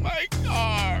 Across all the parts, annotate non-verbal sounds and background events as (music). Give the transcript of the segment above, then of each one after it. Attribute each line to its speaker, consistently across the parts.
Speaker 1: My car.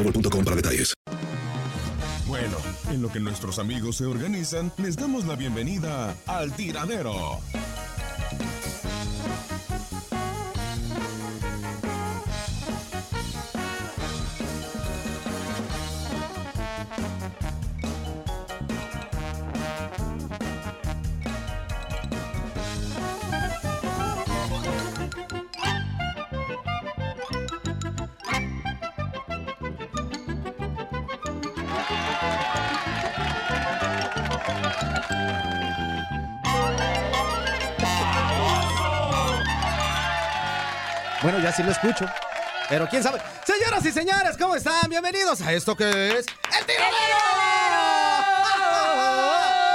Speaker 2: para detalles.
Speaker 3: Bueno, en lo que nuestros amigos se organizan, les damos la bienvenida al tiradero.
Speaker 4: Bueno, ya sí lo escucho. Pero quién sabe. Señoras y señores, ¿cómo están? Bienvenidos a esto que es. ¡El tiradero!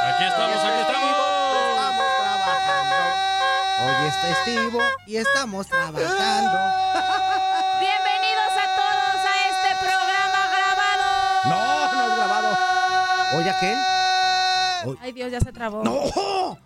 Speaker 5: Aquí estamos, aquí estamos.
Speaker 4: Estamos trabajando. Hoy es festivo y estamos trabajando.
Speaker 6: Bienvenidos a todos a este programa grabado.
Speaker 4: No, no es grabado. Oye, aquel.
Speaker 6: Ay, Dios, ya se trabó.
Speaker 4: ¡No!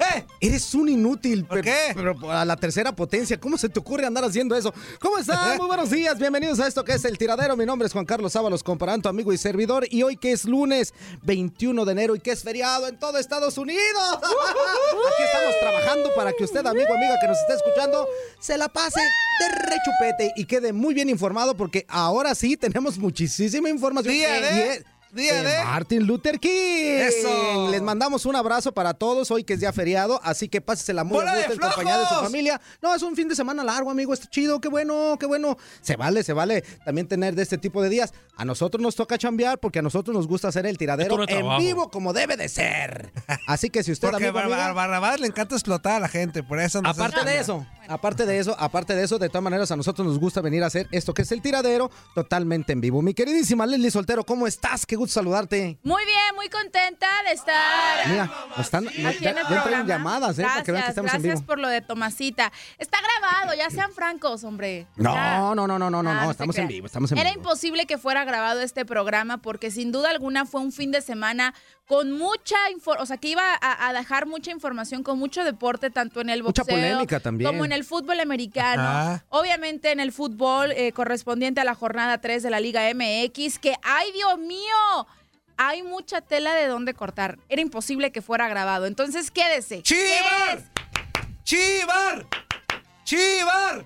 Speaker 4: ¡Eh! Eres un inútil. ¿Por qué? Pero a la tercera potencia, ¿cómo se te ocurre andar haciendo eso? ¿Cómo (laughs) están? Muy buenos días. Bienvenidos a esto que es El Tiradero. Mi nombre es Juan Carlos Ábalos, comparando amigo y servidor. Y hoy que es lunes 21 de enero y que es feriado en todo Estados Unidos. (laughs) Aquí estamos trabajando para que usted, amigo, amiga que nos está escuchando, se la pase de rechupete y quede muy bien informado porque ahora sí tenemos muchísima información.
Speaker 7: Día de-
Speaker 4: Y es-
Speaker 7: día de-
Speaker 4: Eh, Martin Luther King.
Speaker 7: Eso.
Speaker 4: Les mandamos un abrazo para todos hoy que es día feriado, así que pásesela muy
Speaker 7: ¡Bola
Speaker 4: a
Speaker 7: de
Speaker 4: gusto en compañía de su
Speaker 7: flojos!
Speaker 4: familia. No, es un fin de semana largo, amigo, está chido, qué bueno, qué bueno. Se vale, se vale también tener de este tipo de días. A nosotros nos toca chambear porque a nosotros nos gusta hacer el tiradero
Speaker 7: Esto no es
Speaker 4: en
Speaker 7: trabajo.
Speaker 4: vivo como debe de ser. Así que si usted
Speaker 8: Porque
Speaker 4: amigo,
Speaker 8: a
Speaker 4: amiga,
Speaker 8: Bar- Barrabás le encanta explotar a la gente, por eso nos
Speaker 4: Aparte
Speaker 8: hace-
Speaker 4: de eso, aparte de eso, aparte de eso, de todas maneras a nosotros nos gusta venir a hacer esto que es el tiradero totalmente en vivo. Mi queridísima Leslie Soltero, ¿cómo estás? Qué gusto saludarte.
Speaker 6: Muy bien, muy contenta de estar.
Speaker 4: Mira, nos están, nos-
Speaker 6: Aquí
Speaker 4: ya,
Speaker 6: en el
Speaker 4: ya traen
Speaker 6: programa.
Speaker 4: llamadas, ¿eh?
Speaker 6: Gracias,
Speaker 4: para que vean que estamos en
Speaker 6: gracias
Speaker 4: vivo.
Speaker 6: por lo de Tomasita. Está grabado, ya sean francos, hombre. Ya.
Speaker 4: No, no, no, no, no, no,
Speaker 6: Ah,
Speaker 4: no,
Speaker 6: se
Speaker 4: estamos en
Speaker 6: crean.
Speaker 4: vivo, estamos en
Speaker 6: Era
Speaker 4: vivo.
Speaker 6: imposible que fuera grabado este programa porque sin duda alguna fue un fin de semana con mucha información, o sea, que iba a, a dejar mucha información con mucho deporte, tanto en el
Speaker 4: Mucha
Speaker 6: boxeo
Speaker 4: polémica también.
Speaker 6: como en el fútbol americano.
Speaker 4: Ajá.
Speaker 6: Obviamente en el fútbol eh, correspondiente a la jornada 3 de la Liga MX, que ¡ay, Dios mío! Hay mucha tela de dónde cortar. Era imposible que fuera grabado. Entonces, quédese.
Speaker 8: ¡Chivar! ¡Chivar! ¡Chivar!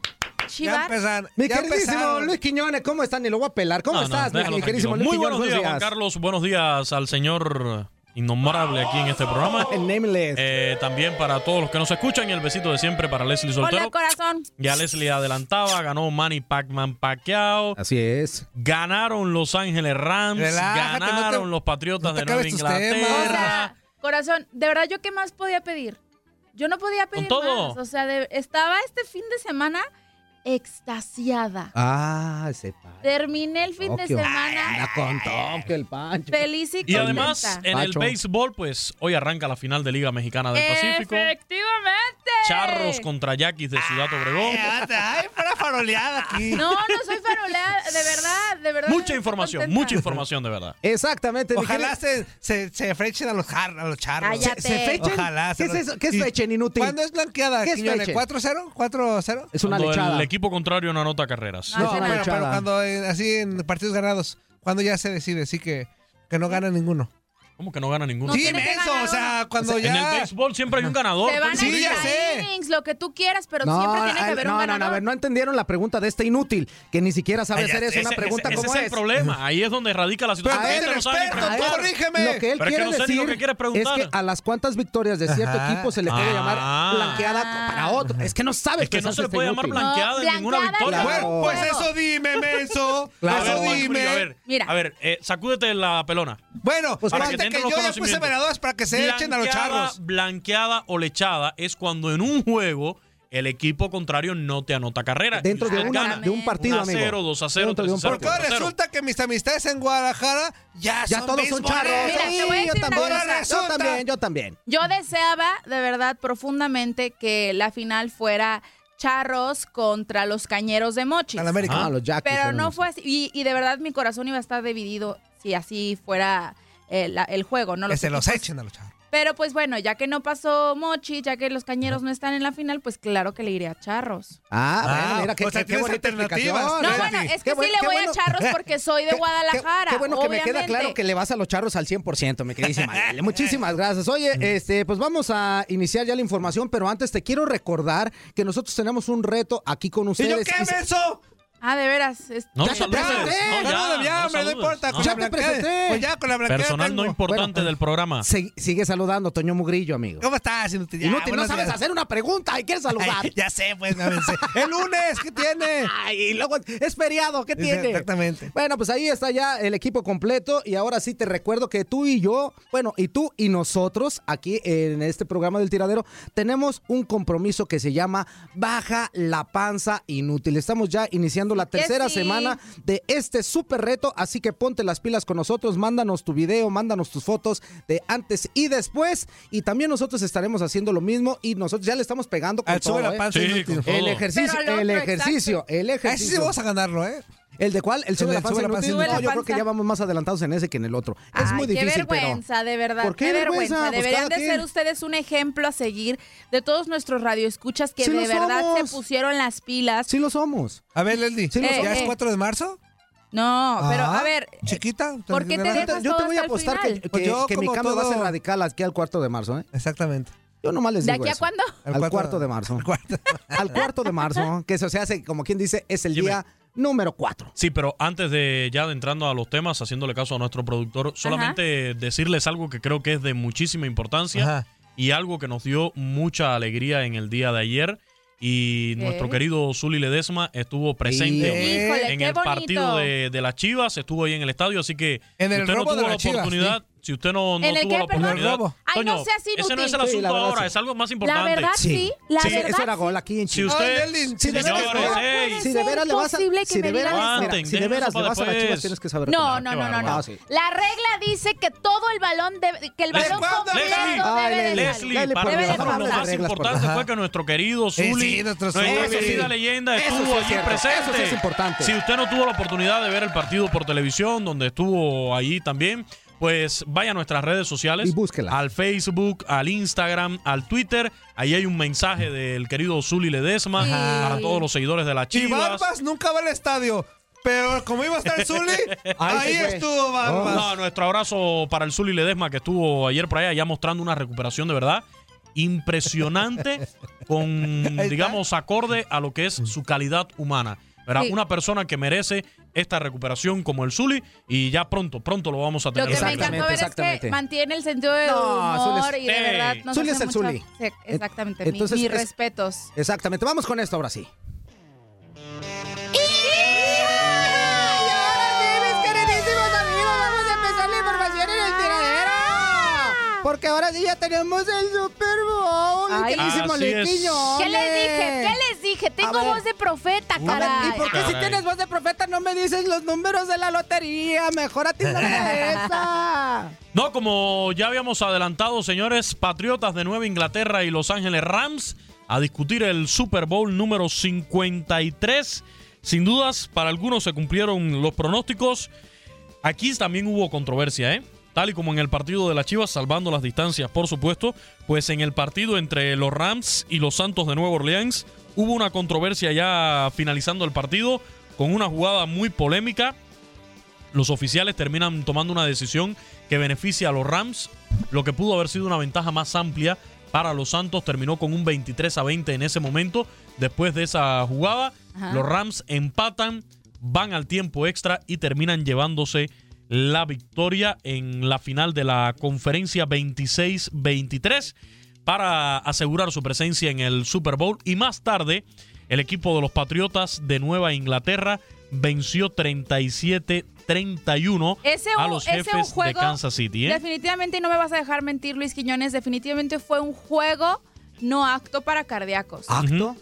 Speaker 6: Chivar.
Speaker 4: Mi
Speaker 8: ya
Speaker 4: queridísimo
Speaker 8: empezaron.
Speaker 4: Luis Quiñones, ¿cómo están? Ni lo voy a pelar. ¿Cómo
Speaker 5: No, no,
Speaker 4: estás,
Speaker 5: déjalo
Speaker 4: mi queridísimo Luis
Speaker 5: tranquilo. Muy
Speaker 4: Quiñones?
Speaker 5: buenos días, Juan Carlos. Buenos días al señor innombrable aquí en este programa.
Speaker 4: (laughs) El Nameless.
Speaker 5: Eh, también para todos los que nos escuchan y el besito de siempre para Leslie Soltero.
Speaker 6: Hola, corazón.
Speaker 5: Ya Leslie adelantaba, ganó Manny Pacman Pacquiao.
Speaker 4: Así es.
Speaker 5: Ganaron Los Ángeles Rams,
Speaker 8: Relájate, no te-
Speaker 5: ganaron los Patriotas
Speaker 8: no te
Speaker 5: de Nueva
Speaker 8: acabes tus temas.
Speaker 5: Inglaterra.
Speaker 6: Corazón, de verdad, ¿yo qué más podía pedir? Yo no podía pedir
Speaker 5: todo.
Speaker 6: más. O sea, de- estaba este fin de semana extasiada.
Speaker 4: Ah, ese pan.
Speaker 6: Terminé el fin de
Speaker 4: Tokio.
Speaker 6: semana
Speaker 4: Anda con Tokio el pancho.
Speaker 6: feliz y
Speaker 5: Y
Speaker 6: contenta.
Speaker 5: además, en el béisbol, pues hoy arranca la final de Liga Mexicana del Pacífico.
Speaker 6: Efectivamente.
Speaker 5: Charros contra Yaquis de Ciudad Obregón.
Speaker 9: Ay, para faroleada aquí.
Speaker 6: No, no soy faroleada, de verdad, de verdad.
Speaker 5: Mucha información, mucha información de verdad.
Speaker 4: Exactamente. mi
Speaker 9: Ojalá
Speaker 4: querido-
Speaker 9: se, se, se frechen a los, jar- a los charros.
Speaker 4: Cállate. ¿Se- se frechen?
Speaker 9: Ojalá.
Speaker 4: ¿Qué
Speaker 9: se los-
Speaker 4: es eso? ¿Qué es
Speaker 9: ¿Y
Speaker 4: fechen inútil?
Speaker 9: ¿Cuándo es blanqueada?
Speaker 4: ¿Qué es
Speaker 9: Quiñones?
Speaker 4: fechen?
Speaker 9: ¿4-0? ¿4-0?
Speaker 4: Es una
Speaker 5: Cuando
Speaker 4: lechada.
Speaker 5: el equipo contrario no anota carreras.
Speaker 9: No,
Speaker 4: una
Speaker 9: Ah, pero, pero
Speaker 4: lechada.
Speaker 9: cuando eh, así en partidos ganados, cuando ya se decide, así que, que no gana ninguno.
Speaker 5: ¿Cómo que no gana ninguno?
Speaker 9: Sí, menso, o sea, cuando
Speaker 5: En el
Speaker 9: ya.
Speaker 5: béisbol siempre hay un ganador.
Speaker 6: Se van
Speaker 5: pues.
Speaker 6: a
Speaker 9: Sí, ya
Speaker 6: extra
Speaker 9: sé.
Speaker 6: innings, lo que tú quieras, pero siempre tiene que
Speaker 4: ay,
Speaker 6: haber
Speaker 4: no,
Speaker 6: un
Speaker 4: no, no, a
Speaker 6: ganador.
Speaker 4: ver, no entendieron la pregunta de este inútil, que ni siquiera sabe
Speaker 5: Ay,
Speaker 4: hacer eso,
Speaker 5: ese-
Speaker 4: una pregunta
Speaker 5: ese,
Speaker 4: como
Speaker 5: ese es el problema. Ahí es donde radica la situación.
Speaker 4: A
Speaker 5: Este
Speaker 4: ver,
Speaker 5: no sabe ni
Speaker 4: experto,
Speaker 5: preguntar.
Speaker 4: tú Lo que él
Speaker 5: Pero es
Speaker 4: quiere
Speaker 5: que no sé ni
Speaker 4: decir
Speaker 5: lo que quiere
Speaker 4: es
Speaker 5: preguntar.
Speaker 4: que a las cuantas victorias de cierto
Speaker 5: Ajá.
Speaker 4: equipo se le puede
Speaker 5: Ah.
Speaker 4: llamar blanqueada para otro. Es que no sabe
Speaker 5: Es que no
Speaker 4: expresarse
Speaker 5: se le puede
Speaker 4: este
Speaker 5: llamar
Speaker 4: inútil.
Speaker 5: blanqueada en ninguna victoria.
Speaker 9: Bueno, pues eso dime, menso.
Speaker 5: A ver,
Speaker 9: Eso
Speaker 5: Juan Julio, a
Speaker 9: dime.
Speaker 5: ver, a ver eh, sacúdete la pelona.
Speaker 9: Bueno,
Speaker 5: Pues
Speaker 9: para
Speaker 5: para
Speaker 9: que,
Speaker 5: que te entren
Speaker 9: yo
Speaker 5: los
Speaker 9: ya puse
Speaker 5: conocimientos.
Speaker 9: veladoras para que se echen a los charros.
Speaker 5: Blanqueada o lechada es cuando en un juego el equipo contrario no te anota carrera.
Speaker 4: Dentro
Speaker 5: y
Speaker 4: de
Speaker 5: usted
Speaker 4: una-
Speaker 5: gana.
Speaker 4: de un partido,
Speaker 5: 1 a 0,
Speaker 4: amigo.
Speaker 5: 2 a 0,
Speaker 4: Dentro
Speaker 5: 3
Speaker 4: de
Speaker 5: a
Speaker 4: un
Speaker 5: 0.
Speaker 9: Porque ahora
Speaker 5: 4 a 0.
Speaker 9: resulta que mis amistades en Guadalajara ya,
Speaker 4: Ya
Speaker 9: son
Speaker 4: todos son
Speaker 9: beisboleros.
Speaker 4: charros.
Speaker 6: Mira, te voy a
Speaker 4: Sí, yo
Speaker 6: decir una
Speaker 4: también,
Speaker 6: cosa.
Speaker 4: yo también, yo también.
Speaker 6: Yo deseaba de verdad profundamente que la final fuera Charros contra los Cañeros de Mochis.
Speaker 4: Al América. Ah, los Yaquis
Speaker 6: Pero
Speaker 4: fueron
Speaker 6: no
Speaker 4: los-
Speaker 6: fue así. Y, y de verdad mi corazón iba a estar dividido si así fuera eh, la- el, juego, ¿no?
Speaker 9: Que
Speaker 6: Los
Speaker 9: se los
Speaker 6: equipos.
Speaker 9: echen a los charros.
Speaker 6: Pero pues bueno, ya que no pasó Mochis, ya que los Cañeros no están en la final, pues claro que le iré a Charros.
Speaker 9: Ah,
Speaker 4: Ah, bueno, mira,
Speaker 9: o
Speaker 4: qué,
Speaker 5: pues
Speaker 9: sea,
Speaker 4: qué
Speaker 9: tienes
Speaker 4: bonita
Speaker 9: alternativas.
Speaker 4: explicación.
Speaker 6: No,
Speaker 9: Fíjate.
Speaker 6: bueno,
Speaker 4: Qué
Speaker 6: es que sí
Speaker 4: buen-
Speaker 6: le
Speaker 4: qué
Speaker 6: voy
Speaker 4: bueno-
Speaker 6: a Charros
Speaker 4: (laughs)
Speaker 6: porque soy de Guadalajara.
Speaker 4: Qué bueno que me queda
Speaker 6: obviamente.
Speaker 4: claro que le vas a los charros al 100%, mi queridísima. Adele.
Speaker 6: (laughs)
Speaker 4: Muchísimas gracias.
Speaker 6: Mm.
Speaker 4: Oye, este, pues vamos a iniciar ya la información, pero antes te quiero recordar que nosotros tenemos un reto aquí con
Speaker 9: ¿Y
Speaker 4: ustedes.
Speaker 9: yo qué,
Speaker 4: Y se- Pues
Speaker 9: menso?
Speaker 6: Ah, de veras. es-
Speaker 5: No,
Speaker 4: Ya te
Speaker 5: saludes.
Speaker 4: presenté.
Speaker 5: No,
Speaker 9: Ya,
Speaker 5: ya,
Speaker 9: no, ya,
Speaker 5: no
Speaker 9: hombre, no
Speaker 5: saludes.
Speaker 9: importa.
Speaker 5: No.
Speaker 9: con
Speaker 4: Ya
Speaker 9: la
Speaker 4: te
Speaker 9: blanqueada-
Speaker 4: presenté.
Speaker 9: Pues ya, con la blanqueada
Speaker 5: Personal
Speaker 9: tengo.
Speaker 5: no importante
Speaker 4: Bueno.
Speaker 5: del programa.
Speaker 4: Se- sigue saludando, Toño Mugrillo, amigo.
Speaker 9: ¿Cómo estás, Inútil? Ya,
Speaker 4: Inútil, no
Speaker 9: buenos
Speaker 4: sabes
Speaker 9: días.
Speaker 4: hacer una pregunta y quieres saludar.
Speaker 9: Ay, (laughs) ya sé, pues, me avancé. El lunes, ¿qué tiene?
Speaker 4: Ay, y luego es feriado, ¿qué tiene?
Speaker 9: Exactamente.
Speaker 4: Bueno, pues ahí está ya el equipo completo y ahora sí te recuerdo que tú y yo, bueno, y tú y nosotros aquí en este programa del tiradero tenemos un compromiso que se llama Baja la panza inútil. Estamos ya iniciando la
Speaker 6: que
Speaker 4: tercera
Speaker 6: sí.
Speaker 4: semana de este súper reto, así que ponte las pilas con nosotros, mándanos tu video, mándanos tus fotos de antes y después y también nosotros estaremos haciendo lo mismo y nosotros ya le estamos pegando con
Speaker 9: Al sube
Speaker 4: todo,
Speaker 9: la
Speaker 4: ¿eh?
Speaker 9: panza
Speaker 5: Sí,
Speaker 9: inútil.
Speaker 5: con todo.
Speaker 4: El ejercicio,
Speaker 6: Pero al
Speaker 4: el
Speaker 6: otro,
Speaker 4: ejercicio, el
Speaker 9: A ese sí
Speaker 4: ejercicio.
Speaker 9: vamos a ganarlo, ¿eh?
Speaker 4: ¿El de cuál? ¿El
Speaker 9: El
Speaker 4: sube la
Speaker 9: del
Speaker 4: panza
Speaker 9: sube la
Speaker 4: inútil?
Speaker 9: panza
Speaker 6: Sube la
Speaker 4: No, yo creo que
Speaker 6: panza.
Speaker 4: ya vamos más adelantados en ese que en el otro. Es
Speaker 6: Ay,
Speaker 4: muy difícil,
Speaker 6: Qué
Speaker 4: pero-
Speaker 6: vergüenza, de verdad.
Speaker 4: ¿Por qué vergüenza? Pues
Speaker 6: Deberían
Speaker 4: cada
Speaker 6: de ser
Speaker 4: quien.
Speaker 6: ustedes un ejemplo a seguir de todos nuestros radioescuchas que
Speaker 4: Sí
Speaker 6: de
Speaker 4: lo
Speaker 6: verdad
Speaker 4: somos.
Speaker 6: se pusieron las (laughs) pilas.
Speaker 4: Sí lo somos.
Speaker 9: A ver, Leslie,
Speaker 4: Sí,
Speaker 6: lo
Speaker 9: ¿ya
Speaker 6: somos.
Speaker 9: es 4 de marzo?
Speaker 6: No, pero
Speaker 9: Ah,
Speaker 6: a ver,
Speaker 9: Chiquita.
Speaker 6: ¿por qué te
Speaker 9: ¿verdad?
Speaker 4: Yo te-
Speaker 6: dejas
Speaker 4: yo
Speaker 6: todo
Speaker 4: te voy a
Speaker 6: hasta el
Speaker 4: apostar que,
Speaker 6: final.
Speaker 4: que-
Speaker 9: Pues yo
Speaker 4: que mi
Speaker 9: como
Speaker 4: cambio va a ser
Speaker 9: todo-
Speaker 4: radical aquí al cuarto de marzo, ¿eh?
Speaker 9: Exactamente.
Speaker 4: Yo nomás les
Speaker 6: ¿de
Speaker 4: digo
Speaker 6: aquí a
Speaker 4: eso.
Speaker 6: cuándo?
Speaker 4: Al cuarto, de marzo.
Speaker 9: Al cuarto.
Speaker 4: Al cuarto de (laughs) marzo, que eso se hace, como quien dice, es el
Speaker 5: Jimmy.
Speaker 4: día número cuatro.
Speaker 5: Sí, pero antes de ya entrando a los temas, haciéndole caso a nuestro productor, solamente decirles algo que creo que es de muchísima importancia
Speaker 9: Ajá.
Speaker 5: y algo que nos dio mucha alegría en el día de ayer. Y
Speaker 6: ¿Qué?
Speaker 5: nuestro querido Zuli Ledesma estuvo presente
Speaker 9: Eh,
Speaker 6: Híjole,
Speaker 5: en
Speaker 6: qué
Speaker 5: el
Speaker 6: bonito.
Speaker 5: partido de, de las Chivas, estuvo ahí en el estadio, así que
Speaker 9: En
Speaker 5: si
Speaker 9: el
Speaker 5: usted no
Speaker 9: robo de
Speaker 5: tuvo la
Speaker 9: las Chivas,
Speaker 5: oportunidad, si usted no, no
Speaker 6: ¿En el
Speaker 5: tuvo
Speaker 6: qué,
Speaker 5: la
Speaker 6: perdón?
Speaker 5: oportunidad,
Speaker 9: En el robo.
Speaker 6: Ay, no
Speaker 5: Toño,
Speaker 6: seas
Speaker 5: ese no es el
Speaker 6: inútil.
Speaker 5: asunto
Speaker 6: Sí,
Speaker 4: la verdad,
Speaker 5: ahora,
Speaker 4: sí.
Speaker 5: es algo más
Speaker 6: La
Speaker 5: importante.
Speaker 6: verdad sí, la
Speaker 5: Sí,
Speaker 6: verdad
Speaker 4: eso era
Speaker 6: sí.
Speaker 4: gol aquí en
Speaker 5: Si
Speaker 4: Chivas.
Speaker 5: usted,
Speaker 9: Ay, Lelín,
Speaker 4: Si de veras,
Speaker 5: señores,
Speaker 4: no,
Speaker 5: ey,
Speaker 4: si de veras le vas a,
Speaker 6: Es imposible que
Speaker 4: si de
Speaker 6: me
Speaker 4: veras,
Speaker 6: digan
Speaker 4: mira,
Speaker 5: eso.
Speaker 4: si de veras le vas a las
Speaker 5: Aguanten,
Speaker 4: chivas tienes que saber.
Speaker 6: No,
Speaker 5: Claro,
Speaker 6: no,
Speaker 5: qué
Speaker 6: no, no,
Speaker 5: bárbaro.
Speaker 6: no.
Speaker 4: Ah, sí.
Speaker 6: La regla dice que todo el balón debe, que el
Speaker 5: Leslie,
Speaker 6: balón completo
Speaker 5: Leslie,
Speaker 6: debe de
Speaker 4: Leslie,
Speaker 6: salir.
Speaker 5: Leslie, para
Speaker 6: Debe de
Speaker 5: nosotros lo
Speaker 6: pasar.
Speaker 5: más
Speaker 4: Reglas, por
Speaker 5: importante
Speaker 4: favor. Eh,
Speaker 5: fue que nuestro querido Zuli,
Speaker 9: sí, nuestro
Speaker 5: nuestra
Speaker 9: Zuli.
Speaker 5: querida leyenda,
Speaker 4: Eso
Speaker 5: estuvo
Speaker 4: sí es
Speaker 5: allí
Speaker 4: cierto, eso sí
Speaker 5: presente.
Speaker 4: es importante.
Speaker 5: Si usted no tuvo la oportunidad de ver el partido por televisión, donde estuvo allí también, pues vaya a nuestras redes sociales.
Speaker 4: Y búsquela.
Speaker 5: Al Facebook, al Instagram, al Twitter. Ahí hay un mensaje del querido Zuli Ledesma
Speaker 6: Ajá.
Speaker 5: para todos los seguidores de la
Speaker 9: Y
Speaker 5: Chivas.
Speaker 9: Barbas nunca va al estadio. Pero como iba a estar Zully, ahí
Speaker 4: fue.
Speaker 9: estuvo Barbas.
Speaker 5: No, nuestro abrazo para el Zuli Ledesma que estuvo ayer por allá ya mostrando una recuperación de verdad
Speaker 9: (laughs)
Speaker 5: impresionante con,
Speaker 9: está. Mm.
Speaker 5: digamos, acorde a lo que es su calidad humana. ¿verdad?
Speaker 6: Sí.
Speaker 5: Una persona que merece esta recuperación como el Zuli y ya pronto, pronto lo vamos a
Speaker 6: Lo
Speaker 5: tener.
Speaker 6: que me
Speaker 5: cerca.
Speaker 6: encantó ver es que
Speaker 4: exactamente.
Speaker 6: mantiene el sentido de
Speaker 4: No,
Speaker 6: humor
Speaker 4: Zuli
Speaker 6: y de
Speaker 5: Sí.
Speaker 6: verdad nos
Speaker 4: Zuli
Speaker 6: hace
Speaker 4: es el
Speaker 6: mucha-
Speaker 4: Zuli.
Speaker 6: Sí, Exactamente, mi-
Speaker 4: Entonces,
Speaker 6: mis
Speaker 4: es-
Speaker 6: respetos.
Speaker 4: Exactamente. Vamos con esto ahora sí.
Speaker 6: Y ahora sí, mis queridísimos amigos, vamos a empezar la información en el tiradero.
Speaker 4: Porque ahora sí ya tenemos el Super Bowl.
Speaker 6: Ay,
Speaker 4: ¿Qué le hicimos,
Speaker 6: así es.
Speaker 4: Luiquiño?
Speaker 6: ¿Qué les dije? ¿Qué les dije? Tengo voz de profeta,
Speaker 4: A ver,
Speaker 6: caray.
Speaker 4: ¿Y por qué si
Speaker 6: Caray.
Speaker 4: tienes voz de profeta no me dices los números de la lotería? Mejor
Speaker 6: (laughs)
Speaker 4: atínale a esa.
Speaker 5: No, como ya habíamos adelantado, señores, Patriotas de Nueva Inglaterra y Los Ángeles Rams a discutir el Super Bowl número 53. Sin dudas, para algunos se cumplieron los pronósticos. Aquí también hubo controversia, ¿eh? Tal y como en el partido de las Chivas, salvando las distancias, por supuesto, pues en el partido entre los Rams y los Santos de Nueva Orleans hubo una controversia ya finalizando el partido con una jugada muy polémica los oficiales terminan tomando una decisión que beneficia a los Rams. Lo que pudo haber sido una ventaja más amplia para los Santos terminó con un 23 a 20 en ese momento. Después de esa jugada,
Speaker 10: Ajá.
Speaker 5: los Rams empatan, van al tiempo extra y terminan llevándose la victoria en la final de la conferencia 26-23 para asegurar su presencia en el Super Bowl. Y más tarde, el equipo de los Patriotas de Nueva Inglaterra venció 37-31
Speaker 6: Ese
Speaker 5: a
Speaker 6: un-
Speaker 5: los
Speaker 6: ese un
Speaker 5: jefes de
Speaker 6: juego
Speaker 5: Kansas City. ¿eh?
Speaker 6: Definitivamente, y no me vas a dejar mentir, Luis Quiñones, definitivamente fue un juego no apto para cardíacos.
Speaker 5: Ujú.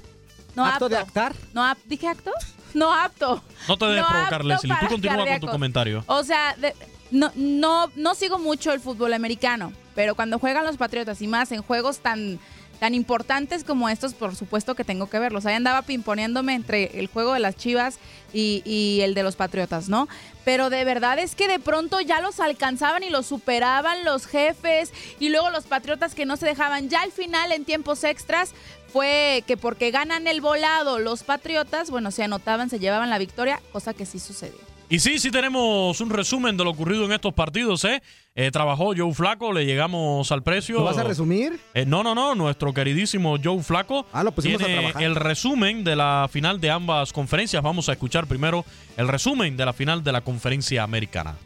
Speaker 6: No
Speaker 5: ¿Acto de
Speaker 6: actar? No ap- ¿Dije acto? (laughs) No apto.
Speaker 5: No te dejes provocar,
Speaker 6: apto
Speaker 5: Leslie. Tú
Speaker 6: para
Speaker 5: continúa con tu
Speaker 6: cardíacos.
Speaker 5: comentario.
Speaker 6: O sea, de- no, no, no sigo mucho el fútbol americano, pero cuando juegan los Patriotas y más en juegos tan, tan importantes como estos, por supuesto que tengo que verlos. Ahí andaba pimponeándome entre el juego de las Chivas y, y el de los Patriotas, ¿no? Pero de verdad es que de pronto ya los alcanzaban y los superaban los jefes y luego los Patriotas que no se dejaban. Ya al final, en tiempos extras, fue que porque ganan el volado los Patriotas, bueno, se anotaban, se llevaban la victoria, cosa que sí sucedió.
Speaker 5: Y sí, sí tenemos un resumen de lo ocurrido en estos partidos. ¿eh? Eh, trabajó Joe Flaco, le llegamos al precio.
Speaker 11: ¿Lo vas a resumir?
Speaker 5: Eh, no, no, no, nuestro queridísimo Joe Flaco
Speaker 11: Ah, pusimos a
Speaker 5: tiene
Speaker 11: trabajar.
Speaker 5: el resumen de la final de ambas conferencias. Vamos a escuchar primero el resumen de la final de la conferencia americana.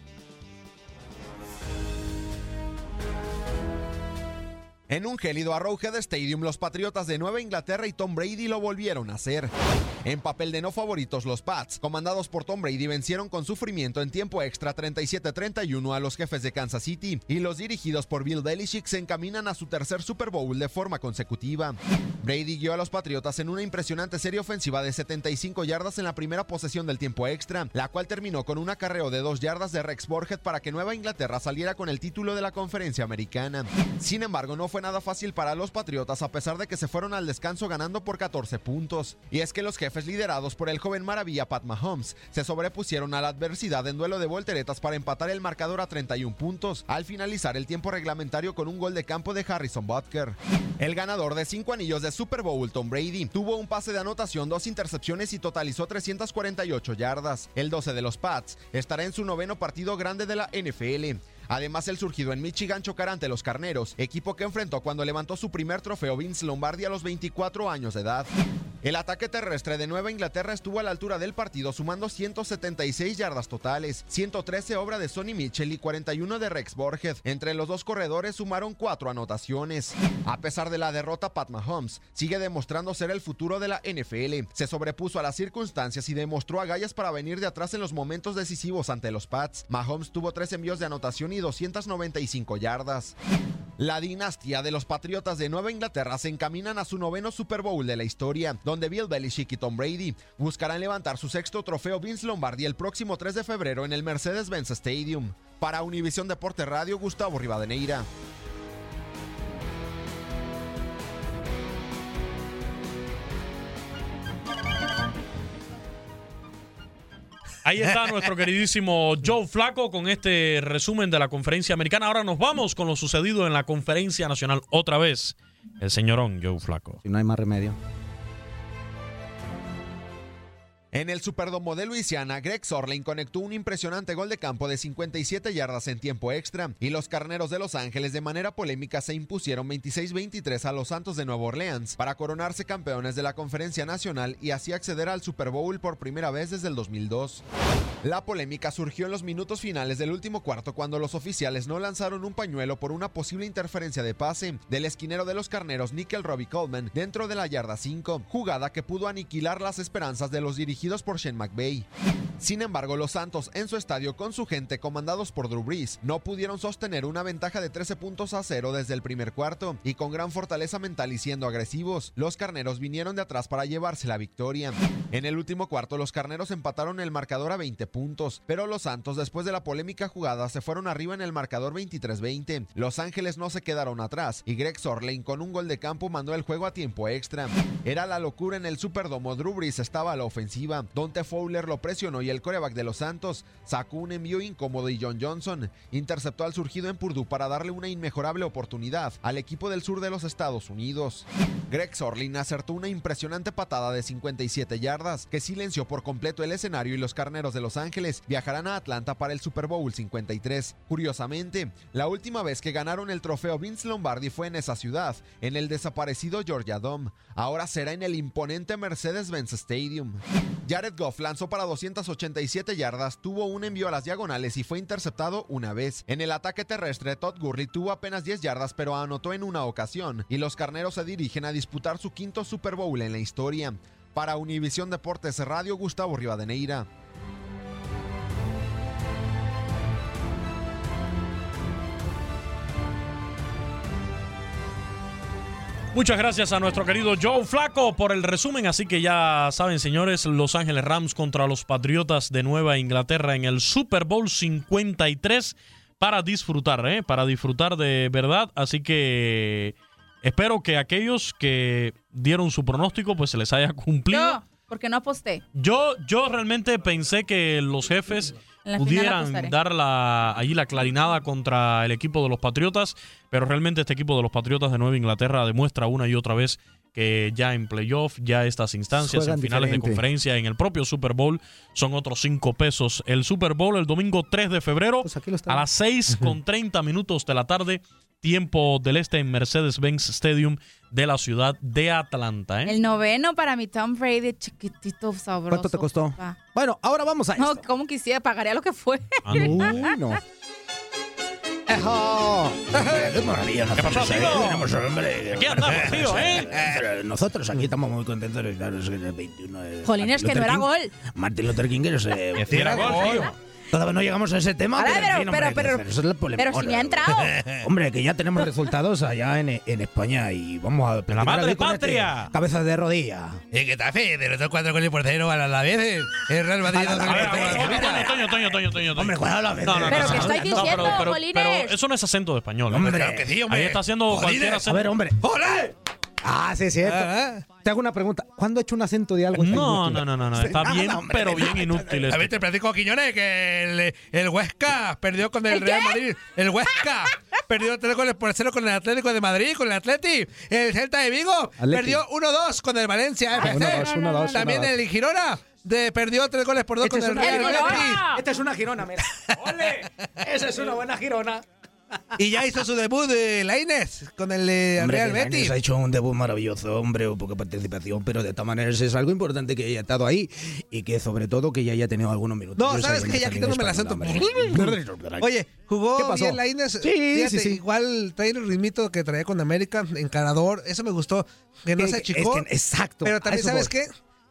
Speaker 12: En un gélido Arrowhead Stadium, los Patriotas de Nueva Inglaterra y Tom Brady lo volvieron a hacer. En papel de no favoritos, los Pats, comandados por Tom Brady, vencieron con sufrimiento en tiempo extra 37-31 a los jefes de Kansas City, y los dirigidos por Bill Belichick se encaminan a su tercer Super Bowl de forma consecutiva. Brady guió a los Patriotas en una impresionante serie ofensiva de 75 yardas en la primera posesión del tiempo extra, la cual terminó con un acarreo de dos yardas de Rex Borget para que Nueva Inglaterra saliera con el título de la conferencia americana. Sin embargo, no fue nada fácil para los Patriotas a pesar de que se fueron al descanso ganando por 14 puntos. Y es que los jefes liderados por el joven maravilla Pat Mahomes se sobrepusieron a la adversidad en duelo de volteretas para empatar el marcador a 31 puntos al finalizar el tiempo reglamentario con un gol de campo de Harrison Butker. El ganador de cinco anillos de Super Bowl, Tom Brady, tuvo un pase de anotación, dos intercepciones y totalizó 348 yardas. El 12 de los Pats estará en su noveno partido grande de la NFL. Además, el surgido en Michigan chocará ante los Carneros, equipo que enfrentó cuando levantó su primer trofeo Vince Lombardi a los 24 años de edad. El ataque terrestre de Nueva Inglaterra estuvo a la altura del partido, sumando 176 yardas totales, 113 obra de Sonny Mitchell y 41 de Rex Borges. Entre los dos corredores sumaron cuatro anotaciones. A pesar de la derrota, Pat Mahomes sigue demostrando ser el futuro de la NFL. Se sobrepuso a las circunstancias y demostró agallas para venir de atrás en los momentos decisivos ante los Pats. Mahomes tuvo tres envíos de anotación y 295 yardas. La dinastía de los Patriotas de Nueva Inglaterra se encaminan a su noveno Super Bowl de la historia, donde Bill Belichick y Tom Brady buscarán levantar su sexto trofeo Vince Lombardi el próximo 3 de febrero en el Mercedes-Benz Stadium. Para Univisión Deporte Radio, Gustavo Rivadeneira.
Speaker 11: (laughs)
Speaker 5: Ahí está nuestro queridísimo Joe Flaco con este resumen de la conferencia americana. Ahora nos vamos con lo sucedido en la conferencia nacional otra vez. El señorón Joe Flaco.
Speaker 11: Si no hay más remedio.
Speaker 12: En el Superdomo de Luisiana, Greg Sorlin conectó un impresionante gol de campo de 57 yardas en tiempo extra y los carneros de Los Ángeles de manera polémica se impusieron 26-23 a los Santos de Nueva Orleans para coronarse campeones de la Conferencia Nacional y así acceder al Super Bowl por primera vez desde el 2002. La polémica surgió en los minutos finales del último cuarto cuando los oficiales no lanzaron un pañuelo por una posible interferencia de pase del esquinero de los carneros Nickel Robbie Coleman dentro de la yarda 5, jugada que pudo aniquilar las esperanzas de los dirigidos por Shane McVay. Sin embargo, los Santos en su estadio con su gente comandados por Drew Brees no pudieron sostener una ventaja de 13 puntos a cero desde el primer cuarto y con gran fortaleza mental y siendo agresivos, los carneros vinieron de atrás para llevarse la victoria. En el último cuarto, los carneros empataron el marcador a 20 puntos, pero los Santos después de la polémica jugada se fueron arriba en el marcador 23-20. Los Ángeles no se quedaron atrás y Greg Sorlein con un gol de campo mandó el juego a tiempo extra. Era la locura en el Superdomo, Drew Brees estaba a la ofensiva, Dante Fowler lo presionó y el coreback de los Santos sacó un envío incómodo y John Johnson interceptó al surgido en Purdue para darle una inmejorable oportunidad al equipo del sur de los Estados Unidos. Greg Sorlin acertó una impresionante patada de 57 yardas que silenció por completo el escenario y los carneros de Los Ángeles viajarán a Atlanta para el Super Bowl 53. Curiosamente, la última vez que ganaron el trofeo Vince Lombardi fue en esa ciudad, en el desaparecido Georgia Dome. Ahora será en el imponente Mercedes-Benz Stadium. Jared Goff lanzó para 287 yardas, tuvo un envío a las diagonales y fue interceptado una vez. En el ataque terrestre, Todd Gurley tuvo apenas 10 yardas, pero anotó en una ocasión, y los carneros se dirigen a disputar su quinto Super Bowl en la historia. Para Univisión Deportes Radio, Gustavo Rivadeneira.
Speaker 5: Muchas gracias a nuestro querido Joe Flaco por el resumen. Así que ya saben, señores, Los Ángeles Rams contra los Patriotas de Nueva Inglaterra en el Super Bowl 53 para disfrutar, ¿eh? para disfrutar de verdad. Así que espero que aquellos que dieron su pronóstico pues se les haya cumplido.
Speaker 6: Yo, porque no aposté.
Speaker 5: Yo, yo realmente pensé que los jefes
Speaker 6: En la final apostaré.
Speaker 5: pudieran dar la, allí la clarinada contra el equipo de los Patriotas, pero realmente este equipo de los Patriotas de Nueva Inglaterra demuestra una y otra vez que ya en playoff, ya estas instancias,
Speaker 4: Juegan
Speaker 5: en finales
Speaker 4: diferente.
Speaker 5: de conferencia, en el propio Super Bowl, son otros cinco pesos. El Super Bowl el domingo 3 de febrero
Speaker 4: Pues
Speaker 5: a las 6 con 30 minutos de la tarde, tiempo del este en Mercedes-Benz Stadium de la ciudad de Atlanta. ¿eh?
Speaker 6: El noveno para mi Tom Brady, chiquitito, sabroso.
Speaker 5: ¿Cuánto te costó?
Speaker 6: papá.
Speaker 4: Bueno, ahora vamos a
Speaker 6: No, como quisiera, pagaría lo que fue. (laughs)
Speaker 5: Ah, no.
Speaker 4: Uy, no. ¡Ejo!
Speaker 8: ¡Qué maravilla!
Speaker 4: ¿Qué pasó,
Speaker 8: nosotros,
Speaker 4: tío?
Speaker 8: eh, tenemos, hombre,
Speaker 4: Aquí andamos, tío, ¿eh?
Speaker 8: Pero Nosotros aquí estamos muy contentos. de estar, es que el 21 de
Speaker 6: Jolines,
Speaker 8: Martin
Speaker 6: que no era
Speaker 8: Luther
Speaker 6: gol.
Speaker 8: King. Martin Luther King es... eh,
Speaker 5: Que sí era
Speaker 8: tío,
Speaker 5: gol,
Speaker 8: tío.
Speaker 5: tío.
Speaker 8: Todavía no llegamos a ese tema,
Speaker 6: Ahora,
Speaker 8: pero,
Speaker 6: pero-
Speaker 8: en fin,
Speaker 6: pero-
Speaker 8: hombre,
Speaker 6: pero-
Speaker 8: que eso es la polémica.
Speaker 6: pero si me ha entrado.
Speaker 8: (laughs) Hombre, que ya tenemos resultados allá en, en España y vamos a platicar
Speaker 7: madre
Speaker 8: aquí con este
Speaker 7: patria.
Speaker 8: cabeza de rodilla.
Speaker 7: ¿Y Eh, qué tal, Fe? De los dos cuatro goles por cero a la vez. El Real Madrid dos goles por cero.
Speaker 5: Toño, Toño, Toño, Toño. Hombre,
Speaker 8: ¿cuál habla?
Speaker 5: No, no,
Speaker 8: Pero
Speaker 5: no,
Speaker 8: que
Speaker 5: no,
Speaker 8: estoy
Speaker 5: no,
Speaker 8: diciendo,
Speaker 5: pero- pero-
Speaker 8: Jolines.
Speaker 5: pero eso no es acento de español.
Speaker 8: Hombre, claro que sí, hombre.
Speaker 5: Ahí está haciendo
Speaker 8: Jolines.
Speaker 5: cualquier acento.
Speaker 8: A ver, hombre. ¡Ole!
Speaker 4: Ah, sí, es cierto. Te hago una pregunta. ¿Cuándo he hecho un acento de algo?
Speaker 5: Eh, No, no, no, no, no, está bien, pero bien inútil.
Speaker 7: A
Speaker 5: este.
Speaker 7: ver, te platico, Quiñones, que el, el Huesca perdió con el
Speaker 5: ¿El
Speaker 7: Real
Speaker 5: qué?
Speaker 7: Madrid. El Huesca perdió tres goles por cero con el Atlético de Madrid, con el Atleti. El Celta de Vigo
Speaker 4: Atleti. Ah,
Speaker 7: perdió 1-2 con el Valencia FC.
Speaker 4: uno, dos, uno, dos,
Speaker 7: También
Speaker 4: uno, dos.
Speaker 7: el Girona de- perdió tres goles por dos
Speaker 4: Esta
Speaker 7: con
Speaker 4: Este es,
Speaker 7: el
Speaker 4: una
Speaker 7: Real Madrid.
Speaker 4: girona. Esta es una girona, mira. ¡Ole! Esa es una buena girona.
Speaker 7: Y ya hizo su debut de Lainez con el eh,
Speaker 8: Hombre,
Speaker 7: Real
Speaker 8: que Lainez
Speaker 7: Betis.
Speaker 8: Ha hecho un debut maravilloso, hombre, o poca participación, pero de todas maneras es algo importante que haya estado ahí y que sobre todo que ya haya tenido algunos minutos.
Speaker 7: No,
Speaker 8: Yo
Speaker 7: ¿sabes
Speaker 8: sé
Speaker 7: qué? Ya
Speaker 8: está
Speaker 7: quitándome
Speaker 8: bien
Speaker 7: el acento.
Speaker 8: español, hombre.
Speaker 7: Oye, jugó
Speaker 8: ¿Qué pasó?
Speaker 7: bien la Inés.
Speaker 8: Sí,
Speaker 7: Fíjate,
Speaker 8: sí, sí.
Speaker 7: Igual trae el ritmito que traía con América, encarador. Eso me gustó. Que no
Speaker 8: Que-
Speaker 7: se
Speaker 8: que-
Speaker 7: achicó.
Speaker 8: es que- exacto,
Speaker 7: Pero
Speaker 8: a
Speaker 7: también,
Speaker 8: eso
Speaker 7: ¿sabes
Speaker 8: voy.
Speaker 7: qué?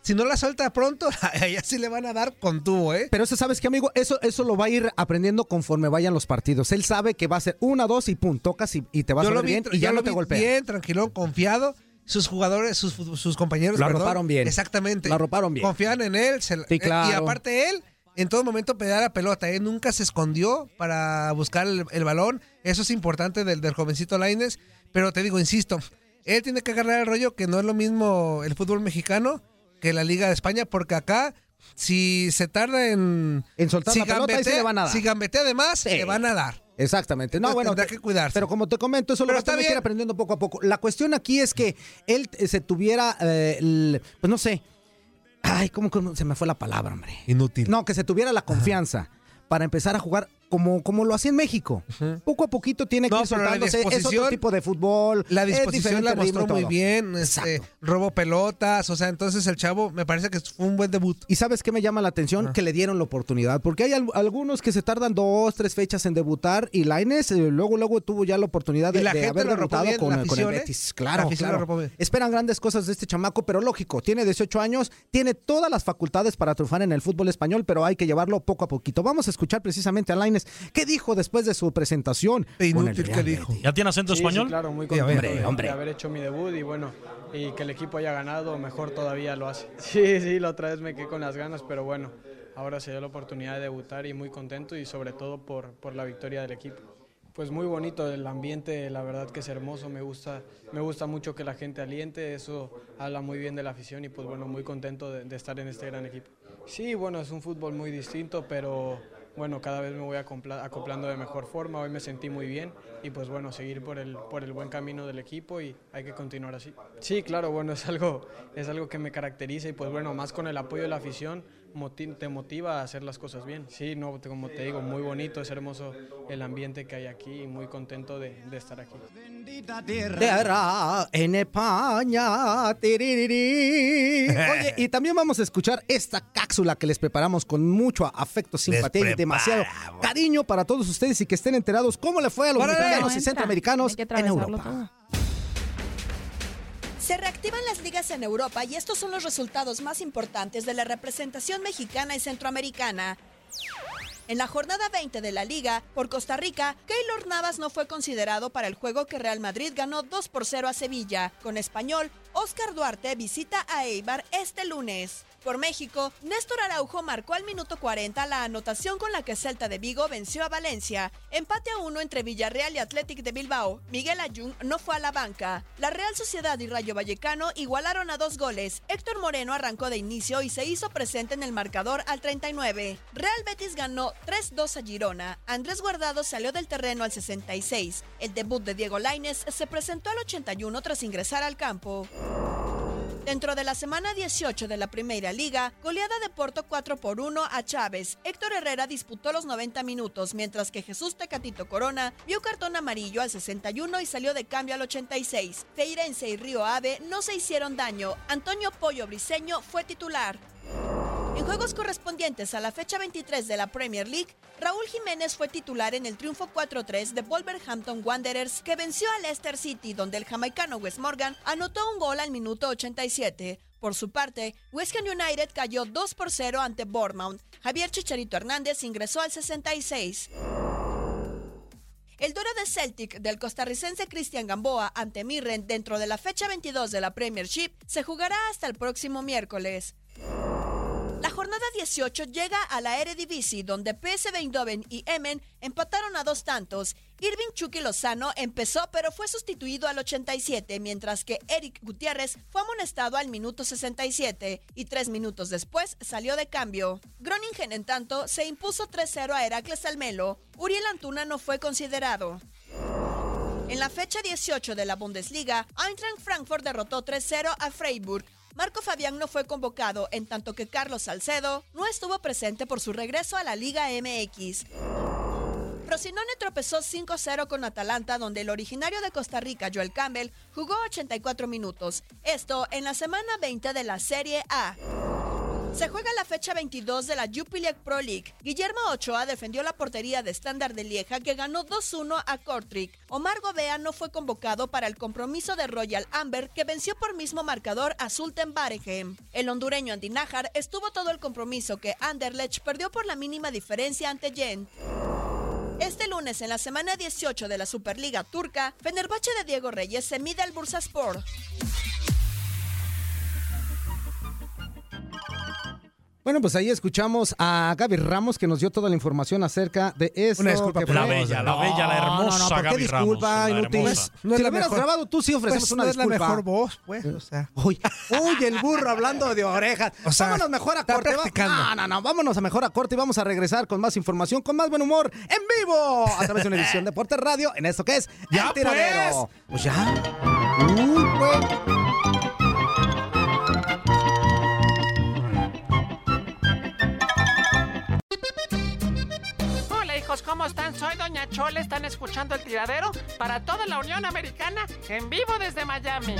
Speaker 7: Si no la suelta pronto, (laughs) (laughs) a ella sí le van a dar con tubo, ¿eh?
Speaker 4: Pero eso, ¿sabes qué, amigo? Eso, eso lo va a ir aprendiendo conforme vayan los partidos. Él sabe que va a ser una, dos y pum, tocas y, y te vas a ver bien
Speaker 7: tra-
Speaker 4: y ya
Speaker 7: yo
Speaker 4: no
Speaker 7: lo
Speaker 4: te
Speaker 7: vi
Speaker 4: golpea.
Speaker 7: Bien, tranquilón, confiado. Sus jugadores, sus, fu- sus compañeros.
Speaker 4: Lo
Speaker 7: perdón,
Speaker 4: arroparon bien.
Speaker 7: Exactamente.
Speaker 4: Lo arroparon bien.
Speaker 7: Confían en él. se la-
Speaker 4: Sí,
Speaker 7: eh, Y
Speaker 4: claro.
Speaker 7: aparte él, en todo momento pedía la pelota. Él nunca se escondió para buscar el, el balón. Eso es importante del, del jovencito Laines. Pero te digo, insisto, él tiene que agarrar el rollo que no es lo mismo el fútbol mexicano que la Liga de España, porque acá... Si se tarda en,
Speaker 4: en soltar la pelota, ahí sí le van a dar.
Speaker 7: Si gambetea además, le van a dar.
Speaker 4: Exactamente. No,
Speaker 7: Entonces
Speaker 4: bueno,
Speaker 7: tendrá
Speaker 4: te-
Speaker 7: que cuidarse.
Speaker 4: Pero como te comento, eso lo
Speaker 7: Pero
Speaker 4: va a
Speaker 7: está
Speaker 4: tener que ir
Speaker 7: bien.
Speaker 4: aprendiendo poco a poco. La cuestión aquí es que él eh, se tuviera, eh, el- pues no sé, ay, ¿cómo, cómo se me fue la palabra, hombre?
Speaker 7: Inútil.
Speaker 4: No, que se tuviera la confianza para empezar a jugar como, como lo hacía en México. Poco a poquito tiene que ir
Speaker 7: pero la
Speaker 4: soltándose. Es otro
Speaker 7: disposición-
Speaker 4: tipo de fútbol.
Speaker 7: La (laughs)
Speaker 4: es
Speaker 7: disposición
Speaker 4: diferente
Speaker 7: la
Speaker 4: el ritmo y
Speaker 7: mostró muy
Speaker 4: todo.
Speaker 7: bien, este, robó pelotas, o sea, entonces el chavo me parece que fue un buen debut. Ah.
Speaker 4: ¿Y sabes qué me llama la atención? Que le dieron la oportunidad, porque hay al- algunos que se tardan dos, tres fechas en debutar y Laines luego, luego tuvo ya la oportunidad de,
Speaker 7: Y la
Speaker 4: de
Speaker 7: gente
Speaker 4: haber
Speaker 7: lo arropó
Speaker 4: debutado
Speaker 7: bien,
Speaker 4: con,
Speaker 7: la
Speaker 4: con el
Speaker 7: afición, ¿eh?
Speaker 4: Betis.
Speaker 7: La
Speaker 4: Claro,
Speaker 7: afición lo
Speaker 4: claro.
Speaker 7: arropó bien.
Speaker 4: Esperan grandes cosas de este chamaco, pero lógico, tiene 18 años, tiene todas las facultades para triunfar en el fútbol español, pero hay que llevarlo poco a poquito. Vamos a escuchar precisamente a Laines qué dijo después de su presentación. con el Real Betis.
Speaker 13: ¿Ya tiene acento
Speaker 14: Sí, sí,
Speaker 13: español?
Speaker 14: claro, muy contento de, de haber hecho mi debut y bueno, y que el equipo haya ganado, mejor todavía lo hace. (laughs) Sí, sí, la otra vez me quedé con las ganas, pero bueno, ahora se dio la oportunidad de debutar y muy contento y sobre todo por, por la victoria del equipo. Pues muy bonito el ambiente, la verdad que es hermoso, me gusta, me gusta mucho que la gente aliente, eso habla muy bien de la afición y pues bueno, muy contento de, de estar en este gran equipo. Sí, bueno, es un fútbol muy distinto, pero bueno, cada vez me voy acopla- acoplando de mejor forma, hoy me sentí muy bien y pues bueno, seguir por el, por el buen camino del equipo y hay que continuar así. Sí, claro, bueno, es algo, es algo que me caracteriza y pues bueno, más con el apoyo de la afición moti- te motiva a hacer las cosas bien. Sí, no, te- como te digo, muy bonito, es hermoso el ambiente que hay aquí y muy contento de, de estar aquí.
Speaker 4: Tierra en España.
Speaker 7: (laughs)
Speaker 4: Tiririrí. Oye, y también vamos a escuchar esta cápsula que les preparamos con mucho afecto, simpatía y demasiado cariño para todos ustedes y que estén enterados cómo le fue a los
Speaker 15: Órale.
Speaker 4: mexicanos y
Speaker 15: Entra.
Speaker 4: centroamericanos en Europa.
Speaker 15: Se reactivan las ligas en Europa y estos son los resultados más importantes de la representación mexicana y centroamericana. En la jornada 20 de la liga, por Costa Rica, Keylor Navas no fue considerado para el juego que Real Madrid ganó 2 por 0 a Sevilla. Con español, Óscar Duarte visita a Eibar este lunes. Por México, Néstor Araujo marcó al minuto 40 la anotación con la que Celta de Vigo venció a Valencia. Empate a uno entre Villarreal y Athletic de Bilbao. Miguel Ayun no fue a la banca. La Real Sociedad y Rayo Vallecano igualaron a dos goles. Héctor Moreno arrancó de inicio y se hizo presente en el marcador al 39. Real Betis ganó 3-2 a Girona. Andrés Guardado salió del terreno al 66. El debut de Diego Lainez se presentó al 81 tras ingresar al campo. Dentro de la semana 18 de la Primera Liga, goleada de Porto 4 por 1 a Chávez. Héctor Herrera disputó los 90 minutos, mientras que Jesús Tecatito Corona vio cartón amarillo al 61 y salió de cambio al 86. Feirense y Río Ave no se hicieron daño. Antonio Pollo Briseño fue titular. En juegos correspondientes a la fecha 23 de la Premier League, Raúl Jiménez fue titular en el triunfo 4-3 de Wolverhampton Wanderers que venció a Leicester City, donde el jamaicano Wes Morgan anotó un gol al minuto 87. Por su parte, West Ham United cayó 2 por 0 ante Bournemouth. Javier Chicharito Hernández ingresó al 66. El duelo de Celtic del costarricense Cristian Gamboa ante Mirren dentro de la fecha 22 de la Premiership se jugará hasta el próximo miércoles. La jornada 18 llega a la Eredivisie, donde PSV Eindhoven y Emmen empataron a dos tantos. Irving Chucky Lozano empezó, pero fue sustituido al 87, mientras que Eric Gutiérrez fue amonestado al minuto 67 y tres minutos después salió de cambio. Groningen, en tanto, se impuso 3-0 a Heracles Almelo. Uriel Antuna no fue considerado. En la fecha 18 de la Bundesliga, Eintracht Frankfurt derrotó 3-0 a Freiburg. Marco Fabián no fue convocado, en tanto que Carlos Salcedo no estuvo presente por su regreso a la Liga MX. Frosinone tropezó 5-0 con Atalanta, donde el originario de Costa Rica, Joel Campbell, jugó 84 minutos. Esto en la semana 20 de la Serie A. Se juega la fecha 22 de la Jupiler Pro League. Guillermo Ochoa defendió la portería de estándar de Lieja que ganó 2-1 a Kortrijk. Omar Gobea no fue convocado para el compromiso de Royal Amber que venció por mismo marcador a Sultan Baregem. El hondureño Andinájar estuvo todo el compromiso que Anderlecht perdió por la mínima diferencia ante Gent. Este lunes, en la semana 18 de la Superliga Turca, Fenerbahce de Diego Reyes se mide al Bursaspor.
Speaker 4: Bueno, pues ahí escuchamos a Gaby Ramos que nos dio toda la información acerca de eso.
Speaker 7: Una disculpa
Speaker 4: que
Speaker 7: por
Speaker 4: fue-
Speaker 7: la bella, la bella, la hermosa
Speaker 4: No, no, ¿por qué
Speaker 7: Gaby
Speaker 4: disculpa,
Speaker 7: Ramos, la
Speaker 4: inútil?
Speaker 7: hermosa.
Speaker 4: No es- si la hubieras grabado tú sí ofrecemos
Speaker 7: Pues,
Speaker 4: una
Speaker 7: no
Speaker 4: disculpa.
Speaker 7: es la mejor voz, pues, o sea.
Speaker 4: Uy, uy, el burro hablando de orejas. vámonos mejor a corte. va- No, no, no, vámonos a mejor a corte y vamos a regresar con más información, con más buen humor, en vivo, a través de una edición de Deporte Radio, en esto que es
Speaker 16: ¡Ya,
Speaker 4: El Tiradero.
Speaker 16: pues!
Speaker 4: Pues ya. Uy, pues.
Speaker 9: Hola, hijo.
Speaker 17: amigos, ¿cómo están? Soy Doña Chole, están escuchando el tiradero para toda la Unión Americana en vivo desde Miami.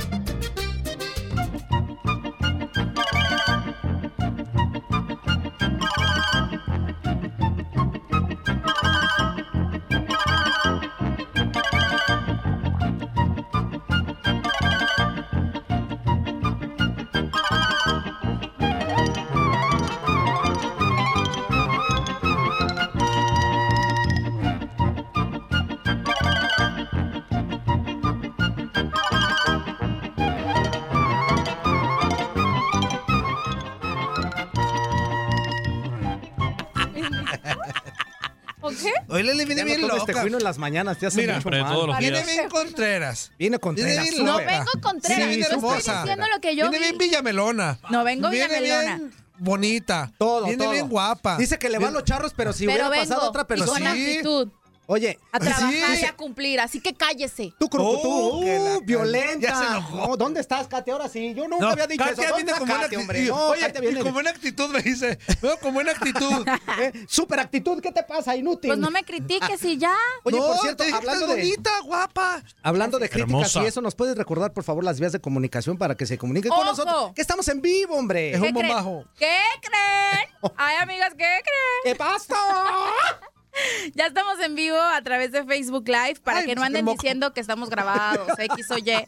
Speaker 6: ¿O qué?
Speaker 4: Hoy le viene
Speaker 7: bien
Speaker 4: Este
Speaker 7: loca.
Speaker 4: juino en las mañanas te hace
Speaker 7: Mira,
Speaker 4: mucho
Speaker 7: hombre,
Speaker 4: mal.
Speaker 7: todos los Viene días.
Speaker 4: bien
Speaker 7: Contreras.
Speaker 4: Viene Contreras.
Speaker 7: Viene bien
Speaker 6: No
Speaker 7: loca.
Speaker 6: vengo Contreras,
Speaker 7: Sí,
Speaker 6: yo
Speaker 7: su
Speaker 6: estoy
Speaker 7: esposa.
Speaker 6: diciendo lo que yo
Speaker 7: Viene bien
Speaker 6: vi.
Speaker 7: Villamelona.
Speaker 6: No vengo
Speaker 7: Viene
Speaker 6: Villamelona.
Speaker 7: bien bonita.
Speaker 4: Todo,
Speaker 7: Viene
Speaker 4: todo.
Speaker 7: bien guapa.
Speaker 4: Dice que le va a
Speaker 7: Viene-
Speaker 4: los charros, pero si
Speaker 6: Pero
Speaker 4: hubiera
Speaker 6: vengo,
Speaker 4: pasado otra
Speaker 6: y con
Speaker 4: persona.
Speaker 6: actitud.
Speaker 4: Oye,
Speaker 6: A trabajar y
Speaker 4: dice,
Speaker 6: a cumplir, así que cállese.
Speaker 4: Tú, Crucutú,
Speaker 7: Oh, que la-
Speaker 4: uh, violenta.
Speaker 7: Ya se enojó.
Speaker 4: No, ¿Dónde estás, Katy? Ahora sí. Yo nunca
Speaker 7: No,
Speaker 4: había dicho
Speaker 7: Katia
Speaker 4: eso. ¿Dónde
Speaker 7: viene
Speaker 4: está
Speaker 7: con buena
Speaker 4: Katy, hombre?
Speaker 7: actitud.
Speaker 4: No,
Speaker 7: Oye,
Speaker 4: Katy
Speaker 7: y
Speaker 4: viene-
Speaker 7: con buena actitud me dice. Veo con buena
Speaker 6: (laughs)
Speaker 7: actitud.
Speaker 4: Eh, Super actitud, ¿qué te pasa, inútil?
Speaker 6: Pues no me critiques y ya.
Speaker 4: Oye,
Speaker 7: No,
Speaker 4: por cierto,
Speaker 7: te dije que
Speaker 4: hablando
Speaker 7: estás
Speaker 4: de,
Speaker 7: bonita, guapa.
Speaker 4: hablando de críticas
Speaker 5: Hermosa.
Speaker 4: y eso, ¿nos puedes recordar, por favor, las vías de comunicación para que se comuniquen con
Speaker 6: Ojo.
Speaker 4: nosotros? Que estamos en vivo, hombre.
Speaker 6: ¿Qué creen? ¿Qué creen? Ay, amigas, ¿qué creen?
Speaker 4: ¿Qué pasa?
Speaker 6: (laughs) Ya estamos en vivo a través de Facebook Live para
Speaker 7: Ay,
Speaker 6: que no
Speaker 4: pues
Speaker 7: me
Speaker 6: anden
Speaker 7: moco.
Speaker 6: diciendo que
Speaker 4: (laughs)
Speaker 6: estamos grabados, X o Y.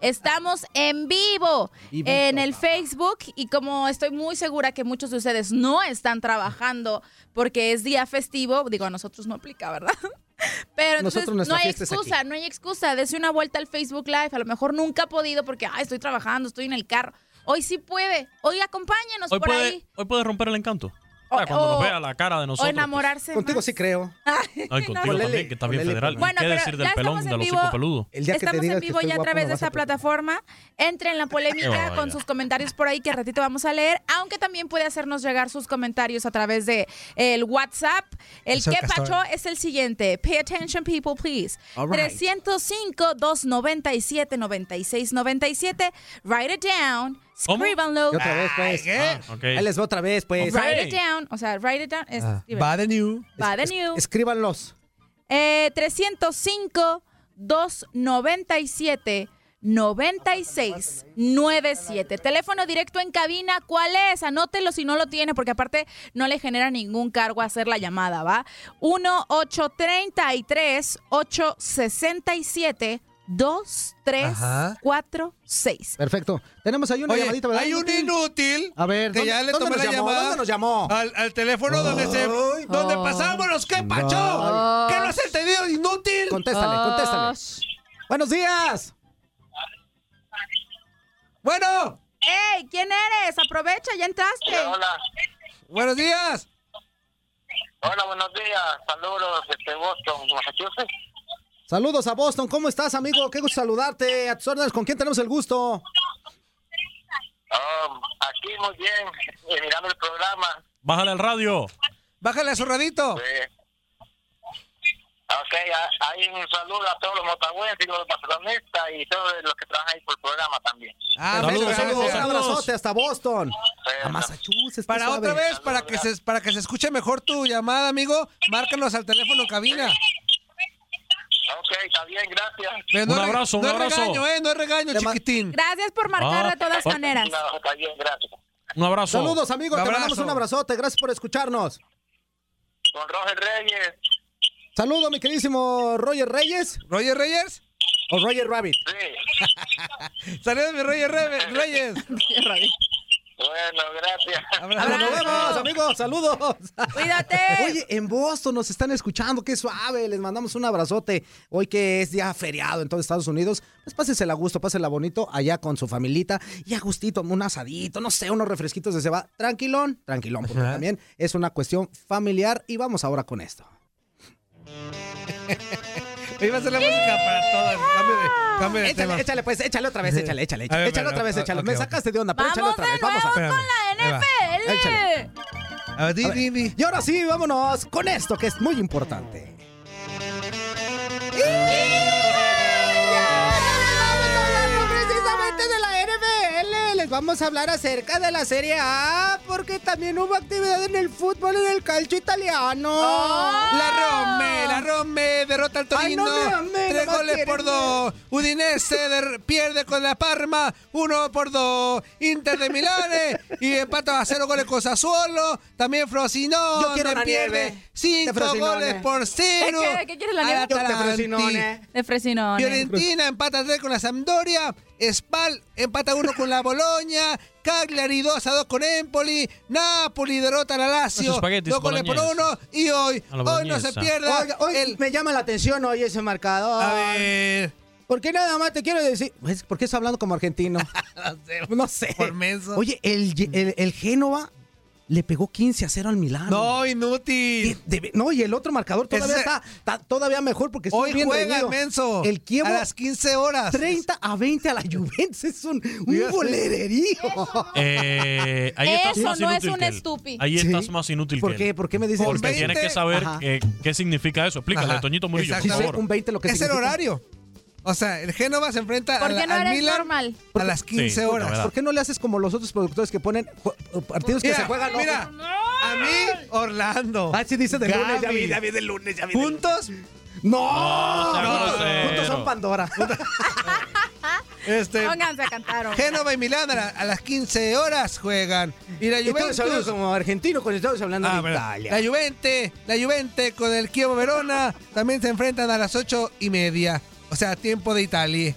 Speaker 6: Estamos en vivo
Speaker 4: Vivito,
Speaker 6: en el Facebook y como estoy muy segura que muchos de ustedes no están trabajando porque es día festivo, digo, a nosotros no aplica, ¿verdad? (laughs) Pero entonces
Speaker 4: Nosotros
Speaker 6: no
Speaker 4: nuestra
Speaker 6: hay
Speaker 4: fiesta es
Speaker 6: excusa, no hay excusa. Dese una vuelta al Facebook Live. A lo mejor nunca ha podido porque "Ay, estoy trabajando, estoy en el carro. Hoy sí puede. Hoy acompáñenos
Speaker 5: Hoy
Speaker 6: por
Speaker 5: puede,
Speaker 6: ahí.
Speaker 5: hoy puede romper el encanto.
Speaker 6: O-
Speaker 5: O sea, cuando nos
Speaker 6: o-
Speaker 5: vea la cara de
Speaker 6: o
Speaker 5: nosotros.
Speaker 6: enamorarse.
Speaker 4: Contigo
Speaker 6: más.
Speaker 4: sí creo.
Speaker 5: pues. Ay, contigo
Speaker 4: Ponele,
Speaker 5: también, que estás bien
Speaker 4: ponele
Speaker 5: federal.
Speaker 4: con-
Speaker 5: ¿Qué decir del
Speaker 6: ya
Speaker 5: pelón
Speaker 6: estamos
Speaker 5: de
Speaker 6: en
Speaker 5: los
Speaker 6: vivo.
Speaker 5: cinco peludos?
Speaker 4: El día que te
Speaker 6: estamos
Speaker 4: diga
Speaker 6: en
Speaker 4: que
Speaker 6: vivo
Speaker 4: estoy
Speaker 6: ya a
Speaker 4: guapo,
Speaker 6: través
Speaker 4: me
Speaker 6: de
Speaker 4: vas a
Speaker 6: esa
Speaker 4: preocupar.
Speaker 6: plataforma. Entre en la
Speaker 5: (laughs)
Speaker 6: polémica
Speaker 5: Qué
Speaker 6: con
Speaker 5: barbaridad.
Speaker 6: sus comentarios por ahí que al ratito vamos a leer, aunque también puede hacernos llegar sus comentarios a través de eh, el WhatsApp. El
Speaker 7: Eso
Speaker 6: que
Speaker 7: que
Speaker 6: pacho
Speaker 7: estoy.
Speaker 6: es el siguiente. Pay attention people please.
Speaker 7: All right.
Speaker 6: 305 297 96 97. Write it down.
Speaker 5: ¿Cómo?
Speaker 6: Scribbanlo.
Speaker 4: Y otra vez, pues.
Speaker 5: Ah, ok.
Speaker 4: Ahí les va otra vez, pues.
Speaker 5: Right.
Speaker 6: Write it down, o sea, write it down. es-
Speaker 4: Ah,
Speaker 6: escribe.
Speaker 7: Va de new.
Speaker 6: Va de new.
Speaker 4: Escríbanlos.
Speaker 6: Eh, 305 297 96 97. Teléfono directo en cabina, ¿cuál es? Anótelo si no lo tiene, porque aparte no le genera ningún cargo hacer la llamada, ¿va? 1 833 867 2346.
Speaker 4: Perfecto. Tenemos ahí una
Speaker 7: Oye,
Speaker 4: llamadita, ¿verdad?
Speaker 7: hay un inútil
Speaker 4: A ver,
Speaker 7: que
Speaker 4: ¿dónde-
Speaker 7: ya le
Speaker 4: dónde
Speaker 7: tomé
Speaker 4: nos
Speaker 7: la
Speaker 4: llamó?
Speaker 7: llamada.
Speaker 4: ¿Dónde nos llamó?
Speaker 7: Al, al teléfono donde se... Donde
Speaker 6: Ay.
Speaker 7: pasamos los que pacho.
Speaker 6: Ay.
Speaker 7: ¿Qué no has entendido, inútil?
Speaker 4: Contéstale, contéstale. Buenos días.
Speaker 7: Bueno,
Speaker 6: ¡Ey! ¿Quién eres? Aprovecha, ya entraste.
Speaker 18: Hola,
Speaker 7: buenos días.
Speaker 18: hola, buenos días. Saludos desde Boston, Massachusetts.
Speaker 4: Saludos a Boston. ¿Cómo estás, amigo? Qué gusto saludarte. A tus órdenes, ¿con quién tenemos el gusto?
Speaker 18: Um, aquí muy bien, eh, mirando el programa.
Speaker 5: Bájale al radio.
Speaker 7: Bájale a su
Speaker 4: Oh.
Speaker 7: radito.
Speaker 18: Eh, ok, a- hay un saludo a todos los motahuenses y los barcelonistas y todos los que trabajan ahí por el programa también.
Speaker 7: Ah,
Speaker 5: Saludos,
Speaker 7: muchas gracias.
Speaker 5: saludos,
Speaker 4: Un abrazote hasta Boston.
Speaker 18: Eh,
Speaker 4: A Massachusetts. qué
Speaker 7: Para
Speaker 4: suave.
Speaker 7: otra vez, para que se para que se escuche mejor tu llamada, amigo, márcanos al teléfono en cabina.
Speaker 18: ok, está bien, gracias.
Speaker 7: Pero no
Speaker 5: Un
Speaker 7: es re-
Speaker 5: abrazo, un
Speaker 7: no
Speaker 5: abrazo.
Speaker 7: es regaño, eh, no es regaño,
Speaker 4: Te ma-
Speaker 7: chiquitín.
Speaker 6: Gracias por marcar
Speaker 5: Ah,
Speaker 6: de todas
Speaker 5: ah.
Speaker 6: maneras.
Speaker 18: No, está bien, gracias.
Speaker 5: Un abrazo.
Speaker 4: Saludos, amigo.
Speaker 7: Un
Speaker 4: Te
Speaker 7: abrazo.
Speaker 4: mandamos un abrazote. Gracias por escucharnos.
Speaker 18: Con Roger Reyes,
Speaker 4: Saludo, mi queridísimo Roger Reyes
Speaker 7: Roger Reyes,
Speaker 4: o Roger
Speaker 7: (laughs)
Speaker 4: Rabbit.
Speaker 18: sí.
Speaker 7: saludos mi Roger Rebe- Reyes.
Speaker 18: Bueno, gracias.
Speaker 7: Abrazo.
Speaker 4: Nos vemos, amigos. Saludos.
Speaker 6: Cuídate.
Speaker 4: (laughs) Oye, en Boston nos están escuchando, qué suave, les mandamos un abrazote. Hoy que es día feriado en todos Estados Unidos, pues pásensela a gusto, pásensela bonito allá con su familita y a gustito, un asadito, no sé, unos refresquitos de ceba. Tranquilón, tranquilón, porque
Speaker 7: Ajá.
Speaker 4: también es una cuestión familiar y vamos ahora con esto.
Speaker 7: Iba a ser la música para todos. Cambio de, cambio de
Speaker 4: Échale,
Speaker 7: tema.
Speaker 4: échale, pues, échale otra vez, échale, échale,
Speaker 7: A
Speaker 4: échale,
Speaker 7: ver,
Speaker 4: échale
Speaker 7: pero,
Speaker 4: otra vez,
Speaker 7: ah,
Speaker 4: échale.
Speaker 7: ok,
Speaker 4: Me
Speaker 7: ok.
Speaker 4: sacaste de onda, pero
Speaker 6: Vamos
Speaker 4: échale otra
Speaker 6: de
Speaker 4: vez,
Speaker 6: nuevo
Speaker 4: vamos a
Speaker 6: con
Speaker 4: ver.
Speaker 7: Ahí
Speaker 6: la
Speaker 7: va.
Speaker 6: NFL.
Speaker 4: Échale.
Speaker 7: A ver, di,
Speaker 4: A ver.
Speaker 7: di, di.
Speaker 4: Y ahora sí, vámonos con esto que es muy importante.
Speaker 8: Vamos a hablar precisamente de la NFL. Les
Speaker 4: les vamos a hablar acerca de la Serie A, porque también hubo actividad en el fútbol y en el calcio italiano.
Speaker 7: La Rome, la Rome derrota al Torino.
Speaker 4: ¡Oh! Ay, no me amé,
Speaker 7: tres
Speaker 4: nomás
Speaker 7: goles
Speaker 4: quieren
Speaker 7: por dos. Udinese der- pierde con la Parma. Uno por dos. Inter de Milán eh, y empata a cero goles con Sassuolo. También Frosinone
Speaker 4: Yo quiero una
Speaker 7: pierde
Speaker 4: nieve. De
Speaker 7: cinco
Speaker 4: Frosinone.
Speaker 7: goles por cero.
Speaker 6: ¿Qué, qué quieres la nieve?
Speaker 7: Al Atalanti.
Speaker 6: De Fresinone.
Speaker 7: Fiorentina empata 3 con la Sampdoria. Spal empata 1 con la Boloña. Cagliari 2 a 2 con Empoli. Napoli derrota a la
Speaker 5: Los
Speaker 7: Lazio.
Speaker 5: espaguetis
Speaker 7: 2 goles por
Speaker 5: boloñeses.
Speaker 7: 1. Y hoy,
Speaker 5: A la
Speaker 7: hoy no se
Speaker 5: boloñesa.
Speaker 7: pierda.
Speaker 4: Oiga, hoy me llama la atención hoy ese marcador.
Speaker 7: A ver.
Speaker 4: ¿Por qué nada más te quiero decir? Pues, ¿Por qué estás hablando como
Speaker 7: (laughs)
Speaker 4: argentino? no sé.
Speaker 7: Por menso.
Speaker 4: Oye, el, Ye- el, el Génova le pegó 15 a 0 al Milán.
Speaker 7: No, inútil.
Speaker 4: Debe- no, y el otro marcador todavía
Speaker 7: Ese-
Speaker 4: está, está todavía mejor porque estuvo
Speaker 7: Hoy
Speaker 4: bien
Speaker 7: juega,
Speaker 4: reñido.
Speaker 7: menso.
Speaker 4: El Kievo
Speaker 7: A las 15 horas.
Speaker 4: 30 a 20 a la Juventus es un, un bolererío.
Speaker 5: Eh, ahí estás
Speaker 6: Eso
Speaker 5: más
Speaker 6: no
Speaker 5: inútil
Speaker 6: es un
Speaker 5: que él.
Speaker 6: estúpipi.
Speaker 5: Ahí
Speaker 6: Sí.
Speaker 5: estás más inútil
Speaker 4: ¿Por
Speaker 5: que
Speaker 4: qué?
Speaker 5: él.
Speaker 4: ¿Por qué me dices
Speaker 5: Porque
Speaker 4: que-
Speaker 5: tienes que saber
Speaker 4: Ajá.
Speaker 5: eh, qué significa eso. Explícale,
Speaker 7: Ajá.
Speaker 5: Toñito Murillo, por
Speaker 7: Exactamente.
Speaker 5: favor.
Speaker 4: Un 20 lo que
Speaker 7: es
Speaker 4: significa.
Speaker 7: el horario. O sea, el Génova se enfrenta
Speaker 6: ¿Por
Speaker 7: al,
Speaker 6: qué no
Speaker 7: al
Speaker 6: eres
Speaker 7: Milan
Speaker 6: normal?
Speaker 7: a las 15
Speaker 5: Sí, la
Speaker 7: horas.
Speaker 5: verdad.
Speaker 4: ¿Por qué no le haces como los otros productores que ponen ju- eh, partidos que
Speaker 7: Mira,
Speaker 4: se juegan? hoy?
Speaker 7: mira, a mí, Orlando.
Speaker 4: Ah, sí, dice de lunes, ya
Speaker 7: Gaby.
Speaker 4: vi, ya vi de lunes, ya vi. de lunes.
Speaker 7: Juntos,
Speaker 4: ¡No!
Speaker 5: sea
Speaker 4: Juntos-
Speaker 5: grosero.
Speaker 4: Juntos son Pandora.
Speaker 7: (laughs) este,
Speaker 6: Pónganse a cantar. hombre.
Speaker 7: Génova y Milán a, la- a las 15 horas juegan. Y la
Speaker 4: Estamos hablando
Speaker 7: Juventus.
Speaker 4: como argentino cuando estamos hablando
Speaker 7: Ah,
Speaker 4: de
Speaker 7: bueno.
Speaker 4: Italia.
Speaker 7: La Juventus, la Juventus con el Chievo Verona también se enfrentan a las 8 y media. O sea, tiempo de Italia.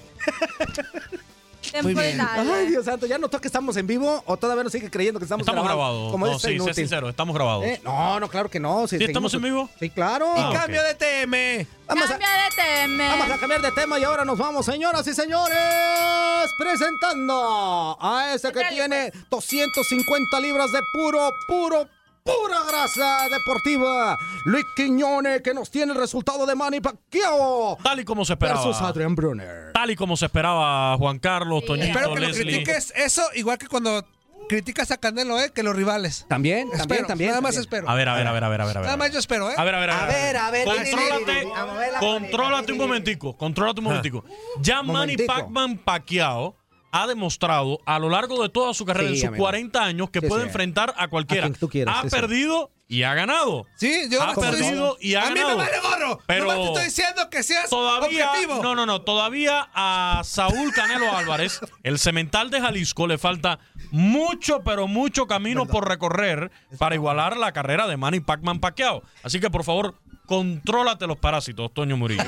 Speaker 6: Tempo de Italia.
Speaker 4: Ay, Dios santo, ya notó que estamos en vivo o todavía no sigue creyendo que estamos,
Speaker 5: Estamos grabados.
Speaker 4: Como
Speaker 5: No,
Speaker 4: este
Speaker 5: sí, sé
Speaker 4: inútil.
Speaker 5: sincero, estamos grabados.
Speaker 4: Eh, no, no, claro que no. si
Speaker 5: ¿Sí estamos
Speaker 4: seguimos-
Speaker 5: en vivo?
Speaker 4: Sí, claro.
Speaker 5: Ah, ok.
Speaker 7: Cambio de TM.
Speaker 4: Vamos a-
Speaker 6: Cambia de tema.
Speaker 4: Vamos a cambiar de tema y ahora nos vamos, señoras y señores, presentando a ese que tiene 250 libras de puro, puro, pura grasa deportiva. Luis Quiñone, que nos tiene el resultado de Manny Pacquiao
Speaker 5: Tal y como se esperaba.
Speaker 4: versus Adrian Brunner.
Speaker 5: Tal y como se esperaba Juan Carlos, Toñito,
Speaker 7: Espero que lo
Speaker 5: Leslie.
Speaker 7: critiques eso, igual que cuando criticas a Canelo, ¿eh? Que los rivales.
Speaker 4: También,
Speaker 7: Espero,
Speaker 4: también, también.
Speaker 7: Nada más
Speaker 4: también.
Speaker 7: espero.
Speaker 5: A ver, a ver, a ver, a ver, a ver.
Speaker 7: Nada más yo espero, ¿eh?
Speaker 5: A ver, a ver, a
Speaker 4: A
Speaker 5: ver.
Speaker 4: ver, a ver,
Speaker 5: Contrólate,
Speaker 4: a mover la
Speaker 5: contrólate
Speaker 4: manita,
Speaker 5: un momentico, contrólate un momentico. Ya Manny
Speaker 4: Ah. Momentico.
Speaker 5: Pacman Pacquiao ha demostrado a lo largo de toda su carrera,
Speaker 4: Sí,
Speaker 5: en sus
Speaker 4: amigo.
Speaker 5: 40 años, que
Speaker 4: Sí,
Speaker 5: puede
Speaker 4: sí.
Speaker 5: enfrentar a cualquiera.
Speaker 4: A quien tú quieras,
Speaker 5: ha
Speaker 4: sí, sí.
Speaker 5: perdido y ha ganado.
Speaker 7: Sí, yo
Speaker 5: Ha
Speaker 7: no estoy-
Speaker 5: perdido Ah, y ha
Speaker 7: A mí me
Speaker 5: ganado.
Speaker 7: vale gorro.
Speaker 5: Pero-
Speaker 7: Nomás te estoy diciendo que seas
Speaker 5: Todavía,
Speaker 7: objetivo.
Speaker 5: no, no, no, todavía a Saúl Canelo Álvarez, el cemental de Jalisco, le falta mucho, pero mucho camino por recorrer para igualar la carrera de Manny Pacman Pacquiao. Así que, por favor, contrólate los parásitos, Toño Murillo.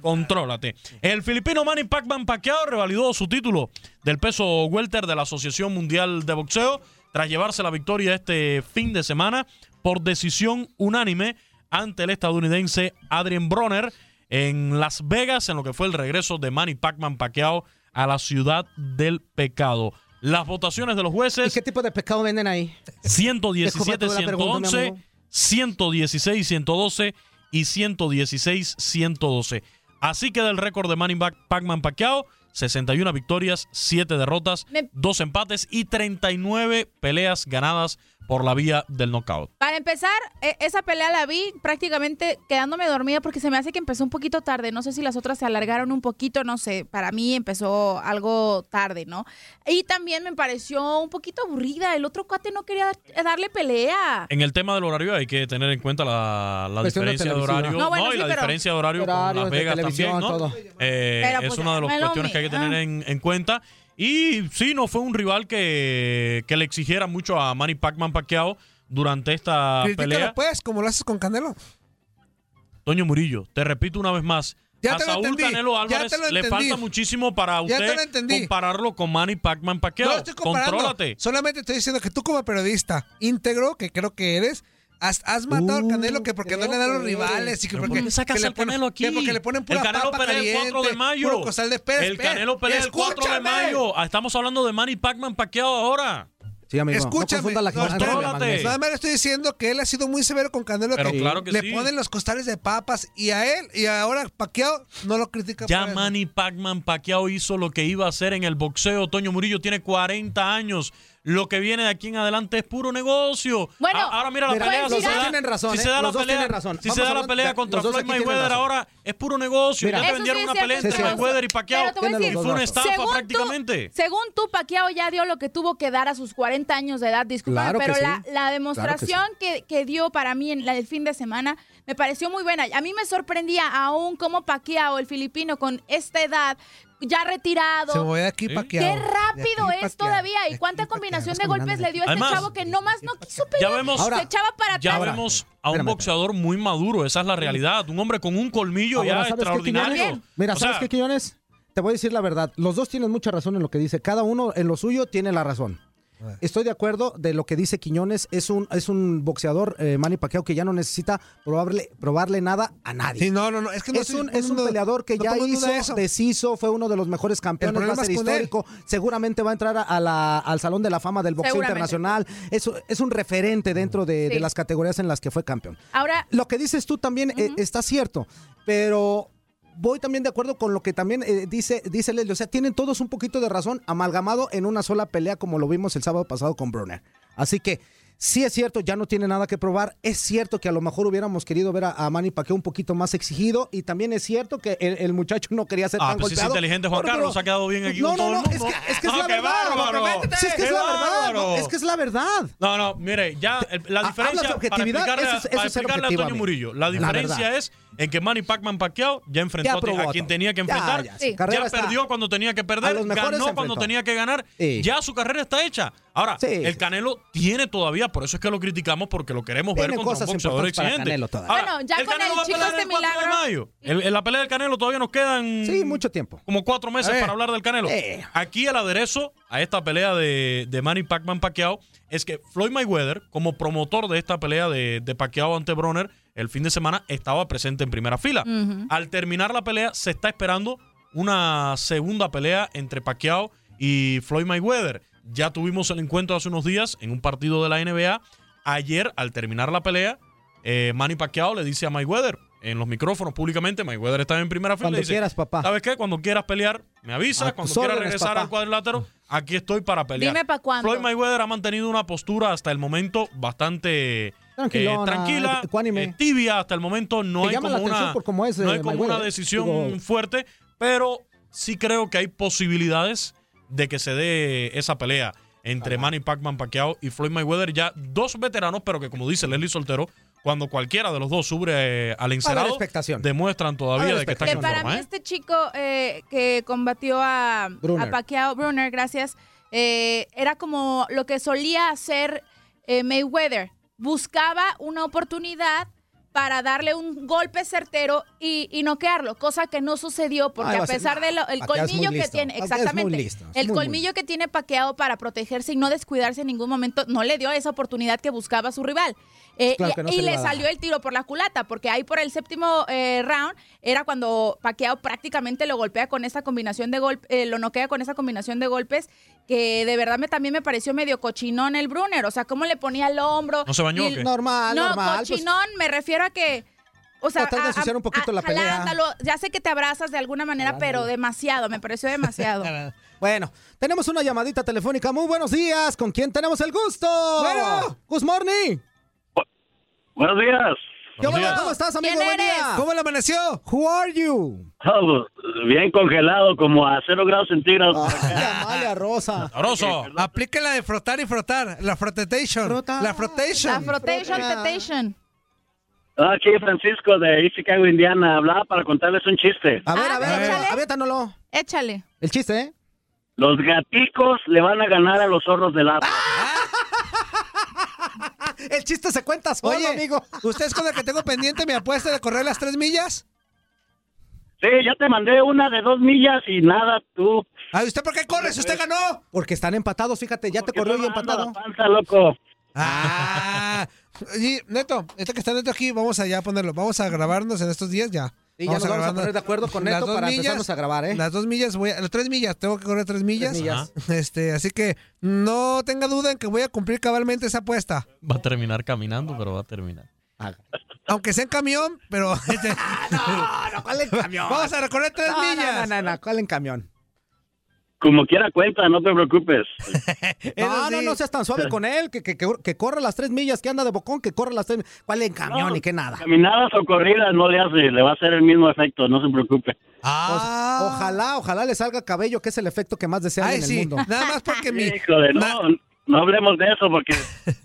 Speaker 5: contrólate. El filipino Manny Pacman Pacquiao revalidó su título del peso welter de la Asociación Mundial de Boxeo tras llevarse la victoria este fin de semana por decisión unánime ante el estadounidense Adrian Bronner en Las Vegas, en lo que fue el regreso de Manny Pacman Pacquiao a la ciudad del pecado. Las votaciones de los
Speaker 4: ¿Y
Speaker 5: jueces,
Speaker 4: qué tipo de pescado venden ahí? Disculpa, tuve la pregunta, mi
Speaker 5: 117-111,
Speaker 4: amor.
Speaker 5: 116-112 y 116-112. Así queda el récord de Manny Pac- Pacman Pacquiao, 61 victorias, 7 derrotas,
Speaker 6: Me-
Speaker 5: 2 empates y 39 peleas ganadas por la vía del knockout.
Speaker 6: Para empezar, e- esa pelea la vi prácticamente quedándome dormida porque se me hace que empezó un poquito tarde. No sé si las otras se alargaron un poquito, no sé. Para mí empezó algo tarde, ¿no? Y también me pareció un poquito aburrida. El otro cuate no quería dar- darle pelea.
Speaker 5: En el tema del horario hay que tener en cuenta la, la
Speaker 4: Cuestión de
Speaker 5: diferencia de
Speaker 4: televisión.
Speaker 5: horario.
Speaker 6: No, bueno,
Speaker 5: y
Speaker 6: sí,
Speaker 5: la
Speaker 6: pero-
Speaker 5: diferencia de horario con
Speaker 4: Horarios
Speaker 5: Las
Speaker 4: de
Speaker 5: Vegas también,
Speaker 4: televisión,
Speaker 5: ¿no?
Speaker 4: todo.
Speaker 5: Eh,
Speaker 6: Pero,
Speaker 5: es
Speaker 6: pues,
Speaker 5: una de las
Speaker 6: dámelo
Speaker 5: cuestiones que hay que tener
Speaker 6: mía.
Speaker 5: en, en cuenta. Y sí, no fue un rival que, que le exigiera mucho a Manny Pacman Pacquiao durante esta
Speaker 7: Critícalo,
Speaker 5: Ah, pelea.
Speaker 7: pues, como lo haces con Canelo.
Speaker 5: Toño Murillo, te repito una vez más.
Speaker 7: Ya
Speaker 5: a
Speaker 7: te lo
Speaker 5: Saúl
Speaker 7: entendí,
Speaker 5: Canelo
Speaker 7: ya
Speaker 5: Álvarez
Speaker 7: te lo
Speaker 5: le
Speaker 7: entendí.
Speaker 5: falta muchísimo para
Speaker 7: Ya te
Speaker 5: usted
Speaker 7: lo entendí.
Speaker 5: compararlo con Manny Pacman
Speaker 7: No lo
Speaker 5: Pacquiao.
Speaker 7: estoy comparando.
Speaker 5: Contrólate.
Speaker 7: Solamente estoy diciendo que tú como periodista íntegro, que creo que eres, has, has matado al
Speaker 4: Uh,
Speaker 7: Canelo que porque no le dan los
Speaker 4: creo que
Speaker 7: rivales y que
Speaker 5: Pero
Speaker 7: porque,
Speaker 5: ¿por qué sacas
Speaker 7: que le
Speaker 5: al
Speaker 7: ponen-
Speaker 5: Canelo aquí?
Speaker 7: que porque le ponen pura
Speaker 5: el Canelo
Speaker 7: papa
Speaker 5: pelea
Speaker 7: caliente,
Speaker 5: el 4 de mayo.
Speaker 7: puro costal de Pérez,
Speaker 5: el
Speaker 7: Pérez.
Speaker 5: Canelo pelea el 4 de
Speaker 7: Escúchame.
Speaker 5: mayo. Ah, Estamos hablando de Manny Pacman Pacquiao ahora.
Speaker 4: Sí, amigo. No
Speaker 7: Escúchame,
Speaker 4: confunda la
Speaker 7: no,
Speaker 4: ignorancia con la
Speaker 5: contrólate.
Speaker 4: magnesia.
Speaker 7: Nada más le estoy diciendo que él ha sido muy severo con Canelo.
Speaker 5: Pero claro que
Speaker 7: le
Speaker 5: sí.
Speaker 7: ponen los costales de papas y a él, y ahora Paquiao no lo critica.
Speaker 5: Ya
Speaker 7: por eso.
Speaker 5: Manny Pacman Pacquiao hizo lo que iba a hacer en el boxeo. Toño Murillo tiene 40 años. Lo que viene de aquí en adelante es puro negocio.
Speaker 6: Bueno,
Speaker 5: A- ahora mira la
Speaker 6: pues
Speaker 5: pelea.
Speaker 6: mira-
Speaker 5: si se da-
Speaker 6: tienen razón,
Speaker 5: si
Speaker 6: ¿eh?
Speaker 5: se da
Speaker 6: Los
Speaker 5: la
Speaker 6: dos
Speaker 5: pelea-
Speaker 6: tienen razón.
Speaker 5: Si
Speaker 6: Vamos
Speaker 5: se da la
Speaker 6: hablando-
Speaker 5: pelea
Speaker 6: ya,
Speaker 5: contra
Speaker 6: los dos
Speaker 5: Floyd
Speaker 6: aquí tienen
Speaker 5: Mayweather
Speaker 6: razón.
Speaker 5: ahora es puro negocio.
Speaker 6: Mira.
Speaker 5: ya te
Speaker 6: Eso sí
Speaker 5: vendieron
Speaker 6: es
Speaker 5: una pelea
Speaker 6: cierto,
Speaker 5: entre
Speaker 6: Alfonso.
Speaker 5: Mayweather y Pacquiao.
Speaker 6: Pero te voy a
Speaker 5: y
Speaker 6: decir,
Speaker 5: fue una estafa
Speaker 6: según tú-
Speaker 5: prácticamente.
Speaker 6: Según tú, Pacquiao ya dio lo que tuvo que dar a sus 40 años de edad, disculpa,
Speaker 5: Claro que
Speaker 6: pero
Speaker 5: sí.
Speaker 6: la, la
Speaker 5: Claro que
Speaker 6: demostración que, que dio para mí en la del fin de semana me pareció muy buena. A mí me sorprendía aún cómo Pacquiao, el filipino, con esta edad, ya retirado.
Speaker 7: Se me voy de aquí Pacquiao.
Speaker 6: Qué
Speaker 7: De
Speaker 6: rápido
Speaker 7: aquí
Speaker 6: es todavía y cuánta combinación de golpes le dio a este
Speaker 5: Además-
Speaker 6: chavo que nomás no quiso
Speaker 5: Ya
Speaker 6: pelear.
Speaker 5: vemos,
Speaker 6: se echaba para
Speaker 5: ya
Speaker 6: atrás.
Speaker 5: vemos a un boxeador muy maduro, esa es la realidad. Un hombre con un colmillo
Speaker 4: Ahora,
Speaker 5: ya
Speaker 4: ¿sabes qué,
Speaker 5: extraordinario.
Speaker 4: Quiñones? Mira,
Speaker 5: O
Speaker 4: ¿sabes
Speaker 5: sea,
Speaker 4: qué, Quiñones? Te voy a decir la verdad. Los dos tienen mucha razón en lo que dice. Cada uno en lo suyo tiene la razón. Estoy de acuerdo de lo que dice Quiñones. Es un, es un boxeador, eh, Manny Pacquiao, que ya no necesita probarle, probarle nada a nadie.
Speaker 7: Sí, no, no, no, es que no
Speaker 4: es,
Speaker 7: estoy
Speaker 4: un, es un
Speaker 7: poniendo-
Speaker 4: peleador que
Speaker 7: no
Speaker 4: ya
Speaker 7: pongo en
Speaker 4: hizo,
Speaker 7: duda eso.
Speaker 4: deshizo, fue uno de los mejores
Speaker 7: El
Speaker 4: campeones, va a
Speaker 7: problema
Speaker 4: ser
Speaker 7: es con él.
Speaker 4: histórico. Seguramente va a entrar a- a la- al Salón de la Fama del Boxeo
Speaker 6: Seguramente.
Speaker 4: Internacional. Es, es un referente dentro de-
Speaker 6: Sí.
Speaker 4: de las categorías en las que fue campeón.
Speaker 6: Ahora,
Speaker 4: Lo que dices tú también eh, está cierto, pero voy también de acuerdo con lo que también eh, dice, dice Leslie. O sea, tienen todos un poquito de razón amalgamado en una sola pelea como lo vimos el sábado pasado con Brunner. Así que sí es cierto, ya no tiene nada que probar. Es cierto que a lo mejor hubiéramos querido ver a, a Manny Pacquiao un poquito más exigido y también es cierto que el, el muchacho no quería ser
Speaker 5: Ah,
Speaker 4: tan
Speaker 5: pues sí es
Speaker 4: golpeado.
Speaker 5: inteligente Juan
Speaker 4: Pero-
Speaker 5: Carlos, ha quedado bien aquí
Speaker 4: No,
Speaker 5: con
Speaker 4: no,
Speaker 5: todo el
Speaker 4: no, es
Speaker 5: mundo.
Speaker 4: que es, que es
Speaker 5: Ah,
Speaker 4: la
Speaker 5: qué
Speaker 4: verdad.
Speaker 5: bárbaro.
Speaker 4: Sí, es que
Speaker 5: Qué
Speaker 4: es la verdad.
Speaker 5: bárbaro.
Speaker 4: no, Es que es la verdad.
Speaker 5: No, no, mire, ya el- la
Speaker 4: Ah, hablas de
Speaker 5: diferencia para
Speaker 4: objetividad,
Speaker 5: explicarle,
Speaker 4: eso
Speaker 5: a-
Speaker 4: es- eso
Speaker 5: para
Speaker 4: es
Speaker 5: explicarle a
Speaker 4: objetivo, amigo.
Speaker 5: Antonio Murillo,
Speaker 4: La
Speaker 5: la diferencia
Speaker 4: verdad.
Speaker 5: es en que Manny Pacman Pacquiao ya enfrentó
Speaker 4: Ya
Speaker 5: a-
Speaker 4: probó
Speaker 5: a quien
Speaker 4: todo.
Speaker 5: tenía que
Speaker 4: Ya,
Speaker 5: enfrentar,
Speaker 4: ya,
Speaker 5: ya,
Speaker 4: su carrera está-
Speaker 5: perdió cuando tenía que
Speaker 4: a
Speaker 5: perder,
Speaker 4: los mejores
Speaker 5: ganó
Speaker 4: se
Speaker 5: cuando
Speaker 4: enfrentó.
Speaker 5: tenía que ganar,
Speaker 4: Sí.
Speaker 5: ya su carrera está hecha. Ahora, el Canelo tiene todavía, por eso es que lo criticamos porque lo queremos ver
Speaker 4: Tiene
Speaker 5: contra
Speaker 4: cosas
Speaker 5: un boxeador
Speaker 4: importantes para
Speaker 5: exigente.
Speaker 4: Canelo todavía.
Speaker 5: Ahora,
Speaker 6: bueno, ya con
Speaker 5: Canelo
Speaker 6: el
Speaker 5: va a
Speaker 6: chico
Speaker 5: pelear
Speaker 6: este
Speaker 5: el 4 de
Speaker 6: milagro.
Speaker 5: mayo. El- en la pelea del Canelo todavía nos quedan.
Speaker 4: Sí, mucho tiempo.
Speaker 5: Como cuatro meses
Speaker 4: A ver.
Speaker 5: para hablar del Canelo.
Speaker 4: Eh.
Speaker 5: Aquí el aderezo a esta pelea de, de Manny Pacman Pacquiao es que Floyd Mayweather, como promotor de esta pelea de, de Pacquiao ante Bronner, el fin de semana estaba presente en primera fila.
Speaker 3: Ujú.
Speaker 5: Al terminar la pelea, se está esperando una segunda pelea entre Pacquiao y Floyd Mayweather. Ya tuvimos el encuentro hace unos días en un partido de la NBA. Ayer, al terminar la pelea, eh, Manny Pacquiao le dice a Mayweather en los micrófonos públicamente, Mayweather estaba en primera fila.
Speaker 4: Cuando
Speaker 5: le dice,
Speaker 4: quieras, papá.
Speaker 5: ¿Sabes qué? Cuando quieras pelear, me avisas.
Speaker 4: A
Speaker 5: Cuando
Speaker 4: tus
Speaker 5: quieras
Speaker 4: órdenes,
Speaker 5: regresar
Speaker 4: papá.
Speaker 5: al cuadrilátero, aquí estoy para pelear.
Speaker 6: Dime pa' cuándo.
Speaker 5: Floyd Mayweather ha mantenido una postura hasta el momento bastante eh,
Speaker 4: Tranquilona,
Speaker 5: tranquila,
Speaker 4: ecuánime.
Speaker 5: eh, tibia hasta el momento. No
Speaker 4: Te
Speaker 5: hay
Speaker 4: llama la
Speaker 5: como
Speaker 4: atención
Speaker 5: una,
Speaker 4: por cómo es,
Speaker 5: no
Speaker 4: eh,
Speaker 5: hay como
Speaker 4: Mayweather.
Speaker 5: una decisión
Speaker 4: Digo-
Speaker 5: fuerte, pero sí creo que hay posibilidades de que se dé esa pelea entre Manny Pacman Pacquiao y Floyd Mayweather, ya dos veteranos, pero que como dice Leslie Soltero, cuando cualquiera de los dos sube eh, al encerado,
Speaker 4: expectación.
Speaker 5: demuestran todavía de que están
Speaker 6: Que
Speaker 5: en
Speaker 6: para mí
Speaker 5: forma. ¿eh?
Speaker 6: este chico eh, que combatió a,
Speaker 5: Brunner.
Speaker 6: a Pacquiao, Brunner, gracias, eh, era como lo que solía hacer eh, Mayweather. Buscaba una oportunidad para darle un golpe certero y, y noquearlo, cosa que no sucedió porque
Speaker 15: Ah, va
Speaker 6: a
Speaker 15: a ser-
Speaker 6: pesar del
Speaker 15: Pacquiao es muy
Speaker 6: colmillo que
Speaker 15: listo.
Speaker 6: tiene,
Speaker 15: Pacquiao es muy
Speaker 6: exactamente,
Speaker 15: listo, es
Speaker 6: el
Speaker 15: muy, muy
Speaker 6: colmillo que tiene Pacquiao para protegerse y no descuidarse en ningún momento, no le dio esa oportunidad que buscaba su rival. Eh,
Speaker 15: Claro
Speaker 6: y
Speaker 15: que no
Speaker 6: y
Speaker 15: se le
Speaker 6: le
Speaker 15: va a dar.
Speaker 6: salió dio el tiro por la culata, porque ahí por el séptimo eh, round era cuando Pacquiao prácticamente lo golpea con esa combinación de golpes, lo noquea con esa combinación de golpes, que de verdad me, también me pareció medio cochinón el Brunner, o sea, cómo le ponía el hombro.
Speaker 5: ¿No se bañó o
Speaker 6: Y-
Speaker 5: qué?
Speaker 4: Normal,
Speaker 6: no,
Speaker 4: normal, pues.
Speaker 6: cochinón, me refiero a que... O sea,
Speaker 4: Tratar de
Speaker 6: a- a-
Speaker 4: ensuciar un poquito
Speaker 6: a-
Speaker 4: la pelea.
Speaker 6: jalándolo. Ya sé que te abrazas de alguna manera, pero demasiado, me pareció
Speaker 5: (laughs)
Speaker 6: demasiado.
Speaker 4: Bueno, tenemos una llamadita telefónica. Muy buenos días. ¿Con quién tenemos el gusto? Bueno, good morning.
Speaker 19: Buenos días.
Speaker 4: ¿Qué onda? ¿Cómo estás, amigo?
Speaker 6: ¿Quién
Speaker 4: Buen día.
Speaker 6: eres?
Speaker 4: ¿Cómo le amaneció? Who are you?
Speaker 19: Oh, bien congelado, como a cero grados centígrados.
Speaker 4: Ah. Amalia Rosa.
Speaker 5: Sabroso.
Speaker 7: Aplica la de frotar y frotar. La frotation. La frotation.
Speaker 6: La frotation, tetation.
Speaker 19: Ah, Aquí Francisco de East Chicago, Indiana, hablaba para contarles un chiste.
Speaker 4: A ver, a ver, Ah, aviéntanoslo.
Speaker 6: Échale.
Speaker 4: El chiste, ¿eh?
Speaker 19: Los gaticos le van a ganar a los zorros del agua.
Speaker 4: Ah. El chiste se cuenta solo,
Speaker 7: Oye,
Speaker 4: amigo. (laughs)
Speaker 7: ¿Usted es con la que tengo pendiente mi apuesta de correr las tres millas?
Speaker 19: Sí, ya te mandé una de dos millas y nada, tú.
Speaker 7: Ay, ¿usted por qué corre si usted ganó?
Speaker 4: Porque están empatados, fíjate, ya te corrió y empatado.
Speaker 19: Está loco.
Speaker 7: Ah. Y, Neto, este que está Neto aquí, vamos allá a ponerlo. Vamos a grabarnos en estos días ya.
Speaker 4: Y ya nos vamos a
Speaker 7: grabarnos.
Speaker 4: poner de acuerdo con
Speaker 7: Las
Speaker 4: Neto
Speaker 7: dos
Speaker 4: para
Speaker 7: millas,
Speaker 4: empezarnos a grabar, ¿eh?
Speaker 7: Las dos millas, voy a, las tres millas, tengo que correr tres millas.
Speaker 4: millas.
Speaker 7: Este, así que no tenga duda en que voy a cumplir cabalmente esa apuesta.
Speaker 5: Va a terminar caminando, pero va a terminar.
Speaker 7: Aunque sea en camión,
Speaker 4: (laughs)
Speaker 7: pero.
Speaker 4: Ah, No, no, ¿cuál en camión?
Speaker 7: Vamos a recorrer tres
Speaker 4: No, no,
Speaker 7: millas.
Speaker 4: No, no, no, ¿cuál en camión?
Speaker 19: Como quiera cuenta, no te preocupes.
Speaker 4: No, no, no seas tan suave con él, que, que, que, que corra las tres millas, que anda de bocón, que corra las tres millas. ¿Cuál en camión y qué nada?
Speaker 19: Caminadas o corridas no le hace, le va a hacer el mismo efecto, no se preocupe.
Speaker 4: O- ojalá, ojalá le salga cabello, que es el efecto que más desea
Speaker 7: Ay,
Speaker 4: en el
Speaker 7: sí,
Speaker 4: mundo.
Speaker 7: Nada más
Speaker 19: (laughs)
Speaker 7: porque mi...
Speaker 19: Híjole, no, no hablemos de eso
Speaker 7: (laughs)
Speaker 19: porque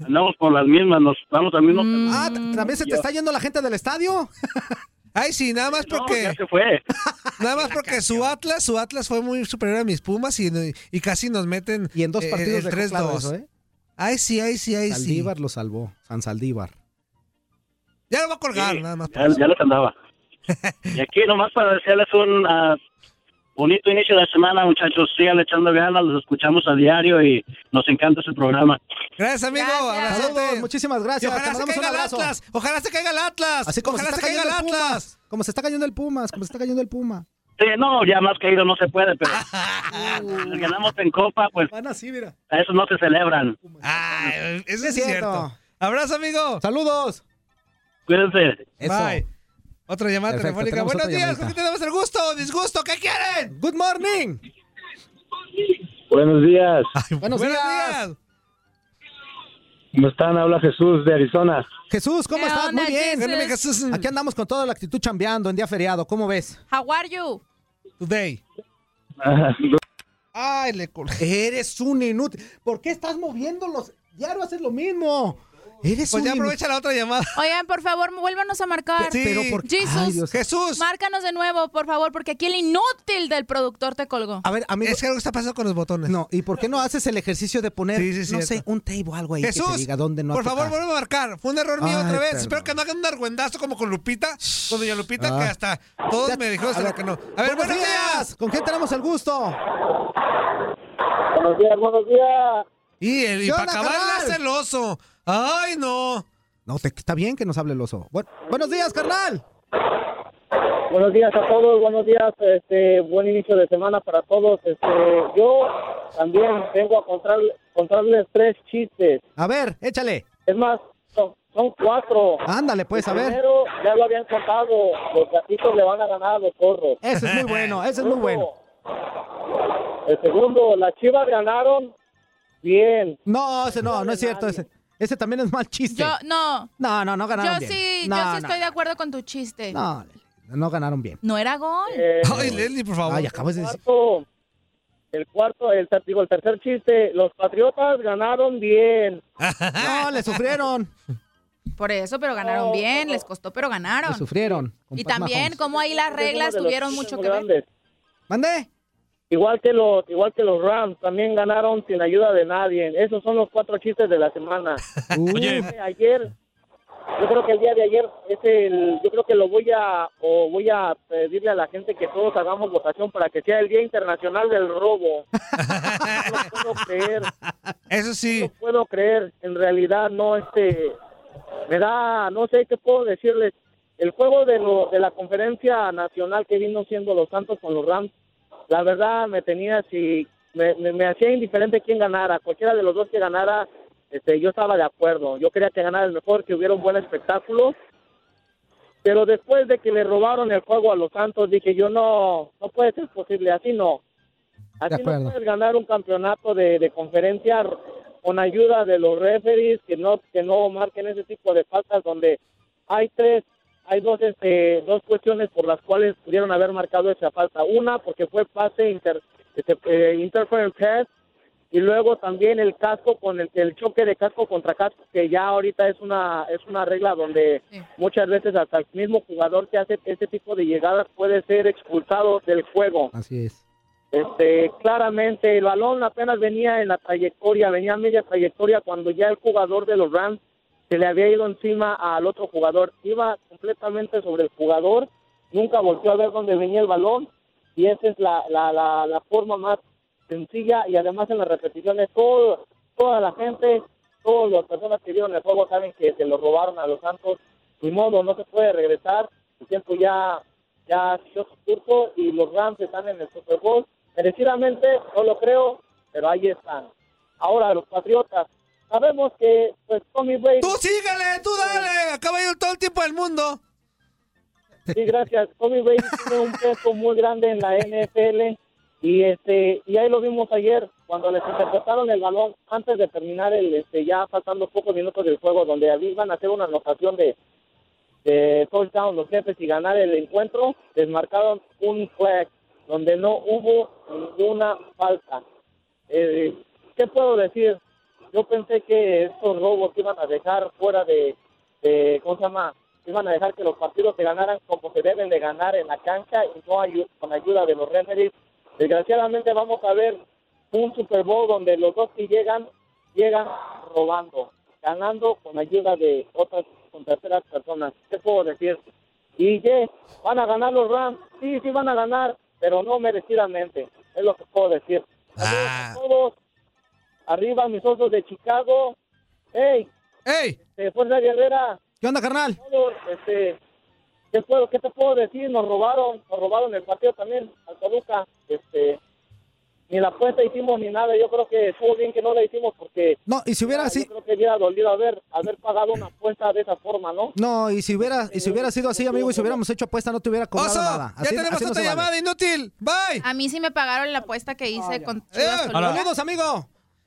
Speaker 19: andamos por las mismas, nos estamos al
Speaker 7: Mm.
Speaker 19: mismo.
Speaker 4: Ah, t- ¿también se te está yendo la gente del estadio?
Speaker 7: Ay, sí, nada más porque...
Speaker 19: ya se fue.
Speaker 7: (laughs) Nada más porque su Atlas, su Atlas fue muy superior a mis Pumas y, y casi nos meten... eh,
Speaker 4: Y en dos partidos dejó claro eso, ¿eh?
Speaker 7: Ay, sí, ay, sí, ay, sí.
Speaker 4: Saldívar lo salvó, San Saldívar.
Speaker 7: Ya lo voy a colgar, nada más. por
Speaker 19: Ya,
Speaker 7: eso.
Speaker 19: ya les
Speaker 7: (laughs)
Speaker 19: andaba. Y aquí nomás para desearles un ah, bonito inicio de semana, muchachos. Sigan echando ganas, los escuchamos a diario y nos encanta ese programa.
Speaker 7: Gracias, amigo. abrazote.
Speaker 4: Saludos, muchísimas
Speaker 7: Y
Speaker 4: gracias. Te
Speaker 7: ojalá se
Speaker 4: mandamos un
Speaker 7: caiga el
Speaker 4: abrazo.
Speaker 7: Atlas. Ojalá se caiga el Atlas.
Speaker 4: Así como se
Speaker 7: ojalá
Speaker 4: está
Speaker 7: se caiga el
Speaker 4: cayendo el
Speaker 7: Atlas.
Speaker 4: Pumas, como se está cayendo el Pumas, como se está cayendo el Puma.
Speaker 19: Sí, no, ya más caído no se puede,
Speaker 7: (laughs)
Speaker 19: pero les ganamos en Copa, pues
Speaker 4: Van así, mira.
Speaker 19: a eso no se celebran.
Speaker 7: Ay, Ah, eso
Speaker 4: Sí,
Speaker 7: sí es cierto.
Speaker 4: cierto.
Speaker 7: Abrazo, amigo.
Speaker 4: Saludos.
Speaker 19: Cuídense.
Speaker 4: Eso.
Speaker 7: Bye. Otra llamada
Speaker 4: Perfecto,
Speaker 7: telefónica.
Speaker 4: tenemos
Speaker 7: Buenos
Speaker 4: otra
Speaker 7: días.
Speaker 4: llamadita.
Speaker 7: ¿Con qué tenemos el gusto? ¿Disgusto? ¿Qué quieren?
Speaker 4: Good morning.
Speaker 20: Buenos
Speaker 7: (laughs)
Speaker 20: días.
Speaker 4: Buenos, días.
Speaker 20: ¿Cómo están? Habla Jesús de Arizona.
Speaker 4: Jesús, ¿cómo
Speaker 6: ¿Qué
Speaker 4: estás?
Speaker 6: onda,
Speaker 4: Muy bien.
Speaker 6: Jesús? Ándale,
Speaker 4: Aquí andamos con toda la actitud chambeando en día feriado. ¿Cómo ves?
Speaker 6: How are you?
Speaker 7: Today. Ay, le colgué.
Speaker 4: Eres un inútil. ¿Por qué estás moviéndolos? Ya no haces lo mismo. Eres
Speaker 7: Pues
Speaker 4: un
Speaker 7: ya
Speaker 4: inútil.
Speaker 7: aprovecha la otra llamada.
Speaker 6: Oigan, por favor, vuélvanos a marcar.
Speaker 7: Sí. Pero por-
Speaker 6: Jesus,
Speaker 4: Ay, Dios.
Speaker 7: Jesús.
Speaker 6: márcanos de nuevo, por favor, porque aquí el inútil del productor te colgó.
Speaker 4: A ver, amigo.
Speaker 7: Es que algo está pasando con los botones.
Speaker 4: No, ¿y por qué no haces el ejercicio de poner,
Speaker 7: Sí, sí,
Speaker 4: no
Speaker 7: cierto.
Speaker 4: sé, un table o algo ahí que
Speaker 7: Jesús,
Speaker 4: te diga dónde no
Speaker 7: por favor,
Speaker 4: atacar?
Speaker 7: vuelve a marcar. Fue un error mío
Speaker 4: Ay,
Speaker 7: otra vez.
Speaker 4: perdón.
Speaker 7: Espero que no hagan un argüendazo como con Lupita. Con doña Lupita,
Speaker 4: Ah.
Speaker 7: que hasta todos
Speaker 4: Ya-
Speaker 7: me dijeron
Speaker 4: a ver,
Speaker 7: que no. A ver, buenos días.
Speaker 4: ¿Con quién tenemos el gusto?
Speaker 20: Buenos días, buenos días.
Speaker 7: Y, el- y
Speaker 4: ¿Qué
Speaker 7: para
Speaker 4: onda,
Speaker 7: acabarla
Speaker 4: carnal?
Speaker 7: es el oso. Ay, no.
Speaker 4: No, te- está bien que nos hable el oso. Bu- buenos días, carnal.
Speaker 20: Buenos días a todos, buenos días, este, buen inicio de semana para todos. Este, yo también vengo a contar, contarles tres chistes.
Speaker 4: A ver, échale.
Speaker 20: Es más, son, son cuatro.
Speaker 4: Ándale, pues, a
Speaker 20: El
Speaker 4: ver.
Speaker 20: Primero, ya lo habían contado, los gatitos le van a ganar a los zorros.
Speaker 4: Ese es muy bueno, ese es muy bueno.
Speaker 20: El segundo, las chivas ganaron bien.
Speaker 4: No, ese no, no es cierto. Ese, ese también es mal chiste.
Speaker 6: Yo, no.
Speaker 4: No, no, no ganaron
Speaker 6: Yo
Speaker 4: bien.
Speaker 6: sí,
Speaker 4: no,
Speaker 6: yo sí
Speaker 4: no,
Speaker 6: estoy de acuerdo con tu chiste. No,
Speaker 4: No, no ganaron bien.
Speaker 6: era gol.
Speaker 7: Ay, Leslie, por favor.
Speaker 4: Ay, acabas de decir.
Speaker 20: eh, Cuarto, el cuarto, el, ter- digo, el tercer chiste, los patriotas ganaron bien.
Speaker 4: (laughs) No, le sufrieron.
Speaker 6: Por eso, pero ganaron bien, les costó, pero
Speaker 4: Le
Speaker 6: ganaron.
Speaker 4: sufrieron. con
Speaker 6: Y
Speaker 4: Pat
Speaker 6: también,
Speaker 4: Mahomes.
Speaker 6: como ahí las
Speaker 20: Uno
Speaker 6: reglas
Speaker 20: de los
Speaker 6: tuvieron
Speaker 20: chistes
Speaker 6: mucho
Speaker 20: muy
Speaker 6: que ver.
Speaker 20: grandes.
Speaker 4: ¿Mandé?
Speaker 20: Igual que los, igual que los Rams, también ganaron sin ayuda de nadie. Esos son los cuatro chistes de la
Speaker 6: (laughs)
Speaker 20: semana.
Speaker 4: Uh,
Speaker 5: Oye,
Speaker 20: Ayer, yo creo que el día de ayer es el, yo creo que lo voy a, o voy a pedirle a la gente que todos hagamos votación para que sea el Día Internacional del
Speaker 6: (laughs)
Speaker 20: Robo. No lo puedo creer,
Speaker 7: Eso sí.
Speaker 20: no puedo creer. En realidad no, este, me da, no sé qué puedo decirles. El juego de, lo- de la conferencia nacional que vino siendo los Santos con los Rams, la verdad me tenía así, me, me- me hacía indiferente quién ganara, cualquiera de los dos que ganara, este, yo estaba de acuerdo, yo quería que ganara el mejor, que hubiera un buen espectáculo, pero después de que le robaron el juego a los Santos, dije yo no, no puede ser posible, así no, así no
Speaker 4: acuerdo.
Speaker 20: puedes ganar un campeonato de, de conferencia con ayuda de los referees que no que no marquen ese tipo de faltas donde hay tres hay dos este, dos cuestiones por las cuales pudieron haber marcado esa falta una porque fue pase inter este, eh, interference pass y luego también el casco con el el choque de casco contra casco que ya ahorita es una es una regla donde
Speaker 6: Sí.
Speaker 20: muchas veces hasta el mismo jugador que hace ese tipo de llegadas puede ser expulsado del juego
Speaker 4: Así es.
Speaker 20: este, claramente el balón apenas venía en la trayectoria, venía a media trayectoria cuando ya el jugador de los Rams se le había ido encima al otro jugador. Iba completamente sobre el jugador, nunca volvió a ver dónde venía el balón y esa es la, la, la, la forma más sencilla y además en las repeticiones todo, toda la gente, todas las personas que vieron el juego saben que se lo robaron a los Santos. Ni modo, no se puede regresar, el tiempo ya ya dio su curso y los Rams están en el Super Bowl. Merecidamente, no lo creo, pero ahí están. Ahora, los Patriotas, sabemos que pues Tommy Brady...
Speaker 7: Tú sígale, tú dale. Acaba yo todo el tiempo del mundo.
Speaker 20: Sí, gracias. Tommy Brady tiene un peso muy grande en la NFL Y este y ahí lo vimos ayer cuando les interceptaron el balón antes de terminar el este ya faltando pocos minutos del juego donde iban a hacer una anotación de de touchdown los jefes y ganar el encuentro les marcaron un flag donde no hubo ninguna falta. Eh, ¿Qué puedo decir? Yo pensé que estos robos iban a dejar fuera de, de ¿cómo se llama? Iban a dejar que los partidos se ganaran como se deben de ganar en la cancha y no ayu- con ayuda de los referees Desgraciadamente vamos a ver un Super Bowl donde los dos que llegan, llegan robando, ganando con ayuda de otras, con terceras personas. ¿Qué puedo decir? Y que van a ganar los Rams, sí, sí van a ganar, pero no merecidamente, es lo que puedo decir.
Speaker 7: Ah.
Speaker 20: Todos, arriba mis osos de Chicago, ¡Ey! Este,
Speaker 4: ¡Ey!
Speaker 20: Fuerza Guerrera,
Speaker 4: ¿Qué onda, carnal?
Speaker 20: todos, este, ¿qué, puedo, ¿qué te puedo decir? Nos robaron, nos robaron el partido también al Toluca, este, ni la apuesta hicimos ni nada, yo creo que estuvo bien que no la hicimos porque...
Speaker 4: No, y si hubiera
Speaker 20: yo
Speaker 4: así-
Speaker 20: creo que hubiera dolido haber, haber pagado una apuesta de esa forma, ¿no?
Speaker 4: No, y si hubiera, y si hubiera sido así, amigo, y si hubiéramos hecho apuesta, no te hubiera cobrado
Speaker 7: Oso,
Speaker 4: nada.
Speaker 7: ya tenemos
Speaker 4: no
Speaker 7: otra
Speaker 4: se vale.
Speaker 7: llamada, inútil. Bye.
Speaker 6: A mí sí me pagaron la apuesta que hice con Chivas
Speaker 7: Eh,
Speaker 6: Toluca.
Speaker 4: saludos, amigo.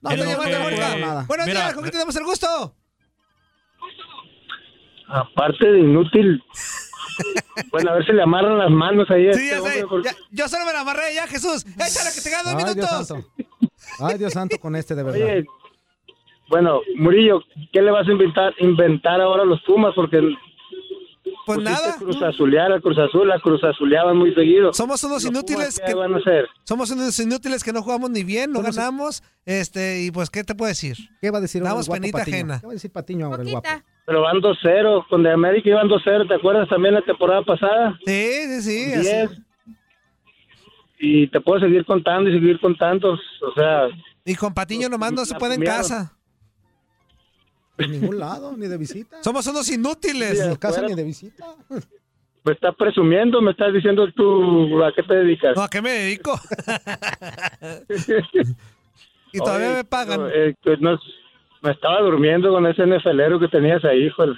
Speaker 7: No,
Speaker 4: En
Speaker 7: te
Speaker 4: lo
Speaker 7: llamaste
Speaker 4: que-
Speaker 7: ahorita.
Speaker 4: nada.
Speaker 7: Eh, Buenos
Speaker 4: Mira, eh,
Speaker 7: días, ¿con qué tenemos el gusto?
Speaker 21: Aparte de
Speaker 7: (laughs)
Speaker 21: inútil. bueno, a ver si le amarran las manos ahí. a
Speaker 7: Sí,
Speaker 21: este
Speaker 7: ya
Speaker 21: hombre,
Speaker 7: sé.
Speaker 21: porque-
Speaker 7: Ya- yo solo me la amarré ya, Jesús. Échale que te quedan dos
Speaker 4: Ay, Dios
Speaker 7: minutos.
Speaker 4: santo. Ay, Dios santo con este, de verdad.
Speaker 21: Oye, bueno, Murillo, ¿qué le vas a inventar, inventar ahora a los Pumas? Porque
Speaker 7: pues nada.
Speaker 21: Cruz Azulear, al Cruz Azul, la Cruz Azuleaban muy seguido.
Speaker 7: Somos unos
Speaker 21: Los Pumas,
Speaker 7: inútiles
Speaker 21: ¿Qué
Speaker 7: que-
Speaker 21: van a hacer?
Speaker 7: Somos unos inútiles que no jugamos ni bien, no ganamos. Este, y pues, ¿qué te puedo decir?
Speaker 4: ¿Qué va a decir ahora
Speaker 7: Damos
Speaker 4: el guapo
Speaker 7: penita
Speaker 4: Patiño?
Speaker 7: ajena.
Speaker 4: ¿Qué va a decir Patiño ahora, el guapo?
Speaker 21: Pero van 2-0, con de América iban 2-0, ¿te acuerdas también la temporada pasada?
Speaker 7: Sí, sí, sí.
Speaker 21: Así
Speaker 7: así.
Speaker 21: es. Y te puedo seguir contando y seguir contando, o sea...
Speaker 7: Y con Patiño nomás no se
Speaker 21: la
Speaker 7: puede en
Speaker 21: comieron. (laughs)
Speaker 7: casa.
Speaker 4: En ningún lado, ni de visita.
Speaker 7: Somos unos inútiles.
Speaker 21: Sí,
Speaker 4: Ni de casa
Speaker 21: fuera.
Speaker 4: ni de visita.
Speaker 21: Me estás presumiendo, me estás diciendo tú a qué te dedicas.
Speaker 7: No, ¿a qué me dedico? y todavía
Speaker 21: Oye,
Speaker 7: me pagan.
Speaker 21: no, eh, que no- me estaba durmiendo con ese NFLero que tenías ahí, joder.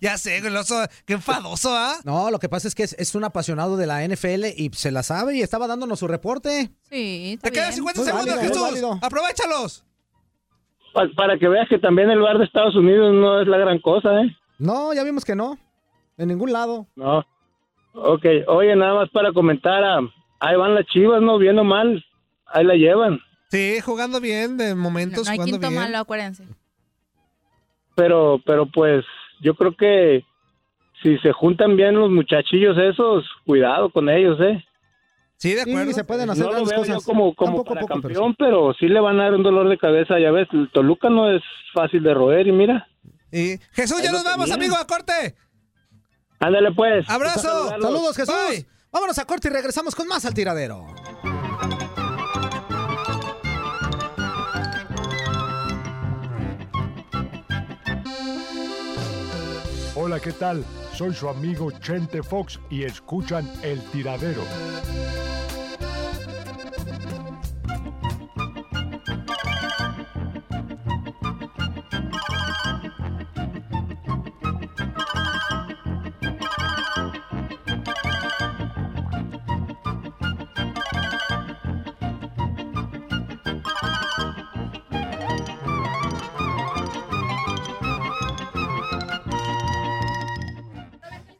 Speaker 7: Ya sé, güey, el oso, qué enfadoso, ¿ah?
Speaker 4: No, lo que pasa es que es, es un apasionado de la NFL y se la sabe y estaba dándonos su reporte.
Speaker 6: Sí, está
Speaker 7: Te quedan
Speaker 6: bien.
Speaker 7: 50
Speaker 4: Muy
Speaker 7: segundos,
Speaker 4: Pues válido, muy
Speaker 7: Jesús. Aprovechalos.
Speaker 21: Pa- para que veas que también el bar de Estados Unidos no es la gran cosa, ¿eh?
Speaker 4: No, ya vimos que no. En ningún lado.
Speaker 21: No. Ok, oye, nada más para comentar, ah, ahí van las chivas, ¿no? Viendo mal, ahí la llevan.
Speaker 7: Sí, jugando bien, de
Speaker 6: No,
Speaker 7: momentos,
Speaker 6: no hay
Speaker 7: jugando
Speaker 6: quinto
Speaker 7: bien.
Speaker 6: malo, acuérdense.
Speaker 21: Pero, pero pues, yo creo que si se juntan bien los muchachillos esos, cuidado con ellos, ¿eh?
Speaker 7: Sí, de
Speaker 4: acuerdo. se pueden hacer
Speaker 21: No lo
Speaker 4: grandes
Speaker 21: veo yo
Speaker 4: cosas.
Speaker 21: como, como
Speaker 4: Tampoco
Speaker 21: para
Speaker 4: poco, pero sí.
Speaker 21: campeón, pero sí le van a dar un dolor de cabeza. Ya ves, el Toluca no es fácil de roer y mira.
Speaker 7: Y Jesús,
Speaker 21: Ahí
Speaker 7: ya
Speaker 21: lo
Speaker 7: nos vamos,
Speaker 21: tenían.
Speaker 7: amigo, a corte.
Speaker 21: Ándale pues.
Speaker 7: Abrazo.
Speaker 4: Saludos, Jesús.
Speaker 7: Bye.
Speaker 4: Vámonos a corte y regresamos con más al tiradero.
Speaker 3: Hola, ¿qué tal? Soy su amigo Chente Fox y escuchan El Tiradero.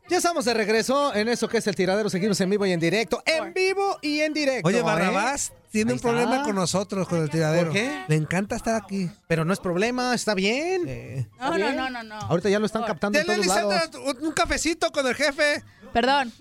Speaker 4: Ya estamos de regreso en eso que es el tiradero. Seguimos en vivo y en directo. En vivo y en directo.
Speaker 7: Oye,
Speaker 4: ¿eh?
Speaker 7: Barrabás tiene
Speaker 4: Ahí
Speaker 7: un problema
Speaker 4: está.
Speaker 7: con nosotros, con el tiradero.
Speaker 4: ¿Por qué?
Speaker 7: Le encanta estar aquí.
Speaker 4: Pero no es problema, está bien. Está
Speaker 6: No, no,
Speaker 4: bien.
Speaker 6: no, no, no.
Speaker 4: Ahorita ya lo están captando en
Speaker 7: Denle,
Speaker 4: todos lados.
Speaker 7: Lisandra, un un cafecito con el jefe.
Speaker 6: Perdón.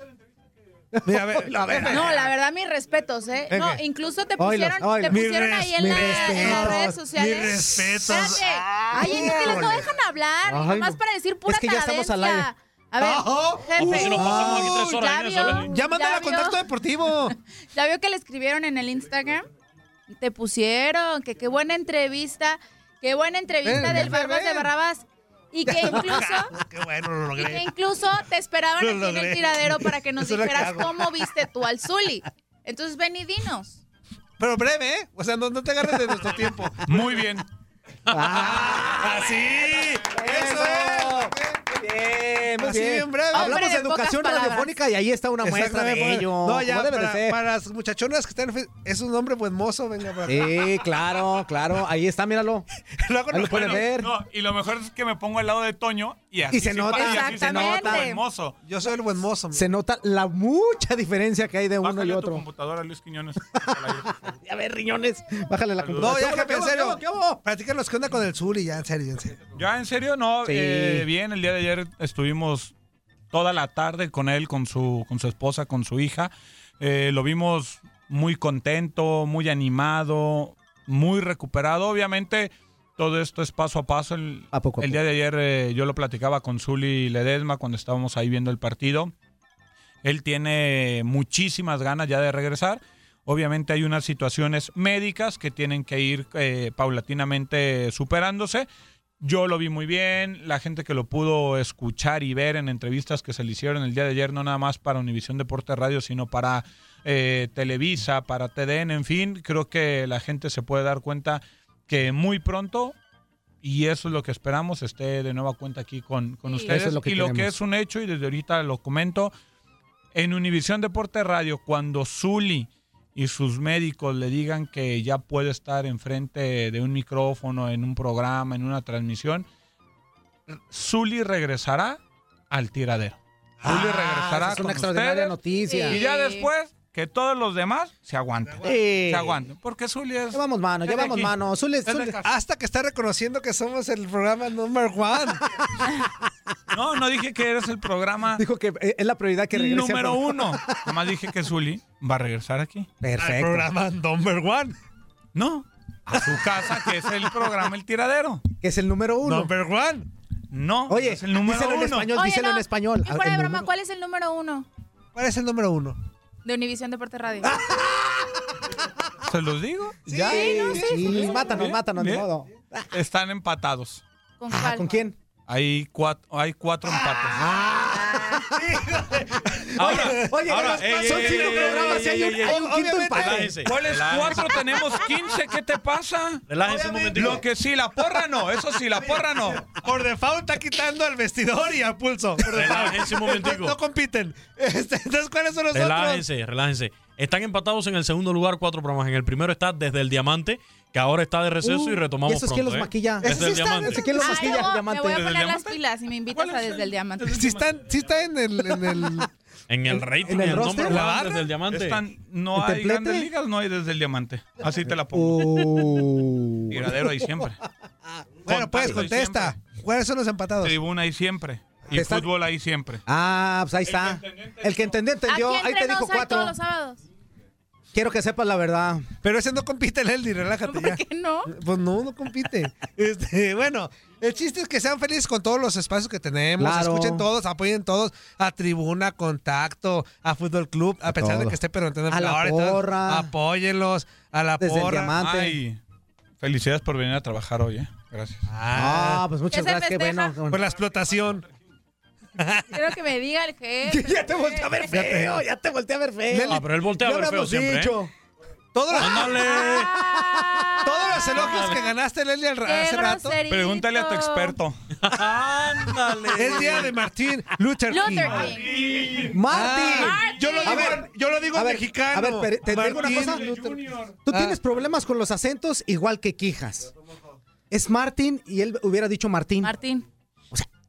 Speaker 7: Mira,
Speaker 4: (laughs)
Speaker 7: a ver, a ver, a ver.
Speaker 6: No, la verdad, mis respetos, ¿eh?
Speaker 7: ¿En
Speaker 6: No,
Speaker 7: qué?
Speaker 6: incluso te
Speaker 7: Oilos,
Speaker 6: pusieron,
Speaker 7: oilos.
Speaker 6: Te
Speaker 7: Mis
Speaker 6: pusieron ahí
Speaker 7: res-
Speaker 6: en,
Speaker 7: mis
Speaker 6: la- en las
Speaker 7: respetos,
Speaker 6: redes sociales.
Speaker 7: mis respetos.
Speaker 6: Espérate. Ay, inútiles, no
Speaker 7: híjole.
Speaker 6: dejan hablar.
Speaker 4: Ay,
Speaker 6: nomás
Speaker 4: no.
Speaker 6: para decir pura
Speaker 4: Es que ya estamos al
Speaker 6: cadencia.
Speaker 4: aire.
Speaker 6: A ver,
Speaker 7: Ajá.
Speaker 6: jefe.
Speaker 7: Uy, si nos pasamos aquí tres horas
Speaker 6: ya
Speaker 7: en eso,
Speaker 6: vio,
Speaker 7: ¿eh? Ya mándala a
Speaker 6: vio-
Speaker 7: contacto deportivo.
Speaker 6: (laughs) ya vio que le escribieron en el Instagram. Te pusieron que qué buena entrevista. Qué buena entrevista
Speaker 7: Ven,
Speaker 6: del
Speaker 7: jefe,
Speaker 6: Barbas de
Speaker 7: ven.
Speaker 6: Barrabás.
Speaker 4: (laughs)
Speaker 6: Y que incluso
Speaker 7: Qué bueno, lo
Speaker 6: y que
Speaker 7: logré.
Speaker 6: incluso te esperaban
Speaker 7: Lo
Speaker 6: aquí en
Speaker 7: logré.
Speaker 6: el tiradero para que nos
Speaker 7: Eso la
Speaker 6: dijeras
Speaker 7: cago.
Speaker 6: cómo viste tú al Zuli. Entonces ven y dinos.
Speaker 7: Pero breve, ¿eh? O sea, no, no te agarres de nuestro tiempo.
Speaker 4: Ah,
Speaker 7: (laughs) Muy bien. ¡Así! ¡Eso es!
Speaker 4: bien, muy
Speaker 7: Así
Speaker 4: bien.
Speaker 7: bien breve.
Speaker 4: Hablamos de
Speaker 7: Hombre de pocas
Speaker 4: educación
Speaker 7: palabras.
Speaker 4: radiofónica y ahí está una muestra de
Speaker 7: Exactamente.
Speaker 4: ello.
Speaker 7: No, ya,
Speaker 4: como debe
Speaker 7: para,
Speaker 4: de ser.
Speaker 7: para las muchachonas que están en Facebook, es un hombre buen mozo, venga. para acá. (laughs)
Speaker 4: Sí, claro, claro. Ahí está, míralo.
Speaker 22: Luego
Speaker 4: Ahí lo pueden
Speaker 22: bueno,
Speaker 4: ver.
Speaker 22: no, y lo mejor es que me pongo al lado de Toño y así
Speaker 4: Y se
Speaker 22: sí
Speaker 4: nota.
Speaker 22: pasa, y así se
Speaker 4: Exactamente.
Speaker 22: nota, buen mozo.
Speaker 7: Yo soy el buen mozo.
Speaker 4: Se nota la mucha diferencia que hay de uno y
Speaker 22: Bájale a tu
Speaker 4: otro.
Speaker 22: computadora, Luis
Speaker 4: (laughs)
Speaker 22: Quiñones.
Speaker 4: A ver, riñones. Bájale la
Speaker 7: No,
Speaker 4: computadora.
Speaker 7: ya, jefe, en serio. Platícanos qué onda con el Zuli, ya, en serio, en serio.
Speaker 22: Ya, en serio, no.
Speaker 7: Sí.
Speaker 22: eh, bien, el día de ayer estuvimos toda la tarde con él, con su, con su esposa, con su hija. Eh, lo vimos muy contento, muy animado, muy recuperado. Obviamente, todo esto es paso a paso. El,
Speaker 4: poco a
Speaker 22: el día de ayer eh, yo lo platicaba con Zuli Ledesma cuando estábamos ahí viendo el partido. Él tiene muchísimas ganas ya de regresar. Obviamente hay unas situaciones médicas que tienen que ir eh, paulatinamente superándose. Yo lo vi muy bien, la gente que lo pudo escuchar y ver en entrevistas que se le hicieron el día de ayer, no nada más para Univisión Deporte Radio, sino para eh, Televisa, para TDN, en fin, creo que la gente se puede dar cuenta que muy pronto, y eso es lo que esperamos, esté de nueva cuenta aquí con, con
Speaker 4: Sí.
Speaker 22: ustedes.
Speaker 4: Eso es lo que
Speaker 22: y lo que
Speaker 4: queremos.
Speaker 22: es un hecho, y desde ahorita lo comento, en Univisión Deporte Radio, cuando Zuli y sus médicos le digan que ya puede estar enfrente de un micrófono, en un programa, en una transmisión, Zuli regresará al tiradero. Zuli regresará
Speaker 4: Ah, es una
Speaker 22: con
Speaker 4: extraordinaria
Speaker 22: ustedes,
Speaker 4: noticia.
Speaker 22: Y ya
Speaker 4: Sí.
Speaker 22: después, que todos los demás se aguanten.
Speaker 4: Sí.
Speaker 22: Se aguanten. Porque Zuli es...
Speaker 4: Llevamos mano,
Speaker 22: es de
Speaker 4: llevamos
Speaker 22: aquí.
Speaker 4: mano. Zuli-
Speaker 22: Es de
Speaker 4: Zuli-
Speaker 22: acá.
Speaker 7: Hasta que está reconociendo que somos el programa number one.
Speaker 22: No, no dije que eres el programa
Speaker 4: Dijo que eh, es la prioridad que regrese.
Speaker 22: número uno. Nomás dije que Zully va a regresar aquí.
Speaker 4: Perfecto.
Speaker 22: Al programa number one. No, a su casa, que es el programa El Tiradero.
Speaker 4: Que es el número uno.
Speaker 22: Number one. No,
Speaker 4: Oye,
Speaker 22: es el número
Speaker 4: díselo en
Speaker 22: uno.
Speaker 4: español,
Speaker 6: Oye,
Speaker 4: díselo
Speaker 6: no,
Speaker 4: en español. Ah,
Speaker 6: Y fuera de broma, ¿cuál es el número uno
Speaker 7: ¿Cuál es el número uno?
Speaker 6: de Univisión Deporte Radio?
Speaker 4: Ah,
Speaker 22: Se los digo.
Speaker 4: Ya,
Speaker 6: no, pues, sí,
Speaker 4: sí,
Speaker 6: sí.
Speaker 4: pues, mátanos,
Speaker 22: Bien,
Speaker 4: mátanos, de
Speaker 22: bien.
Speaker 4: modo. Ah,
Speaker 22: Están empatados.
Speaker 6: ¿Con cuál?
Speaker 4: ¿Con quién? Ah.
Speaker 22: Hay cuatro, hay cuatro empates.
Speaker 4: Oye,
Speaker 22: (laughs)
Speaker 4: oye,
Speaker 22: ahora,
Speaker 4: son
Speaker 22: ey,
Speaker 4: cinco
Speaker 22: ey, ey,
Speaker 4: programas y hay un-
Speaker 22: ey, ey,
Speaker 4: hay un
Speaker 22: ey,
Speaker 4: quinto
Speaker 22: obviamente.
Speaker 4: empate.
Speaker 22: Relájense, ¿Cuáles
Speaker 4: relájense.
Speaker 22: cuatro tenemos 15? ¿Qué te pasa?
Speaker 5: Relájense un momentito.
Speaker 22: Lo que sí, la porra no. Eso sí, la porra no.
Speaker 7: Por default está quitando al vestidor y al pulso. Por default.
Speaker 5: Relájense un momentico.
Speaker 7: No compiten. Este, Entonces, ¿cuáles son los otros?
Speaker 5: Relájense, relájense. Están empatados en el segundo lugar, cuatro programas. En el primero está Desde el Diamante, que ahora está de receso
Speaker 4: Uh,
Speaker 5: y retomamos
Speaker 4: ¿y esos
Speaker 5: pronto.
Speaker 4: quién los
Speaker 5: ¿eh?
Speaker 4: maquilla?
Speaker 5: Desde
Speaker 4: Esos
Speaker 5: el
Speaker 4: sí están,
Speaker 5: Diamante.
Speaker 4: esos quién los maquilla?
Speaker 6: Ay, luego me voy a
Speaker 4: Diamante.
Speaker 6: poner
Speaker 5: ¿Desde
Speaker 6: las pilas y me invitas a Desde el Diamante.
Speaker 7: Sí está, sí está en el... En el
Speaker 6: (laughs)
Speaker 5: En el rating,
Speaker 7: ¿En
Speaker 5: en
Speaker 7: el
Speaker 5: el
Speaker 7: roster?
Speaker 5: number
Speaker 7: ¿La
Speaker 5: one,
Speaker 7: barra?
Speaker 5: Desde el Diamante.
Speaker 22: Están- no
Speaker 5: ¿El
Speaker 22: hay
Speaker 5: templete?
Speaker 22: grandes ligas, no hay desde el diamante. Así te la pongo.
Speaker 4: Uh.
Speaker 7: Uh.
Speaker 22: Tiradero ahí siempre.
Speaker 7: bueno, pues
Speaker 22: Contacto ahí
Speaker 7: contesta. ¿Cuáles son los empatados?
Speaker 22: siempre. Tribuna ahí siempre. Y
Speaker 4: Te estás-
Speaker 22: fútbol ahí siempre.
Speaker 4: Ah, pues ahí está. El que entendió, entendió.
Speaker 6: Aquí
Speaker 4: Ahí te
Speaker 6: entre
Speaker 4: dijo
Speaker 6: nos hay todos
Speaker 4: cuatro.
Speaker 6: los sábados.
Speaker 4: Quiero que sepas la verdad.
Speaker 7: Pero ese no compite el Eldi, relájate ya.
Speaker 6: ¿Qué no?
Speaker 7: Pues no, no compite. Este, bueno, el chiste es que sean felices con todos los espacios que tenemos.
Speaker 4: Claro.
Speaker 7: Escuchen todos, apoyen todos a Tribuna, Contacto, a Fútbol Club, a pesar de
Speaker 4: todo.
Speaker 7: que esté pero
Speaker 4: A la porra.
Speaker 7: Apóyenlos, a la
Speaker 4: Desde el
Speaker 7: porra.
Speaker 4: diamante.
Speaker 22: Ay, felicidades por venir a trabajar hoy, ¿eh? Gracias.
Speaker 7: Ah,
Speaker 4: Ah, pues muchas
Speaker 6: ¿Qué se
Speaker 4: gracias, qué
Speaker 6: festeja?
Speaker 4: bueno. qué bueno.
Speaker 7: por la
Speaker 6: (laughs)
Speaker 7: explotación.
Speaker 6: Quiero que me diga
Speaker 4: (laughs)
Speaker 6: el jefe.
Speaker 4: Ya te volteé a ver feo, ya te volteé a ver feo.
Speaker 5: Ah, pero él voltea a
Speaker 4: Ya
Speaker 5: ver feo
Speaker 4: habíamos
Speaker 5: siempre. ¿eh?
Speaker 4: dicho.
Speaker 7: Todos los, (laughs)
Speaker 5: ¡Ándale!
Speaker 7: todos los elogios que ganaste, Leli, al-
Speaker 6: Qué
Speaker 7: hace rato.
Speaker 6: groserito.
Speaker 22: Pregúntale a tu experto.
Speaker 5: ¡Ándale!
Speaker 7: Es día de Martín Luther King.
Speaker 6: Luther King.
Speaker 4: Martín.
Speaker 6: Martín.
Speaker 7: Yo lo digo,
Speaker 4: A ver,
Speaker 7: yo lo digo
Speaker 4: a
Speaker 7: en
Speaker 4: ver,
Speaker 7: mexicano.
Speaker 4: a ver, pero te digo una cosa.
Speaker 7: Martín Luther-
Speaker 4: Tú
Speaker 7: Ah.
Speaker 4: tienes problemas con los acentos igual que Quijas. Es Martín y él hubiera dicho Martín.
Speaker 6: Martín.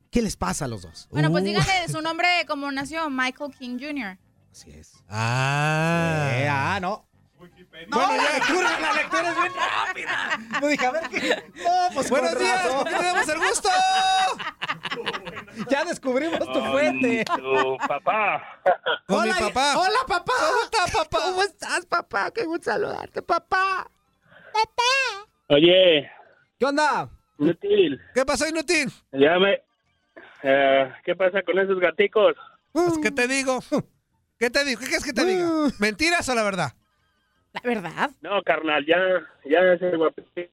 Speaker 4: ¿Qué les pasa a los dos?
Speaker 6: Bueno, pues
Speaker 4: Uh,
Speaker 6: díganle su nombre como nació, Michael King Jr.
Speaker 4: Así es.
Speaker 7: Ah.
Speaker 4: Eh, ah, no.
Speaker 7: Bueno, ya.
Speaker 4: lectura, la lectura es bien rápida. No dije, a ver qué. No, pues
Speaker 7: Buenos
Speaker 4: con
Speaker 7: días,
Speaker 4: razón.
Speaker 7: ¿con quién tenemos el gusto?
Speaker 4: Ya descubrimos tu fuente.
Speaker 23: Tu papá.
Speaker 7: Con mi
Speaker 4: Hola,
Speaker 7: papá.
Speaker 4: Hola, papá. ¿Cómo estás, papá? ¿Cómo estás, papá? Qué gusto saludarte, papá.
Speaker 23: Oye,
Speaker 4: ¿Qué onda?
Speaker 23: inútil.
Speaker 4: Ah.
Speaker 7: ¿Qué pasó, Inutín?
Speaker 23: Ya me. eh, ¿Qué pasa con esos gaticos?
Speaker 7: Pues, ¿Qué te digo? ¿Qué te digo? ¿Qué quieres que te
Speaker 4: Uh.
Speaker 7: diga? ¿Mentiras o la verdad?
Speaker 6: La verdad.
Speaker 23: No, carnal, ya, ya se me-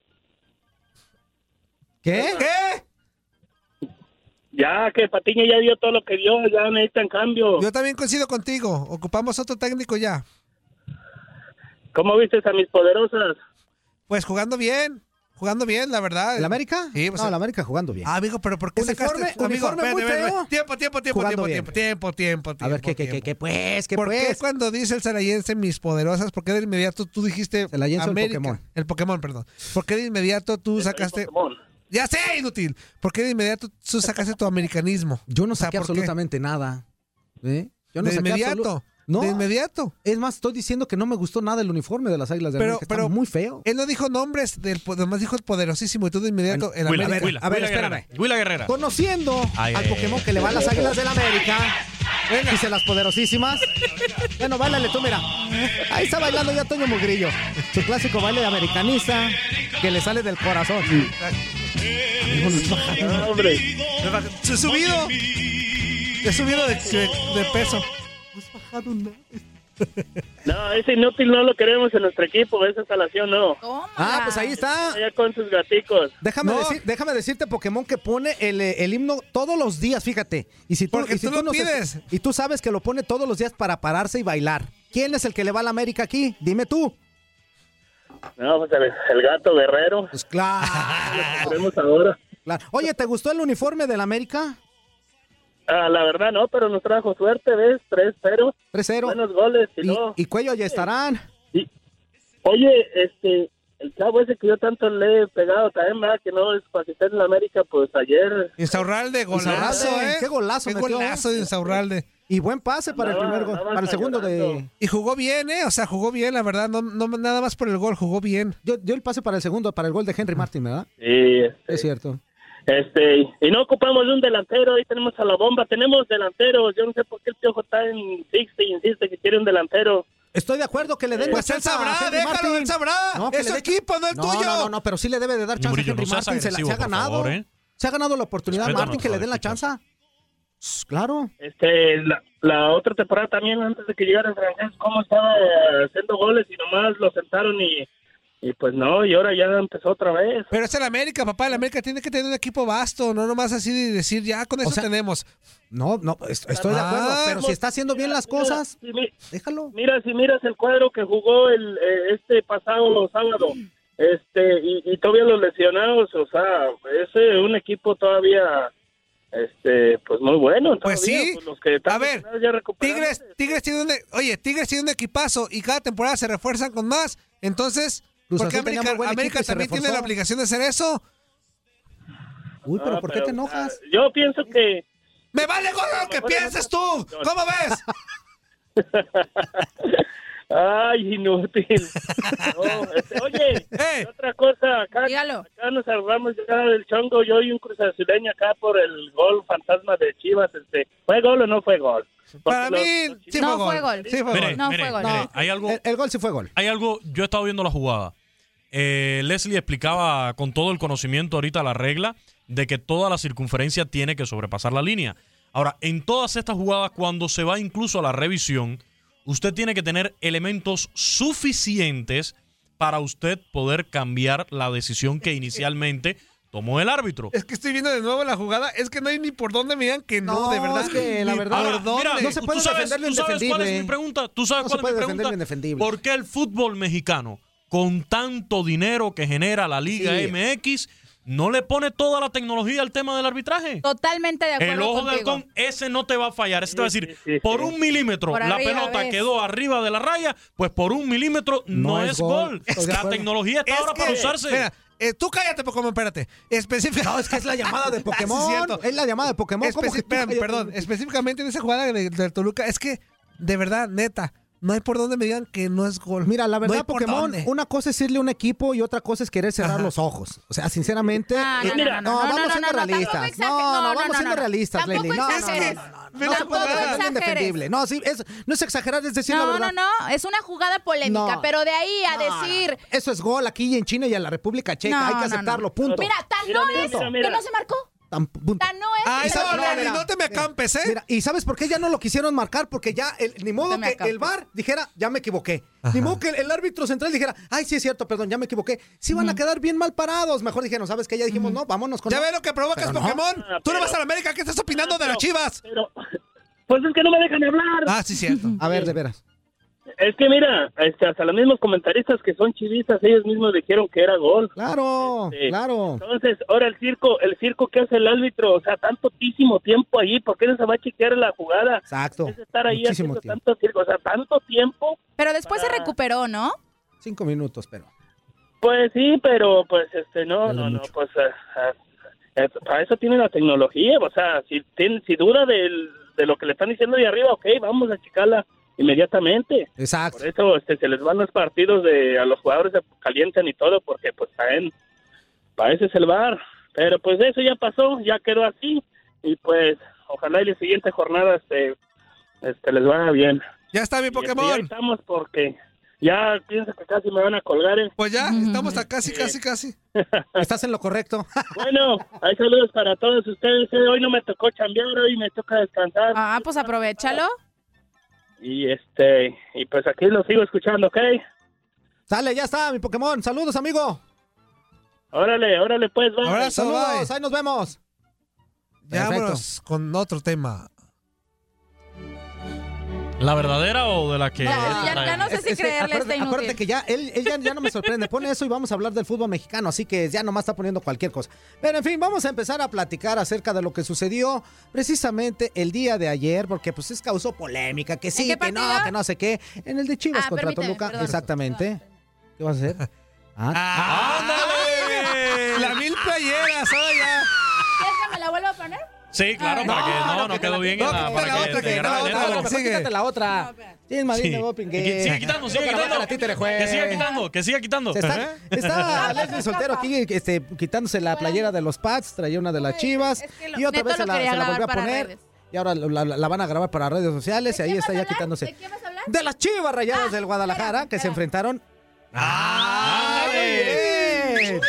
Speaker 4: ¿Qué?
Speaker 7: ¿Qué?
Speaker 23: Ya, que Patiño ya dio todo lo que dio, ya necesitan cambio.
Speaker 7: Yo también coincido contigo. Ocupamos otro técnico ya.
Speaker 23: ¿Cómo viste a mis poderosas?
Speaker 7: Pues jugando bien. Jugando bien, la verdad.
Speaker 4: ¿El América?
Speaker 7: Sí, pues,
Speaker 4: no, el América jugando bien.
Speaker 7: Ah, amigo, pero ¿por qué
Speaker 4: Uniforme-
Speaker 7: sacaste? Amigo,
Speaker 4: uniforme muy
Speaker 7: espérate,
Speaker 4: feo.
Speaker 7: Tiempo, tiempo, tiempo,
Speaker 4: Jugando
Speaker 7: tiempo,
Speaker 4: bien.
Speaker 7: tiempo, tiempo, tiempo, tiempo.
Speaker 4: A ver, ¿qué, qué, qué,
Speaker 7: tiempo.
Speaker 4: qué, pues, qué,
Speaker 7: ¿Por qué
Speaker 4: pues?
Speaker 7: cuando dice el Zarayense mis poderosas? ¿Por qué de inmediato tú dijiste
Speaker 4: Zarayense o el
Speaker 7: América?
Speaker 4: Pokémon?
Speaker 7: El Pokémon, perdón. ¿Por qué de inmediato tú sacaste... Ya sé, inútil. ¿Por qué de inmediato tú sacaste tu americanismo?
Speaker 4: Yo no saqué absolutamente nada. ¿eh? Yo no
Speaker 7: De
Speaker 4: saqué
Speaker 7: inmediato,
Speaker 4: absolu-
Speaker 7: de
Speaker 4: No.
Speaker 7: inmediato.
Speaker 4: Es más, estoy diciendo que no me gustó nada el uniforme de las Águilas de
Speaker 7: Pero-
Speaker 4: América. Está
Speaker 7: pero-
Speaker 4: muy feo.
Speaker 7: Él no dijo nombres, del, po- nomás dijo poderosísimo y tú de inmediato... el
Speaker 5: Huila,
Speaker 7: América.
Speaker 5: Huila, Huila Guerrera, Huila Guerrera.
Speaker 4: Conociendo
Speaker 5: Ay,
Speaker 4: al
Speaker 5: ay,
Speaker 4: Pokémon
Speaker 5: ay.
Speaker 4: que le va a las Águilas del América. Dice las poderosísimas. Bueno, bailale tú, mira. Ahí está bailando ya Toño Mugrillo. Su clásico baile de americanista que le sale del corazón.
Speaker 7: hombre. Se ha subido. Se ha subido de, de- de peso.
Speaker 23: No, ese inútil no lo queremos en nuestro equipo, esa instalación no.
Speaker 4: Ah, pues ahí está.
Speaker 23: Allá con sus gaticos.
Speaker 4: Déjame, decir- déjame decirte, Pokémon, que pone el, eh, el himno todos los días, fíjate. Y si tú,
Speaker 7: Porque
Speaker 4: y si
Speaker 7: tú lo
Speaker 4: nos-
Speaker 7: pides.
Speaker 4: y tú sabes que lo pone todos los días para pararse y bailar. ¿Quién es el que le va a la América aquí? Dime tú.
Speaker 23: No, pues el, el gato guerrero.
Speaker 4: Pues claro. (laughs)
Speaker 23: Lo tenemos ahora.
Speaker 4: Claro. Oye, ¿te gustó el uniforme del América?
Speaker 23: Ah, la verdad no, pero nos trajo suerte, ¿ves? 3-0.
Speaker 4: 3-0.
Speaker 23: Buenos goles, y, no.
Speaker 4: Y Cuello ya estarán.
Speaker 23: Oye, este, el chavo ese que yo tanto le he pegado también, ¿verdad? Que no es para que esté en la América, pues ayer.
Speaker 7: Insaurralde, golazo,
Speaker 4: Insaurralde,
Speaker 7: ¿eh?
Speaker 4: Pues, Qué golazo,
Speaker 7: Qué
Speaker 4: metió.
Speaker 7: golazo de Insaurralde.
Speaker 4: Y buen pase para el primer gol, para el segundo de.
Speaker 7: Y jugó bien, ¿eh? O sea, jugó bien, la verdad. No, no nada más por el gol, jugó bien.
Speaker 4: Yo, yo el pase para el segundo, para el gol de Henry Martin, ¿verdad?
Speaker 23: Sí,
Speaker 4: Es cierto.
Speaker 23: Este, y no ocupamos de un delantero, ahí tenemos a la bomba, tenemos delanteros, yo no sé por qué el piojo está en sixty, insiste que quiere un delantero.
Speaker 4: Estoy de acuerdo que le den
Speaker 23: Pues
Speaker 4: más
Speaker 23: él
Speaker 4: chance a
Speaker 23: sabrá,
Speaker 4: Henry
Speaker 23: déjalo,
Speaker 4: Martin.
Speaker 23: él sabrá.
Speaker 4: que
Speaker 23: Es
Speaker 4: le
Speaker 23: su
Speaker 4: dé-
Speaker 23: equipo, no es
Speaker 4: no,
Speaker 23: tuyo.
Speaker 4: No, no, no, pero sí le debe de dar chance a
Speaker 5: Murillo,
Speaker 4: Henry
Speaker 5: no seas
Speaker 4: Martin. Se, la-
Speaker 5: agresivo,
Speaker 4: se ha
Speaker 5: por
Speaker 4: ganado.
Speaker 5: favor, ¿eh?
Speaker 4: Se ha ganado la oportunidad a
Speaker 23: Respétanos,
Speaker 4: Martin que le den la chance. Shh, Claro.
Speaker 23: Este, la, la otra temporada también, antes de que llegara el francés, cómo estaba haciendo goles y nomás lo sentaron y, y pues no, y ahora ya empezó otra vez.
Speaker 7: Pero es el América, papá. El América tiene que tener un equipo vasto, no nomás así de decir, ya con eso tenemos.
Speaker 4: No, no, Estoy de acuerdo, pero si está haciendo bien las cosas, déjalo.
Speaker 23: Mira, si miras el cuadro que jugó el eh, este pasado sábado, este y, y todavía los lesionados, o sea, es eh, un equipo todavía, este, pues muy bueno.
Speaker 7: Pues
Speaker 23: todavía,
Speaker 7: sí.
Speaker 23: pues, los que están
Speaker 7: A ver,
Speaker 23: lesionados ya recuperaron.
Speaker 7: Tigres, Tigres tiene un, e, oye, Tigres tiene un equipazo y cada temporada se refuerzan con más. Entonces,
Speaker 4: Cruz
Speaker 7: ¿por qué
Speaker 4: Azul tenía
Speaker 7: América,
Speaker 4: muy buen equipo
Speaker 7: América
Speaker 4: y se
Speaker 7: también tiene
Speaker 4: reforzó.
Speaker 7: la obligación de hacer eso?
Speaker 4: Uy, pero
Speaker 23: No,
Speaker 4: ¿por qué
Speaker 23: pero,
Speaker 4: te enojas?
Speaker 23: ah, yo pienso que
Speaker 7: ¡Me vale gorro lo que pienses tú! ¿Cómo
Speaker 18: (laughs)
Speaker 7: ves?
Speaker 23: Ay,
Speaker 7: (laughs)
Speaker 23: inútil. No, este, oye, otra cosa, acá, acá nos salvamos ya del chongo, yo y un cruzazuleño acá por el gol fantasma de Chivas, este, ¿fue gol o no fue gol? Porque
Speaker 7: Para
Speaker 23: los-
Speaker 7: mí,
Speaker 23: los
Speaker 7: sí
Speaker 23: Chivas-
Speaker 7: fue gol. Sí fue
Speaker 5: Mire,
Speaker 7: gol.
Speaker 5: mire, mire, hay algo, el,
Speaker 4: gol sí fue gol.
Speaker 5: Hay algo, yo he estado viendo la jugada. Eh, Leslie explicaba con todo el conocimiento ahorita la regla de que toda la circunferencia tiene que sobrepasar la línea. Ahora, en todas estas jugadas, cuando se va incluso a la revisión, usted tiene que tener elementos suficientes para usted poder cambiar la decisión que inicialmente tomó el árbitro.
Speaker 7: Es que estoy viendo de nuevo la jugada. Es que no hay ni por dónde me digan que no,
Speaker 4: No,
Speaker 7: de verdad.
Speaker 4: es que la
Speaker 7: Ni
Speaker 4: verdad-
Speaker 7: por
Speaker 4: Ahora,
Speaker 7: dónde.
Speaker 4: mira, no se puede
Speaker 5: ¿Tú sabes,
Speaker 4: defender lo
Speaker 5: tú sabes cuál es
Speaker 4: indefendible.
Speaker 5: mi pregunta? ¿Tú sabes
Speaker 4: No se
Speaker 5: cuál
Speaker 4: puede
Speaker 5: es mi
Speaker 4: defender lo
Speaker 5: pregunta?
Speaker 4: indefendible.
Speaker 5: ¿Por qué el fútbol mexicano, con tanto dinero que genera la Liga
Speaker 6: Sí.
Speaker 5: MX, no le pone toda la tecnología al tema del arbitraje?
Speaker 6: Totalmente de acuerdo
Speaker 5: El ojo del
Speaker 6: contigo.
Speaker 5: halcón, ese no te va a fallar. Ese te va a decir, por un milímetro
Speaker 6: Por
Speaker 5: la
Speaker 6: arriba,
Speaker 5: pelota
Speaker 6: ves.
Speaker 5: quedó arriba de la raya, pues por un milímetro no, es gol.
Speaker 7: Estoy de
Speaker 5: La
Speaker 7: acuerdo.
Speaker 5: tecnología está
Speaker 7: Es
Speaker 5: ahora
Speaker 7: que-
Speaker 5: para usarse.
Speaker 7: Espera, eh, tú cállate, Pokémon, espérate. Específica.
Speaker 4: No, es que es la llamada
Speaker 7: (laughs)
Speaker 4: de
Speaker 7: Sí,
Speaker 4: Pokémon.
Speaker 7: cierto.
Speaker 4: Es la llamada de Pokémon. ¿Cómo
Speaker 7: Especi-
Speaker 4: que tú
Speaker 7: espérame,
Speaker 4: cállate?
Speaker 7: perdón, específicamente en esa jugada de- del Toluca, es que, de verdad, neta, no hay por dónde me digan que no es gol.
Speaker 4: Mira, la verdad,
Speaker 7: No hay por
Speaker 4: Pokémon,
Speaker 7: dónde.
Speaker 4: una cosa es irle a un equipo y otra cosa es querer cerrar los ojos. O sea, sinceramente.
Speaker 6: No, no,
Speaker 4: eh,
Speaker 6: no, no, no, no,
Speaker 4: vamos
Speaker 6: no,
Speaker 4: siendo
Speaker 6: no, no, tampoco
Speaker 4: realistas.
Speaker 6: exager-
Speaker 4: No,
Speaker 6: no,
Speaker 4: no,
Speaker 6: no,
Speaker 4: vamos
Speaker 6: no,
Speaker 4: siendo
Speaker 6: no.
Speaker 4: realistas,
Speaker 6: Tampoco
Speaker 4: Lely. No, no, no,
Speaker 6: exageres.
Speaker 4: no, no, no.
Speaker 6: Ve
Speaker 4: No
Speaker 6: la
Speaker 4: se puede
Speaker 6: jugada.
Speaker 4: defender lo
Speaker 6: Exageres.
Speaker 4: indefendible. No, sí, es, no es exagerar, es decir la
Speaker 6: No,
Speaker 4: verdad.
Speaker 6: no, no, es una jugada polémica,
Speaker 4: No.
Speaker 6: pero de ahí a
Speaker 4: No,
Speaker 6: decir...
Speaker 4: Eso es gol aquí y en China y en la República Checa.
Speaker 6: No,
Speaker 4: Hay que
Speaker 6: no, no.
Speaker 4: aceptarlo, punto.
Speaker 6: Mira, tan no es
Speaker 4: Punto.
Speaker 6: que no se marcó.
Speaker 4: Tan- punto. Ah,
Speaker 6: Tan no es.
Speaker 4: Y
Speaker 6: que no
Speaker 4: sabes-
Speaker 6: se marcó.
Speaker 4: mira, mira,
Speaker 7: ¿eh?
Speaker 4: mira, y sabes por qué ya no lo quisieron marcar, porque ya el- ni modo que el VAR dijera, ya me equivoqué. Ni modo que el, el árbitro central dijera, ay, sí es cierto, perdón, ya me equivoqué. Sí van a quedar bien mal parados. Mejor dijeron, ¿sabes qué? Ya dijimos, no, vámonos con
Speaker 7: Ya ve lo que provocas,
Speaker 4: Pero no.
Speaker 7: Pokémon.
Speaker 4: Ah,
Speaker 7: Tú no
Speaker 4: pero-
Speaker 7: vas a la América, ¿qué estás opinando de las chivas?
Speaker 23: Pues es que no me dejan hablar.
Speaker 7: Ah, sí, cierto.
Speaker 4: A ver, de veras.
Speaker 23: Es que mira, este, hasta los mismos comentaristas que son chivistas, ellos mismos dijeron que era gol.
Speaker 4: Claro, claro.
Speaker 23: Entonces, ahora el circo, el circo que hace el árbitro, o sea, tantísimo tiempo ahí, ¿por qué no se va a chequear la jugada?
Speaker 4: Exacto.
Speaker 23: Es estar ahí
Speaker 4: Muchísimo
Speaker 23: haciendo
Speaker 4: tiempo.
Speaker 23: tanto circo, o sea, tanto tiempo.
Speaker 6: Pero después se recuperó, ¿no?
Speaker 4: Cinco minutos, pero.
Speaker 23: Pues sí, pero pues este no, no, no, pues ah, ah, eh, para eso tiene la tecnología, o sea, si tiene, si duda del, de lo que le están diciendo de arriba, ok, vamos a checarla inmediatamente.
Speaker 4: Exacto.
Speaker 23: Por eso este, se les van los partidos de a los jugadores se calientan y todo porque pues saben, para eso es el bar. Pero pues eso ya pasó, ya quedó así y pues ojalá y la siguiente jornada este, este les vaya bien.
Speaker 7: Ya está mi
Speaker 23: Y
Speaker 7: Pokémon.
Speaker 23: ahí estamos porque ya pienso que casi me van a colgar. ¿eh?
Speaker 7: Pues ya, estamos a casi,
Speaker 23: (laughs)
Speaker 7: casi, casi.
Speaker 4: Estás en lo correcto. (laughs)
Speaker 23: bueno, hay saludos para todos ustedes. eh. Hoy no me tocó chambear, hoy me toca descansar.
Speaker 6: Ah, pues aprovechalo.
Speaker 23: Y este, y pues aquí los sigo escuchando, ¿ok?
Speaker 4: Sale, ya está, mi Pokémon. Saludos, amigo.
Speaker 23: Órale, órale, pues,
Speaker 4: vamos.
Speaker 7: Abrazo,
Speaker 4: Saludos,
Speaker 7: bye.
Speaker 4: ahí nos vemos.
Speaker 7: Ya
Speaker 4: Perfecto.
Speaker 7: vámonos con otro tema.
Speaker 5: ¿La verdadera o de la que.?
Speaker 7: Ah,
Speaker 5: él trae?
Speaker 4: acuérdate, acuérdate que ya él, él ya, ya no me sorprende. Pone eso y vamos a hablar del fútbol mexicano, así que ya nomás está poniendo cualquier cosa. Pero en fin, vamos a empezar a platicar acerca de lo que sucedió precisamente el día de ayer, porque pues es causó polémica, que sí, que no, que no sé qué. En el de Chivas
Speaker 8: Ah,
Speaker 4: contra
Speaker 8: permíteme,
Speaker 4: Toluca,
Speaker 8: perdón.
Speaker 4: exactamente. ¿Qué vas a hacer? Ah.
Speaker 7: ¡Ándale! La mil playeras, ahora ya.
Speaker 6: ¿Quieres que me la vuelva a poner?
Speaker 5: Sí,
Speaker 6: Ah.
Speaker 5: claro, para que. No, no, quedó bien. en la- para que te graben esto.
Speaker 4: Quítate la otra. Tienes Madrid
Speaker 5: Sí.
Speaker 4: de doping.
Speaker 5: Que Sigue quitando, sigue quitando. Que siga quitando, que siga quitando.
Speaker 4: Se está,
Speaker 6: (laughs)
Speaker 4: está Leslie Soltero aquí este, quitándose la playera de los Pats, traía una de las Chivas
Speaker 6: que lo-
Speaker 4: y otra
Speaker 6: Neto
Speaker 4: vez se
Speaker 6: lo
Speaker 4: la,
Speaker 6: quería
Speaker 4: se la volvió a
Speaker 6: grabar para
Speaker 4: poner.
Speaker 6: redes.
Speaker 4: Y ahora lo- la, la van a grabar para redes sociales y ahí está ya quitándose. ¿De las Chivas Rayadas
Speaker 6: Ah,
Speaker 4: del Guadalajara que se enfrentaron. ¡Ah! Muy bien.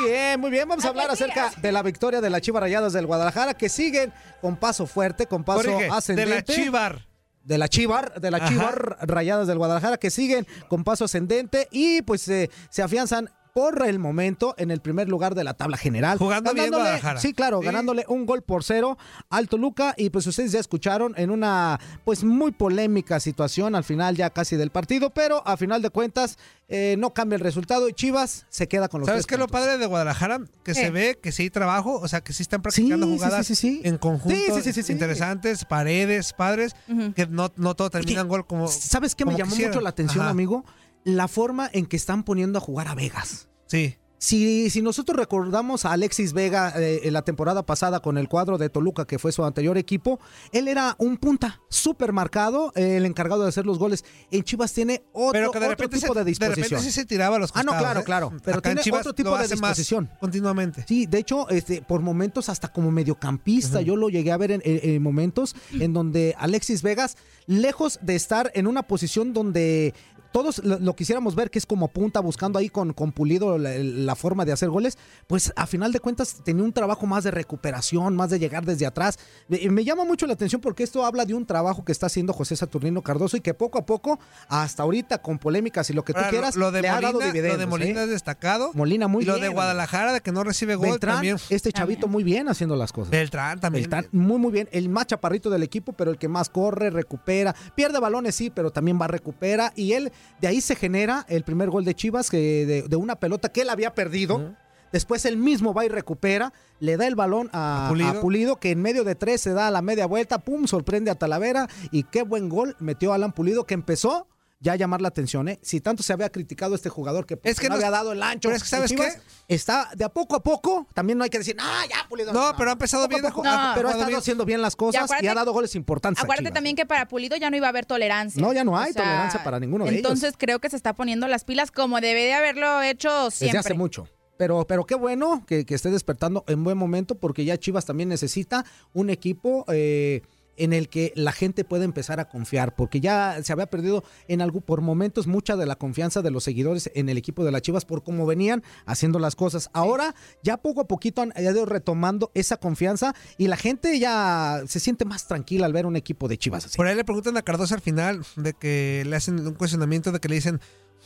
Speaker 4: Muy bien, muy bien. Vamos a hablar acerca de la victoria de las Chivas Rayadas del Guadalajara que siguen con paso fuerte, con paso
Speaker 7: Jorge, de la
Speaker 4: ascendente.
Speaker 7: Chivar.
Speaker 4: De la Chivar, de la
Speaker 7: Ajá.
Speaker 4: Chivar Rayadas del Guadalajara que siguen con paso ascendente y pues eh, se afianzan por el momento en el primer lugar de la tabla general. Jugando
Speaker 7: bien Guadalajara.
Speaker 4: Sí, claro,
Speaker 7: Sí.
Speaker 4: ganándole un gol por cero al Toluca y pues ustedes ya escucharon en una pues muy polémica situación al final ya casi del partido, pero a final de cuentas eh, no cambia el resultado y Chivas se queda con los
Speaker 7: ¿Sabes
Speaker 4: tres
Speaker 7: qué es lo
Speaker 4: puntos.
Speaker 7: padre de Guadalajara? Que se
Speaker 4: Eh.
Speaker 7: ve que sí hay trabajo, o sea, que sí están practicando
Speaker 4: Sí, sí,
Speaker 7: jugadas
Speaker 4: sí, sí, sí.
Speaker 7: en conjunto
Speaker 4: Sí, sí, sí, sí, sí.
Speaker 7: interesantes, paredes, padres, que no, no todo termina en gol como.
Speaker 4: ¿Sabes qué me
Speaker 7: como
Speaker 4: llamó
Speaker 7: quisieran.
Speaker 4: mucho la atención,
Speaker 7: Ajá.
Speaker 4: amigo? La forma en que están poniendo a jugar a Vegas.
Speaker 7: Sí.
Speaker 4: Si, si nosotros recordamos a Alexis Vega eh, en la temporada pasada con el cuadro de Toluca, que fue su anterior equipo, él era un punta súper marcado, eh, el encargado de hacer los goles. En Chivas tiene otro,
Speaker 7: Pero que de
Speaker 4: otro
Speaker 7: repente,
Speaker 4: tipo
Speaker 7: se,
Speaker 4: de disposición.
Speaker 7: repente sí se tiraba a los
Speaker 4: Ah, no,
Speaker 7: costados.
Speaker 4: claro,
Speaker 7: ¿eh?
Speaker 4: claro. Pero
Speaker 7: Acá en
Speaker 4: tiene
Speaker 7: Chivas
Speaker 4: otro
Speaker 7: lo
Speaker 4: tipo de
Speaker 7: hace más
Speaker 4: disposición.
Speaker 7: Continuamente.
Speaker 4: Sí, de hecho, este, por momentos hasta como mediocampista, yo lo llegué a ver en, en- en momentos en donde Alexis Vegas, lejos de estar en una posición donde todos lo, lo quisiéramos ver, que es como punta, buscando ahí con, con Pulido la, la forma de hacer goles, pues a final de cuentas tenía un trabajo más de recuperación, más de llegar desde atrás. Me, me llama mucho la atención porque esto habla de un trabajo que está haciendo José Saturnino Cardoso y que poco a poco, hasta ahorita, con polémicas y lo que tú
Speaker 7: Ahora, lo-
Speaker 4: quieras,
Speaker 7: lo de
Speaker 4: le ha dado
Speaker 7: Molina- lo de
Speaker 4: dividendos.
Speaker 7: Molina
Speaker 4: ¿eh?
Speaker 7: es destacado.
Speaker 4: Molina muy
Speaker 7: y lo de
Speaker 4: bien,
Speaker 7: Guadalajara, de que no recibe gol
Speaker 4: Beltrán,
Speaker 7: también.
Speaker 4: este chavito muy bien haciendo las cosas.
Speaker 7: Beltrán también.
Speaker 4: Beltrán, muy, muy bien. El más chaparrito del equipo, pero el que más corre, recupera. Pierde balones, sí, pero también va, recupera. Y él, de ahí se genera el primer gol de Chivas, que de, de una pelota que él había perdido. Después él mismo va y recupera, le da el balón a,
Speaker 7: A
Speaker 4: a Pulido.
Speaker 7: Pulido.
Speaker 4: que en medio de tres se da a la media vuelta, pum, sorprende a Talavera. Y qué buen gol metió Alan Pulido, que empezó ya a llamar la atención. ¿eh? Si tanto se había criticado este jugador que, pues,
Speaker 7: Es que
Speaker 4: no
Speaker 7: no-
Speaker 4: había dado el ancho.
Speaker 7: pero es que,
Speaker 4: en
Speaker 7: ¿sabes
Speaker 4: Chivas, Está de a poco a poco, también no hay que decir, ah, ya, Pulido.
Speaker 7: No, pero ha empezado
Speaker 4: Poco a
Speaker 7: bien a
Speaker 4: poco,
Speaker 7: jugar, ha
Speaker 4: pero ha
Speaker 7: jugado
Speaker 4: estado
Speaker 7: bien.
Speaker 4: haciendo bien las
Speaker 6: Y
Speaker 4: cosas y,
Speaker 6: acuérdate-
Speaker 4: ha dado goles importantes. a
Speaker 6: Acuérdate
Speaker 4: Chivas.
Speaker 6: también que para Pulido ya no iba a haber tolerancia.
Speaker 4: No, ya no hay tolerancia para ninguno de ellos.
Speaker 6: Entonces creo que se está poniendo las pilas como debe de haberlo hecho
Speaker 4: Desde
Speaker 6: siempre.
Speaker 4: hace mucho. Pero, pero qué bueno que, que esté despertando en buen momento porque ya Chivas también necesita un equipo eh, en el que la gente pueda empezar a confiar porque ya se había perdido en algún, por momentos mucha de la confianza de los seguidores en el equipo de las Chivas por cómo venían haciendo las cosas. Ahora ya poco a poquito han ido retomando esa confianza y la gente ya se siente más tranquila al ver un equipo de Chivas. así.
Speaker 7: Por ahí le preguntan a Cardoso al final de que le hacen un cuestionamiento de que le dicen,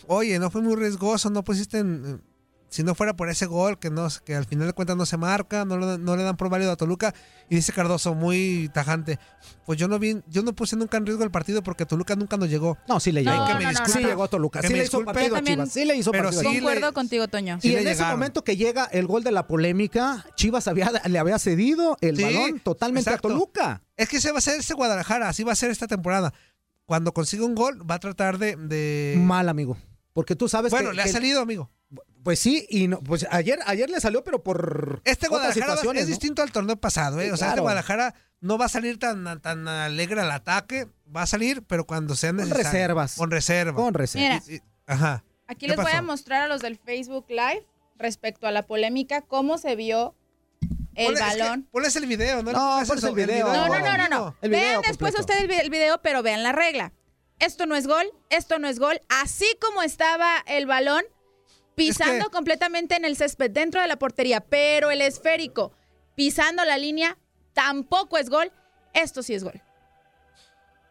Speaker 7: oye, no fue muy riesgoso, no pusiste en... eh, si no fuera por ese gol que, no, que al final de cuentas no se marca, no, lo- no le dan por válido a Toluca. Y dice Cardoso, muy tajante, pues yo no vi, yo no puse nunca en riesgo el partido porque Toluca nunca nos llegó.
Speaker 4: No, sí le
Speaker 7: Ay,
Speaker 4: llegó.
Speaker 7: que
Speaker 4: No,
Speaker 7: me
Speaker 4: no, no,
Speaker 7: disculpe.
Speaker 4: no. Sí llegó Toluca,
Speaker 7: Que
Speaker 4: sí
Speaker 7: me
Speaker 4: le hizo
Speaker 7: disculpe.
Speaker 4: partido a Yo también Chivas, sí le hizo
Speaker 7: pero
Speaker 4: partido a
Speaker 7: sí
Speaker 4: Chivas.
Speaker 7: le-
Speaker 6: Concuerdo contigo, Toño.
Speaker 4: Y en ese momento que llega el gol de la polémica, Chivas había, le había cedido el
Speaker 7: Sí,
Speaker 4: balón totalmente
Speaker 7: exacto.
Speaker 4: a Toluca.
Speaker 7: Es que ese va a ser este Guadalajara, así va a ser esta temporada. Cuando consiga un gol, va a tratar de. de-
Speaker 4: Mal, amigo. Porque tú sabes
Speaker 7: bueno,
Speaker 4: que-
Speaker 7: le ha
Speaker 4: que-
Speaker 7: salido, amigo.
Speaker 4: Pues sí, y no, pues ayer, ayer le salió, pero por
Speaker 7: Este
Speaker 4: otras
Speaker 7: Guadalajara va-
Speaker 4: situaciones,
Speaker 7: es
Speaker 4: ¿no?
Speaker 7: distinto al torneo pasado, ¿eh?
Speaker 4: Sí,
Speaker 7: O sea, este
Speaker 4: claro.
Speaker 7: Guadalajara no va a salir tan, tan alegre al ataque. Va a salir, pero cuando sea
Speaker 4: Con
Speaker 7: necesario.
Speaker 4: reservas.
Speaker 7: Con reserva.
Speaker 4: Con reservas.
Speaker 7: Y- y- ajá.
Speaker 6: Aquí
Speaker 7: ¿Qué
Speaker 6: les voy
Speaker 7: pasó?
Speaker 6: a mostrar a los del Facebook Live respecto a la polémica, cómo se vio el
Speaker 7: Ponle- es que-
Speaker 6: balón.
Speaker 7: ponles el video, ¿no?
Speaker 4: No,
Speaker 7: pongas
Speaker 4: ponles
Speaker 7: eso,
Speaker 4: el video.
Speaker 6: No, no, no, no, no.
Speaker 4: El video
Speaker 6: vean después
Speaker 4: completo.
Speaker 6: ustedes el vi- el video, pero vean la regla. Esto no es gol, esto no es gol. Así como estaba el balón, pisando completamente en el césped, dentro de la portería, pero el esférico, pisando la línea, tampoco es gol. Esto sí es gol.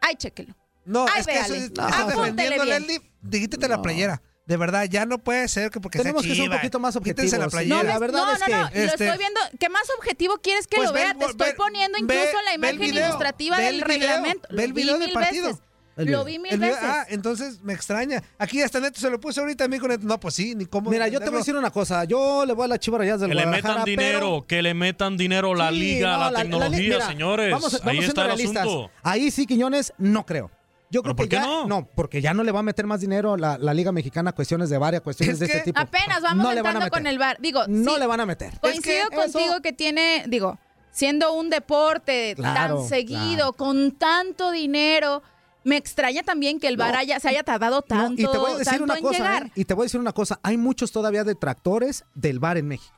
Speaker 6: Ay, chéquelo.
Speaker 7: No,
Speaker 6: Ay,
Speaker 7: es que eso
Speaker 6: véale.
Speaker 7: es- está
Speaker 6: Apúntele
Speaker 7: defendiendo
Speaker 6: bien.
Speaker 7: Leli. Dígítete la playera. De verdad, ya no puede ser que porque
Speaker 4: Tenemos
Speaker 7: sea
Speaker 4: que ser un
Speaker 7: Chiva.
Speaker 4: poquito más
Speaker 7: Quítense
Speaker 4: objetivos.
Speaker 7: la
Speaker 4: No,
Speaker 7: playera.
Speaker 4: la verdad
Speaker 6: No,
Speaker 4: es
Speaker 6: no,
Speaker 4: que-
Speaker 6: no, lo
Speaker 7: Este-
Speaker 6: estoy viendo. ¿Qué más objetivo quieres que
Speaker 7: Pues
Speaker 6: lo
Speaker 7: ve
Speaker 6: vea?
Speaker 7: el-
Speaker 6: Te estoy
Speaker 7: ve-
Speaker 6: poniendo
Speaker 7: ve-
Speaker 6: incluso
Speaker 7: ve
Speaker 6: la
Speaker 7: el
Speaker 6: imagen
Speaker 7: video.
Speaker 6: ilustrativa
Speaker 7: Ve
Speaker 6: del
Speaker 7: el video.
Speaker 6: reglamento.
Speaker 7: Ve el
Speaker 6: Lo vi
Speaker 7: video del
Speaker 6: mil
Speaker 7: partido.
Speaker 6: veces. Lo vi mil
Speaker 7: El video-
Speaker 6: veces.
Speaker 7: Ah, entonces me extraña. Aquí hasta Neto se lo puse ahorita a mí con Neto. No, pues sí, ni cómo.
Speaker 4: Mira, yo te voy a decir una cosa. Yo le voy a la Chivas Rayadas del
Speaker 5: (laughs) Que le metan
Speaker 4: Guadalajara,
Speaker 5: dinero,
Speaker 4: pero-
Speaker 5: que le metan dinero la
Speaker 4: Sí,
Speaker 5: liga,
Speaker 4: no,
Speaker 5: la,
Speaker 4: la- la li-
Speaker 5: tecnología,
Speaker 4: mira,
Speaker 5: señores.
Speaker 4: vamos- vamos
Speaker 5: Ahí
Speaker 4: siendo
Speaker 5: está el
Speaker 4: realistas.
Speaker 5: asunto.
Speaker 4: Ahí sí, Quiñones, no creo. Yo creo
Speaker 5: por
Speaker 4: que
Speaker 5: qué
Speaker 4: ya,
Speaker 5: no?
Speaker 4: porque ya no le va a meter más dinero la, la Liga Mexicana, cuestiones de varias, cuestiones de este tipo.
Speaker 6: Apenas vamos
Speaker 4: No le van a
Speaker 6: entrando
Speaker 4: meter.
Speaker 6: con el bar. Digo,
Speaker 4: No
Speaker 6: sí,
Speaker 4: le van a meter.
Speaker 6: Coincido contigo que tiene, digo, siendo un deporte
Speaker 4: Claro,
Speaker 6: tan seguido, con tanto dinero, me extraña también que el VAR haya- se haya tardado
Speaker 4: No,
Speaker 6: tanto,
Speaker 4: y te voy a decir
Speaker 6: tanto
Speaker 4: una
Speaker 6: en
Speaker 4: cosa,
Speaker 6: llegar.
Speaker 4: ¿eh? y te voy a decir una cosa, hay muchos todavía detractores del VAR en México.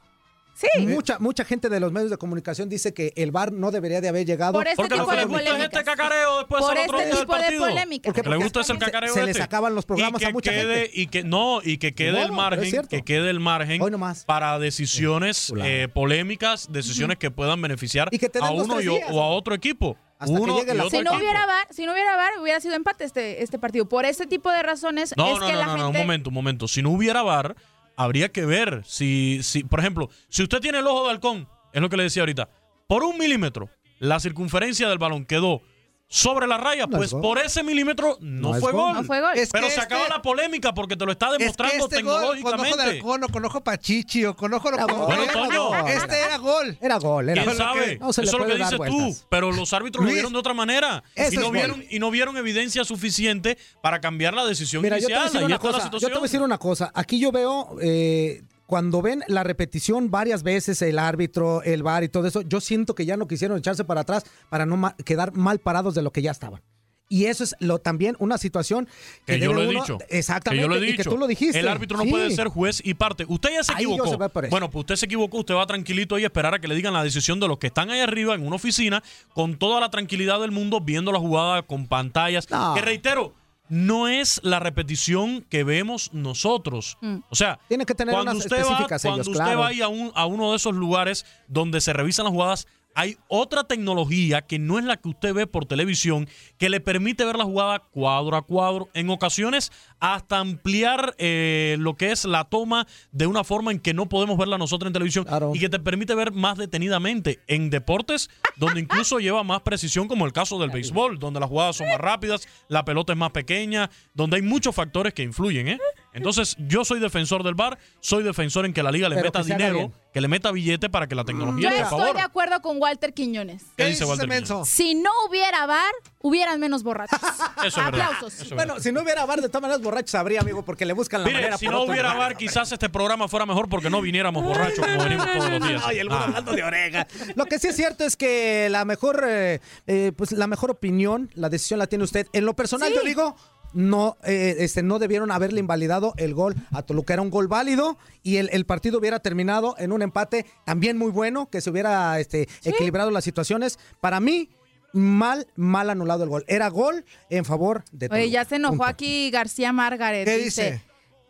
Speaker 6: Sí.
Speaker 4: Mucha mucha gente de los medios de comunicación dice que el VAR no debería de haber llegado
Speaker 6: Por este
Speaker 5: Porque lo que les gusta es este cacareo después
Speaker 6: Por
Speaker 5: al
Speaker 6: este
Speaker 5: otro día del
Speaker 6: tipo de
Speaker 5: partido.
Speaker 6: polémica.
Speaker 5: Porque le gusta es el
Speaker 4: se-
Speaker 5: cacareo
Speaker 4: se les
Speaker 5: este.
Speaker 4: acaban los programas
Speaker 5: y que
Speaker 4: a mucha
Speaker 5: quede,
Speaker 4: gente.
Speaker 5: Y que, no, y que quede el
Speaker 4: Bueno, pero es
Speaker 5: margen,
Speaker 4: cierto.
Speaker 5: que quede el margen para decisiones eh, polémicas, decisiones que puedan beneficiar
Speaker 4: te den
Speaker 5: a
Speaker 4: los
Speaker 5: uno
Speaker 4: tres
Speaker 5: y o,
Speaker 4: días.
Speaker 5: o a otro equipo.
Speaker 4: Hasta que
Speaker 5: uno
Speaker 4: llegue
Speaker 5: y
Speaker 4: la-
Speaker 5: otro
Speaker 6: Si no
Speaker 5: equipo.
Speaker 6: hubiera VAR, si no hubiera VAR, hubiera sido empate este, este partido. Por este tipo de razones
Speaker 5: No,
Speaker 6: es
Speaker 5: no,
Speaker 6: que
Speaker 5: no,
Speaker 6: la
Speaker 5: no, no,
Speaker 6: gente...
Speaker 5: un momento, un momento. Si no hubiera VAR, habría que ver si, si, por ejemplo, si usted tiene el ojo de halcón, es lo que le decía ahorita, por un milímetro la circunferencia del balón quedó sobre la raya,
Speaker 7: No es
Speaker 5: pues
Speaker 7: gol.
Speaker 5: por ese milímetro no,
Speaker 7: No es
Speaker 5: fue
Speaker 7: gol.
Speaker 5: gol.
Speaker 7: No fue gol. Es
Speaker 5: Pero
Speaker 7: que
Speaker 5: se acaba
Speaker 7: este-
Speaker 5: la polémica porque te lo está
Speaker 7: Es que
Speaker 5: demostrando
Speaker 7: este gol con ojo de
Speaker 5: tecnológicamente.
Speaker 7: halcón o con ojo pachichi o con ojo... lo que
Speaker 5: Bueno,
Speaker 7: fuera,
Speaker 5: Toño.
Speaker 7: Este era gol.
Speaker 4: Era gol, era
Speaker 5: ¿Quién
Speaker 4: gol.
Speaker 5: sabe?
Speaker 4: No se le
Speaker 5: Eso es lo
Speaker 4: puede
Speaker 5: que
Speaker 4: dar
Speaker 5: dices tú.
Speaker 4: vueltas.
Speaker 5: Pero los árbitros lo
Speaker 4: Luis,
Speaker 5: vieron de otra manera.
Speaker 4: eso
Speaker 5: Y
Speaker 4: es
Speaker 5: no,
Speaker 4: gol.
Speaker 5: vieron, y no vieron evidencia suficiente para cambiar la decisión
Speaker 4: Mira, yo te, voy a
Speaker 5: inicial.
Speaker 4: decir
Speaker 5: Ahí
Speaker 4: una
Speaker 5: está la
Speaker 4: cosa, yo te
Speaker 5: situación.
Speaker 4: voy a decir una cosa. Aquí yo veo, eh, cuando ven la repetición varias veces, el árbitro, el VAR y todo eso, yo siento que ya no quisieron echarse para atrás para no ma- quedar mal parados de lo que ya estaban. Y eso es lo también una situación que,
Speaker 5: Que yo
Speaker 4: debe
Speaker 5: lo he
Speaker 4: uno-
Speaker 5: dicho.
Speaker 4: Exactamente.
Speaker 5: Que yo lo he
Speaker 4: y
Speaker 5: dicho.
Speaker 4: que tú lo dijiste.
Speaker 5: El árbitro no
Speaker 4: Sí.
Speaker 5: puede ser juez y parte. Usted ya se
Speaker 4: Ahí yo
Speaker 5: equivocó.
Speaker 4: se voy por eso.
Speaker 5: bueno, pues usted se equivocó. Usted va tranquilito ahí a esperar a que le digan la decisión de los que están ahí arriba en una oficina con toda la tranquilidad del mundo viendo la jugada con pantallas.
Speaker 4: No.
Speaker 5: Que reitero, no es la repetición que vemos nosotros.
Speaker 4: Mm.
Speaker 5: O sea,
Speaker 4: Tiene que tener
Speaker 5: cuando
Speaker 4: unas
Speaker 5: usted va,
Speaker 4: específicas
Speaker 5: cuando
Speaker 4: ellos,
Speaker 5: usted
Speaker 4: claro.
Speaker 5: va ahí a, un- a uno de esos lugares donde se revisan las jugadas, hay otra tecnología que no es la que usted ve por televisión que le permite ver la jugada cuadro a cuadro, en ocasiones hasta ampliar eh, lo que es la toma de una forma en que no podemos verla nosotros en televisión y que te permite ver más detenidamente en deportes donde incluso (laughs) lleva más precisión como el caso del béisbol, donde las jugadas son más rápidas, la pelota es más pequeña, donde hay muchos factores que influyen. ¿eh? Entonces yo soy defensor del VAR, soy defensor en que la liga le
Speaker 4: Pero
Speaker 5: meta
Speaker 4: que se haga
Speaker 5: dinero,
Speaker 4: bien.
Speaker 5: que le meta billete para que la tecnología
Speaker 6: Yo
Speaker 5: le dé a
Speaker 6: estoy
Speaker 5: favor.
Speaker 6: de acuerdo con Walter Quiñones.
Speaker 5: ¿Qué dice Walter Quiñones?
Speaker 6: Si no hubiera VAR, hubieran menos borrachos.
Speaker 5: (laughs) Eso es verdad.
Speaker 6: Aplausos.
Speaker 5: Eso es
Speaker 4: Bueno, si no hubiera VAR, de todas maneras borrachos habría, amigo, porque le buscan la
Speaker 5: Mire,
Speaker 4: manera.
Speaker 5: si
Speaker 4: por
Speaker 5: no
Speaker 4: otro
Speaker 5: hubiera
Speaker 4: lado.
Speaker 5: bar, quizás este programa fuera mejor porque no viniéramos borrachos como venimos todos los días.
Speaker 4: Ay, el burro
Speaker 5: Ah.
Speaker 4: hablando de oreja. Lo que sí es cierto es que la mejor, eh, eh, pues la mejor opinión, la decisión la tiene usted. En lo personal, yo digo. No, eh, este, no debieron haberle invalidado el gol a Toluca. Era un gol válido y el, el partido hubiera terminado en un empate también muy bueno, que se hubiera este, equilibrado las situaciones. Para mí, mal, mal anulado el gol. Era gol en favor de Toluca.
Speaker 6: Oye, ya se enojó
Speaker 4: Punto.
Speaker 6: aquí García Margaret.
Speaker 4: ¿Qué dice?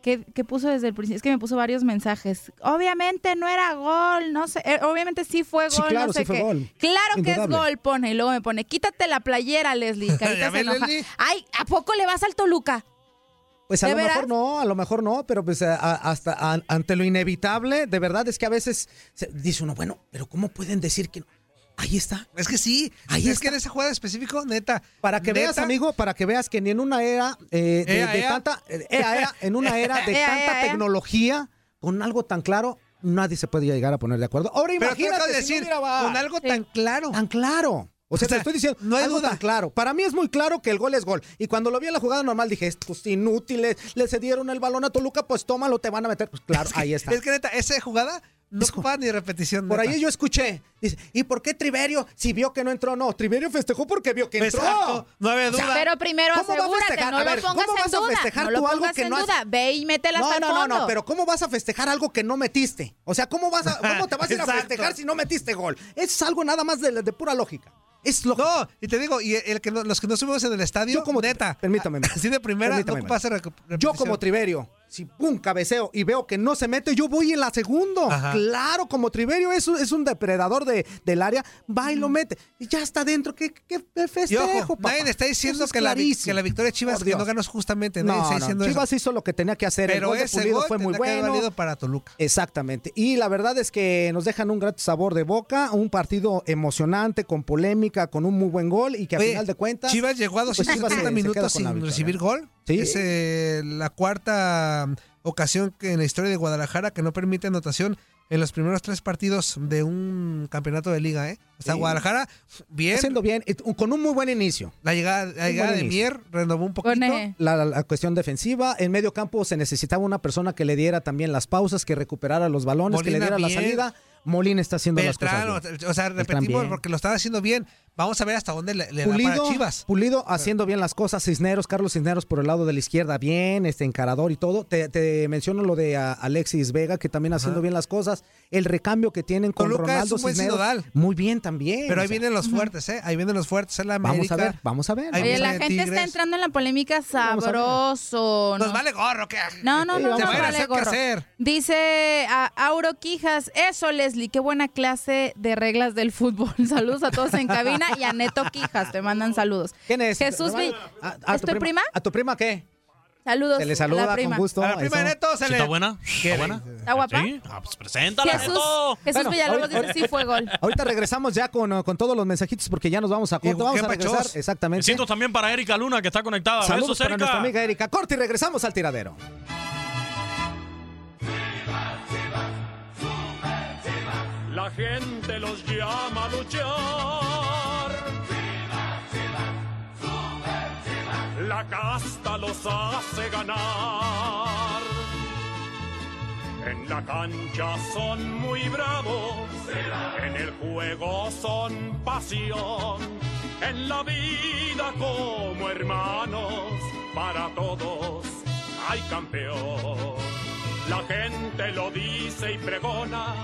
Speaker 6: Que, que puso desde el principio, es que me puso varios mensajes. Obviamente no era gol, no sé, eh, obviamente sí fue gol,
Speaker 4: Sí, claro,
Speaker 6: no sé
Speaker 4: sí fue
Speaker 6: qué.
Speaker 4: gol.
Speaker 6: Claro que es
Speaker 4: Indudable.
Speaker 6: gol, pone, y luego me
Speaker 4: (laughs)
Speaker 6: pone, quítate la playera, Leslie. que ahorita
Speaker 4: Ya
Speaker 6: se
Speaker 4: ves,
Speaker 6: enoja.
Speaker 4: Leslie.
Speaker 6: Ay, ¿a poco le vas al Toluca?
Speaker 4: Pues a
Speaker 6: ¿De
Speaker 4: lo
Speaker 6: veras?
Speaker 4: mejor no, a lo mejor no, pero pues a- a- hasta an- ante lo inevitable, de verdad es que a veces se- dice uno, bueno, pero ¿cómo pueden decir que no? Ahí está.
Speaker 7: Es que sí,
Speaker 4: ahí
Speaker 7: es que en esa jugada específico, neta.
Speaker 4: Para que veas,
Speaker 7: neta.
Speaker 4: amigo, para que veas que ni en una era eh, de,
Speaker 7: Ea,
Speaker 4: de
Speaker 7: ea.
Speaker 4: tanta, eh, ea, ea, en una era de
Speaker 7: (laughs) Ea,
Speaker 4: tanta
Speaker 7: ea, ea.
Speaker 4: tecnología, con algo tan claro, nadie se puede llegar a poner de acuerdo. Ahora
Speaker 7: Pero tú
Speaker 4: imagínate
Speaker 7: acabas
Speaker 4: si
Speaker 7: de
Speaker 4: no
Speaker 7: decir,
Speaker 4: hubiera VAR.
Speaker 7: con algo tan claro.
Speaker 4: Tan claro. O sea,
Speaker 7: O sea,
Speaker 4: te estoy diciendo, no hay algo tan claro. Para mí es muy claro que el gol es gol. Y cuando lo vi en la jugada normal dije, estos inútiles, le cedieron el balón a Toluca, pues tómalo, te van a meter. Pues claro, ahí está.
Speaker 7: Es que neta, esa jugada no ocupaba ni repetición.
Speaker 4: Por
Speaker 7: neta.
Speaker 4: ahí yo escuché, dice, ¿y por qué Triverio si vio que no entró? No, Triverio festejó porque vio que entró.
Speaker 7: Exacto, no había
Speaker 4: O sea,
Speaker 6: pero primero
Speaker 4: ¿cómo va a
Speaker 6: asegúrate,
Speaker 4: festejar?
Speaker 6: no
Speaker 4: A
Speaker 6: lo
Speaker 4: ver,
Speaker 6: pongas
Speaker 4: ¿cómo
Speaker 6: en
Speaker 4: vas a
Speaker 6: duda.
Speaker 4: festejar
Speaker 6: No lo
Speaker 4: tú algo
Speaker 6: pongas
Speaker 4: que
Speaker 6: en
Speaker 4: no has-
Speaker 6: duda. Ve y métela
Speaker 4: No,
Speaker 6: hasta el
Speaker 4: no, no,
Speaker 6: fondo.
Speaker 4: no, pero ¿cómo vas a festejar algo que no metiste? O sea, ¿cómo vas
Speaker 7: (laughs)
Speaker 4: a, cómo te vas a ir a
Speaker 7: Exacto.
Speaker 4: festejar si no metiste gol? Es algo nada más de, de pura lógica. Es lógica.
Speaker 7: No, y te digo, y el que no- los que no subimos en el estadio, como neta.
Speaker 4: Permítame.
Speaker 7: (laughs) Así de primera,
Speaker 4: Permítame,
Speaker 7: no ocupa hacer
Speaker 4: Mario.
Speaker 7: recu-
Speaker 4: Yo como
Speaker 7: repetición.
Speaker 4: Triverio, si pum, cabeceo y veo que no se mete, yo voy en la segundo.
Speaker 7: Ajá.
Speaker 4: Claro, como Triverio es, un- es un depredador de, del área, va y lo mete. Y ya está dentro. ¿Qué, qué qué
Speaker 7: Y
Speaker 4: festejo,
Speaker 7: ojo,
Speaker 4: este, papá?
Speaker 7: nadie le está diciendo
Speaker 4: Eso es
Speaker 7: que la, vi- que
Speaker 4: clarísimo.
Speaker 7: la victoria de Chivas
Speaker 4: Por
Speaker 7: que no
Speaker 4: Dios.
Speaker 7: ganó es justamente. nadie
Speaker 4: No,
Speaker 7: está
Speaker 4: no,
Speaker 7: diciendo eso.
Speaker 4: Chivas hizo lo que tenía que hacer.
Speaker 7: Pero
Speaker 4: el gol de
Speaker 7: ese
Speaker 4: Pulido
Speaker 7: gol
Speaker 4: fue muy
Speaker 7: tendría que haber
Speaker 4: bueno.
Speaker 7: valido para Toluca.
Speaker 4: Exactamente. Y la verdad es que nos dejan un grato sabor de boca, un partido emocionante, con polémica, con un muy buen gol y que a
Speaker 7: Oye,
Speaker 4: final de cuentas.
Speaker 7: Chivas llegó a
Speaker 4: pues,
Speaker 7: 270
Speaker 4: Chivas se- se queda
Speaker 7: minutos
Speaker 4: con la
Speaker 7: sin
Speaker 4: victoria.
Speaker 7: recibir gol.
Speaker 4: Sí.
Speaker 7: Es eh, la cuarta mm, ocasión que en la historia de Guadalajara que no permite anotación en los primeros tres partidos de un campeonato de liga. ¿eh? O sea,
Speaker 4: Sí.
Speaker 7: Guadalajara, bien.
Speaker 4: Haciendo bien, eh, con un muy buen inicio.
Speaker 7: La llegada, la
Speaker 4: Un
Speaker 7: llegada
Speaker 4: buen
Speaker 7: de
Speaker 4: inicio.
Speaker 7: Mier renovó un poquito.
Speaker 4: La, la cuestión defensiva. En medio campo se necesitaba una persona que le diera también las pausas, que recuperara los balones, que le
Speaker 7: Molina
Speaker 4: diera la
Speaker 7: bien.
Speaker 4: salida. Molina está haciendo
Speaker 7: Beltrán,
Speaker 4: las cosas.
Speaker 7: o o sea, repetimos
Speaker 4: bien.
Speaker 7: porque lo estaba haciendo bien. Vamos a ver hasta dónde le, le da para
Speaker 4: Pulido,
Speaker 7: Chivas.
Speaker 4: Pulido haciendo bien las cosas, Cisneros, Carlos Cisneros por el lado de la izquierda, bien, este encarador y todo. Te, te menciono lo de a- Alexis Vega, que también haciendo bien las cosas. El recambio que tienen con
Speaker 7: Toluca es
Speaker 4: Ronaldo
Speaker 7: un buen
Speaker 4: Cisneros.
Speaker 7: Sinodal.
Speaker 4: Muy bien también.
Speaker 7: Pero ahí
Speaker 4: o sea,
Speaker 7: vienen los fuertes, ¿eh? Ahí vienen los fuertes. Es la
Speaker 4: Vamos a
Speaker 7: América.
Speaker 4: ver, vamos a ver.
Speaker 7: Ahí
Speaker 6: Oye,
Speaker 7: viene
Speaker 6: la gente
Speaker 7: Tigres.
Speaker 6: está entrando en la polémica
Speaker 7: a ver.
Speaker 6: sabroso.
Speaker 7: Nos
Speaker 6: ¿no?
Speaker 7: vale gorro, ¿qué?
Speaker 6: No, no,
Speaker 7: Sí,
Speaker 6: no,
Speaker 7: vamos
Speaker 6: no
Speaker 7: a ver,
Speaker 6: vale
Speaker 7: hacer qué
Speaker 6: gorro.
Speaker 7: hacer.
Speaker 6: Dice a Auro Quijas, eso Leslie, qué buena clase de reglas del fútbol. (laughs) Saludos a todos en cabina y a Neto Quijas, te mandan saludos.
Speaker 4: ¿Quién es?
Speaker 6: Jesús,
Speaker 4: Hermano,
Speaker 6: Vi-
Speaker 4: a- a
Speaker 6: ¿es
Speaker 4: tu
Speaker 6: tu prima?
Speaker 4: ¿A tu prima qué?
Speaker 6: Saludos.
Speaker 4: Se le
Speaker 6: a
Speaker 4: saluda
Speaker 6: la
Speaker 4: con
Speaker 6: prima.
Speaker 4: gusto.
Speaker 5: A la prima
Speaker 4: eso.
Speaker 5: de Neto se ¿Sí
Speaker 4: le-
Speaker 5: ¿Está buena? ¿Está buena?
Speaker 6: ¿Está guapa?
Speaker 5: Sí. Ah, pues preséntala,
Speaker 6: Jesús.
Speaker 5: Neto.
Speaker 6: Jesús
Speaker 4: Bueno,
Speaker 6: Villalobos
Speaker 4: ahorita-
Speaker 6: dice sí fue gol.
Speaker 4: Ahorita regresamos ya con, eh, con todos los mensajitos porque ya nos vamos a corto.
Speaker 5: Digo,
Speaker 4: Vamos
Speaker 5: qué
Speaker 4: a regresar.
Speaker 5: pachos.
Speaker 4: Exactamente.
Speaker 5: Besitos también para Erika Luna, que está
Speaker 7: Ah,
Speaker 5: conectada.
Speaker 4: Saludos
Speaker 5: Besos,
Speaker 4: para
Speaker 5: Erika.
Speaker 4: nuestra amiga Erika Corte y regresamos al tiradero.
Speaker 24: La gente los llama a luchar. La casta los hace ganar. En la cancha son muy bravos. En el juego son pasión. En la vida como hermanos. Para todos hay campeón. La gente lo dice y pregona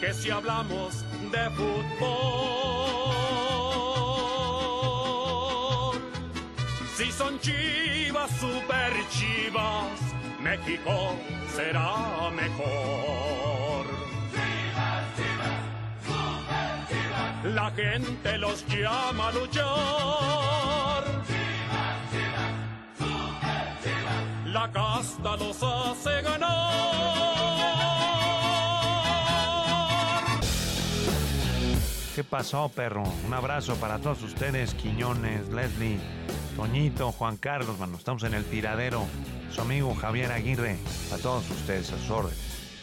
Speaker 24: que si hablamos de fútbol, si son chivas, super chivas, México será mejor. La gente los llama a luchar. La casta los hace ganar.
Speaker 16: ¿Qué pasó, perro? Un abrazo para todos ustedes, Quiñones, Leslie, Toñito, Juan Carlos, mano. Estamos en el tiradero. Su amigo Javier Aguirre, a todos ustedes, a sus órdenes.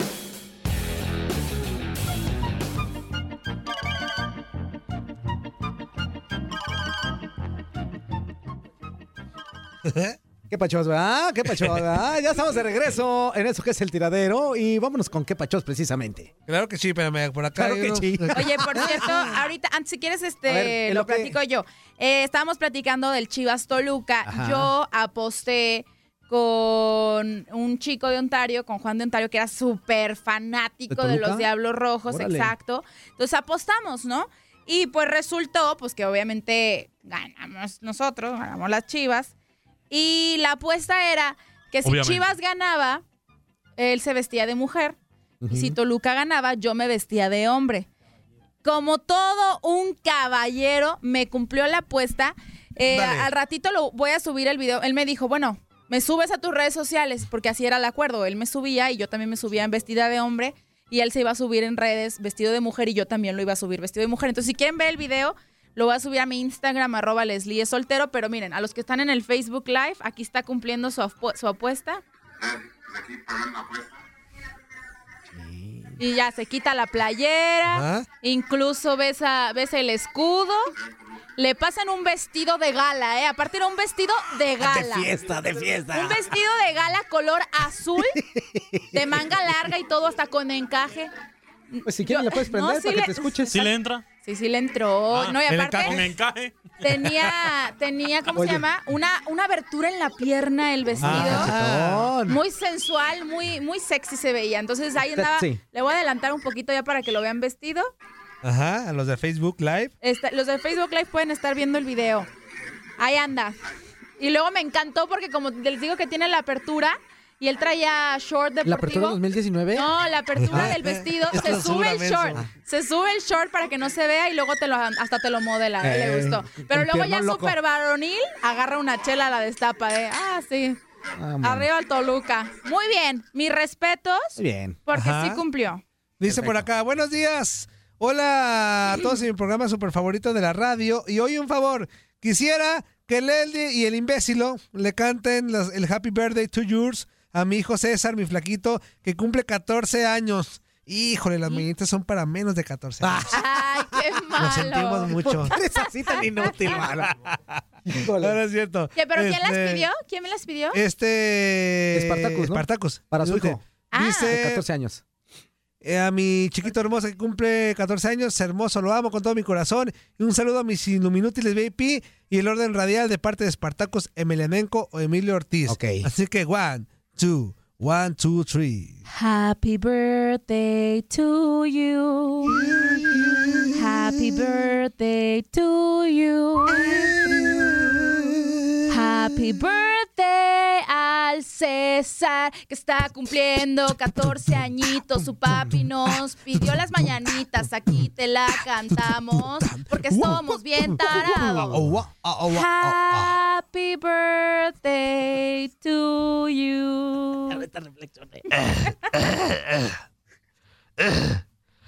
Speaker 7: ¿Eh?
Speaker 4: ¿Qué pachos, verdad? ¿Qué pachos, verdad? Ya estamos de regreso en eso que es el tiradero y vámonos con qué pachos precisamente.
Speaker 7: Claro que sí, pero me- por acá.
Speaker 4: Claro
Speaker 7: hay
Speaker 4: que
Speaker 7: uno- (laughs)
Speaker 4: sí.
Speaker 6: Oye, por
Speaker 4: (laughs)
Speaker 6: cierto, ahorita, antes si quieres, este,
Speaker 7: A ver, en
Speaker 6: lo,
Speaker 7: lo que-
Speaker 6: platico yo. Eh, estábamos platicando del Chivas Toluca.
Speaker 11: Ajá.
Speaker 6: Yo aposté con un chico de Ontario, con Juan de Ontario, que era súper fanático
Speaker 11: ¿De
Speaker 6: de
Speaker 11: Toluca?
Speaker 6: los Diablos Rojos,
Speaker 11: Órale.
Speaker 6: exacto. Entonces apostamos, ¿no? Y pues resultó, pues que obviamente ganamos nosotros, ganamos las Chivas. Y la apuesta era que si
Speaker 11: Obviamente.
Speaker 6: Chivas ganaba, él se vestía de mujer. Y si Toluca ganaba, yo me vestía de hombre. Como todo un caballero, me cumplió la apuesta. Eh,
Speaker 11: Dale.
Speaker 6: al ratito lo voy a subir el video. Él me dijo, bueno, me subes a tus redes sociales, porque así era el acuerdo. Él me subía y yo también me subía en vestida de hombre y él se iba a subir en redes vestido de mujer y yo también lo iba a subir vestido de mujer. Entonces, si quieren ver el video, lo voy a subir a mi Instagram, arroba Leslie es soltero, pero miren, a los que están en el Facebook Live, aquí está cumpliendo su, apu- su apuesta. Y ya se quita la playera,
Speaker 2: Ajá.
Speaker 6: incluso besa, besa el escudo. Le pasan un vestido de gala, ¿eh? Aparte era un vestido de gala.
Speaker 25: fiesta, de fiesta.
Speaker 6: Un vestido de gala color azul, de manga larga y todo hasta con encaje.
Speaker 4: Pues si quieres
Speaker 6: Yo-
Speaker 4: la puedes
Speaker 6: no,
Speaker 4: prender
Speaker 6: sí
Speaker 4: para
Speaker 6: le-
Speaker 4: que te escuches.
Speaker 5: ¿Sí le entra?
Speaker 6: Sí, sí le entró.
Speaker 4: Ah,
Speaker 6: no, y
Speaker 5: Con
Speaker 6: aparte
Speaker 5: encaje.
Speaker 6: tenía, tenía ¿cómo
Speaker 5: Oye.
Speaker 6: se llama? Una, una abertura en la pierna el vestido.
Speaker 4: Ah, cachetón.
Speaker 6: muy sensual, muy, muy sexy se veía. Entonces ahí andaba.
Speaker 7: Sexy.
Speaker 6: Le voy a adelantar un poquito ya para que lo vean vestido.
Speaker 7: Ajá, a los de Facebook Live.
Speaker 6: Está- los de Facebook Live pueden estar viendo el video. Ahí anda. Y luego me encantó porque como les digo que tiene la apertura y él traía short deportivo.
Speaker 8: ¿La apertura 2019?
Speaker 6: No, la apertura
Speaker 8: Ah.
Speaker 6: del vestido
Speaker 8: Es
Speaker 6: se sube
Speaker 8: clausura,
Speaker 6: el
Speaker 8: menso.
Speaker 6: short. Se sube el short para que no se vea y luego te lo, hasta te lo modela. eh,
Speaker 8: Eh,
Speaker 6: le gustó. Pero
Speaker 8: el
Speaker 6: luego ya
Speaker 8: piernón loco.
Speaker 6: súper varonil agarra una chela, la destapa. Eh. Ah, sí.
Speaker 8: Vámonos.
Speaker 6: Arriba el Toluca. Muy bien. Mis respetos.
Speaker 8: Muy bien.
Speaker 6: Porque
Speaker 7: Ajá.
Speaker 6: sí cumplió.
Speaker 7: Dice por acá, buenos días. Hola a todos en mi programa super favorito de la radio. Y hoy un favor, quisiera que Leli y el imbécilo le canten las- el Happy Birthday to Yours a mi hijo César, mi flaquito, que cumple 14 años. Híjole, las mañanitas son para menos de 14
Speaker 4: Ah,
Speaker 7: años.
Speaker 6: Ay, qué malo.
Speaker 7: Lo sentimos mucho.
Speaker 25: eres así
Speaker 6: (laughs)
Speaker 25: tan inútil, mano?
Speaker 7: No, no es cierto.
Speaker 6: ¿Qué, ¿Pero quién
Speaker 7: Este,
Speaker 6: las pidió? ¿Quién me las pidió?
Speaker 7: Este.
Speaker 4: Espartacus, ¿no?
Speaker 7: Espartacus.
Speaker 4: Para su
Speaker 7: Dice-
Speaker 4: hijo.
Speaker 7: Dice.
Speaker 4: De 14 años.
Speaker 7: Eh, a mi chiquito hermoso que cumple 14 años, hermoso, lo amo con todo mi corazón. Y un saludo a mis Inuminútiles VIP y el orden radial de parte de Espartacos Emelianenko o Emilio Ortiz. Así que one, two, one, two, three.
Speaker 6: Happy birthday to you. Happy birthday to you. Happy birthday al César que está cumpliendo 14 añitos. Su papi nos pidió las mañanitas. Aquí te la cantamos porque somos bien tarados. Happy birthday to you.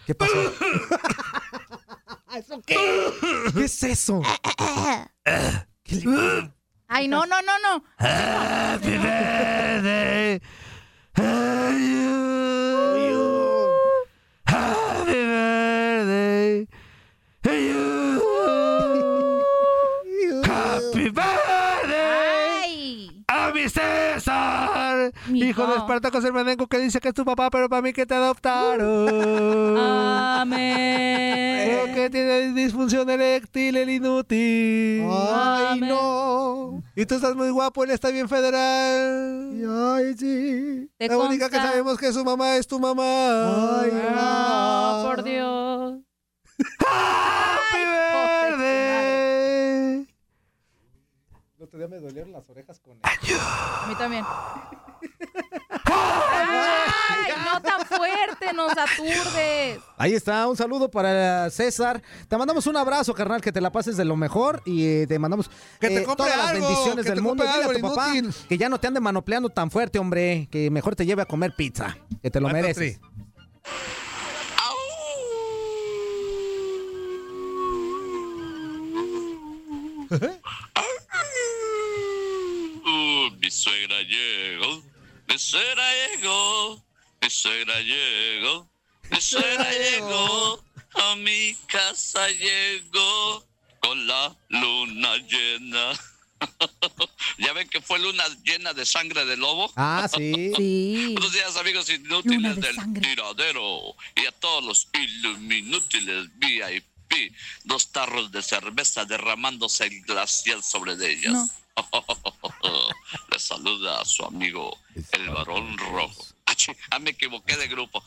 Speaker 8: ¿Qué pasó?
Speaker 4: (laughs)
Speaker 6: ¿Qué?
Speaker 8: ¿Qué es eso?
Speaker 6: Ay, no, no, no, no.
Speaker 8: Happy birthday.
Speaker 24: Happy birthday to you. Happy
Speaker 6: birthday
Speaker 7: a mi César, hijo de Espartacos Emelianenko que dice que es tu papá, pero para mí que te adoptaron.
Speaker 6: Amén.
Speaker 7: Creo que tiene disfunción eréctil el inútil.
Speaker 8: Ay,
Speaker 7: no. Y tú estás muy guapo, él está bien federal. Ay, sí.
Speaker 8: ¿Te
Speaker 7: La única que
Speaker 8: consta?
Speaker 7: sabemos que su mamá es tu mamá. Ay,
Speaker 6: No, por Dios. Happy
Speaker 7: birthday.
Speaker 4: El otro día me dolieron las orejas con
Speaker 6: A mí también. Ay, no tan fuerte, nos aturdes.
Speaker 4: Ahí está, un saludo para César. Te mandamos un abrazo, carnal, que te la pases de lo mejor y eh, te mandamos
Speaker 7: Que te compre
Speaker 4: todas las
Speaker 7: algo,
Speaker 4: bendiciones
Speaker 7: que
Speaker 4: del
Speaker 7: te
Speaker 4: mundo. Dile
Speaker 7: compre
Speaker 4: a tu
Speaker 7: algo,
Speaker 4: papá
Speaker 7: inútil.
Speaker 4: que ya no te ande manopleando tan fuerte, hombre, que mejor te lleve a comer pizza, que te lo
Speaker 7: Cuatro,
Speaker 4: mereces.
Speaker 8: (laughs)
Speaker 26: Uh, mi suegra llegó, mi suegra llegó, mi suegra llegó, mi suegra llegó, a mi casa llegó con la luna llena. (laughs) ya ven que fue luna llena de sangre de lobo.
Speaker 4: Ah, sí.
Speaker 26: Buenos días amigos inútiles del tiradero y a todos los iluminútiles VIP. Dos tarros de cerveza derramándose el glacial sobre de ellas. (laughs) Le saluda a su amigo, el varón rojo. Achi, Ah, me equivoqué de grupo.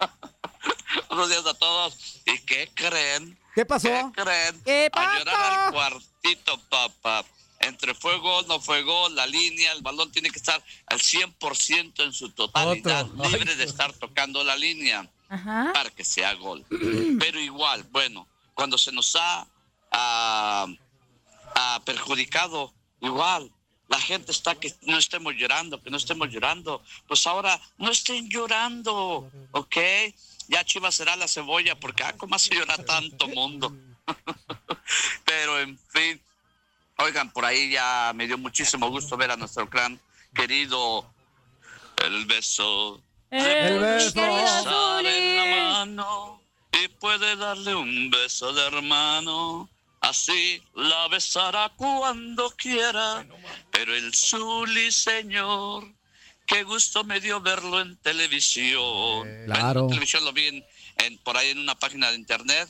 Speaker 26: (laughs) Buenos días a todos. ¿Y qué creen?
Speaker 4: ¿Qué pasó?
Speaker 26: ¿Qué creen? A llorar al cuartito, papá. Entre fue gol, no fue gol, la línea, el balón tiene que estar al 100% en su totalidad, libre de estar tocando la línea
Speaker 6: Ajá.
Speaker 26: para que sea gol. (clears throat) Pero igual, bueno, cuando se nos ha ah, ah, perjudicado, igual, La gente está que no estemos llorando, que no estemos llorando. Pues ahora no estén llorando, ¿ok? Ya Chivas será la cebolla, porque ah, ¿cómo hace llorar tanto mundo? (laughs) Pero en fin, oigan, por ahí ya me dio muchísimo gusto ver a nuestro clan querido. El beso.
Speaker 6: Eh,
Speaker 24: El beso. (laughs)
Speaker 26: en la mano y puede darle un beso de hermano. Así la besará cuando quiera. Pero el Zuli, señor, qué gusto me dio verlo en televisión.
Speaker 4: Eh,
Speaker 25: claro.
Speaker 26: En televisión lo vi en- en- por ahí en una página de internet.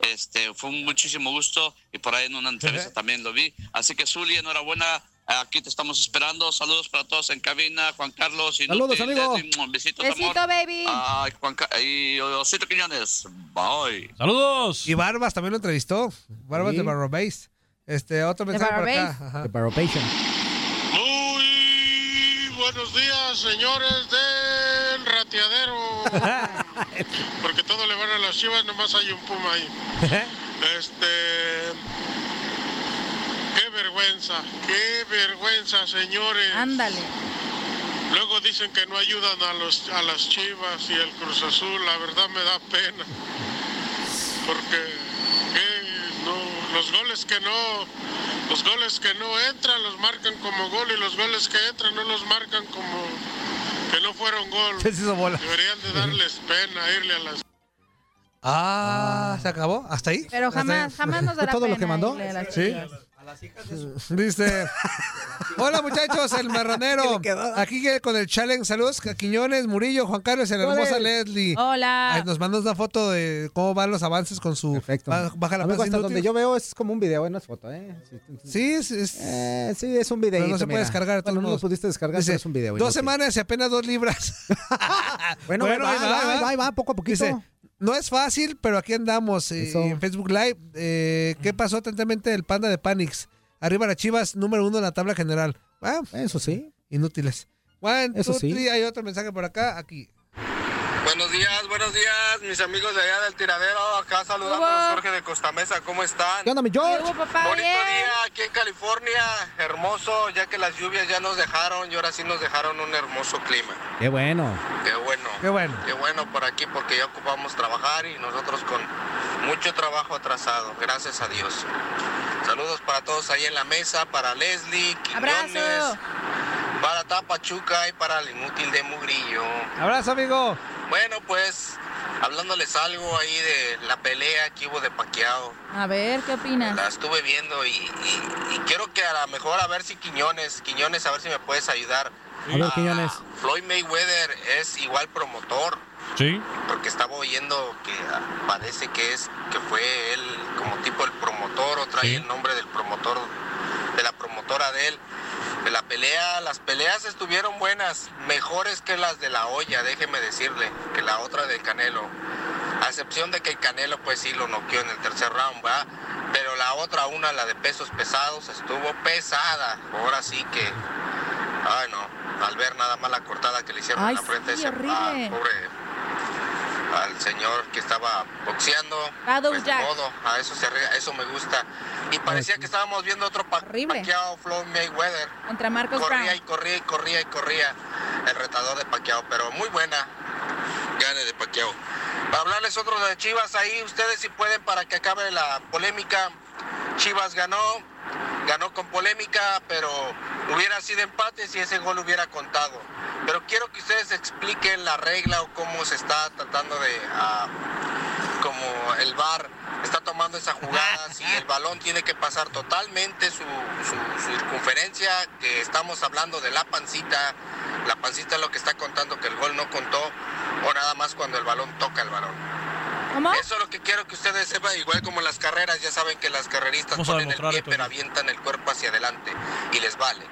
Speaker 26: Este, fue un muchísimo gusto y por ahí en una entrevista también lo vi. Así que Zuli, enhorabuena. Aquí te estamos esperando. Saludos para todos en cabina. Juan Carlos. y
Speaker 4: Saludos,
Speaker 26: Nuti,
Speaker 4: amigo.
Speaker 26: Leslie, un besito,
Speaker 6: Besito,
Speaker 26: amor.
Speaker 6: baby.
Speaker 26: Ay, Juan Ca- y Osito Quiñones. Bye.
Speaker 5: Saludos.
Speaker 7: Y Barbas también lo entrevistó. Barbas
Speaker 26: Sí.
Speaker 7: de Barrobase. Este, otro mensaje por acá. Ajá.
Speaker 2: Buenos días, señores del rateadero. Porque todo le van a las chivas, nomás hay un puma ahí. Este. Qué vergüenza, qué vergüenza, señores.
Speaker 6: Ándale.
Speaker 2: Luego dicen que no ayudan a, los, a las chivas y el Cruz Azul. La verdad me da pena. Porque ¿qué? No, los goles que no. Los goles que no entran los marcan como gol y los goles que entran no los marcan como que no fueron gol.
Speaker 7: (laughs) Se hizo bola.
Speaker 2: Deberían de darles pena irle a las
Speaker 7: Ah, ¿se acabó? ¿Hasta ahí?
Speaker 6: Pero
Speaker 7: ¿Hasta
Speaker 6: jamás,
Speaker 7: ahí?
Speaker 6: jamás nos dará
Speaker 7: ¿Todo lo que
Speaker 6: pena
Speaker 7: mandó?
Speaker 6: irle a las
Speaker 7: Sí. Dice. (laughs) Hola muchachos, el marranero. Aquí que- con el challenge, saludos a Quiñones, Murillo, Juan Carlos y a la
Speaker 6: Hola.
Speaker 7: hermosa Leslie.
Speaker 6: Hola.
Speaker 7: Ay, nos mandas una foto de cómo van los avances con su ba- baja la
Speaker 8: Amigo,
Speaker 7: panza
Speaker 8: hasta donde
Speaker 7: inútil.
Speaker 8: yo veo es como un video, eh, no es foto, ¿eh?
Speaker 7: Sí, es, es...
Speaker 4: Eh,
Speaker 8: sí, es un video.
Speaker 7: Pero no se puede descargar, de todos
Speaker 8: Bueno, no lo
Speaker 7: modos.
Speaker 8: pudiste descargar,
Speaker 7: Dice,
Speaker 8: pero es un video.
Speaker 7: Dos
Speaker 8: inútil.
Speaker 7: semanas y apenas dos libras.
Speaker 8: (laughs) Bueno, ahí va,
Speaker 7: ahí
Speaker 8: ahí va, ahí va, poco a poquito.
Speaker 7: Dice, no es fácil, pero aquí andamos eh, en Facebook Live. eh, ¿Qué pasó atentamente el panda de Panics? Arriba las chivas, número uno en la tabla general.
Speaker 8: Eso sí.
Speaker 7: Inútiles. One,
Speaker 8: Eso
Speaker 7: two,
Speaker 8: sí.
Speaker 7: three, Hay otro mensaje por acá, aquí.
Speaker 27: Buenos días, buenos días, mis amigos de allá del tiradero. Acá saludando a Jorge de Costamesa, ¿cómo están?
Speaker 8: ¿Qué onda, mi George?
Speaker 27: Bonito día aquí en California, hermoso, ya que las lluvias ya nos dejaron y ahora sí nos dejaron un hermoso clima.
Speaker 8: Qué bueno.
Speaker 27: Qué bueno.
Speaker 8: Qué bueno.
Speaker 27: Qué bueno por aquí porque ya ocupamos trabajar y nosotros con mucho trabajo atrasado, gracias a Dios. Saludos para todos ahí en la mesa, para Leslie, Quiñones,
Speaker 6: Abrazo.
Speaker 27: para Tapachuca y para el inútil de Mugrillo.
Speaker 7: Abrazo, amigo.
Speaker 27: Bueno, pues, hablándoles algo ahí de la pelea que hubo de Paqueado.
Speaker 6: A ver, ¿qué
Speaker 27: La
Speaker 6: opinas?
Speaker 27: estuve viendo y, y- y quiero que a lo mejor a ver si Quiñones, Quiñones, a ver si me puedes ayudar.
Speaker 5: A ver, Quiñones.
Speaker 27: Floyd Mayweather es igual promotor,
Speaker 5: Sí.
Speaker 27: porque estaba oyendo que ah, parece que es que fue él como tipo el promotor o trae el nombre del promotor, de la promotora de él. De la pelea, las peleas estuvieron buenas, mejores que las de la olla, déjeme decirle, que la otra del Canelo. A excepción de que el Canelo pues sí lo noqueó en el tercer round, ¿verdad? Pero la otra, una, la de pesos pesados, estuvo pesada. Ahora sí que... Ay no, al ver nada más la cortada que le hicieron
Speaker 6: Ay,
Speaker 27: en la frente
Speaker 6: sí,
Speaker 27: ese- ah,
Speaker 6: horrible.
Speaker 27: pobre, al señor que estaba boxeando.
Speaker 6: Shadow
Speaker 27: pues, ni
Speaker 6: Jack.
Speaker 27: modo, a eso se arregla, eso me gusta. Y parecía que estábamos viendo otro pa Pacquiao Floyd Mayweather.
Speaker 6: Contra Marcos
Speaker 27: corría
Speaker 6: Brown.
Speaker 27: y corría y corría y corría el retador de Paquiao, pero muy buena gane de Paquiao. Para hablarles otro de Chivas ahí, ustedes si pueden para que acabe la polémica. Chivas ganó, ganó con polémica, pero hubiera sido empate si ese gol hubiera contado. Pero quiero que ustedes expliquen la regla o cómo se está tratando de ah, como el VAR está tomando esa jugada, si el balón tiene que pasar totalmente su, su- su circunferencia, que estamos hablando de la pancita, la pancita es lo que está contando que el gol no contó, o nada más cuando el balón toca el balón. Eso es lo que quiero que ustedes sepan, igual como las carreras, ya saben que las carreristas
Speaker 5: Vamos a
Speaker 27: ponen el
Speaker 5: demostrar
Speaker 27: pie
Speaker 5: esto.
Speaker 27: pero avientan el cuerpo hacia adelante y les vale.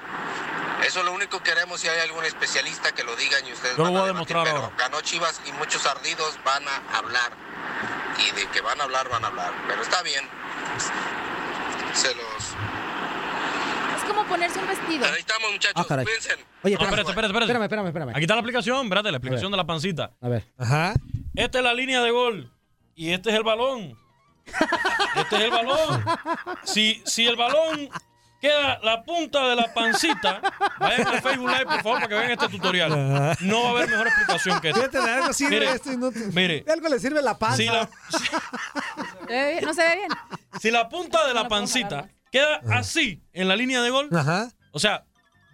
Speaker 27: Eso es lo único que queremos si hay algún especialista que lo digan y ustedes
Speaker 5: Yo lo
Speaker 27: van
Speaker 5: voy a
Speaker 27: debatir,
Speaker 5: demostrar
Speaker 27: pero
Speaker 5: ahora.
Speaker 27: ganó Chivas y muchos ardidos van a hablar. Y de que van a hablar, van a hablar. Pero está bien. Se los
Speaker 6: Es como ponerse un vestido. Ahí
Speaker 27: estamos, muchachos.
Speaker 8: Ah, caray. Oye,
Speaker 5: No, espérate, espérate, espérate.
Speaker 8: Espérame, espérame, espérame.
Speaker 5: Aquí está la aplicación, espérate, la aplicación de la pancita.
Speaker 8: A ver.
Speaker 7: Ajá.
Speaker 5: Esta es la línea de gol y este es el balón. Este es el balón. Si, si el balón Queda la punta de la pancita. Vayan al Facebook Live, por favor, para que vean este tutorial. No va a haber mejor explicación que esta.
Speaker 9: Fíjate, de algo este, sirve
Speaker 5: Mire,
Speaker 9: esto y no te-
Speaker 5: mire.
Speaker 4: De algo le sirve la panza.
Speaker 5: Si la,
Speaker 6: ¿Se ve bien? ¿No se ve bien?
Speaker 5: si la punta de la pancita queda así en la línea de gol, o sea,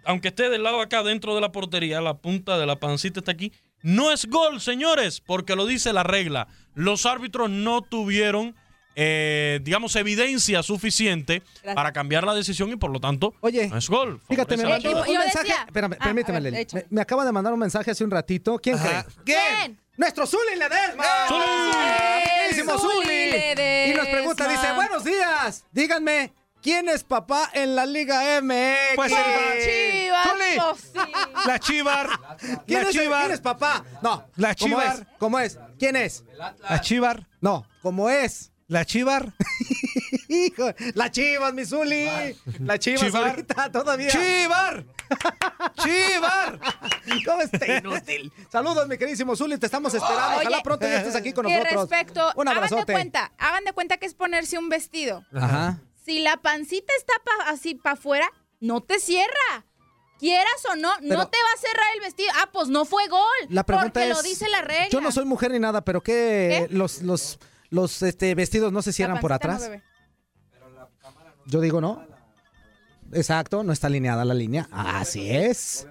Speaker 5: aunque esté del lado de acá dentro de la portería, la punta de la pancita está aquí, no es gol, señores, porque lo dice la regla. Los árbitros no tuvieron, eh, digamos, evidencia suficiente
Speaker 4: Gracias.
Speaker 5: para cambiar la decisión y por lo tanto no es gol.
Speaker 4: Fíjate, me
Speaker 5: Favorece
Speaker 4: mandó
Speaker 5: al
Speaker 4: un
Speaker 6: Eh,
Speaker 5: equipo.
Speaker 4: mensaje. Espérame,
Speaker 5: Ah,
Speaker 4: permíteme,
Speaker 5: a ver,
Speaker 4: Leli. Me, me acaba de mandar un mensaje hace un ratito. ¿Quién
Speaker 9: Ajá.
Speaker 4: cree? ¡Nuestro Zuli Ledesma! ¡Buenísimo, Zuli! Y nos pregunta, dice, buenos días, díganme, ¿quién es papá en la Liga MX?
Speaker 9: Pues el- Zuli.
Speaker 6: pues,
Speaker 9: La Chivar.
Speaker 4: ¿Quién,
Speaker 9: La
Speaker 4: es,
Speaker 9: Chivar.
Speaker 4: ¿Quién es papá? No.
Speaker 9: La
Speaker 4: ¿Cómo
Speaker 9: Chivar.
Speaker 4: es? ¿Cómo es? ¿Quién es?
Speaker 9: La Chivar.
Speaker 4: No, ¿cómo es?
Speaker 9: La Chivar.
Speaker 4: (laughs) Hijo, la Chivas, mi Zuli. La Chivas
Speaker 9: Chivar.
Speaker 4: ahorita todavía.
Speaker 9: Chivar.
Speaker 4: ¡Chivar! ¿Cómo está inútil? Saludos, mi queridísimo Zuli, te estamos esperando.
Speaker 6: Oye,
Speaker 4: Ojalá pronto ya estés aquí con
Speaker 6: y
Speaker 4: nosotros.
Speaker 6: respecto,
Speaker 4: un
Speaker 6: hagan de
Speaker 4: abrazote.
Speaker 6: cuenta, hagan de cuenta que es ponerse un vestido.
Speaker 4: Ajá.
Speaker 6: Si la pancita está pa- así para afuera, no te cierra. Quieras o no,
Speaker 4: Pero-
Speaker 6: no te va a cerrar el vestido. Ah, pues no fue gol.
Speaker 4: La pregunta
Speaker 6: porque
Speaker 4: es.
Speaker 6: lo dice la regla.
Speaker 4: Yo no soy mujer ni nada, pero ¿qué? Los, los, los este, vestidos no se
Speaker 6: La
Speaker 4: cierran por
Speaker 6: pancita no,
Speaker 4: atrás.
Speaker 6: bebé.
Speaker 4: Yo digo no. Exacto, no está alineada la línea. Así es.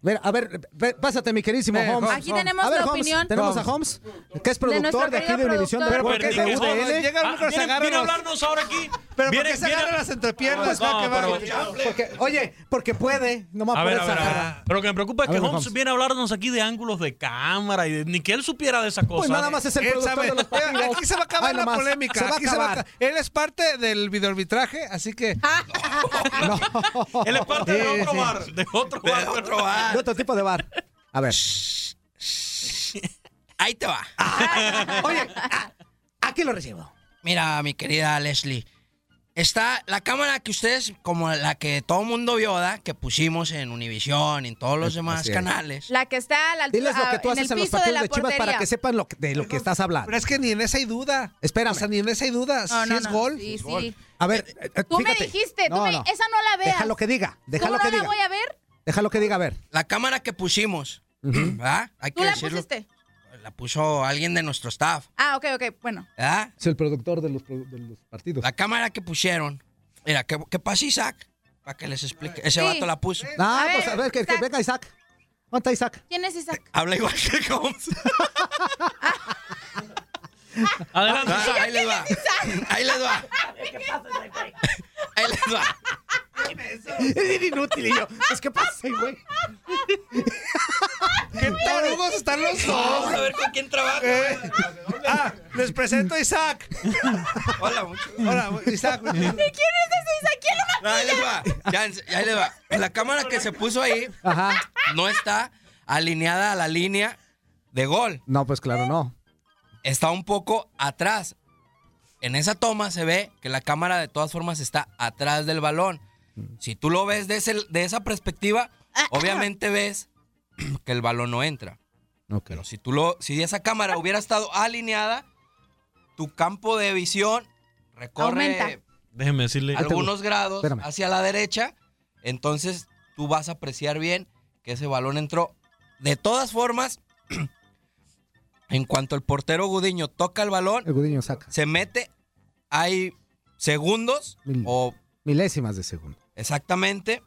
Speaker 4: Ver, a ver, ve- pásate, mi queridísimo
Speaker 6: Ven,
Speaker 4: Holmes.
Speaker 6: Eh, Aquí tenemos
Speaker 4: a ver,
Speaker 6: la
Speaker 4: Holmes,
Speaker 6: opinión.
Speaker 4: Tenemos a
Speaker 6: Holmes.
Speaker 4: Holmes, que es
Speaker 6: De nuestro
Speaker 4: productor de, aquí de
Speaker 6: querido
Speaker 4: Univisión
Speaker 6: productor.
Speaker 4: Deportes,
Speaker 5: Pero
Speaker 4: de
Speaker 5: perdí que-
Speaker 4: UDL.
Speaker 5: Llega el micro, se
Speaker 4: Ah, viene-
Speaker 5: agarra
Speaker 4: viene a
Speaker 5: los-
Speaker 4: hablar-
Speaker 5: ahora aquí.
Speaker 4: Pero
Speaker 5: Viene-
Speaker 4: porque se
Speaker 5: viene-
Speaker 4: agarran las entrepiernas,
Speaker 5: No,
Speaker 4: va, que va.
Speaker 5: pero-
Speaker 4: Porque- oye, porque puede, nomás
Speaker 5: A
Speaker 4: por
Speaker 5: ver,
Speaker 4: esa
Speaker 5: a ver, a ver.
Speaker 4: cara.
Speaker 5: Pero lo que me preocupa es
Speaker 4: A
Speaker 5: que
Speaker 4: ver,
Speaker 5: Holmes
Speaker 4: Holmes.
Speaker 5: viene a hablarnos aquí de ángulos de cámara y de- ni que él supiera de esas cosas.
Speaker 4: Pues nada más es el
Speaker 5: Él
Speaker 4: productor
Speaker 5: sabe.
Speaker 4: de los partidos.
Speaker 9: Aquí se va a acabar
Speaker 4: Ay,
Speaker 9: la
Speaker 4: nomás,
Speaker 9: polémica.
Speaker 4: se va a
Speaker 9: Aquí se va a
Speaker 4: acabar.
Speaker 9: ca- Él es parte del videoarbitraje, así que.
Speaker 5: (laughs) Él es parte de otro bar. De otro bar.
Speaker 4: De otro tipo de bar. A ver.
Speaker 28: Ahí te va. Ah.
Speaker 24: (laughs)
Speaker 4: Oye, ¿a, a qué lo recibo?
Speaker 28: Mira, mi querida Leslie. Está la cámara que ustedes, como la que todo el mundo vio, ¿verdad? Que pusimos en Univisión y en todos los demás
Speaker 4: Eh, así es.
Speaker 28: canales.
Speaker 6: La que está a la altura,
Speaker 4: Diles lo que tú
Speaker 6: Ah, en
Speaker 4: haces
Speaker 6: el
Speaker 4: en los
Speaker 6: piso de
Speaker 4: partidos
Speaker 6: la
Speaker 4: de, Chivas para
Speaker 6: portería.
Speaker 4: que sepan lo que- de lo que estás hablando.
Speaker 9: Pero es que ni en esa hay duda.
Speaker 4: Espérame.
Speaker 9: O sea, ni en esa hay duda.
Speaker 6: No,
Speaker 9: si
Speaker 6: no,
Speaker 9: es
Speaker 6: no.
Speaker 9: gol.
Speaker 6: Sí, sí. Gol.
Speaker 4: A ver, eh, eh,
Speaker 6: Tú me
Speaker 4: fíjate.
Speaker 6: dijiste, tú
Speaker 4: No,
Speaker 6: me-
Speaker 4: no.
Speaker 6: esa no la veas.
Speaker 4: Déjalo que diga, déjalo
Speaker 6: ¿Cómo
Speaker 4: que
Speaker 6: no
Speaker 4: diga.
Speaker 6: la voy a ver?
Speaker 4: Déjalo que diga, a ver.
Speaker 28: La cámara que pusimos, ¿verdad? Hay
Speaker 6: ¿Tú
Speaker 28: que
Speaker 6: la
Speaker 28: decirlo.
Speaker 6: pusiste?
Speaker 28: La puso alguien de nuestro staff,
Speaker 6: Ah, ok, ok, bueno.
Speaker 28: ¿verdad?
Speaker 4: Es el productor de los, produ- de los partidos.
Speaker 28: La cámara que pusieron. Mira, ¿qué, qué pasa Isaac? Para que les explique. Ese
Speaker 6: Sí.
Speaker 28: vato la puso.
Speaker 4: Ah, pues a ver, que, que venga Isaac. ¿Dónde está Isaac?
Speaker 6: ¿Quién es Isaac?
Speaker 28: Habla igual que como.
Speaker 5: Adelante,
Speaker 28: Ah, ahí les va. Ahí les
Speaker 24: (laughs)
Speaker 28: va. Ahí les va.
Speaker 4: Es bien inútil y yo. Pues qué pasa,
Speaker 6: (laughs)
Speaker 4: güey.
Speaker 9: ¡Qué tarugos están los dos!
Speaker 28: Vamos a ver con quién trabaja.
Speaker 9: Eh, ah, les presento a Isaac.
Speaker 28: Hola, mucho.
Speaker 9: Hola,
Speaker 4: (laughs)
Speaker 9: Isaac.
Speaker 6: ¿Y quién es ese Isaac? ¿Quién lo
Speaker 28: No, Ah, ahí les va. Ya, en- ya ahí les va. La cámara que se puso ahí no está alineada a la línea de gol.
Speaker 4: No, pues claro, no.
Speaker 28: Está un poco atrás. En esa toma se ve que la cámara de todas formas está atrás del balón. Si tú lo ves de, ese- de esa perspectiva, obviamente ves que el balón no entra. Pero si tú lo, si esa cámara hubiera estado alineada, tu campo de visión recorre
Speaker 5: Aumenta. Déjeme decirle.
Speaker 28: algunos grados
Speaker 5: Espérame.
Speaker 28: hacia la derecha, entonces tú vas a apreciar bien que ese balón entró. De todas formas, (clears throat) en cuanto el portero Gudiño toca el balón,
Speaker 4: El Gudiño saca
Speaker 28: se mete, hay segundos
Speaker 4: Mil-
Speaker 28: o
Speaker 4: milésimas de segundo.
Speaker 28: exactamente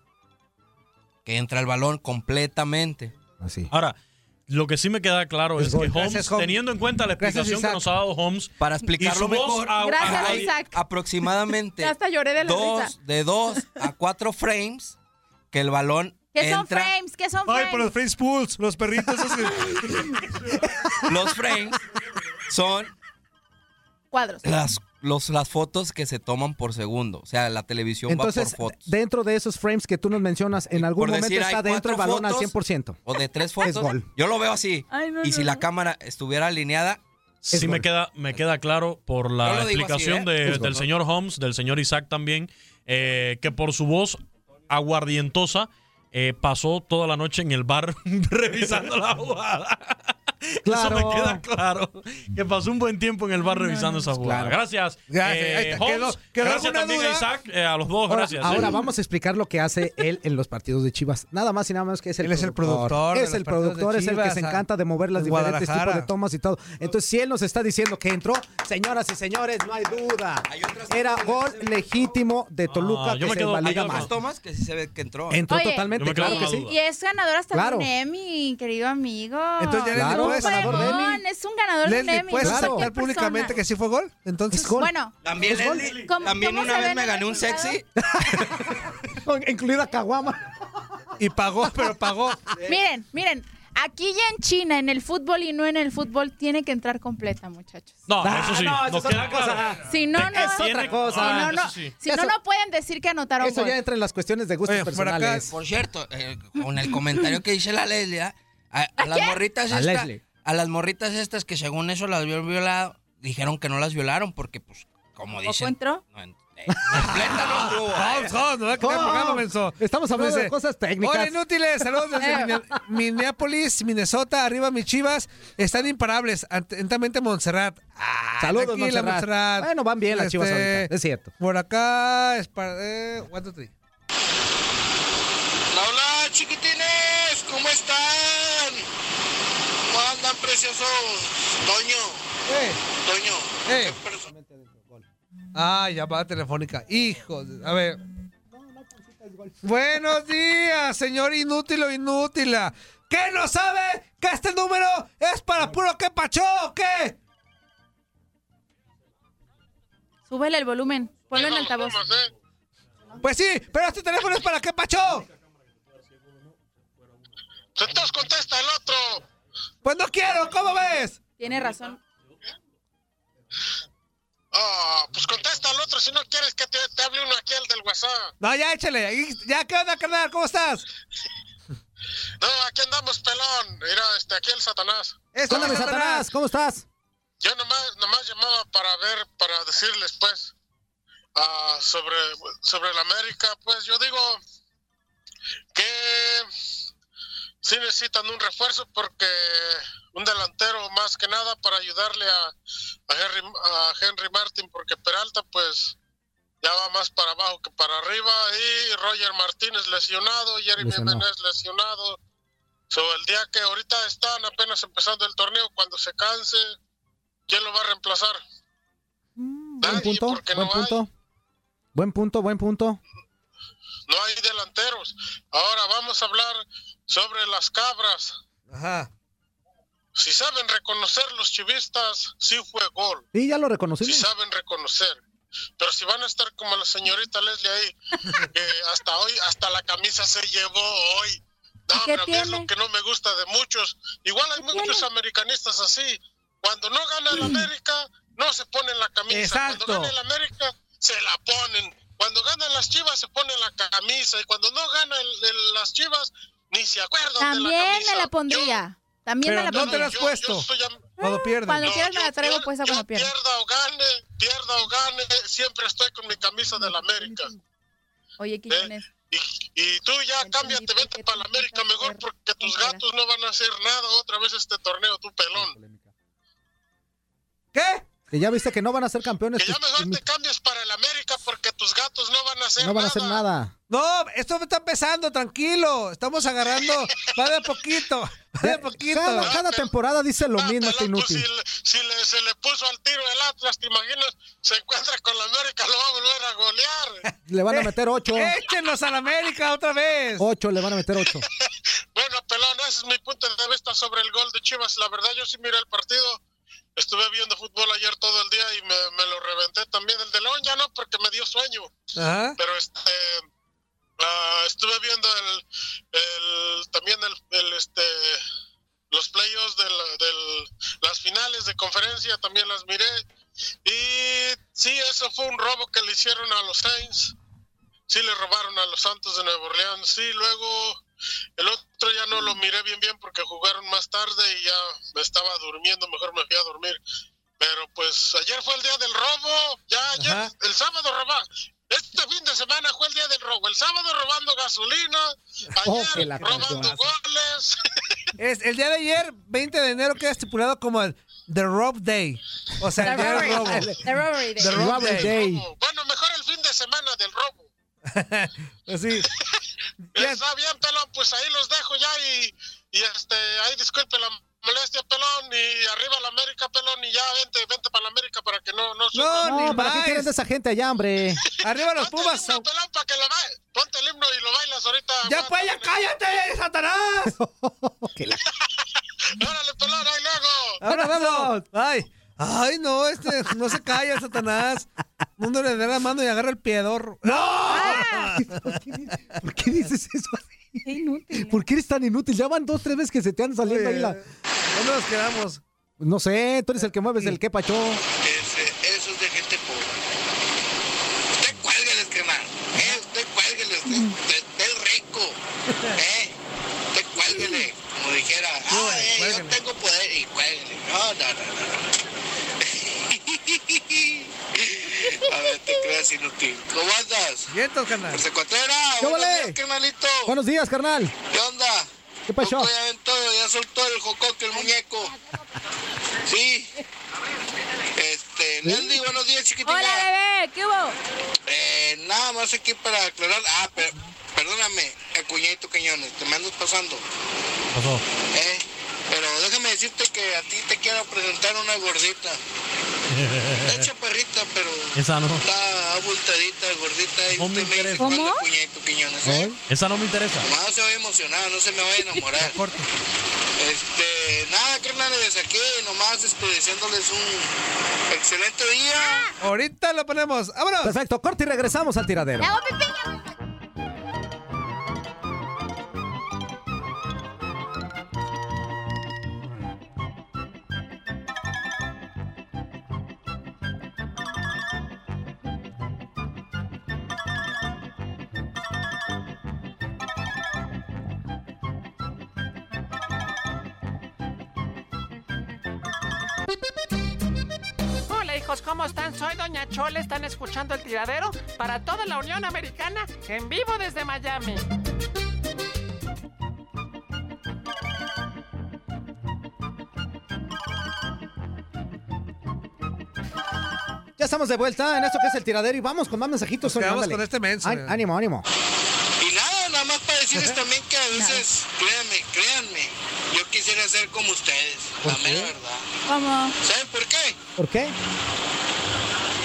Speaker 28: que entra el balón completamente.
Speaker 4: Así.
Speaker 5: Ahora, lo que sí me queda claro es, que Holmes,
Speaker 28: Gracias, Holmes.
Speaker 5: teniendo en cuenta la
Speaker 28: Gracias,
Speaker 5: explicación que
Speaker 28: Isaac.
Speaker 5: nos ha dado Holmes,
Speaker 28: para explicarlo mejor.
Speaker 6: Gracias, Isaac.
Speaker 28: Aproximadamente
Speaker 6: Ya hasta lloré de la
Speaker 28: dos-
Speaker 6: risa.
Speaker 28: de dos a cuatro frames que el balón
Speaker 6: ¿Qué son
Speaker 28: entra.
Speaker 6: frames? ¿Qué son frames?
Speaker 28: frames pools, los perritos. los frames son
Speaker 6: Cuadros.
Speaker 28: las, los, las fotos que se toman por segundo. O sea, la televisión
Speaker 4: Entonces,
Speaker 28: va por fotos.
Speaker 4: dentro de esos frames que tú nos mencionas, en algún
Speaker 28: Por
Speaker 4: momento
Speaker 28: decir, hay
Speaker 4: está dentro el
Speaker 28: cuatro
Speaker 4: balón al
Speaker 28: fotos
Speaker 4: 100%.
Speaker 28: O de tres fotos.
Speaker 4: gol.
Speaker 28: Yo lo veo así.
Speaker 6: Ay, no,
Speaker 28: y
Speaker 6: no,
Speaker 28: si la
Speaker 6: no.
Speaker 28: cámara estuviera alineada,
Speaker 5: sí me queda, me queda claro por la
Speaker 28: Yo lo digo
Speaker 5: explicación
Speaker 28: así, ¿eh?
Speaker 5: de-
Speaker 28: Es
Speaker 5: del
Speaker 28: verdad.
Speaker 5: señor Holmes, del señor Isaac también, eh, que por su voz aguardientosa eh, pasó toda la noche en el bar revisando la jugada. Claro. (laughs) Eso me queda claro. Que pasó un buen tiempo en el bar revisando esa jugada.
Speaker 4: claro.
Speaker 5: Gracias. Eh,
Speaker 4: Gracias. Ahí está.
Speaker 5: Holmes,
Speaker 4: Quedó- quedó
Speaker 5: gracias
Speaker 4: alguna
Speaker 5: también a
Speaker 4: duda.
Speaker 5: Isaac. eh, a los dos,
Speaker 4: Ahora,
Speaker 5: gracias.
Speaker 4: ahora
Speaker 5: Sí.
Speaker 4: vamos a explicar lo que hace él en los partidos de Chivas. Nada más y nada menos que es el
Speaker 7: Él es el productor de
Speaker 4: Es
Speaker 7: los
Speaker 4: el
Speaker 7: partidos de
Speaker 4: productor, es el que
Speaker 7: Chivas,
Speaker 4: se
Speaker 7: ah,
Speaker 4: encanta de mover las
Speaker 7: en
Speaker 4: diferentes tipos de
Speaker 7: Guadalajara.
Speaker 4: tomas y todo. Entonces, si él nos está diciendo que entró, señoras y señores, no hay duda. Era gol legítimo de
Speaker 5: ah,
Speaker 4: Toluca que se invalida
Speaker 28: Hay
Speaker 4: más.
Speaker 28: otras tomas que sí se ve que entró.
Speaker 4: Entró
Speaker 6: Oye,
Speaker 4: totalmente, claro que sí.
Speaker 6: Y es ganador hasta
Speaker 4: Claro.
Speaker 6: de un Emmy, querido amigo.
Speaker 7: Entonces, ya
Speaker 4: Claro,
Speaker 6: es un
Speaker 7: ganador de
Speaker 6: ganador Es un ganador de un
Speaker 7: Leslie,
Speaker 6: Emmy.
Speaker 7: ¿puedes
Speaker 6: no cualquier
Speaker 7: aceptar
Speaker 6: persona.
Speaker 7: públicamente que sí fue gol? Entonces,
Speaker 6: Bueno,
Speaker 28: También,
Speaker 6: es gol.
Speaker 28: Leslie,
Speaker 6: ¿Cómo-
Speaker 28: también
Speaker 6: cómo
Speaker 28: una
Speaker 6: se
Speaker 28: vez
Speaker 6: ven
Speaker 28: me
Speaker 6: en
Speaker 28: gané
Speaker 6: el
Speaker 28: un sexy.
Speaker 4: (laughs) Incluida Caguama.
Speaker 7: Y pagó, pero pagó.
Speaker 6: Miren, miren. Aquí ya en China, en el fútbol y no en el fútbol, tiene que entrar completa, muchachos.
Speaker 5: No,
Speaker 4: Ah,
Speaker 5: eso sí.
Speaker 4: no, eso
Speaker 5: nos
Speaker 4: es
Speaker 5: queda
Speaker 4: otra cosa.
Speaker 5: claro.
Speaker 6: Si no, no.
Speaker 4: Es otra
Speaker 6: Tiene-
Speaker 4: cosa.
Speaker 6: Si no,
Speaker 4: Ah,
Speaker 6: no,
Speaker 4: eso sí.
Speaker 6: si no,
Speaker 4: Eso-
Speaker 6: no pueden decir que anotaron
Speaker 4: Eso
Speaker 6: gol.
Speaker 4: ya entra en las cuestiones de (laughs) gustos
Speaker 28: por, acá,
Speaker 4: personales.
Speaker 28: por cierto, eh, con el comentario que dice la Leslie, ¿ah? a, a las
Speaker 4: quién?
Speaker 28: morritas
Speaker 4: A
Speaker 28: estas,
Speaker 4: Leslie.
Speaker 28: a las morritas estas que según eso las habían violado, dijeron que no las violaron porque pues como
Speaker 6: ¿Poco
Speaker 28: dicen, eh,
Speaker 6: entró?
Speaker 28: completa no estuvo.
Speaker 7: Holmes, Holmes, no va a quitar el
Speaker 28: Holmes.
Speaker 7: programa, menso.
Speaker 4: Estamos hablando
Speaker 7: Dice,
Speaker 4: de cosas técnicas.
Speaker 7: Hola, inútiles. Saludos desde
Speaker 4: Eh.
Speaker 7: Minne- Minneapolis, Minnesota. Arriba, mis chivas. Están imparables. Atentamente, Montserrat. Ah,
Speaker 4: Saludos,
Speaker 7: tranquila, Este,
Speaker 4: Montserrat. Bueno, van bien las Chivas ahorita, es cierto.
Speaker 7: Por acá, es para, eh, one, two, three.
Speaker 18: Hola chiquitines, ¿cómo están? ¿Cómo andan preciosos? Toño. Toño.
Speaker 7: Eh. Ah, llamada telefónica. Hijo, de- a ver. Buenos días, señor inútil o inútila. ¿Qué no sabe que este número es para puro que pachó o qué?
Speaker 6: Súbele el volumen. Ponlo en altavoz.
Speaker 7: Pues sí, pero este teléfono es para que pachó.
Speaker 18: Pues Entonces contesta el otro.
Speaker 7: Pues no quiero, ¿cómo ves?
Speaker 6: Tiene razón.
Speaker 18: Ah, pues contesta el otro si no quieres que te, te hable uno aquí al del WhatsApp.
Speaker 7: No, ya échale. ahí- Ya, ¿qué onda, carnal? ¿Cómo estás?
Speaker 18: No, aquí andamos pelón. Mira, este, aquí el Satanás.
Speaker 7: Eso,
Speaker 4: Ándale, Satanás, ¿cómo estás?
Speaker 18: Yo nomás, nomás llamaba para ver, para decirles, pues, ah, sobre, sobre la América, pues yo digo que sí necesitan un refuerzo porque un delantero más que nada para ayudarle a, a Henry, a Henry Martin, porque Peralta, pues, ya va más para abajo que para arriba y Roger Martínez lesionado, Jeremy
Speaker 15: Lesionado.
Speaker 18: Menez lesionado. So, el día que ahorita están apenas empezando el torneo, cuando se canse, ¿quién lo va a reemplazar?
Speaker 4: Mm, Buen punto, buen punto. Buen punto, buen punto.
Speaker 18: No hay delanteros. Ahora vamos a hablar sobre las cabras.
Speaker 7: Ajá.
Speaker 18: Si saben reconocer los chivistas, sí fue gol.
Speaker 4: Y ya lo reconocí.
Speaker 18: Si saben reconocer. Pero si van a estar como la señorita Leslie ahí, que hasta hoy, hasta la camisa se llevó hoy. No,
Speaker 15: qué
Speaker 18: pero a mí es lo
Speaker 15: tiene?
Speaker 18: que no me gusta de muchos. Igual hay muchos americanistas así. Cuando no gana el América, no se ponen la camisa.
Speaker 7: Exacto.
Speaker 18: Cuando gana el América, se la ponen. Cuando ganan las chivas, se ponen la camisa. Y cuando no gana el- el- las chivas, ni se acuerdan de la
Speaker 6: También
Speaker 18: camisa.
Speaker 6: me la pondría. También me la
Speaker 7: Pero no te
Speaker 6: pondría.
Speaker 7: lo has puesto. Cuando pierdes.
Speaker 6: Cuando quieras me la traigo puesta cuando pierda.
Speaker 18: Pierda o gane, pierda o gane, siempre estoy con mi camisa del América. Eh,
Speaker 6: Oye, Quiñones.
Speaker 18: Y tú ya cámbiate, vete para la América mejor porque tus gatos no van a hacer nada otra vez este torneo, tu pelón.
Speaker 7: ¿Qué?
Speaker 4: Que ya viste que no van a ser campeones.
Speaker 18: Ya mejor te cambias para el América porque tus gatos no van a hacer
Speaker 4: No van a
Speaker 18: nada.
Speaker 4: hacer nada.
Speaker 7: No, esto me está empezando, tranquilo. Estamos agarrando. Va de a poquito. Va de a poquito.
Speaker 18: Ah,
Speaker 4: Cada, cada temporada dice lo mismo,
Speaker 18: pues,
Speaker 4: este inútil.
Speaker 18: Si le- se le puso al tiro el Atlas, te imaginas, se encuentra con la América, lo va a volver
Speaker 7: (laughs)
Speaker 18: a golear.
Speaker 4: Le van a meter ocho.
Speaker 7: Échenlos a la Eh, América otra vez.
Speaker 4: Ocho, le van a meter
Speaker 18: (laughs)
Speaker 4: ocho.
Speaker 18: Bueno, pelón, ese es mi punto de vista sobre el gol de Chivas. La verdad, yo sí miré el partido. Estuve viendo fútbol ayer todo el día y me, me lo reventé también. El de León ya no, porque me dio sueño.
Speaker 7: Ajá.
Speaker 18: Pero este, ah, estuve viendo el, el- también el, el, este, los playoffs de la- del- las finales de conferencia, también las miré. Y sí, eso fue un robo que le hicieron a los Saints. Sí, le robaron a los Santos de Nueva Orleans. Sí, luego el otro ya no lo miré bien bien porque jugaron más tarde y ya me estaba durmiendo, mejor me fui a dormir. Pero pues ayer fue el día del robo, ya ayer, el sábado roba. Este fin de semana fue el día del robo, el sábado robando gasolina, ayer
Speaker 4: Oh, que la
Speaker 18: robando
Speaker 4: canción.
Speaker 18: goles.
Speaker 7: Es, el día de ayer, 20 de enero, queda estipulado como el The Rob Day. O sea, el
Speaker 6: The
Speaker 7: día del
Speaker 6: Robbery-
Speaker 7: robo.
Speaker 6: The Robbery Day.
Speaker 7: The Rob
Speaker 6: Robbery
Speaker 7: Day.
Speaker 18: Bueno, mejor el fin de semana del robo.
Speaker 7: (laughs) Así.
Speaker 18: Está bien, pelón, pues ahí los dejo ya y, y este, ahí disculpe la molestia, pelón, y arriba la América, pelón, y ya vente, vente para la América para que no, no sufra.
Speaker 4: No, ¿para qué quieren de esa gente allá, hombre?
Speaker 7: (laughs) Arriba los Pumas.
Speaker 18: Ponte el himno y lo bailas ahorita.
Speaker 7: Ya pues, ya cállate, Satanás.
Speaker 18: Órale, pelón, ahí luego.
Speaker 7: Ahora vamos. Ay, ay, no, este no se calla, Satanás. Mundo le da la mano y agarra el piedor. ¡No!
Speaker 6: Ah,
Speaker 4: ¿Por qué dices eso? Qué inútil. ¿Por qué eres tan inútil? Ya van dos, tres veces que se te han saliendo ahí la.
Speaker 7: ¿Dónde nos quedamos?
Speaker 4: No sé, tú eres el que mueves el que pacho.
Speaker 18: Ah,
Speaker 9: Eso es de gente pobre. Usted cuélgueles, carnal. Eh, usted cuélgueles. Usted usted es rico. Eh, usted cuélguele. Como dijera, ah, eh, yo tengo poder y cuélguele. No, no, no, no. (laughs) no. A ver, te creas inútil. ¿Cómo andas?
Speaker 7: Vientos, carnal.
Speaker 9: José Cuatera,
Speaker 4: ¿Qué
Speaker 9: buenos
Speaker 4: vale?
Speaker 9: días, carnalito.
Speaker 4: Buenos días, carnal.
Speaker 9: ¿Qué onda?
Speaker 4: ¿Qué pasó?
Speaker 9: Coco ya aventó, ya soltó el jocoque, el muñeco. Sí. Este, Leslie, buenos días, chiquitina.
Speaker 6: Hola, bebé, ¿qué hubo?
Speaker 9: Eh, nada más aquí para aclarar. Ah, per- perdóname, Acuñadito Cañones, te me andas pasando.
Speaker 5: Pasó.
Speaker 9: Eh, pero déjame decirte que a ti te quiero presentar una gordita. Está
Speaker 6: (laughs)
Speaker 9: chaparrita, pero
Speaker 5: Esa no.
Speaker 9: está abultadita, gordita. Y usted me dice cuándo Acuñadito Quiñones. ¿eh?
Speaker 5: Esa no me interesa.
Speaker 9: Nomás no se vaya emocionado, no se me vaya a enamorar. Este, nada, carnales, aquí nomás este, deseándoles un excelente día.
Speaker 7: Ahorita lo ponemos. ¡Vámonos!
Speaker 4: Perfecto, corte y regresamos al tiradero.
Speaker 9: É
Speaker 29: Hola hijos, ¿cómo están? Soy Doña Chole, están escuchando el tiradero para toda la Unión Americana en vivo desde Miami.
Speaker 4: Ya estamos de vuelta en esto que es el tiradero y vamos con más mensajitos.
Speaker 9: Nos quedamos
Speaker 4: ándale.
Speaker 9: con este menso,
Speaker 4: Á-
Speaker 9: eh.
Speaker 4: Ánimo, ánimo.
Speaker 9: Y nada, nada más para decirles también
Speaker 29: (laughs)
Speaker 9: que a veces, créanme, créanme, yo quisiera ser como ustedes, la mera verdad.
Speaker 6: ¿Cómo?
Speaker 9: ¿Saben por qué?
Speaker 4: ¿Por qué?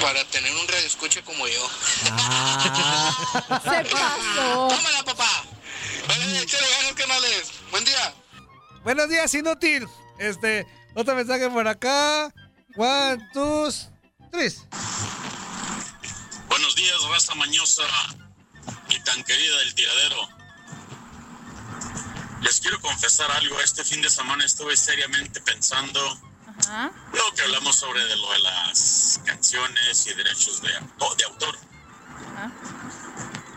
Speaker 9: Para tener un radio escucha como yo.
Speaker 29: Ah. (laughs)
Speaker 9: (laughs)
Speaker 6: Se pasó.
Speaker 9: ¡Tómala, papá! ¡Vale, échale ganas, canales! ¡Buen día!
Speaker 7: Buenos días, inútil. Este, otro mensaje por acá. One, two, tres.
Speaker 11: Buenos días, raza mañosa y tan querida del tiradero. Les quiero confesar algo. Este fin de semana estuve seriamente pensando,
Speaker 6: Ajá.
Speaker 11: luego que hablamos sobre de lo de las canciones y derechos de, auto- de autor.
Speaker 6: Ajá.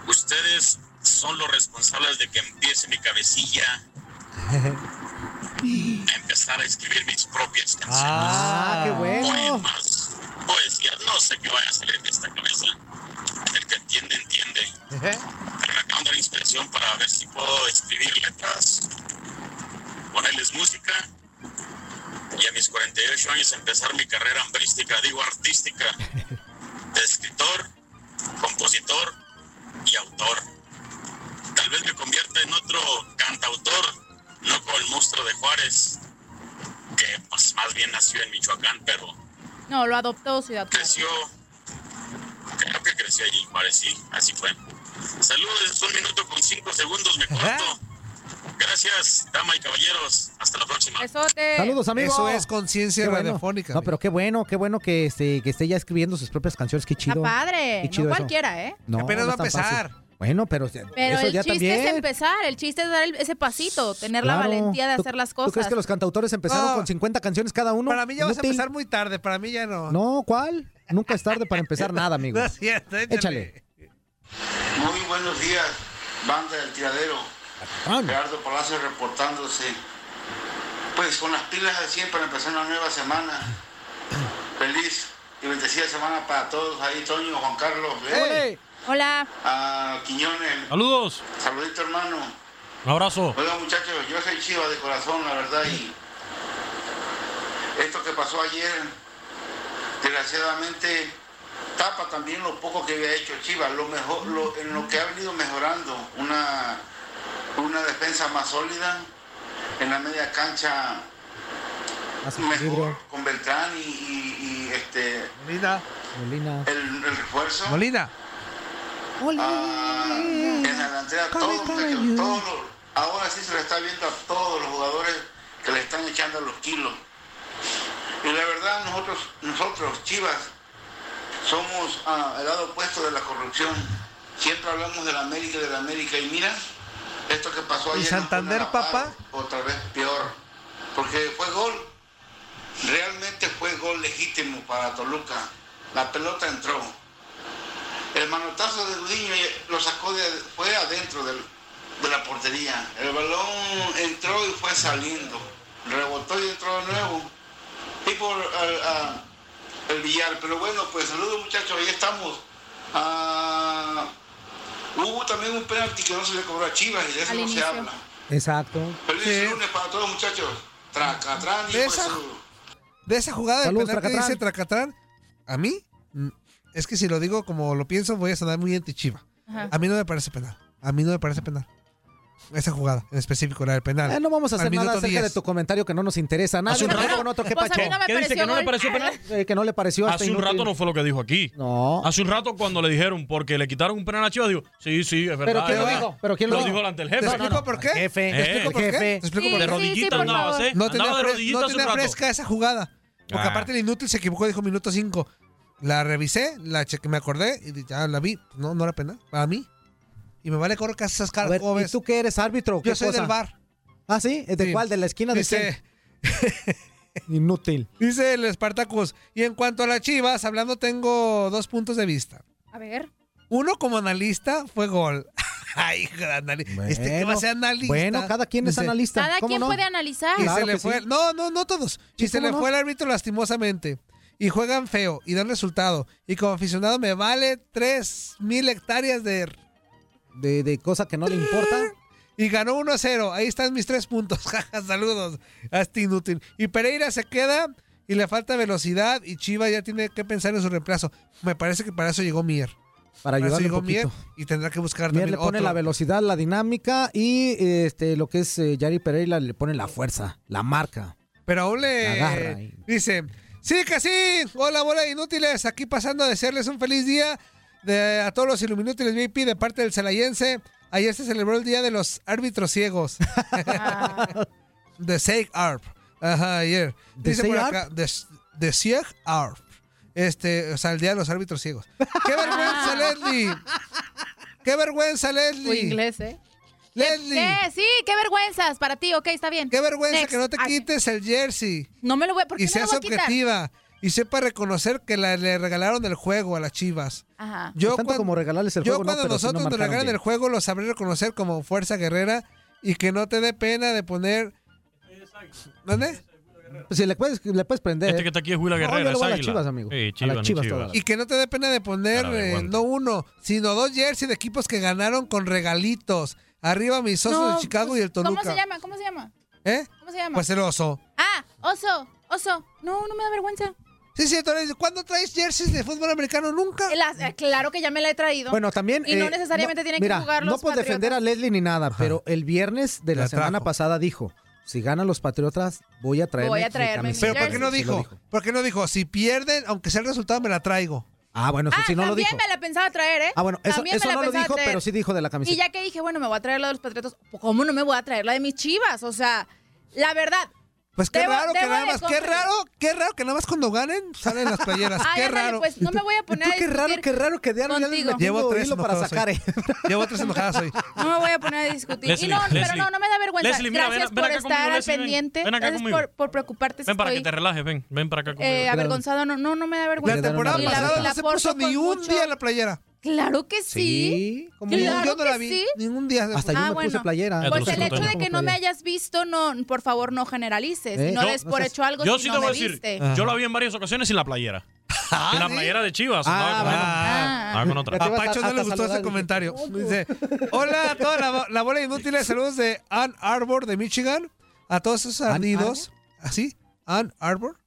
Speaker 11: Ustedes son los responsables de que empiece mi cabecilla
Speaker 6: (laughs)
Speaker 11: a empezar a escribir mis propias canciones.
Speaker 4: Ah, qué bueno.
Speaker 11: Poemas, poesías, no sé qué vaya a salir de esta cabeza. El que entiende, entiende. Pero me acaban de dar inspiración para ver si puedo escribir letras, ponerles música y a mis 48 años empezar mi carrera hambrística, digo artística, de escritor, compositor y autor. Tal vez me convierta en otro cantautor, no como el monstruo de Juárez, que pues, más bien nació en Michoacán, pero
Speaker 6: No, lo adoptó Ciudad Juárez.
Speaker 11: creció, creo que creció allí, parece, sí, así fue. Saludos, es un minuto con cinco segundos, me corto. Gracias, damas y caballeros, hasta la próxima.
Speaker 6: Besote.
Speaker 4: Saludos, amigo.
Speaker 7: Eh, Eso es conciencia
Speaker 4: Qué bueno.
Speaker 7: radiofónica.
Speaker 4: No, pero qué bueno, qué bueno que esté, que esté ya escribiendo sus propias canciones. Qué
Speaker 6: Está
Speaker 4: chido.
Speaker 6: padre.
Speaker 4: Qué chido
Speaker 6: No
Speaker 4: eso.
Speaker 6: cualquiera, ¿eh?
Speaker 4: No,
Speaker 7: Apenas
Speaker 4: no
Speaker 7: va a
Speaker 4: es tan fácil.
Speaker 7: empezar.
Speaker 4: Bueno, pero,
Speaker 6: Pero
Speaker 4: eso
Speaker 6: el
Speaker 4: ya
Speaker 6: chiste
Speaker 4: también.
Speaker 6: es empezar, el chiste es dar el- ese pasito, tener la
Speaker 4: Claro.
Speaker 6: valentía de
Speaker 4: ¿Tú-
Speaker 6: hacer las
Speaker 4: ¿Tú
Speaker 6: cosas.
Speaker 4: crees que los cantautores empezaron
Speaker 7: No.
Speaker 4: con 50 canciones cada uno?
Speaker 7: Para mí ya vas a
Speaker 4: Inútil.
Speaker 7: empezar muy tarde, para mí ya no.
Speaker 4: No, ¿cuál? Nunca es tarde para empezar
Speaker 7: (laughs)
Speaker 4: nada, amigo.
Speaker 7: No es cierto, échale.
Speaker 4: Échale.
Speaker 11: Muy buenos días, banda del tiradero. Gerardo Palacio reportándose. Pues con las pilas al 100 para empezar una nueva semana. Feliz y bendecida semana para todos. Ahí Toño, Juan Carlos, Leo,
Speaker 6: Hola.
Speaker 11: a Quiñones.
Speaker 5: Saludos.
Speaker 11: Saludito hermano.
Speaker 5: Un abrazo.
Speaker 30: Hola muchachos, yo soy Chiva de corazón, la verdad, y esto que pasó ayer, desgraciadamente, tapa también lo poco que había hecho Chivas, lo mejor, lo- en lo que ha venido mejorando, una, una defensa más sólida, en la media cancha mejor con Beltrán y, y- y, este
Speaker 7: Molina,
Speaker 4: Molina.
Speaker 30: el, el refuerzo.
Speaker 7: Molina.
Speaker 30: Ah, en la delantera todos, que- todos los- ahora sí se le está viendo a todos los jugadores que le están echando los kilos. Y la verdad nosotros, nosotros, Chivas, somos ah, el lado opuesto de la corrupción. Siempre hablamos de la América y de la América y mira esto que pasó
Speaker 7: ¿Y
Speaker 30: ayer. nos pone
Speaker 7: Santander,
Speaker 30: a la par,
Speaker 7: papá?
Speaker 30: Otra vez peor. Porque fue gol. Realmente fue gol legítimo para Toluca. La pelota entró. El manotazo de Gudiño lo sacó de, fue adentro del- de la portería. El balón entró y fue saliendo. Rebotó y entró de nuevo. Tipo el billar. Pero bueno, pues saludos muchachos, ahí estamos. Ah, hubo también un penalti que no se le cobró a Chivas y de eso
Speaker 6: Al
Speaker 30: no
Speaker 6: inicio.
Speaker 30: se habla.
Speaker 4: Exacto.
Speaker 30: Feliz lunes para todos muchachos. Tracatrán y
Speaker 7: Esa- De esa jugada del
Speaker 30: Saludos,
Speaker 7: penal que
Speaker 30: Tracatrán.
Speaker 7: dice Tracatrán, a mí, mm, es que si lo digo como lo pienso, voy a sonar muy antichiva.
Speaker 4: Ajá.
Speaker 7: A mí no me parece penal. A mí no me parece penal. Esa jugada en específico, la del penal.
Speaker 4: Eh, no vamos a
Speaker 7: Al
Speaker 4: hacer nada
Speaker 7: minuto
Speaker 4: acerca
Speaker 7: 10.
Speaker 4: de tu comentario que no nos interesa. Nada,
Speaker 7: Hace un
Speaker 4: vamos
Speaker 7: rato-
Speaker 4: con otro que
Speaker 7: Pues a
Speaker 4: pacho.
Speaker 7: mí no me ¿Qué dice, pareció que no le mal. pareció penal?
Speaker 4: Eh, que no le pareció hasta
Speaker 5: Hace un
Speaker 4: inútil.
Speaker 5: rato no fue lo que dijo aquí.
Speaker 4: No.
Speaker 5: Hace un rato cuando le dijeron, porque le quitaron un penal a Chivas, digo, sí, sí, es verdad.
Speaker 4: Pero ¿quién
Speaker 5: es
Speaker 4: lo
Speaker 5: verdad.
Speaker 4: dijo? ¿Pero quién lo
Speaker 5: lo
Speaker 4: dijo?
Speaker 5: dijo delante del jefe.
Speaker 7: ¿Te explico por qué?
Speaker 4: Jefe.
Speaker 7: ¿Te explico por qué? ¿Te explico por
Speaker 5: De
Speaker 7: qué?
Speaker 5: rodillitas andabas, ¿eh?
Speaker 7: No tenía,
Speaker 5: Andaba de
Speaker 7: fre-
Speaker 5: rodillitas
Speaker 7: no
Speaker 5: hace un
Speaker 7: tenía
Speaker 5: rato.
Speaker 7: fresca esa jugada. Porque
Speaker 5: Ah.
Speaker 7: aparte el inútil se equivocó, dijo minuto 5. La revisé, la chequé, me acordé y ya la vi. Pues No, no era penal. Para mí. Y me vale correr casas
Speaker 4: A ver,
Speaker 7: caras. ¿Cómo
Speaker 4: ¿y
Speaker 7: ves?
Speaker 4: tú qué eres árbitro? o
Speaker 7: Yo
Speaker 4: qué
Speaker 7: soy
Speaker 4: cosa?
Speaker 7: del bar.
Speaker 4: Ah, sí, ¿de
Speaker 7: Sí.
Speaker 4: cuál? ¿De la esquina de
Speaker 7: Dice-
Speaker 4: quién? Inútil.
Speaker 7: Dice el Spartacus. Y en cuanto a las chivas, hablando, tengo dos puntos de vista.
Speaker 6: A ver.
Speaker 7: Uno como analista fue gol. Ay, hijo de anali- Este que va a ser analista.
Speaker 4: Bueno, cada quien es
Speaker 7: Dice-
Speaker 4: analista.
Speaker 6: Cada
Speaker 4: ¿Cómo
Speaker 6: quien
Speaker 4: no?
Speaker 6: puede analizar.
Speaker 7: Y se le fue. No, no, no todos.
Speaker 4: ¿Y
Speaker 7: Y se
Speaker 4: cómo
Speaker 7: le
Speaker 4: no?
Speaker 7: fue el árbitro lastimosamente. Y juegan feo y dan resultado. Y como aficionado me vale tres mil hectáreas de.
Speaker 4: De, de cosa que no le importa.
Speaker 7: Y ganó 1 a 0. Ahí están mis tres puntos. (laughs) Jaja, saludos. Hasta inútil. Y Pereira se queda y le falta velocidad. Y Chiva ya tiene que pensar en su reemplazo. Me parece que para eso llegó Mier.
Speaker 4: Para
Speaker 7: eso
Speaker 4: ayudarle
Speaker 7: llegó
Speaker 4: un poquito.
Speaker 7: Mier y tendrá que buscar
Speaker 4: Mier
Speaker 7: también
Speaker 4: le pone
Speaker 7: otro.
Speaker 4: la velocidad, la dinámica y este lo que es eh, Yari Pereira le pone la fuerza, la marca.
Speaker 7: Pero aún
Speaker 4: La agarra
Speaker 7: le
Speaker 4: ahí.
Speaker 7: dice, sí que sí, hola bola de inútiles, aquí pasando a desearles un feliz día de, a todos los Iluminútiles VIP de parte del Celayense. Ayer se celebró el Día de los Árbitros
Speaker 6: (laughs)
Speaker 7: Ciegos. The Seg Arp. Ajá, ayer.
Speaker 4: ¿The
Speaker 7: Dice por
Speaker 4: Seg
Speaker 7: acá, The, the Seg Arp. Este, o sea, el Día de los Árbitros Ciegos. ¡Qué vergüenza, Leslie! ¡Qué vergüenza, Leslie!
Speaker 6: Tu inglés, ¿eh?
Speaker 7: Leslie.
Speaker 6: ¿Qué? Sí, qué vergüenzas para ti. Ok, está bien.
Speaker 7: Qué vergüenza
Speaker 6: Pues, Next.
Speaker 7: que no te
Speaker 6: Ay,
Speaker 7: quites el jersey.
Speaker 6: No me lo voy, ¿por
Speaker 7: Y
Speaker 6: qué me lo
Speaker 7: seas
Speaker 6: voy a quitar?
Speaker 7: objetiva. Y sepa reconocer que la- le regalaron el juego a las chivas.
Speaker 6: Ajá.
Speaker 7: Yo
Speaker 4: Pues tanto
Speaker 7: cuan-
Speaker 4: como regalarles el
Speaker 7: yo
Speaker 4: juego, no,
Speaker 7: cuando
Speaker 4: pero sí no
Speaker 7: nosotros nos
Speaker 4: marcaron
Speaker 7: regalan
Speaker 4: bien.
Speaker 7: el juego lo sabré reconocer como fuerza guerrera y que no te dé pena de poner... ¿Dónde?
Speaker 4: Pues si le puedes, le puedes prender.
Speaker 7: Este
Speaker 4: ¿eh?
Speaker 7: que está aquí es Huila
Speaker 4: No,
Speaker 7: Guerrero,
Speaker 4: yo le voy
Speaker 7: es
Speaker 4: a las
Speaker 7: Águila.
Speaker 4: chivas, amigo.
Speaker 5: Sí,
Speaker 4: a
Speaker 5: Chivas,
Speaker 4: las
Speaker 5: ni
Speaker 4: chivas,
Speaker 5: chivas.
Speaker 4: todas.
Speaker 7: Y que no te dé pena de poner
Speaker 5: Cara de
Speaker 7: eh,
Speaker 5: guante.
Speaker 7: no uno, sino dos jerseys de equipos que ganaron con regalitos. Arriba mis osos
Speaker 6: No, pues,
Speaker 7: de Chicago y el Toluca.
Speaker 6: ¿Cómo se llama? ¿Cómo se llama?
Speaker 7: ¿Eh?
Speaker 6: ¿Cómo se llama?
Speaker 7: Pues el oso.
Speaker 6: Ah, oso, oso. No, no me da vergüenza.
Speaker 7: Sí, sí, entonces, ¿cuándo traes jerseys de fútbol americano? Nunca.
Speaker 6: eh, claro que ya me la he traído.
Speaker 4: Bueno, también.
Speaker 6: Y no
Speaker 4: eh,
Speaker 6: necesariamente
Speaker 4: no-
Speaker 6: tienen
Speaker 4: mira,
Speaker 6: que jugar
Speaker 4: No
Speaker 6: los
Speaker 4: por defender a
Speaker 6: Patriotas.
Speaker 4: Leslie ni nada, pero el viernes de la,
Speaker 7: La
Speaker 4: semana
Speaker 7: trajo.
Speaker 4: pasada dijo: si ganan los Patriotas, voy a traerme.
Speaker 6: Voy a
Speaker 4: mi
Speaker 6: traerme mi
Speaker 4: camiseta".
Speaker 7: Pero ¿por qué no
Speaker 4: Sí, sí lo
Speaker 7: dijo? ¿Por qué no dijo? Si pierden, aunque sea el resultado, me la traigo.
Speaker 4: Ah, bueno, eso sí no lo
Speaker 6: También
Speaker 4: dijo.
Speaker 6: me la pensaba traer, ¿eh?
Speaker 4: Ah, bueno, eso,
Speaker 6: También
Speaker 4: eso
Speaker 6: me la
Speaker 4: no lo
Speaker 6: pensaba
Speaker 4: dijo,
Speaker 6: traer.
Speaker 4: pero sí dijo de la
Speaker 6: Y
Speaker 4: camiseta.
Speaker 6: ya que dije, bueno, me voy a traer la de los Patriotas, ¿cómo no me voy a traer la de mis chivas? O sea, la verdad.
Speaker 7: Pues qué
Speaker 6: debo-
Speaker 7: raro que
Speaker 6: debo
Speaker 7: nada
Speaker 6: de
Speaker 7: más, qué
Speaker 6: confes-
Speaker 7: raro, qué raro que nada más cuando ganen salen las playeras.
Speaker 6: (laughs) Ay,
Speaker 7: qué
Speaker 6: ándale,
Speaker 7: raro.
Speaker 6: pues no me voy a poner a
Speaker 4: qué raro,
Speaker 6: discutir
Speaker 4: qué raro que diario ya les
Speaker 6: contigo.
Speaker 4: metiendo
Speaker 7: Llevo tres
Speaker 4: hilo para
Speaker 7: enojadas
Speaker 4: sacar.
Speaker 7: hoy. Llevo tres enojadas hoy.
Speaker 6: No me voy a poner a discutir.
Speaker 7: Leslie,
Speaker 6: y no, pero
Speaker 7: Leslie.
Speaker 6: no, no me da vergüenza.
Speaker 5: Leslie, mira,
Speaker 6: Gracias
Speaker 5: ven- ven
Speaker 6: por
Speaker 5: acá
Speaker 6: estar
Speaker 5: conmigo,
Speaker 6: al
Speaker 5: Leslie, ven.
Speaker 6: pendiente.
Speaker 5: Ven acá
Speaker 6: Gracias
Speaker 5: conmigo.
Speaker 6: por, por preocuparte si
Speaker 5: Ven para que
Speaker 6: estoy
Speaker 5: te relajes, ven, ven para acá conmigo.
Speaker 6: eh, avergonzado. No, no, no me da vergüenza.
Speaker 7: La temporada
Speaker 6: Y
Speaker 7: pasada no se
Speaker 6: porto
Speaker 7: puso ni
Speaker 6: con
Speaker 7: un
Speaker 6: mucho-
Speaker 7: día la playera.
Speaker 6: Claro que sí.
Speaker 7: Sí, como yo-
Speaker 6: Claro
Speaker 7: yo no la
Speaker 6: que
Speaker 7: vi,
Speaker 6: sí. Ah,
Speaker 7: ningún día.
Speaker 4: Hasta yo me puse playera. Ya te
Speaker 6: Pues
Speaker 4: lo
Speaker 6: el
Speaker 4: siento,
Speaker 6: hecho de
Speaker 4: Toño.
Speaker 6: que no me hayas visto, no, por favor, no generalices.
Speaker 5: ¿Eh?
Speaker 6: No
Speaker 5: Yo-
Speaker 6: des por
Speaker 5: no seas-
Speaker 6: hecho algo
Speaker 5: Yo
Speaker 6: si
Speaker 5: sí
Speaker 6: no
Speaker 5: te voy
Speaker 6: me
Speaker 5: a decir,
Speaker 7: Ah.
Speaker 6: viste.
Speaker 5: yo la vi en varias ocasiones sin la playera. sin la playera de Chivas.
Speaker 4: Ah,
Speaker 5: andaba con
Speaker 4: bueno.
Speaker 5: una-
Speaker 6: Ah,
Speaker 5: Ah, con otra.
Speaker 7: A Pacho no le gustó ese comentario. Dice, hola a toda la, la bola inútil, saludos de Ann Arbor de Michigan. A todos esos ardidos. ¿Así? Ann Arbor.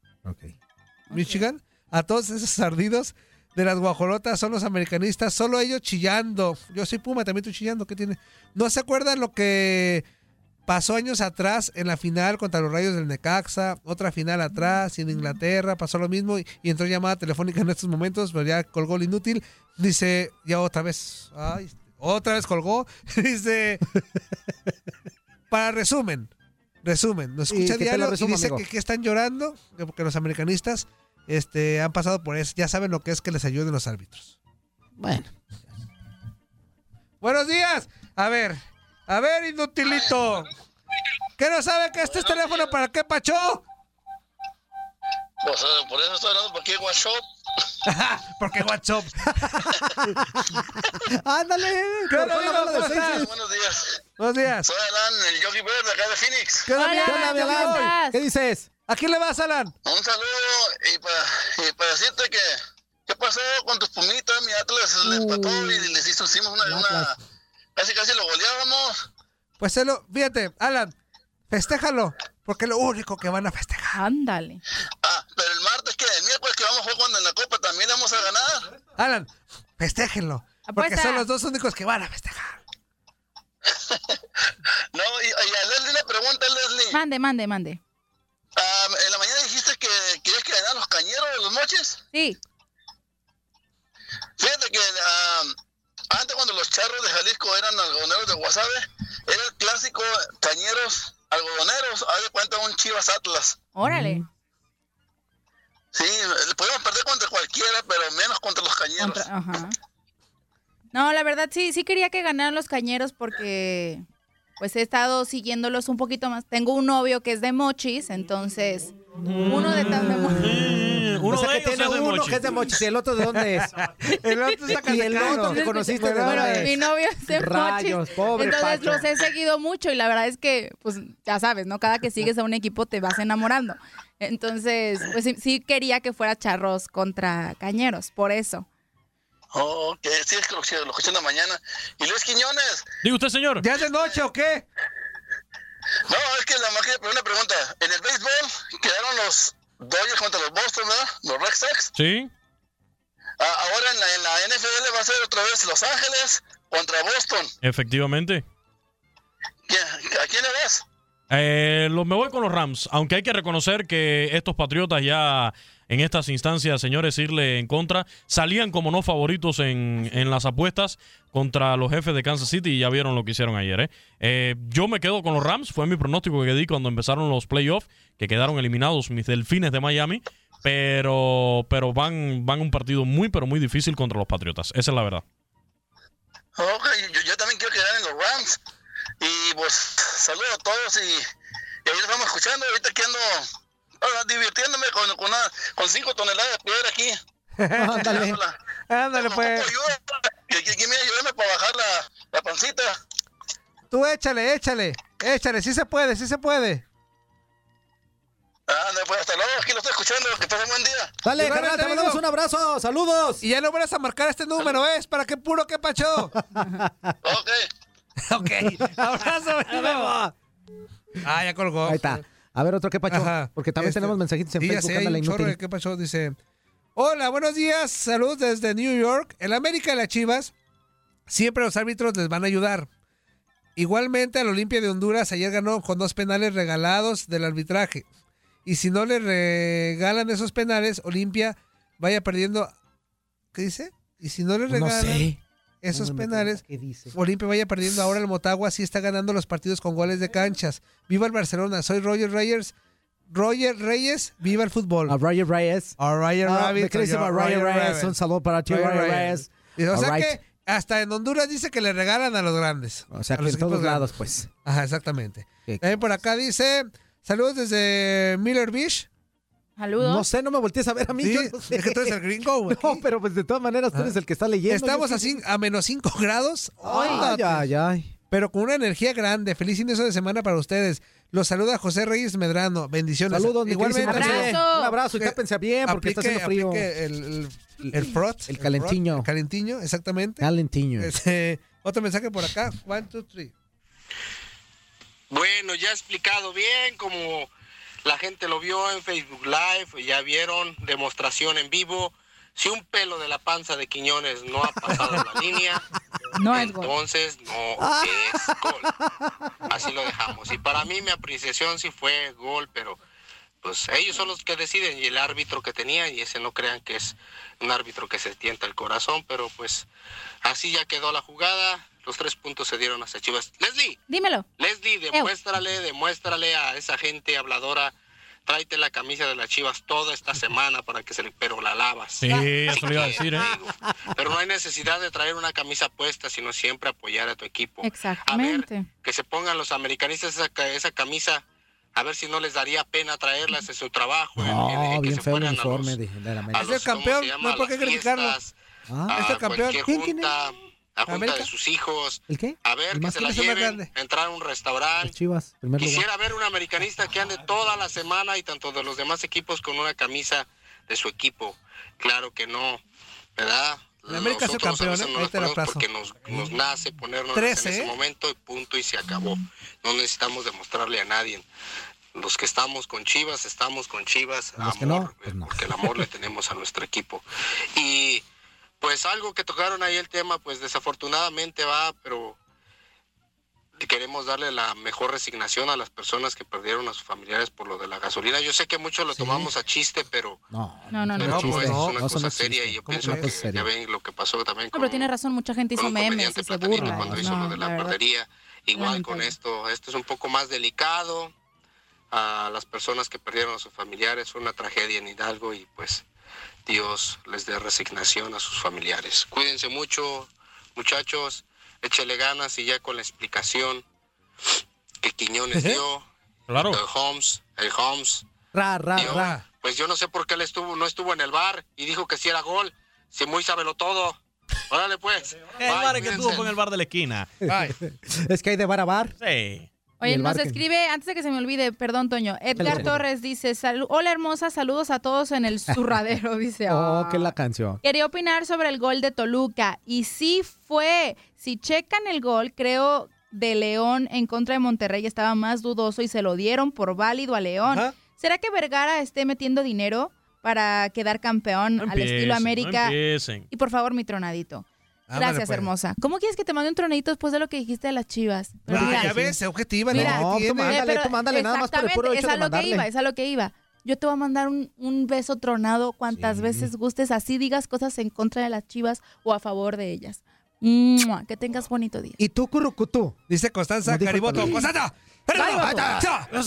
Speaker 7: Michigan. A todos esos ardidos de las guajolotas son los americanistas. Solo ellos chillando. Yo soy Puma, también estoy chillando. ¿Qué tiene? ¿No se acuerdan lo que pasó años atrás en la final contra los Rayos del Necaxa, otra final atrás y en Inglaterra pasó lo mismo y, y entró llamada telefónica en estos momentos, pero ya colgó el inútil. Dice, ya otra vez, ah, ay, otra vez colgó. (laughs) Dice, para resumen, resumen, nos
Speaker 4: Y
Speaker 7: escucha
Speaker 4: que te
Speaker 7: diario
Speaker 4: lo resuma,
Speaker 7: y dice
Speaker 4: amigo.
Speaker 7: que, que están llorando, que porque los americanistas este, han pasado por eso, ya saben lo que es que les ayuden los árbitros.
Speaker 4: Bueno.
Speaker 7: Buenos días. A ver, a ver, inutilito. ¿Qué no sabe que este es teléfono para qué, Pacho?
Speaker 31: Pues, eh, por eso estoy hablando, porque WhatsApp.
Speaker 7: (laughs) Porque WhatsApp.
Speaker 4: (laughs) Ándale.
Speaker 7: Claro,
Speaker 4: cortó la
Speaker 7: amigo,
Speaker 4: bola de
Speaker 7: ¿cómo
Speaker 4: seis.
Speaker 7: estás?
Speaker 31: Buenos días.
Speaker 7: Buenos días.
Speaker 31: Soy Alan, el Yogi Bird de acá de Phoenix.
Speaker 4: ¿Qué onda, mi Alan? ¿Qué onda? ¿Qué dices?
Speaker 7: ¿A quién le vas, Alan?
Speaker 31: Un saludo y para, y para decirte que ¿qué pasó con tus pumitas? Mi Atlas le empató y les hizo- hicimos una, una casi casi lo goleábamos.
Speaker 7: Pues se lo, fíjate, Alan, festéjalo, porque es lo único que van a festejar.
Speaker 6: Ándale.
Speaker 31: Pero el martes que el miércoles que vamos a jugar cuando en la copa también vamos a ganar.
Speaker 7: Alan, festéjenlo, porque
Speaker 31: Apuesta.
Speaker 7: son los dos únicos que van a festejar.
Speaker 31: No, y, y a Leslie le pregunta Leslie,
Speaker 6: Mande, mande, mande.
Speaker 31: ah, en la mañana dijiste que querías que ganaran los cañeros los moches.
Speaker 6: Sí.
Speaker 31: Fíjate que ah, antes cuando los charros de Jalisco eran algodoneros de Guasave, era el clásico cañeros algodoneros, haz de cuenta un Chivas Atlas.
Speaker 6: Órale.
Speaker 7: Mm.
Speaker 31: Sí, eh, podemos perder contra cualquiera, pero menos contra los cañeros.
Speaker 6: Contra- ah. ajá. No, la verdad sí, sí quería que ganaran los cañeros porque pues he estado siguiéndolos un poquito más. Tengo un novio que es de Mochis, entonces uno de tan de
Speaker 4: o sea
Speaker 5: Mm, de
Speaker 4: que
Speaker 5: ellos
Speaker 4: tiene
Speaker 5: es de
Speaker 4: uno
Speaker 5: Mochis.
Speaker 4: que es de Mochis y el otro de dónde es.
Speaker 7: (laughs) el otro
Speaker 4: es (laughs) Y el otro que conociste de
Speaker 6: Bueno,
Speaker 4: dónde
Speaker 6: mi
Speaker 4: es.
Speaker 6: novio es de
Speaker 4: Rayos,
Speaker 6: Mochis.
Speaker 4: pobre
Speaker 6: entonces
Speaker 4: Pacho.
Speaker 6: los he seguido mucho y la verdad es que, pues ya sabes, ¿no? Cada que sigues a un equipo te vas enamorando. Entonces, pues sí, sí quería que fuera charros contra cañeros, por eso.
Speaker 31: Oh, ok, sí, es que lo, escuché- lo escuché en la mañana. Y Luis Quiñones,
Speaker 5: Digo usted, señor.
Speaker 7: ¿Ya es de noche o qué?
Speaker 31: no, es que la más que una pregunta. En el béisbol quedaron los Dodgers contra los Boston, ¿verdad? Los Red Sox.
Speaker 5: Sí.
Speaker 31: Ah, ahora en la, en la NFL va a ser otra vez Los Ángeles contra Boston.
Speaker 5: Efectivamente.
Speaker 31: ¿Qui- ¿A quién le ves?
Speaker 5: Eh, lo- me voy con los Rams, aunque hay que reconocer que estos Patriotas ya en estas instancias, señores, irle en contra, salían como no favoritos en, en las apuestas contra los jefes de Kansas City y ya vieron lo que hicieron ayer. ¿eh? Eh, yo me quedo con los Rams, fue mi pronóstico que di cuando empezaron los playoffs, que quedaron eliminados mis delfines de Miami, pero, pero van, van un partido muy, pero muy difícil contra los Patriotas, esa es la verdad.
Speaker 31: Ok, yo, yo también quiero quedar en los Rams. Y pues, saludos a todos y, y ahí los vamos escuchando. Ahorita que ando ahora, divirtiéndome con, con, una- con cinco toneladas de piedra
Speaker 4: (laughs)
Speaker 31: aquí.
Speaker 7: Ándale. Ándale, pues.
Speaker 31: Que, que, que mira, ayúdame para bajar la, la pancita.
Speaker 7: Tú échale, échale, échale, sí se puede, sí se puede.
Speaker 31: Ah, no, pues hasta luego, aquí lo estoy escuchando. Que pasen buen día.
Speaker 4: Dale, carnal,
Speaker 7: Igualmente,
Speaker 4: te mandamos
Speaker 7: amigo.
Speaker 4: un abrazo, saludos.
Speaker 7: Y ya no vuelvas a marcar este número, ¿es? ¿Para qué puro,
Speaker 4: (laughs)
Speaker 7: qué pacho? (laughs) ok. ok. Abrazo, mi amigo. Ah, ya colgó.
Speaker 4: Ahí está. A ver, otro que pacho.
Speaker 7: Ajá.
Speaker 4: Porque también
Speaker 7: Este,
Speaker 4: tenemos mensajitos en
Speaker 7: sí, ya
Speaker 4: Facebook.
Speaker 7: sé, hay
Speaker 4: ándale,
Speaker 7: un chorro
Speaker 4: inútil.
Speaker 7: de qué pacho. Dice, hola, buenos días, salud desde New York. El América y las Chivas, siempre los árbitros les van a ayudar. Igualmente al Olimpia de Honduras, ayer ganó con dos penales regalados del arbitraje. Y si no le regalan esos penales, Olimpia vaya perdiendo... ¿Qué dice? Y si no le
Speaker 4: No
Speaker 7: regalan
Speaker 4: sé.
Speaker 7: esos
Speaker 4: No me meto en
Speaker 7: penales,
Speaker 4: ¿Qué dice?
Speaker 7: Olimpia vaya perdiendo ahora el Motagua, sí está ganando los partidos con goles de canchas. Viva el Barcelona, soy Roger Reyes. Roger Reyes, viva el fútbol. A
Speaker 4: Roger Reyes.
Speaker 7: A Roger
Speaker 4: Ah,
Speaker 7: Rabbit.
Speaker 4: mi queridísimo
Speaker 7: señor,
Speaker 4: Roger Reyes, un saludo para ti, Roger Reyes.
Speaker 7: Y, O sea
Speaker 4: All right.
Speaker 7: que hasta en Honduras dice que le regalan a los grandes.
Speaker 4: O sea,
Speaker 7: a
Speaker 4: que
Speaker 7: los
Speaker 4: en todos
Speaker 7: equipos
Speaker 4: lados,
Speaker 7: grandes.
Speaker 4: pues.
Speaker 7: Ajá, exactamente.
Speaker 4: Qué
Speaker 7: También por acá dice, saludos desde Miller Beach.
Speaker 6: Saludos.
Speaker 4: No sé, no me voltees a ver a mí.
Speaker 7: Sí,
Speaker 4: yo no sé.
Speaker 7: es que tú eres el
Speaker 4: (laughs)
Speaker 7: gringo, güey. Ah.
Speaker 4: No, pero pues de todas maneras tú eres el que está leyendo.
Speaker 7: Estamos
Speaker 4: Yo-
Speaker 7: así a menos 5 (laughs) grados. Ah, pues,
Speaker 4: Ay,
Speaker 7: Óndate.
Speaker 4: ay, ay.
Speaker 7: Pero con una energía grande. Feliz inicio de semana para ustedes. Los saluda José Reyes Medrano. Bendiciones.
Speaker 4: Saludos, mi
Speaker 7: Igualmente.
Speaker 4: queridísimo José.
Speaker 7: José, Eh,
Speaker 4: Un abrazo y tápense bien porque está haciendo frío.
Speaker 7: aplique el, el, el frot,
Speaker 4: El calentiño.
Speaker 7: frot, el calentiño, exactamente.
Speaker 4: Calentiño.
Speaker 7: Este, otro mensaje por acá. One, two, three.
Speaker 27: Bueno, ya he explicado bien como la gente lo vio en Facebook Live, ya vieron demostración en vivo. Si un pelo de la panza de Quiñones no ha pasado
Speaker 5: (laughs)
Speaker 27: la línea,
Speaker 6: No es gol.
Speaker 27: entonces no es gol. Así lo dejamos. Y para mí mi apreciación sí fue gol, pero pues ellos son los que deciden y el árbitro que tenía y ese no crean que es un árbitro que se tienta el corazón, pero pues así ya quedó la jugada. Los tres puntos se dieron hasta Chivas. Leslie,
Speaker 6: Dímelo.
Speaker 27: Leslie, demuéstrale, demuéstrale a esa gente habladora. Tráete la camisa de las chivas toda esta semana para que se le... Pero la lavas.
Speaker 5: Sí, eso lo iba a decir, ¿eh?
Speaker 27: Pero no hay necesidad de traer una camisa puesta, sino siempre apoyar a tu equipo.
Speaker 6: Exactamente.
Speaker 27: Que se pongan los americanistas esa, ca- esa camisa, a ver si no les daría pena traerlas en su trabajo. en- en- en
Speaker 4: No,
Speaker 27: que
Speaker 4: bien
Speaker 27: se
Speaker 4: feo el
Speaker 27: fueran a los-
Speaker 4: uniforme de, de la
Speaker 27: a
Speaker 4: América.
Speaker 27: los- ¿cómo se llama? A las fiestas,
Speaker 4: Ah.
Speaker 27: a
Speaker 7: Este
Speaker 4: Es el campeón.
Speaker 27: cualquier
Speaker 4: ¿Quién,
Speaker 27: junta, a junta
Speaker 4: ¿América?
Speaker 27: de sus hijos.
Speaker 4: ¿El qué?
Speaker 27: A ver, que
Speaker 4: El más
Speaker 27: se la
Speaker 4: grande, el más
Speaker 27: lleven,
Speaker 4: grande.
Speaker 27: entrar a un restaurante.
Speaker 4: Las Chivas, primer lugar.
Speaker 27: Quisiera ver un americanista que ande toda la semana y tanto de los demás equipos con una camisa de su equipo. Claro que no, ¿verdad?
Speaker 7: La América es el
Speaker 27: Nosotros a
Speaker 7: campeón,
Speaker 27: veces
Speaker 7: ¿eh?
Speaker 27: nos
Speaker 7: Ahí
Speaker 27: las
Speaker 7: te la
Speaker 27: ponemos
Speaker 7: aplazo. Mm.
Speaker 27: Porque nos, nos nace ponernos
Speaker 7: Trece,
Speaker 27: en ese
Speaker 7: ¿eh?
Speaker 27: momento y punto y se acabó. No necesitamos demostrarle a nadie. Los que estamos con Chivas, estamos con Chivas,
Speaker 4: Los que no, pues no.
Speaker 27: porque el amor le tenemos a nuestro equipo. Y pues algo que tocaron ahí el tema, pues desafortunadamente va, pero queremos darle la mejor resignación a las personas que perdieron a sus familiares por lo de la gasolina. Yo sé que muchos lo tomamos a chiste, pero
Speaker 4: No,
Speaker 6: No, no, no.
Speaker 27: pero
Speaker 6: No,
Speaker 27: es
Speaker 6: pues no,
Speaker 27: una
Speaker 6: no, eso
Speaker 27: cosa
Speaker 6: no existe.
Speaker 27: seria y yo
Speaker 6: ¿Cómo
Speaker 27: pienso
Speaker 6: una
Speaker 27: que
Speaker 6: cosa seria?
Speaker 27: ya ven lo que pasó también con
Speaker 6: pero tiene razón, mucha gente hizo memes y se burla. ¿eh?
Speaker 27: cuando
Speaker 6: no,
Speaker 27: hizo lo de
Speaker 6: la
Speaker 27: la,
Speaker 6: verdad.
Speaker 27: perdería. Igual con
Speaker 6: Lamentable.
Speaker 27: esto, esto es un poco más delicado. A las personas que perdieron a sus familiares fue una tragedia en Hidalgo y pues Dios les dé resignación a sus familiares. Cuídense mucho, muchachos, échele ganas y ya con la explicación que Quiñones dio,
Speaker 5: Claro.
Speaker 27: el Holmes, el Holmes,
Speaker 4: Ra, ra,
Speaker 27: Yo-
Speaker 4: (laughs) ra.
Speaker 27: pues yo no sé por qué él estuvo, no estuvo en el bar y dijo que si era gol, si muy sábelo todo. Órale pues.
Speaker 5: El
Speaker 27: Bye,
Speaker 5: bar que
Speaker 27: cuídense.
Speaker 5: tuvo con el bar de la esquina.
Speaker 4: Es que hay de bar a bar.
Speaker 5: Sí.
Speaker 6: Oye,
Speaker 4: el
Speaker 6: nos
Speaker 4: Barken.
Speaker 6: escribe, antes de que se me olvide, perdón, Toño. Edgar
Speaker 4: Dale.
Speaker 6: Torres dice: "Salu- Hola, hermosa, saludos a todos en el zurradero, (laughs) dice.
Speaker 4: Oh,
Speaker 6: "Ah".
Speaker 4: que la canción.
Speaker 6: Quería opinar sobre el gol de Toluca. Y sí fue. Si checan el gol, creo de León en contra de Monterrey estaba más dudoso y se lo dieron por válido a León. ¿Será que Vergara esté metiendo dinero para quedar campeón al
Speaker 5: Empiecen,
Speaker 6: estilo
Speaker 5: no
Speaker 6: América?
Speaker 5: empiecen.
Speaker 6: y por favor, mi tronadito.
Speaker 5: Ándale,
Speaker 6: Gracias,
Speaker 5: pues.
Speaker 6: hermosa. ¿Cómo quieres que te mande un tronadito después de lo que dijiste de las chivas?
Speaker 7: Ah,
Speaker 6: Mira,
Speaker 7: ya ves, se objetiva.
Speaker 6: Mira,
Speaker 7: no,
Speaker 6: eh,
Speaker 7: tiene.
Speaker 6: pero exactamente, es a lo que iba, es a lo que iba. Yo te voy a mandar un, un beso tronado cuantas veces gustes, así digas cosas en contra de las chivas o a favor de ellas. ¡Mua! Que tengas bonito día.
Speaker 4: Y tú, Currucutú.
Speaker 7: Dice Constanza Cariboto. ¡Constanza! ¡Cariboto!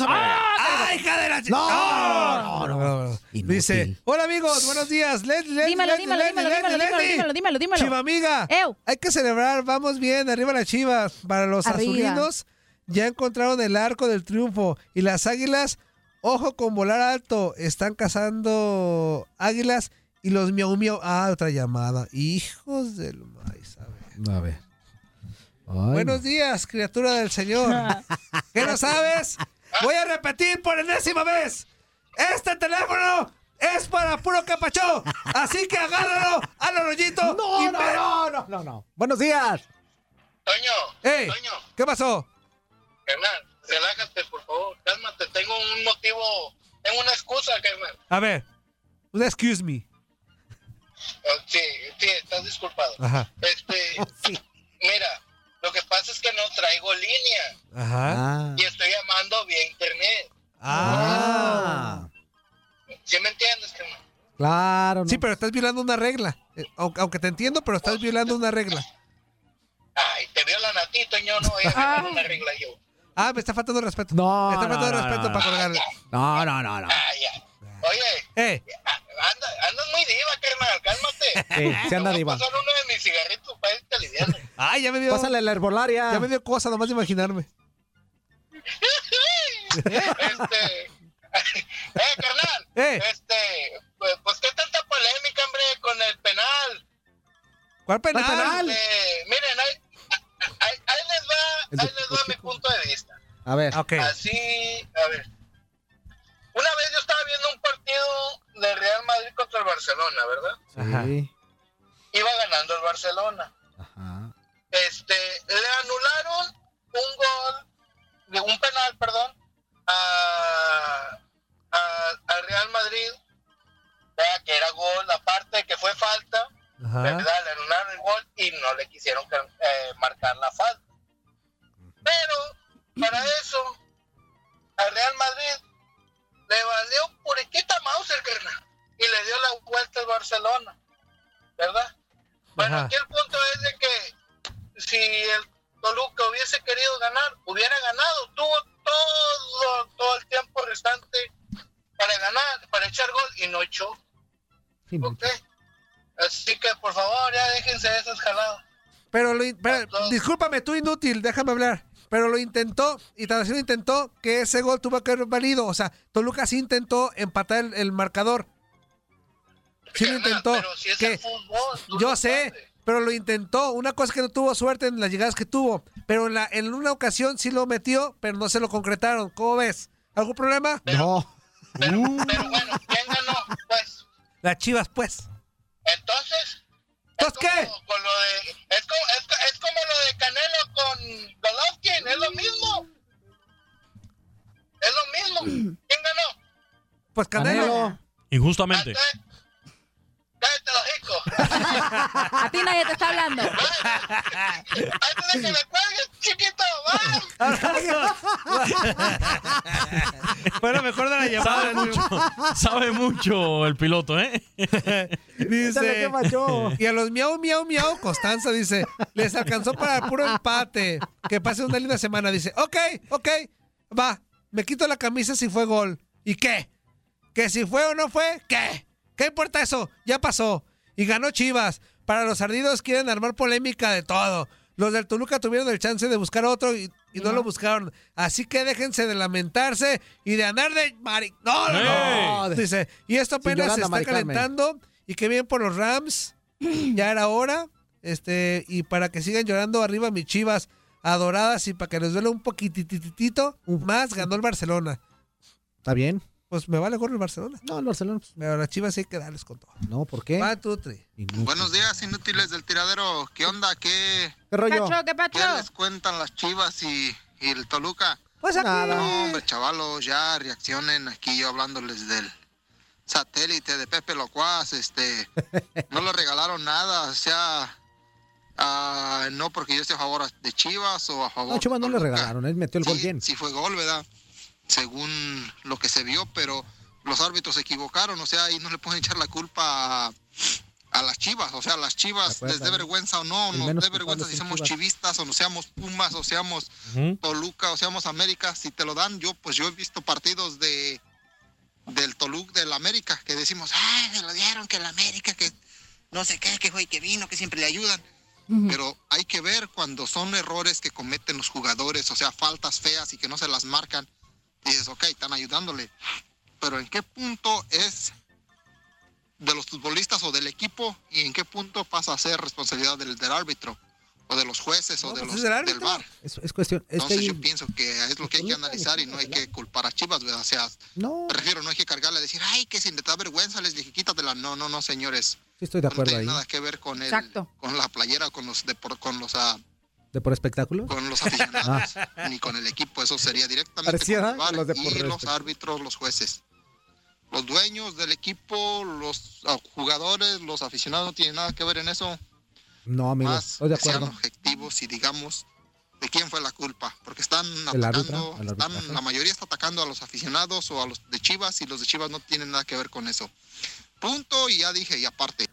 Speaker 7: ¡Ah! ¡Ah, hija de la chi- ¡No! Dice, hola amigos, buenos días. Leslie, Leslie,
Speaker 6: Dímelo,
Speaker 7: Leslie,
Speaker 6: dímelo, dímelo,
Speaker 7: Leslie,
Speaker 6: dímelo,
Speaker 7: Leslie,
Speaker 6: dímelo,
Speaker 7: Leslie.
Speaker 6: dímelo, dímelo, dímelo.
Speaker 7: Chiva amiga, hay que celebrar, vamos bien, arriba las chivas. Para los
Speaker 6: Arriba.
Speaker 7: azulinos, ya encontraron el arco del triunfo. Y las águilas, ojo con volar alto, están cazando águilas. Y los miau miau, ah, otra llamada. Hijos del maíz. a ver.
Speaker 4: A ver. Ay,
Speaker 7: Buenos días, criatura
Speaker 4: (laughs)
Speaker 7: del Señor. ¿Qué no sabes? Voy a repetir por enésima vez. Este teléfono es para puro capachó. Así que agárralo al orollito.
Speaker 4: No, no, no, no, no, no. Buenos días.
Speaker 7: ¡Ey! ¿Qué pasó?
Speaker 17: Carnal, relájate, por favor, cálmate, tengo un motivo, tengo una excusa, carnal.
Speaker 7: A ver. Un excuse me.
Speaker 17: Ah, Sí, sí, estás
Speaker 4: (laughs)
Speaker 17: disculpado.
Speaker 7: Ajá.
Speaker 17: Este, mira, lo que pasa es que no traigo línea
Speaker 7: Ajá.
Speaker 17: y estoy llamando vía internet.
Speaker 7: Ah.
Speaker 17: ¿Sí me entiendes, carnal?
Speaker 4: Claro,
Speaker 7: Sí, pero estás violando una regla. Eh, au- Aunque te entiendo, pero estás violando una regla.
Speaker 17: Ay, te violan a ti, Toño, no, ella me viola una regla yo.
Speaker 7: Ah, me está faltando respeto. No. Me está
Speaker 4: no,
Speaker 7: faltando
Speaker 4: no,
Speaker 7: respeto
Speaker 4: no,
Speaker 7: para
Speaker 4: no.
Speaker 7: colgarle.
Speaker 4: No, no, no, no.
Speaker 17: Oye,
Speaker 7: Eh,
Speaker 17: andas anda muy diva, carnal,
Speaker 4: (laughs)
Speaker 17: cálmate.
Speaker 4: Sí, Eh, se anda diva.
Speaker 17: Pasar uno de mis
Speaker 4: (laughs)
Speaker 17: cigarritos para irte liviano.
Speaker 7: Ay, ya me dio.
Speaker 4: Pásale la herbolaria.
Speaker 7: Ya me dio cosa nomás de imaginarme.
Speaker 17: este, (laughs) eh, carnal,
Speaker 7: Eh.
Speaker 17: este, pues, pues, qué tanta polémica, hombre, con el penal.
Speaker 7: ¿Cuál penal?
Speaker 17: Este, miren, ahí, ahí- ahí les va, ahí les va mi punto de vista.
Speaker 4: A ver.
Speaker 7: Ok.
Speaker 17: Así sabe. Una vez yo estaba viendo un partido de Real Madrid contra el Barcelona, ¿verdad?
Speaker 4: Sí.
Speaker 17: Iba ganando el Barcelona.
Speaker 4: Ajá.
Speaker 17: Este, le anularon un gol, de un penal, perdón, a, a- al Real Madrid, ¿verdad? que era gol, aparte que fue falta,
Speaker 7: Ajá.
Speaker 17: ¿verdad? Le anularon el gol y no le quisieron eh, marcar la falta. Pero para eso, al Real Madrid le valió puriquita Mauser, carnal, y le dio la vuelta al Barcelona, ¿verdad? Bueno,
Speaker 7: Ajá.
Speaker 17: aquí el punto es de que si el Toluca hubiese querido ganar, hubiera ganado, tuvo todo, todo el tiempo restante para ganar, para echar gol y no echó. ¿ok? Así que por favor, ya déjense de esas jaladas.
Speaker 7: Pero, lo in- pero, discúlpame, tú inútil, déjame hablar. Pero lo intentó, y tan así lo intentó que ese gol tuvo que haber valido. O sea, Toluca sí intentó empatar el, el marcador. Sí lo intentó. que, yo sé, pero lo intentó. Una cosa que no tuvo suerte en las llegadas que tuvo. Pero en, la, en una ocasión sí lo metió, pero no se lo concretaron. ¿Cómo ves? ¿Algún problema?
Speaker 4: No.
Speaker 7: Las chivas, pues.
Speaker 17: Entonces,
Speaker 7: ¿Entonces qué?
Speaker 17: con lo de, es, como, es, es como lo de Canelo con Golovkin, es lo mismo. Es
Speaker 7: (clears throat)
Speaker 17: lo mismo. ¿Quién ganó?
Speaker 7: Pues Canelo.
Speaker 4: (laughs)
Speaker 5: Injustamente.
Speaker 17: Cállate los hijos.
Speaker 6: A ti nadie te está hablando.
Speaker 17: Antes de que me cuelgues, chiquito,
Speaker 7: Bueno, mejor de la llamada.
Speaker 5: Sabe mucho, sabe mucho el
Speaker 4: (laughs)
Speaker 5: piloto, ¿eh?
Speaker 7: Dice, y a los miau, miau, miau, Constanza dice, les alcanzó para el puro empate. Que pase una linda semana. Dice, ok, ok, va, me quito la camisa si fue gol. ¿Y qué? ¿Que si fue o no fue? ¿Qué? ¿Qué importa eso? Ya pasó. Y ganó Chivas. Para los ardidos quieren armar polémica de todo. Los del Toluca tuvieron el chance de buscar otro y, y no, lo buscaron. Así que déjense de lamentarse y de andar de... mari- No, no, no.
Speaker 4: ¡Ey!
Speaker 7: Dice, y esto
Speaker 4: Sin
Speaker 7: apenas se
Speaker 4: Yolanda,
Speaker 7: está
Speaker 4: Mari Carmen.
Speaker 7: calentando y que bien por
Speaker 4: (clears throat)
Speaker 7: los Rams. Ya era hora. Este, y para que sigan llorando arriba mis chivas adoradas y para que les duele un poquitititito más, ganó el Barcelona.
Speaker 4: ¿Está bien?
Speaker 7: Pues me vale gorro el Barcelona.
Speaker 4: No, el Barcelona. pues.
Speaker 7: Pero las chivas sí hay que darles con todo.
Speaker 4: No, ¿por qué?
Speaker 7: One, two, three.
Speaker 4: Inútil.
Speaker 17: Buenos días, inútiles del tiradero. ¿Qué onda? ¿Qué,
Speaker 4: ¿Qué rollo? Pacho,
Speaker 6: ¿Qué
Speaker 17: les cuentan las chivas y, y el Toluca?
Speaker 4: Pues aquí. Nada.
Speaker 17: No, hombre, chavalos, ya reaccionen aquí yo hablándoles del satélite de Pepe Locuaz. Este,
Speaker 4: (laughs)
Speaker 17: no le regalaron nada, o sea, ah, no porque yo esté a favor de chivas o a favor
Speaker 4: No, Chivas no le regalaron, él metió el gol bien.
Speaker 17: sí fue gol, ¿verdad? Según lo que se vio, pero los árbitros se equivocaron, o sea, ahí no le pueden echar la culpa a, a las chivas, o sea, las chivas,
Speaker 4: acuerdo,
Speaker 17: les dé
Speaker 4: ¿no?
Speaker 17: vergüenza o no,
Speaker 4: El
Speaker 17: nos
Speaker 4: menos
Speaker 17: dé
Speaker 4: culpable
Speaker 17: vergüenza si
Speaker 4: son
Speaker 17: somos
Speaker 4: Chivas.
Speaker 17: chivistas o no seamos Pumas o seamos
Speaker 5: Ujú.
Speaker 17: Toluca o seamos América, si te lo dan, yo pues yo he visto partidos de del Toluca, del América, que decimos, ay, se lo dieron, que el América, que no sé qué, que fue y que vino, que siempre le ayudan. Pero hay que ver cuando son errores que cometen los jugadores, o sea, faltas feas y que no se las marcan. Dices, ok, están ayudándole. Pero ¿en qué punto es de los futbolistas o del equipo y en qué punto pasa a ser responsabilidad del, del árbitro o de los jueces o de los, del VAR?
Speaker 4: pues, Es, es cuestión. Es que
Speaker 17: Entonces yo
Speaker 4: ahí-
Speaker 17: pienso que es lo que hay que analizar y no hay que culpar a Chivas, ¿verdad? O sea,
Speaker 4: No.
Speaker 17: me refiero, no hay que cargarle a decir, ay, que si te da vergüenza, les dije, quítatela. No, no, no, señores.
Speaker 4: Sí, estoy de acuerdo ahí.
Speaker 17: Nada que ver con el,
Speaker 4: Exacto.
Speaker 17: con la playera, con los depor- con los ah,
Speaker 4: ¿De por espectáculo?
Speaker 17: con los aficionados (laughs) ni con el equipo, eso sería directamente
Speaker 4: Ah. Parecía,
Speaker 17: con el VAR
Speaker 4: ¿eh? los de por
Speaker 17: y los
Speaker 4: respeto.
Speaker 17: árbitros, los jueces. Los dueños del equipo, los ah, jugadores, los aficionados no tienen nada que ver en eso.
Speaker 4: No, amigo,
Speaker 17: Más
Speaker 4: estoy de
Speaker 17: que sean
Speaker 4: acuerdo.
Speaker 17: objetivos y digamos de quién fue la culpa, porque están
Speaker 4: El
Speaker 17: atacando,
Speaker 4: árbitro, el
Speaker 17: están-
Speaker 4: arbitraje.
Speaker 17: la mayoría está atacando a los aficionados o a los de Chivas y los de Chivas no tienen nada que ver con eso. Punto y ya dije y aparte.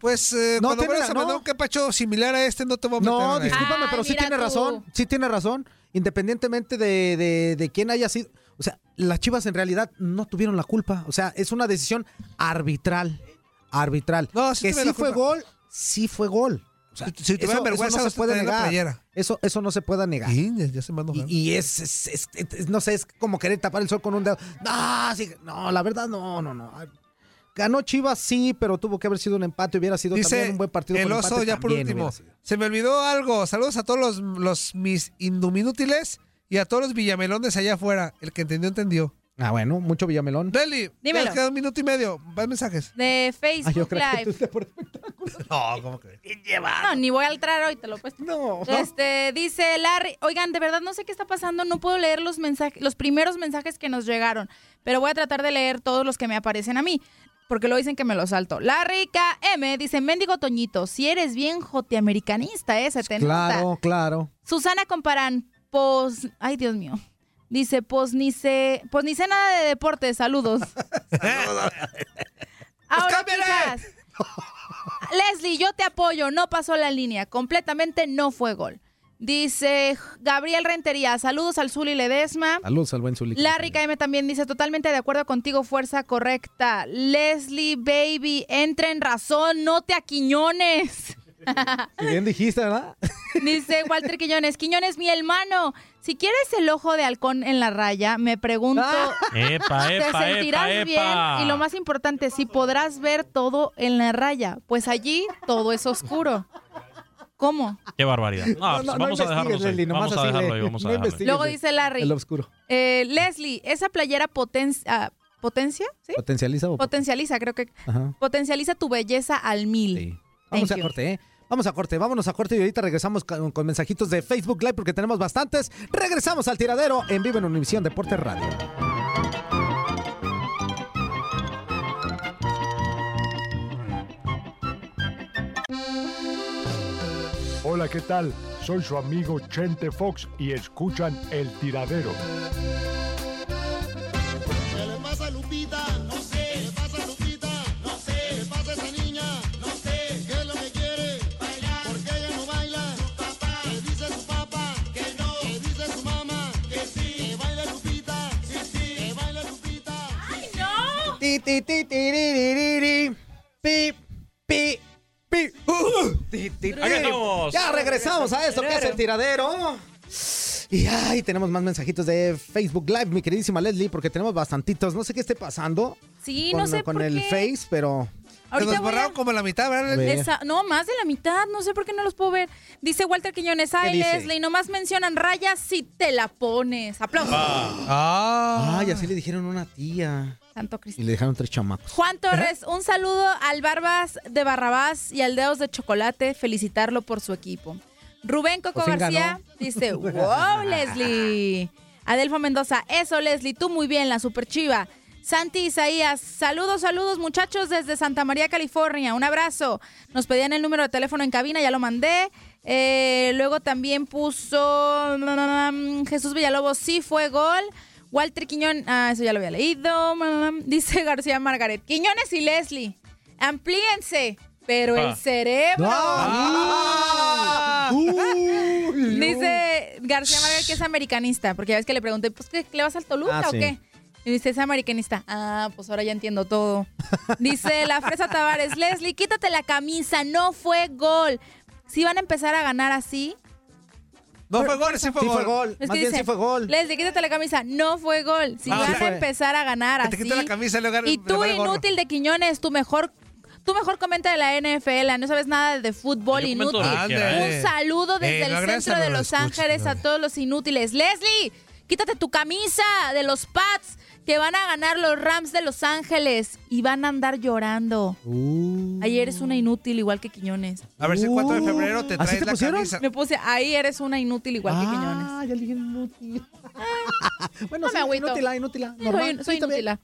Speaker 7: Pues eh,
Speaker 17: No,
Speaker 7: cuando
Speaker 17: tiene-
Speaker 7: vayas a mandar
Speaker 17: no.
Speaker 7: un capacho similar a este, no te voy a meter.
Speaker 4: No,
Speaker 7: en la-
Speaker 4: discúlpame, pero sí tiene razón. Sí tiene razón. Independientemente de, de- de quién haya sido. O sea, las chivas en realidad no tuvieron la culpa. O sea, es una decisión arbitral. Arbitral. que
Speaker 7: tuvieron
Speaker 4: sí
Speaker 7: la
Speaker 4: fue
Speaker 7: culpa.
Speaker 4: gol, sí fue gol. O sea,
Speaker 7: Si tuvieran vergüenza,
Speaker 4: no
Speaker 7: vas
Speaker 4: se
Speaker 7: a
Speaker 4: puede
Speaker 7: tener la
Speaker 4: negar.
Speaker 7: playera.
Speaker 4: Eso, eso no se puede negar. y, y es, es- es- es- no sé, es como querer tapar el sol con un dedo. No, sí, no, la verdad, no, no, no. Ganó Chivas, sí, pero tuvo que haber sido un empate. Hubiera sido
Speaker 7: Dice
Speaker 4: también un buen partido.
Speaker 7: el
Speaker 4: con
Speaker 7: oso,
Speaker 4: empate,
Speaker 7: ya por
Speaker 4: también hubiera
Speaker 7: último.
Speaker 4: sido.
Speaker 7: Se me olvidó algo. Saludos a todos los, los mis induminútiles Y a todos los villamelones allá afuera, el que entendió, entendió.
Speaker 4: Ah, bueno, mucho villamelón.
Speaker 7: Deli,
Speaker 6: Dímelo.
Speaker 7: nos queda un minuto y medio. Vas mensajes.
Speaker 6: De Facebook
Speaker 7: Ah, yo creo que
Speaker 6: Live.
Speaker 7: tú
Speaker 4: (laughs)
Speaker 7: No, ¿cómo que?
Speaker 6: No, ni voy a entrar hoy, te lo he puesto. No. Este, dice Larry, oigan, de verdad no sé qué está pasando, no puedo leer los mensajes, los primeros mensajes que nos llegaron, pero voy a tratar de leer todos los que me aparecen a mí, porque lo dicen que me los salto. Larry KM dice, mendigo Toñito, si eres bien joteamericanista, eh, se te nota".
Speaker 4: Claro, claro.
Speaker 6: Susana Comparan, pues, ay Dios mío. Dice, pues ni sé, pues ni sé nada de deportes, saludos. Ahora quizás. Leslie, yo te apoyo, no pasó la línea, completamente no fue gol. Dice Gabriel Rentería, saludos al Zuli Ledesma.
Speaker 4: Saludos al buen Zulik.
Speaker 6: Larry KM también dice, totalmente de acuerdo contigo, fuerza correcta. Leslie, baby, entra en razón, no te aquiñones. (laughs)
Speaker 4: Que bien dijiste, ¿verdad?
Speaker 6: Dice Walter Quiñones, Quiñones, mi hermano, si quieres el ojo de halcón en la raya, me pregunto,
Speaker 4: Ah.
Speaker 6: (laughs)
Speaker 5: Epa,
Speaker 6: ¿te
Speaker 5: epa,
Speaker 6: sentirás
Speaker 5: epa,
Speaker 6: bien?
Speaker 5: epa.
Speaker 6: Y lo más importante, si podrás ver todo en la raya, pues allí todo es oscuro. ¿Cómo?
Speaker 5: Qué barbaridad.
Speaker 4: No, no,
Speaker 5: No, pues
Speaker 4: no
Speaker 5: vamos a dejarlo
Speaker 4: investigues,
Speaker 5: ahí.
Speaker 4: Leslie, nomás
Speaker 5: Vamos a
Speaker 4: así
Speaker 5: dejarlo
Speaker 4: le-
Speaker 5: ahí, vamos a
Speaker 4: no
Speaker 5: dejarlo ahí.
Speaker 4: investigues.
Speaker 6: Luego dice Larry.
Speaker 4: El oscuro.
Speaker 6: Eh, Leslie, esa playera poten- ah, potencia, ¿sí?
Speaker 4: ¿Potencializa o
Speaker 6: Potencializa, creo que
Speaker 4: Ajá.
Speaker 6: potencializa tu belleza al mil.
Speaker 4: Vamos
Speaker 6: Thank
Speaker 4: a
Speaker 6: you.
Speaker 4: corte, ¿eh? Vamos a corte, vámonos a corte y ahorita regresamos con, con mensajitos de Facebook Live porque tenemos bastantes. Regresamos al tiradero en vivo en Univisión Deportes Radio.
Speaker 3: Hola, ¿qué tal? Soy su amigo Chente Fox y escuchan El Tiradero.
Speaker 20: ¿Qué le pasa a Lupita? No sé. ¿Qué le pasa a Lupita? No sé. ¿Qué le pasa a esa niña? No sé. ¿Qué es lo que quiere? Bailar. ¿Por qué ella no baila? Su papá. Le dice su papá? Que no. Le dice su mamá? Que sí. ¿Que baila Lupita? Sí, sí. ¿Que baila Lupita? ¡Ay, no!
Speaker 4: Ti, ti, ti, ti, ri, ri, ri, ri. Pi, pi, pi. Uh, ti, ti, ti.
Speaker 8: Aquí estamos.
Speaker 4: Ya regresamos a esto que es el tiradero. Y ay, tenemos más mensajitos de Facebook Live, mi queridísima Leslie, porque tenemos bastantitos. No sé qué esté pasando.
Speaker 6: Sí,
Speaker 4: con,
Speaker 6: no sé
Speaker 4: con
Speaker 6: por
Speaker 4: el
Speaker 6: qué.
Speaker 4: Face, pero.
Speaker 6: Ahorita nos voy borraron
Speaker 4: como la mitad, ¿verdad,
Speaker 6: Esa- no, más de la mitad, no sé por qué no los puedo ver. Dice Walter Quiñones, ay
Speaker 4: dice?
Speaker 6: Leslie, nomás mencionan rayas si te la pones. Aplausos.
Speaker 4: Ah. Ay, así le dijeron a una tía.
Speaker 6: Santo Cristo.
Speaker 4: Y le dejaron tres chamacos.
Speaker 6: Juan Torres, un saludo al Barbas de Barrabás y al Dedos de Chocolate, felicitarlo por su equipo. Rubén Coco
Speaker 4: Pues
Speaker 19: Por fin
Speaker 6: García
Speaker 19: ganó.
Speaker 4: (laughs)
Speaker 6: dice, wow, Leslie. Adelfo Mendoza, eso, Leslie, tú muy bien, la super chiva. Santi Isaías, saludos, saludos muchachos desde Santa María, California, un abrazo. Nos pedían el número de teléfono en cabina, ya lo mandé. Eh, luego también puso mm, Jesús Villalobos, sí fue gol. Walter Quiñón, ah, eso ya lo había leído. mm, Dice García Margaret, Quiñones y Leslie, amplíense, pero
Speaker 19: Ah.
Speaker 6: el cerebro.
Speaker 19: Ah.
Speaker 6: (laughs) Dice García Margaret que es americanista, porque ya ves que le pregunté, pues, ¿qué, ¿le vas al Toluca
Speaker 19: Ah,
Speaker 6: o
Speaker 19: sí.
Speaker 6: qué? Y dice, es americanista. Ah, pues ahora ya entiendo todo. Dice la Fresa Tavares, Leslie, quítate la camisa, no fue gol. Si van a empezar a ganar así.
Speaker 7: No fue gol, sí fue
Speaker 4: Sí
Speaker 7: gol.
Speaker 4: fue gol. Más
Speaker 6: Es que
Speaker 4: bien
Speaker 6: dice,
Speaker 4: sí fue gol.
Speaker 6: Leslie, quítate la camisa, no fue gol. Si
Speaker 4: Ah,
Speaker 6: van
Speaker 4: sí fue.
Speaker 6: a empezar a ganar
Speaker 7: Que
Speaker 6: así.
Speaker 7: te quita la camisa y luego
Speaker 6: Y
Speaker 7: le
Speaker 6: tú,
Speaker 7: vale gorro.
Speaker 6: inútil de Quiñones, tu mejor, tu mejor comenta de la NFL. No sabes nada de fútbol,
Speaker 19: Yo
Speaker 6: inútil.
Speaker 19: comento lo que quiera,
Speaker 6: Un
Speaker 19: eh.
Speaker 6: saludo desde
Speaker 19: Eh, no,
Speaker 6: el
Speaker 19: gracias
Speaker 6: centro
Speaker 19: a
Speaker 6: de
Speaker 19: los
Speaker 6: Los
Speaker 19: escuchas,
Speaker 6: Ángeles a todos los inútiles. Leslie, quítate tu camisa de los Pats que van a ganar los Rams de Los Ángeles y van a andar llorando.
Speaker 4: Uh.
Speaker 6: Ayer eres una inútil igual que Quiñones.
Speaker 7: A ver si el 4 de febrero te traes la camisa.
Speaker 6: Me puse, ahí eres una inútil igual que Quiñones.
Speaker 4: Ah, ya le dije inútil. bueno,
Speaker 6: (laughs) No
Speaker 4: sí,
Speaker 6: me agüito.
Speaker 4: inútila, inútila.
Speaker 6: Sí,
Speaker 4: ah, normal.
Speaker 6: soy, soy inútila.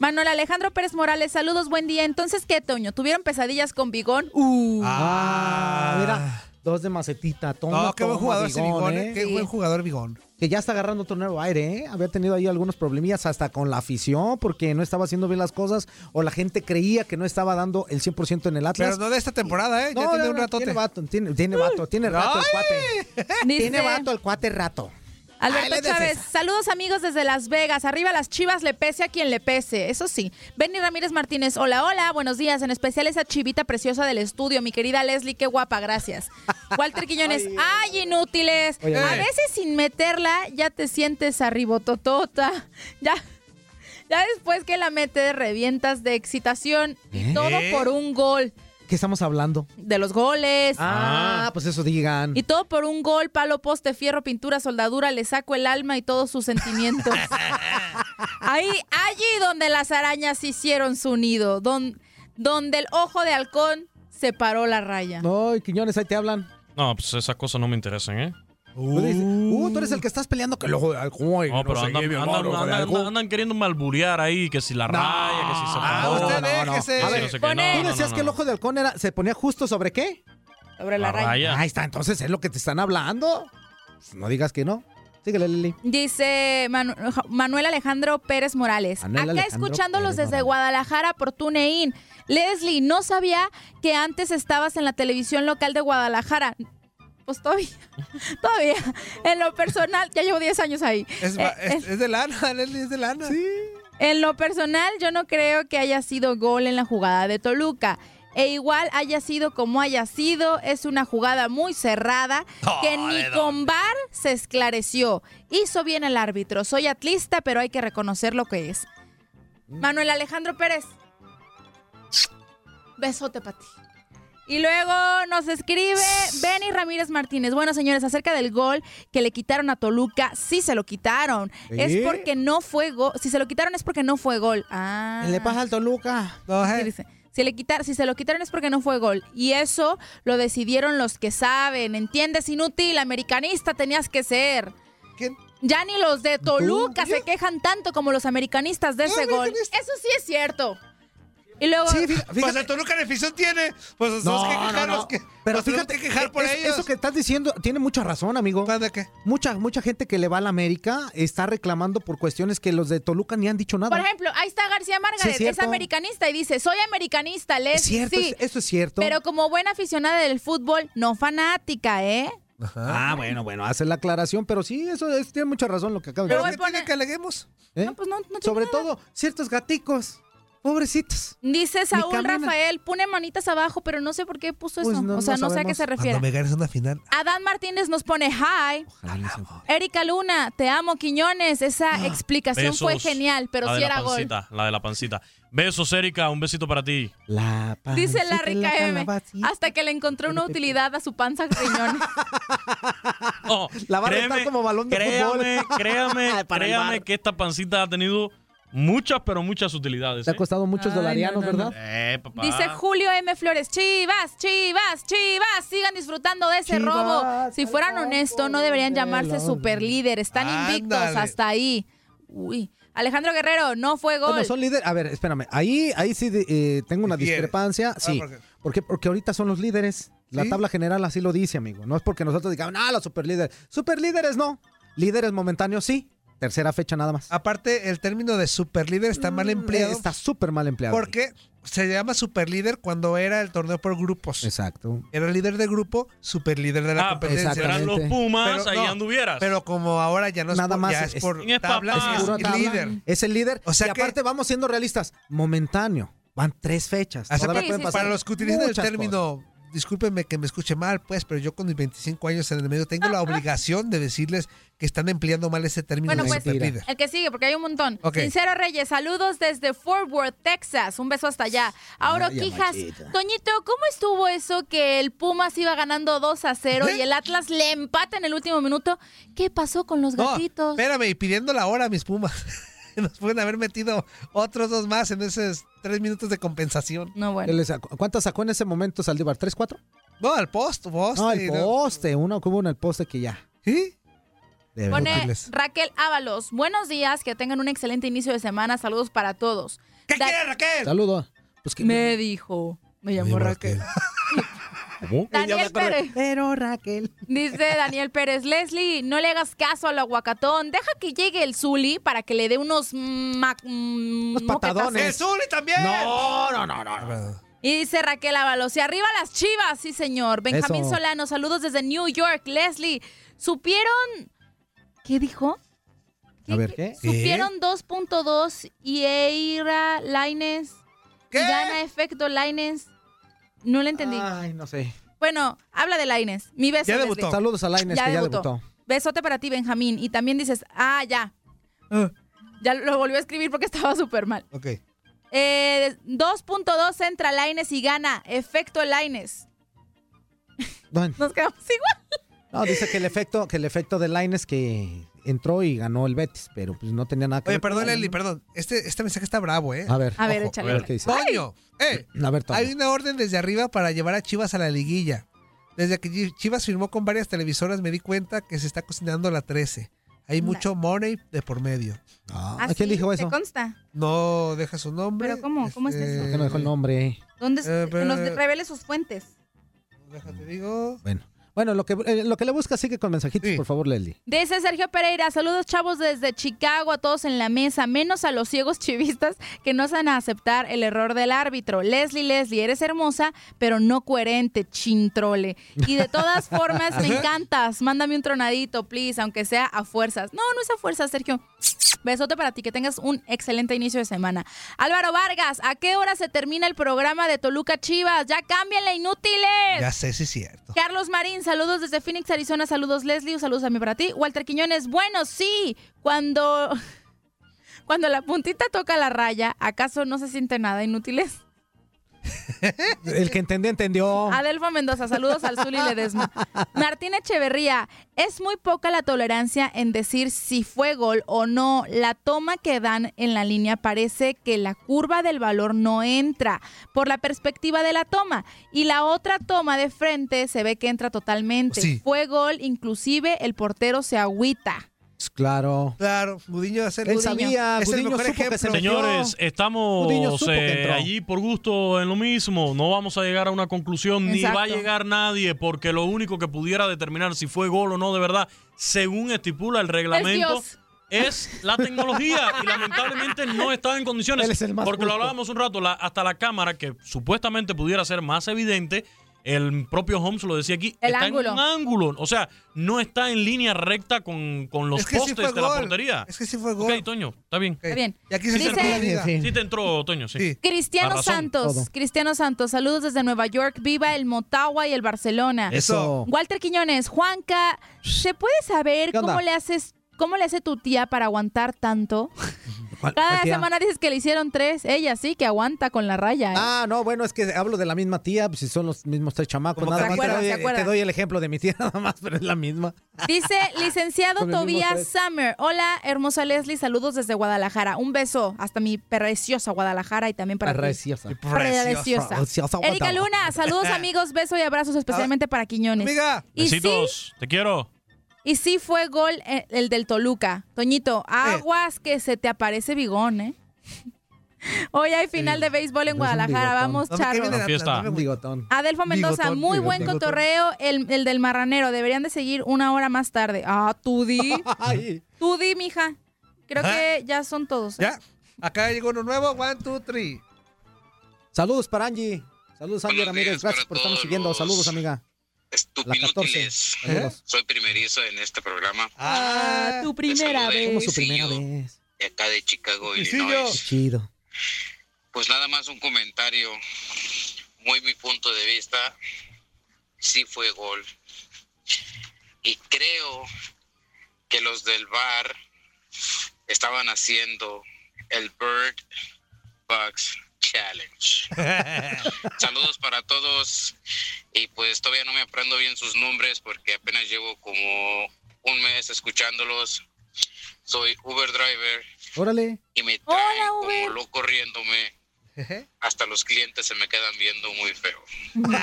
Speaker 6: Manuel Alejandro Pérez Morales, saludos, buen día. Entonces, ¿qué, Toño? ¿Tuvieron pesadillas con Bigón? Uh.
Speaker 4: Ah, mira, dos de macetita. Toma,
Speaker 7: No, qué buen
Speaker 4: toma,
Speaker 7: jugador ese Bigón, ¿eh?
Speaker 4: ¿eh?
Speaker 7: Qué buen jugador Bigón.
Speaker 4: Que ya está agarrando otro nuevo aire, ¿eh? Había tenido ahí algunos problemillas hasta con la afición porque no estaba haciendo bien las cosas o la gente creía que no estaba dando el 100% en el Atlas.
Speaker 7: Pero no de esta temporada, ¿eh? Ya tiene un ratote.
Speaker 4: Tiene vato, tiene, tiene vato, tiene rato el cuate. Tiene
Speaker 6: Dice-
Speaker 4: vato el cuate rato.
Speaker 6: Alberto
Speaker 4: Ay, le des
Speaker 6: Chávez,
Speaker 4: esa.
Speaker 6: saludos amigos desde Las Vegas. Arriba las chivas, le pese a quien le pese. Eso sí. Benny Ramírez Martínez, hola, hola, buenos días. En especial esa chivita preciosa del estudio, mi querida Leslie, qué
Speaker 4: (laughs)
Speaker 6: guapa, gracias. Walter Quiñones, ay, inútiles.
Speaker 19: Oye,
Speaker 6: a
Speaker 19: oye.
Speaker 6: veces sin meterla ya te sientes arribototota. (laughs) Ya.
Speaker 4: ¿Eh?
Speaker 6: Ya después que la metes, revientas de excitación y todo por un gol.
Speaker 4: qué estamos hablando?
Speaker 6: De los goles.
Speaker 4: Ah, pues eso digan.
Speaker 6: Y todo por un gol, palo, poste, fierro, pintura, soldadura, le saco el alma y todos
Speaker 4: (laughs)
Speaker 6: sus sentimientos. Ahí, allí donde las arañas hicieron su nido, don- donde el ojo de halcón separó la raya.
Speaker 4: No, Quiñones, ahí te hablan.
Speaker 5: No, pues esas cosas no me interesan, ¿eh?
Speaker 4: Tú dices, Uh, tú eres el que estás peleando que el ojo de halcón. y
Speaker 5: No, pero
Speaker 4: sé
Speaker 5: andan,
Speaker 4: qué, mi
Speaker 5: andan-
Speaker 4: amor, ojo de
Speaker 5: andan-
Speaker 4: halcón.
Speaker 5: andan queriendo malburear ahí, que si la raya, que si se
Speaker 7: Ah,
Speaker 5: paró.
Speaker 4: usted déjese.
Speaker 5: que si
Speaker 4: A ver,
Speaker 5: no sé qué.
Speaker 4: pone-
Speaker 5: No,
Speaker 4: ¿Tú
Speaker 5: no,
Speaker 4: decías
Speaker 5: no,
Speaker 4: que el
Speaker 5: no.
Speaker 4: ojo de halcón era, se ponía justo sobre qué?
Speaker 6: Sobre
Speaker 5: la La raya. raya.
Speaker 4: Ahí está, entonces es lo que te están hablando. Pues No digas que no. Síguele, Lili.
Speaker 6: Dice Manu- Manuel Alejandro Pérez Morales.
Speaker 4: Manuel
Speaker 6: Acá
Speaker 4: Alejandro Pérez
Speaker 6: escuchándolos desde
Speaker 4: Morales.
Speaker 6: Guadalajara por TuneIn. Leslie, no sabía que antes estabas en la televisión local de Guadalajara. Pues todavía, (laughs) todavía. En lo personal, ya llevo 10 años ahí.
Speaker 9: Es,
Speaker 6: Eh,
Speaker 9: va- es- es de lana, Leslie, es de lana. Sí.
Speaker 6: En lo personal, yo no creo que haya sido gol en la jugada de Toluca. E igual haya sido como haya sido, es una jugada muy cerrada que
Speaker 21: Oh,
Speaker 6: ni
Speaker 21: ¿de
Speaker 6: con VAR se esclareció. Hizo bien el árbitro. Soy atlista, pero hay que reconocer lo que es. Manuel Alejandro Pérez. Besote para ti. Y luego nos escribe Benny Ramírez Martínez. Bueno, señores, acerca del gol que le quitaron a Toluca, sí se lo quitaron.
Speaker 4: ¿Eh?
Speaker 6: Es porque no fue gol. Si se lo quitaron es porque no fue gol. Ah.
Speaker 4: Le pasa al Toluca.
Speaker 6: Sí, dice, Si, le quitar, si se lo quitaron es porque no fue gol. Y eso lo decidieron los que saben. ¿Entiendes? Inútil, americanista tenías que ser. Ya ni los de Toluca se quejan tanto como los americanistas de ese gol. Eso sí es cierto. Y luego...
Speaker 9: Pues el Toluca Beneficio tiene. Pues
Speaker 4: No,
Speaker 9: no, que quejar,
Speaker 4: no, no.
Speaker 9: los que,
Speaker 4: Pero
Speaker 5: Ah,
Speaker 9: nos tenemos
Speaker 4: fíjate
Speaker 9: que quejar por
Speaker 4: es-
Speaker 9: ellos.
Speaker 4: Eso que estás diciendo tiene mucha razón, amigo. Mucha, mucha gente que le va a la América está reclamando por cuestiones que los de Toluca ni han dicho nada.
Speaker 6: Por ejemplo, ahí está García Margaret, es,
Speaker 4: cierto.
Speaker 6: americanista y dice, soy americanista,
Speaker 4: es
Speaker 6: les
Speaker 4: cierto,
Speaker 6: sí.
Speaker 4: es- eso es cierto.
Speaker 6: Pero como buena aficionada del fútbol, no fanática, ¿eh?
Speaker 4: Ah, bueno, bueno, hace la aclaración, pero sí, eso es- tiene mucha razón lo que acabas de
Speaker 6: Pero
Speaker 4: decir.
Speaker 9: que aleguemos.
Speaker 4: ¿Eh?
Speaker 6: pues no, no
Speaker 4: Sobre todo, ciertos gaticos, pobrecitos.
Speaker 6: Dice Saúl
Speaker 4: caminan.
Speaker 6: Rafael, pone manitas abajo, pero no sé por qué puso
Speaker 4: Pues
Speaker 6: eso.
Speaker 4: no-
Speaker 6: o sea,
Speaker 4: no
Speaker 6: no, sé a qué
Speaker 4: sabemos.
Speaker 6: se refiere.
Speaker 9: Cuando me ganes una final.
Speaker 6: Adán Martínez nos pone hi. Erika Luna, te amo, Quiñones. Esa explicación fue
Speaker 5: Besos.
Speaker 6: genial, pero
Speaker 5: la
Speaker 6: sí
Speaker 5: de la
Speaker 6: era gol.
Speaker 5: pancita, La de la pancita. Besos, Erika. Un besito para ti.
Speaker 4: La
Speaker 6: Dice la rica M. Hasta que le encontró una utilidad a su panza Quiñones.
Speaker 4: La va a rentar como balón de
Speaker 5: créame,
Speaker 4: fútbol.
Speaker 5: (laughs) Créame,
Speaker 4: (laughs) Para el
Speaker 5: créame
Speaker 4: bar.
Speaker 5: que esta pancita ha tenido muchas, pero muchas utilidades.
Speaker 4: Te ha
Speaker 5: ¿eh?
Speaker 4: costado muchos
Speaker 6: Ay, no,
Speaker 4: dolarianos,
Speaker 6: no, no.
Speaker 4: ¿verdad?
Speaker 5: Eh, papá.
Speaker 6: Dice Julio M. Flores, chivas, chivas, chivas, sigan disfrutando de ese
Speaker 21: Chivas,
Speaker 6: robo. Si fueran honestos, no deberían llamarse superlíder. Están invictos
Speaker 4: Ándale.
Speaker 6: hasta ahí. Uy. Alejandro Guerrero, no fue gol.
Speaker 4: Bueno, son líderes. A ver, espérame. Ahí, ahí sí de- eh, tengo una
Speaker 9: Difiere.
Speaker 4: discrepancia. Sí.
Speaker 9: ¿por qué?
Speaker 4: ¿Por qué? Porque ahorita son los líderes. La
Speaker 9: Sí.
Speaker 4: tabla general así lo dice, amigo. No es porque nosotros digamos, ah, los superlíderes. Superlíderes no. Líderes momentáneos sí. Tercera fecha nada más. Mm,
Speaker 9: Aparte, el término de superlíder está mal empleado.
Speaker 4: Está súper mal empleado.
Speaker 9: Porque se llama superlíder cuando era el torneo por grupos.
Speaker 4: Exacto.
Speaker 9: Era líder de grupo, superlíder de la
Speaker 5: Ah, pero
Speaker 9: competencia.
Speaker 5: eran los Pumas, ahí anduvieras.
Speaker 9: Pero como ahora ya no es
Speaker 4: Nada
Speaker 9: por,
Speaker 4: más
Speaker 9: ya
Speaker 4: es-
Speaker 9: es por
Speaker 4: es
Speaker 9: tabla,
Speaker 4: papá.
Speaker 9: es
Speaker 4: Es pura tabla.
Speaker 9: líder.
Speaker 4: Es el líder. O sea y aparte, vamos siendo realistas. Momentáneo. Van tres fechas.
Speaker 9: O sea,
Speaker 4: Todavía
Speaker 9: para,
Speaker 4: pueden pasar
Speaker 9: para los que utilizan el
Speaker 4: muchas
Speaker 9: término, discúlpenme que me escuche mal, pues, pero yo con mis 25 años en el medio tengo la obligación de decirles que están empleando mal ese término
Speaker 6: Bueno,
Speaker 9: de
Speaker 6: pues
Speaker 9: superlíder.
Speaker 6: el que sigue, porque hay un montón.
Speaker 9: Ok.
Speaker 6: Sincero Reyes, saludos desde Fort Worth, Texas. Un beso hasta allá. Ahora,
Speaker 21: Ay,
Speaker 6: Quijas,
Speaker 21: amachita.
Speaker 6: Toñito, ¿cómo estuvo eso que el Pumas iba ganando 2 a 0
Speaker 9: ¿Eh?
Speaker 6: y el Atlas le empata en el último minuto? ¿Qué pasó con los
Speaker 9: No,
Speaker 6: gatitos?
Speaker 9: espérame, y pidiendo la hora a mis pumas. (laughs) Nos pueden haber metido otros dos más en esos tres minutos de compensación.
Speaker 6: No,
Speaker 4: Él le sacó- ¿Cuántas sacó en ese momento Saldívar? ¿Tres, cuatro?
Speaker 9: No, al poste, poste.
Speaker 4: No, el
Speaker 9: no.
Speaker 4: poste. Uno que hubo en el poste que ya.
Speaker 9: ¿Sí? Eh,
Speaker 4: De
Speaker 6: Pone
Speaker 4: útiles.
Speaker 6: Raquel Ábalos. Buenos días, que tengan un excelente inicio de semana. Saludos para todos.
Speaker 9: ¿Qué
Speaker 6: quiere
Speaker 9: Raquel?
Speaker 4: Saludos.
Speaker 6: Me dijo. Pues Me llamó Raquel. (laughs) Daniel Pérez.
Speaker 4: Pero Raquel.
Speaker 6: Dice Daniel Pérez, Leslie, no le hagas caso al aguacatón. Deja que llegue el Zuli para que le dé unos ma- mm, moquetazos".
Speaker 9: ¡El Zuli también!
Speaker 4: No, no, no, no.
Speaker 6: Y dice Raquel Ábalos, y arriba las chivas, sí señor. Benjamín
Speaker 4: Eso.
Speaker 6: Solano, saludos desde New York. Leslie, ¿supieron ¿Qué dijo?
Speaker 4: A ver, ¿qué?
Speaker 6: Supieron 2.2 y Eira Lines. Y gana efecto Lines. No lo entendí.
Speaker 4: Ay, no sé.
Speaker 6: Bueno, habla de Laines. Mi beso.
Speaker 4: Ya
Speaker 6: Leslie.
Speaker 4: debutó. Saludos a Lainez, que ya debutó.
Speaker 6: Besote para ti, Benjamín. Y
Speaker 7: Ah.
Speaker 6: (laughs) también dices, ah, ya. Ya lo volvió a escribir porque estaba súper mal.
Speaker 9: Ok.
Speaker 6: Eh, 2.2 entra Laines y gana. Efecto Laines.
Speaker 4: Bueno.
Speaker 6: Nos quedamos igual.
Speaker 4: No, dice que el efecto, que el efecto de Line es que entró y ganó el Betis, pero pues no tenía nada que
Speaker 7: Oye,
Speaker 4: ver. con
Speaker 7: perdón,
Speaker 4: Lainez,
Speaker 7: Eli,
Speaker 4: ¿no?
Speaker 7: perdón. Este, este mensaje está bravo, ¿eh?
Speaker 4: A ver.
Speaker 6: A ver, échale.
Speaker 4: ¿qué dice?
Speaker 7: Toño, eh,
Speaker 4: A ver, Toño.
Speaker 7: hay una orden desde arriba para llevar a Chivas a la liguilla. Desde que Chi- Chivas firmó con varias televisoras me di cuenta que se está cocinando la 13. Hay mucho money de por medio.
Speaker 4: Ah. ¿a quién dijo
Speaker 6: Ah, ¿Te
Speaker 4: eso?
Speaker 6: consta?
Speaker 7: No deja su nombre. Este, ¿Pero
Speaker 6: cómo? ¿Cómo es eso?
Speaker 4: ¿Por qué no dejó el nombre?
Speaker 6: ¿Dónde es-
Speaker 7: Eh, pero-
Speaker 6: que nos revele sus fuentes?
Speaker 7: Déjate, digo.
Speaker 4: Bueno. Bueno, lo que, eh, lo que le busca sigue con mensajitos, por favor, Leli.
Speaker 6: Dice Sergio Pereira, saludos chavos desde Chicago a todos en la mesa, menos a los ciegos chivistas que no saben aceptar el error del árbitro. Leslie, Leslie, eres hermosa, pero no coherente, chintrole. Y de todas formas, me encantas. Mándame un tronadito, please, aunque sea a fuerzas. No, no es a fuerzas, Sergio. Besote para ti, que tengas un excelente inicio de semana. Álvaro Vargas, ¿a qué hora se termina el programa de Toluca Chivas? Ya cámbienle, inútiles.
Speaker 7: Ya sé si es cierto.
Speaker 6: Carlos Marín, saludos desde Phoenix, Arizona. Saludos, Leslie. Saludos a mí para ti. Walter Quiñones, bueno, sí. Cuando, (laughs) cuando la puntita toca la raya, ¿acaso no se siente nada inútiles?
Speaker 4: El que entendió, entendió.
Speaker 6: Adelfo Mendoza, saludos al Zuli Ledesma. Martín Echeverría, es muy poca la tolerancia en decir si fue gol o no. La toma que dan en la línea parece que la curva del valor no entra por la perspectiva de la toma. Y la otra toma de frente se ve que entra totalmente.
Speaker 4: Sí.
Speaker 6: Fue gol, inclusive el portero se agüita.
Speaker 4: Pues Claro.
Speaker 7: Claro, Gudiño hace
Speaker 4: Él sabía, Gudiño supo que se metió.
Speaker 5: Señores,
Speaker 4: Gudiño
Speaker 5: eh, estamos
Speaker 4: supo que
Speaker 5: eh,
Speaker 4: entró.
Speaker 5: allí por gusto en lo mismo. No vamos a llegar a una conclusión, ni
Speaker 21: Exacto.
Speaker 5: va a llegar nadie, porque lo único que pudiera determinar si fue gol o no de verdad, según estipula el reglamento,
Speaker 21: Dios.
Speaker 5: es la tecnología. y lamentablemente no estaba en condiciones.
Speaker 21: Él es el más
Speaker 5: porque lo
Speaker 21: justo.
Speaker 5: hablábamos un rato, la- hasta la cámara, que supuestamente pudiera ser más evidente. El propio Holmes lo decía aquí.
Speaker 6: El
Speaker 5: está
Speaker 6: ángulo.
Speaker 5: En un ángulo. O sea, no está en línea recta con, con los
Speaker 7: Es que sí
Speaker 5: postes
Speaker 7: fue
Speaker 5: de la
Speaker 7: gol.
Speaker 5: portería.
Speaker 7: Es que sí fue gol.
Speaker 5: Ok, Toño, está bien.
Speaker 6: Está bien.
Speaker 7: Y aquí
Speaker 5: Sí,
Speaker 7: se
Speaker 5: te
Speaker 7: cerró la liga.
Speaker 5: entró, sí te entró, Toño, sí.
Speaker 6: Cristiano
Speaker 5: Arrasó.
Speaker 6: Santos, Cristiano Santos, saludos desde Nueva York, viva el Motagua y el Barcelona.
Speaker 5: Eso.
Speaker 6: Walter Quiñones, Juanca, ¿se puede saber
Speaker 4: ¿Qué onda?
Speaker 6: cómo le haces, cómo le hace tu tía para
Speaker 4: (laughs)
Speaker 6: aguantar tanto?
Speaker 4: ¿Cuál-
Speaker 6: Cada
Speaker 4: cuál tía?
Speaker 6: semana dices que le hicieron tres, ella sí que aguanta con la raya. ¿eh?
Speaker 4: Ah, no, bueno, es que hablo de la misma tía, pues, si son los mismos tres chamacos.
Speaker 6: Como
Speaker 4: Nada
Speaker 6: que
Speaker 4: más
Speaker 6: se
Speaker 4: te
Speaker 6: acuerda,
Speaker 4: doy- eh,
Speaker 6: se acuerda.
Speaker 4: te doy el ejemplo de mi tía (laughs) nada más, pero es la misma.
Speaker 6: Dice
Speaker 4: (laughs)
Speaker 6: licenciado
Speaker 4: Con el mismo
Speaker 6: Tobías
Speaker 4: tres.
Speaker 6: Summer, hola hermosa Leslie, saludos desde Guadalajara, un beso hasta mi preciosa Guadalajara y también para ti.
Speaker 4: Preciosa.
Speaker 6: Preciosa.
Speaker 4: Preciosa,
Speaker 6: Erika
Speaker 5: Guadalajara.
Speaker 6: Luna,
Speaker 4: (laughs)
Speaker 6: saludos amigos, beso y abrazos especialmente para Quiñones. y sí,
Speaker 5: Besitos, te quiero.
Speaker 6: y sí fue gol eh, el del Toluca. Toñito, aguas que se te aparece Bigón, ¿eh? (laughs) Hoy hay final de béisbol en Guadalajara, vamos charros.
Speaker 4: Bigotón.
Speaker 6: Adelfo Mendoza,
Speaker 4: Bigotón,
Speaker 6: muy buen
Speaker 4: bigotón.
Speaker 6: cotorreo, el, el del marranero, deberían de seguir una hora más tarde. Ah,
Speaker 4: (laughs)
Speaker 6: tú di, tú di, mija. Creo que ya son todos. ¿eh?
Speaker 7: Ya, acá llegó uno nuevo. One, two, three.
Speaker 4: Saludos para Angie. Saludos, Angie Ramírez. Gracias por estarnos siguiendo. Saludos, amiga. La 14.
Speaker 22: Inútiles.
Speaker 4: Saludos.
Speaker 22: ¿Eh? Soy primerizo en este programa.
Speaker 6: Ah, tu primera vez.
Speaker 4: Como su primera vez.
Speaker 22: De acá de Chicago,
Speaker 4: Qué
Speaker 22: Illinois.
Speaker 4: Chido.
Speaker 22: Pues nada más un comentario. Muy mi punto de vista. Sí fue gol. Y creo que los del bar estaban haciendo el Bird Bucks Challenge. Saludos para todos. Y pues todavía no me aprendo bien sus nombres porque apenas llevo como un mes escuchándolos. Soy Uber Driver
Speaker 4: Órale.
Speaker 22: y me trae como loco riéndome. Hasta los clientes se me quedan viendo muy feo.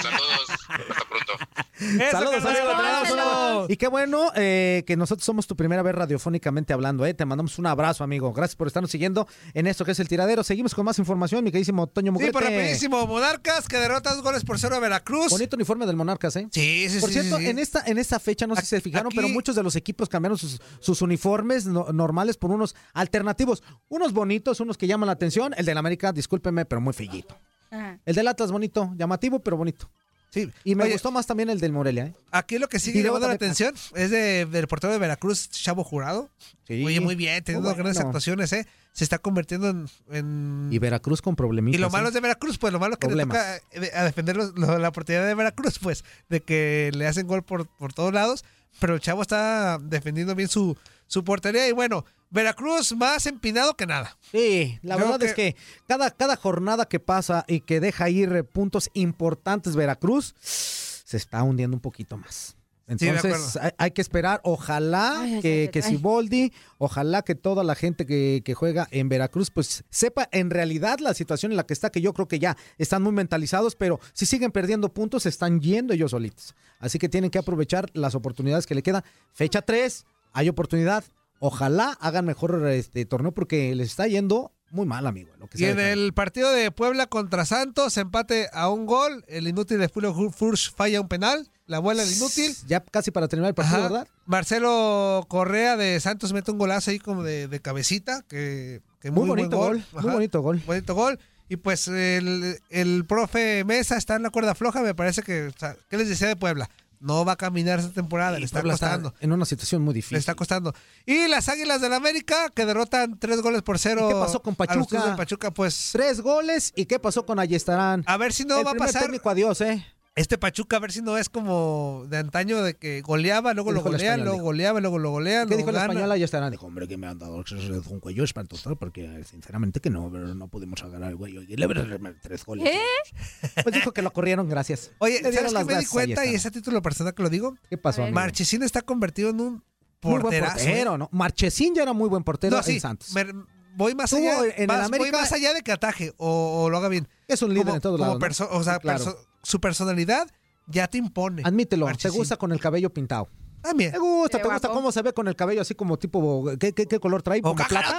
Speaker 22: Saludos, hasta pronto.
Speaker 4: Saludos,
Speaker 22: carnal,
Speaker 4: saludos,
Speaker 22: saludos.
Speaker 4: saludos. Y qué bueno eh, que nosotros somos tu primera vez radiofónicamente hablando. Eh. Te mandamos un abrazo, amigo. Gracias por estarnos siguiendo en esto que es el tiradero. Seguimos con más información, mi queridísimo Toño
Speaker 7: Sí,
Speaker 4: Mugrete.
Speaker 7: por rapidísimo. Monarcas que derrota dos goles por cero a Veracruz.
Speaker 4: Bonito uniforme del Monarcas, ¿eh?
Speaker 7: Sí, sí,
Speaker 4: Por
Speaker 7: sí,
Speaker 4: cierto,
Speaker 7: sí, sí.
Speaker 4: En, esta, en esta fecha, no sé si se fijaron, pero muchos de los equipos cambiaron sus, sus uniformes no- normales por unos alternativos. Unos bonitos, unos que llaman la atención. El del América, discúlpeme, pero muy fellito.
Speaker 6: Ajá.
Speaker 4: El del Atlas, bonito, llamativo, pero bonito.
Speaker 7: Sí.
Speaker 4: Y me
Speaker 7: Oye.
Speaker 4: gustó más también el del Morelia, ¿eh?
Speaker 7: Aquí lo que sigue
Speaker 4: Y luego
Speaker 7: llamando la
Speaker 4: también-
Speaker 7: atención es de- del portero de Veracruz, Chavo Jurado. Oye, muy bien, teniendo
Speaker 4: Muy
Speaker 7: grandes
Speaker 4: bueno.
Speaker 7: actuaciones, ¿eh? Se está convirtiendo en... en-
Speaker 4: Y Veracruz con
Speaker 7: Y
Speaker 4: problemitas.
Speaker 7: lo malo
Speaker 4: ¿eh?
Speaker 7: es de Veracruz, pues lo malo que le
Speaker 4: Problemas.
Speaker 7: toca eh, a defender los- lo- la oportunidad de Veracruz, pues, de que le hacen gol por, por todos lados, pero el chavo está defendiendo bien su, su portería. Y bueno, Veracruz más empinado que nada.
Speaker 4: Sí, la Creo verdad es que cada, cada jornada que pasa y que deja ir puntos importantes Veracruz, se está hundiendo un poquito más.
Speaker 7: Sí, de
Speaker 4: Entonces
Speaker 7: acuerdo.
Speaker 4: hay, hay que esperar, ojalá
Speaker 7: Ay, ay,
Speaker 4: que,
Speaker 7: ay,
Speaker 4: que
Speaker 7: ay.
Speaker 4: Siboldi, ojalá que toda la gente que, que juega en Veracruz, pues sepa en realidad la situación en la que está, que yo creo que ya están muy mentalizados, pero si siguen perdiendo puntos, se están yendo ellos solitos. Así que tienen que aprovechar las oportunidades que le quedan. Fecha 3, hay oportunidad. Ojalá hagan mejor este torneo porque les está yendo muy mal, amigo. Lo que
Speaker 7: Y
Speaker 4: sea de
Speaker 7: en el partido de Puebla contra Santos, empate a un gol. El inútil de Julio Furch falla un penal. La bola del inútil.
Speaker 4: Ya casi para terminar el partido, ¿verdad?
Speaker 7: Marcelo Correa de Santos mete un golazo ahí como de, de cabecita. Que, que
Speaker 4: Muy
Speaker 7: muy, buen
Speaker 4: bonito gol, muy bonito gol.
Speaker 7: Bonito gol. Y pues el, el profe Mesa está en la cuerda floja. Me parece que. o sea, ¿Qué les decía de Puebla? No va a caminar esta temporada. le está
Speaker 4: Puebla está
Speaker 7: costando.
Speaker 4: en una situación muy
Speaker 7: Le
Speaker 4: difícil.
Speaker 7: está costando. Y las Águilas del América que derrotan tres goles por cero.
Speaker 4: ¿Y qué pasó con
Speaker 7: a los
Speaker 4: Pachuca?
Speaker 7: Tuzos de Pachuca, pues.
Speaker 4: Tres goles y qué pasó con Ayestarán.
Speaker 7: A ver si no
Speaker 4: El
Speaker 7: va a
Speaker 4: primer
Speaker 7: pasar.
Speaker 4: técnico, adiós, ¿eh?
Speaker 7: Este Pachuca, a ver si no es como de antaño de que goleaba, luego
Speaker 4: ¿Qué
Speaker 7: lo
Speaker 4: dijo el
Speaker 7: golean,
Speaker 4: español,
Speaker 7: luego
Speaker 4: dijo?
Speaker 7: goleaba, luego lo golean.
Speaker 4: ¿Qué dijo
Speaker 7: el
Speaker 4: la española?
Speaker 7: español?
Speaker 4: Ya estarán. Dijo,
Speaker 25: Hombre, que me han dado un cuello espantoso porque sinceramente que no, pero no pudimos agarrar el cuello. Y le tres goles.
Speaker 4: Pues dijo que lo corrieron, gracias.
Speaker 7: Oye,
Speaker 4: Le dieron
Speaker 7: ¿sabes qué
Speaker 4: las
Speaker 7: me di
Speaker 4: gracias a
Speaker 7: cuenta? Y
Speaker 4: Ayestarán.
Speaker 7: es a título personal que lo digo.
Speaker 4: ¿Qué pasó, amigo?
Speaker 7: Marchesín está convertido en un
Speaker 4: Muy buen
Speaker 7: porterazo. ¿eh?
Speaker 4: portero, ¿no? Marchesín ya era muy buen portero
Speaker 7: No, sí,
Speaker 4: en Santos.
Speaker 7: me- voy más
Speaker 4: Tuvo
Speaker 7: allá.
Speaker 4: en el
Speaker 7: vas-
Speaker 4: América-
Speaker 7: voy más allá de que ataje o, o lo haga bien.
Speaker 4: Es un líder en todos lados, ¿no?
Speaker 7: O sea,
Speaker 4: Sí, claro.
Speaker 7: perso- su personalidad ya te impone.
Speaker 4: Admítelo,
Speaker 7: Marchesín.
Speaker 4: te gusta con el cabello pintado.
Speaker 7: También.
Speaker 4: Te gusta,
Speaker 6: Qué
Speaker 4: te gusta
Speaker 6: guapo.
Speaker 4: cómo se ve con el cabello así como tipo, ¿qué, qué, qué color trae? ¿Como plata?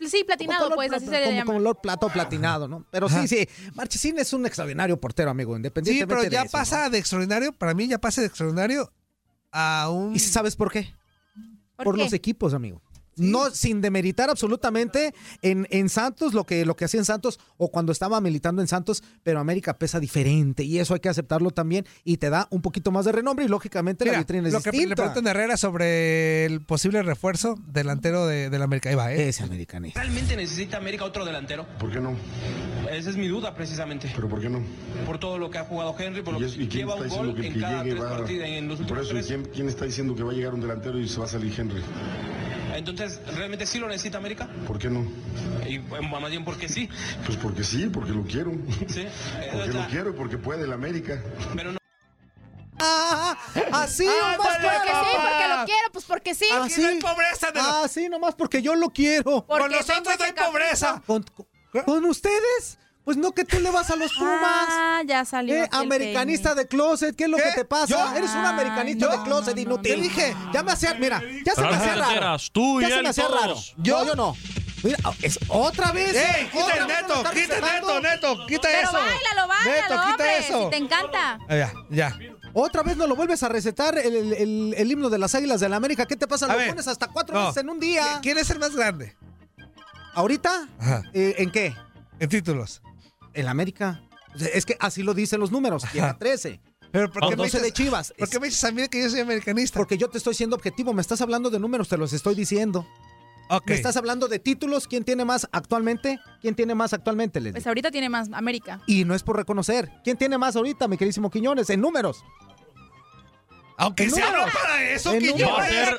Speaker 6: Sí,
Speaker 4: Como
Speaker 6: platinado,
Speaker 4: color
Speaker 6: pues,
Speaker 4: plata-
Speaker 6: así se le
Speaker 4: como
Speaker 6: llama.
Speaker 4: color plata o platinado, ¿no? Pero sí, sí, Marchesín es un extraordinario portero, amigo,
Speaker 7: Sí,
Speaker 4: independientemente
Speaker 7: pero ya
Speaker 4: de eso,
Speaker 7: pasa de extraordinario, para mí ya pasa de extraordinario a un... ¿Y
Speaker 4: sabes por qué?
Speaker 6: ¿Por
Speaker 4: por,
Speaker 6: qué?
Speaker 4: los equipos, amigo. No, sin demeritar absolutamente en, en Santos lo que, lo que hacía en Santos o cuando estaba militando en Santos, pero América pesa diferente y eso hay que aceptarlo también y te da un poquito más de renombre y lógicamente la
Speaker 7: Mira,
Speaker 4: vitrina es
Speaker 7: lo que le
Speaker 4: distinta.
Speaker 7: preguntan a Herrera sobre el posible refuerzo delantero de, del América. Ahí va, ¿eh?
Speaker 4: Ese americanista.
Speaker 21: ¿Realmente necesita América otro delantero?
Speaker 23: ¿Por qué no?
Speaker 21: Esa es mi duda precisamente.
Speaker 23: ¿Pero por qué no?
Speaker 21: Por todo lo que ha jugado Henry, por lo
Speaker 23: ¿Y,
Speaker 21: que
Speaker 23: es- y quién
Speaker 21: lleva
Speaker 23: está
Speaker 21: un
Speaker 23: diciendo
Speaker 21: gol
Speaker 23: que el
Speaker 21: en
Speaker 23: que
Speaker 21: cada
Speaker 23: llegue
Speaker 21: tres
Speaker 23: va...
Speaker 21: partidos en los
Speaker 23: Por
Speaker 21: últimos
Speaker 23: eso, ¿y
Speaker 21: tres.
Speaker 23: ¿quién, quién está diciendo que va a llegar un delantero y se va a salir Henry?
Speaker 21: Entonces, ¿realmente sí lo necesita América?
Speaker 23: ¿Por qué no?
Speaker 30: pues
Speaker 21: Y bueno, más bien porque sí.
Speaker 23: Pues porque sí, porque lo quiero.
Speaker 21: Sí.
Speaker 23: porque lo quiero y porque puede el América.
Speaker 21: Pero no...
Speaker 4: Ah, Así,
Speaker 21: Ándale,
Speaker 4: nomás Ah,
Speaker 6: Porque sí, porque lo quiero, pues porque sí.
Speaker 4: Así. Así, Ah, nomás porque yo lo quiero.
Speaker 6: Porque Con nosotros tengo ese no hay capricho. pobreza.
Speaker 4: ¿Con, con- con ustedes? Pues no que tú le vas a los Pumas.
Speaker 6: Ah, ya salió.
Speaker 4: Eh,
Speaker 6: aquí el
Speaker 4: americanista de closet, ¿qué es lo que te pasa? Eres un americanista de closet inútil. Te dije, ya me hacía, mira, ya se
Speaker 5: Pero
Speaker 4: me
Speaker 5: las
Speaker 4: hacía raro.
Speaker 5: carteras, tú y
Speaker 4: ya se
Speaker 5: él
Speaker 4: me
Speaker 5: y
Speaker 4: hacía
Speaker 5: todos.
Speaker 4: raro. Yo, yo no. Mira, es otra vez.
Speaker 7: ¡Ey!
Speaker 4: Otra
Speaker 7: ¡Quita
Speaker 4: vez
Speaker 7: el
Speaker 4: me
Speaker 7: neto!
Speaker 4: estás
Speaker 7: ¡Quita el neto,
Speaker 4: citando.
Speaker 7: neto! ¡Quita
Speaker 6: Pero
Speaker 7: eso!
Speaker 6: báilalo, báilalo,
Speaker 7: ¡Neto, quita
Speaker 6: hombre,
Speaker 7: eso!
Speaker 6: si te encanta.
Speaker 7: Ah, ya, ya.
Speaker 4: Otra vez no lo vuelves a recetar el, el- el- el himno de las Águilas del América. ¿Qué te pasa?
Speaker 7: A
Speaker 4: Lo
Speaker 7: ver,
Speaker 4: pones hasta cuatro
Speaker 7: no.
Speaker 4: veces en un día.
Speaker 7: ¿Quién es el más grande?
Speaker 4: ¿Ahorita?
Speaker 7: Ajá.
Speaker 4: Eh, ¿En qué?
Speaker 7: En títulos.
Speaker 4: En América. Es que así lo dicen los números. Lleva 13.
Speaker 7: Pero ¿por qué me
Speaker 4: 12
Speaker 7: dices-
Speaker 4: de Chivas.
Speaker 7: ¿Por qué me dices a mí que yo soy americanista?
Speaker 4: Porque yo te estoy siendo objetivo. Me estás hablando de números, te los estoy diciendo.
Speaker 7: Ok.
Speaker 4: Me estás hablando de títulos. ¿Quién tiene más actualmente? ¿Quién tiene más actualmente, les
Speaker 6: Pues
Speaker 4: digo.
Speaker 6: ahorita tiene más América.
Speaker 4: Y no es por reconocer. ¿Quién tiene más ahorita, mi queridísimo Quiñones? En números.
Speaker 7: Aunque
Speaker 4: En
Speaker 7: sea
Speaker 4: números.
Speaker 7: para eso,
Speaker 4: En
Speaker 7: que yo-
Speaker 4: números.
Speaker 5: Va a ser, va a ser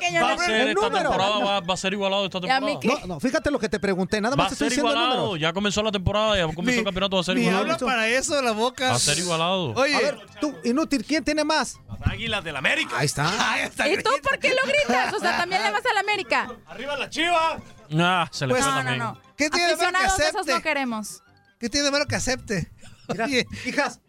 Speaker 4: En
Speaker 5: esta
Speaker 4: números.
Speaker 5: temporada,
Speaker 4: No,
Speaker 5: va, va a ser igualado esta temporada.
Speaker 4: No, no, fíjate lo que te pregunté. Nada
Speaker 5: Va
Speaker 4: más
Speaker 5: a
Speaker 4: te estoy
Speaker 5: ser
Speaker 4: diciendo
Speaker 5: igualado.
Speaker 4: números.
Speaker 5: Ya comenzó la temporada, ya comenzó el campeonato, va a ser
Speaker 7: Ni
Speaker 5: igualado.
Speaker 7: habla para eso de la boca.
Speaker 5: Va a ser igualado.
Speaker 7: Oye.
Speaker 4: A ver, tú, inútil, ¿quién tiene más?
Speaker 7: Águilas del América.
Speaker 4: Ahí
Speaker 7: (laughs)
Speaker 4: está.
Speaker 6: ¿Y tú por qué lo gritas? O sea, también le vas a la América.
Speaker 7: ¡Arriba la chiva!
Speaker 5: Ah, se le
Speaker 7: Pues,
Speaker 5: fue
Speaker 7: no, no,
Speaker 5: también.
Speaker 7: no. ¿Qué tiene de malo que
Speaker 6: Aficionados de esos
Speaker 7: acepte?
Speaker 6: no queremos.
Speaker 7: ¿Qué tiene de malo que acepte?
Speaker 4: Oye, hijas.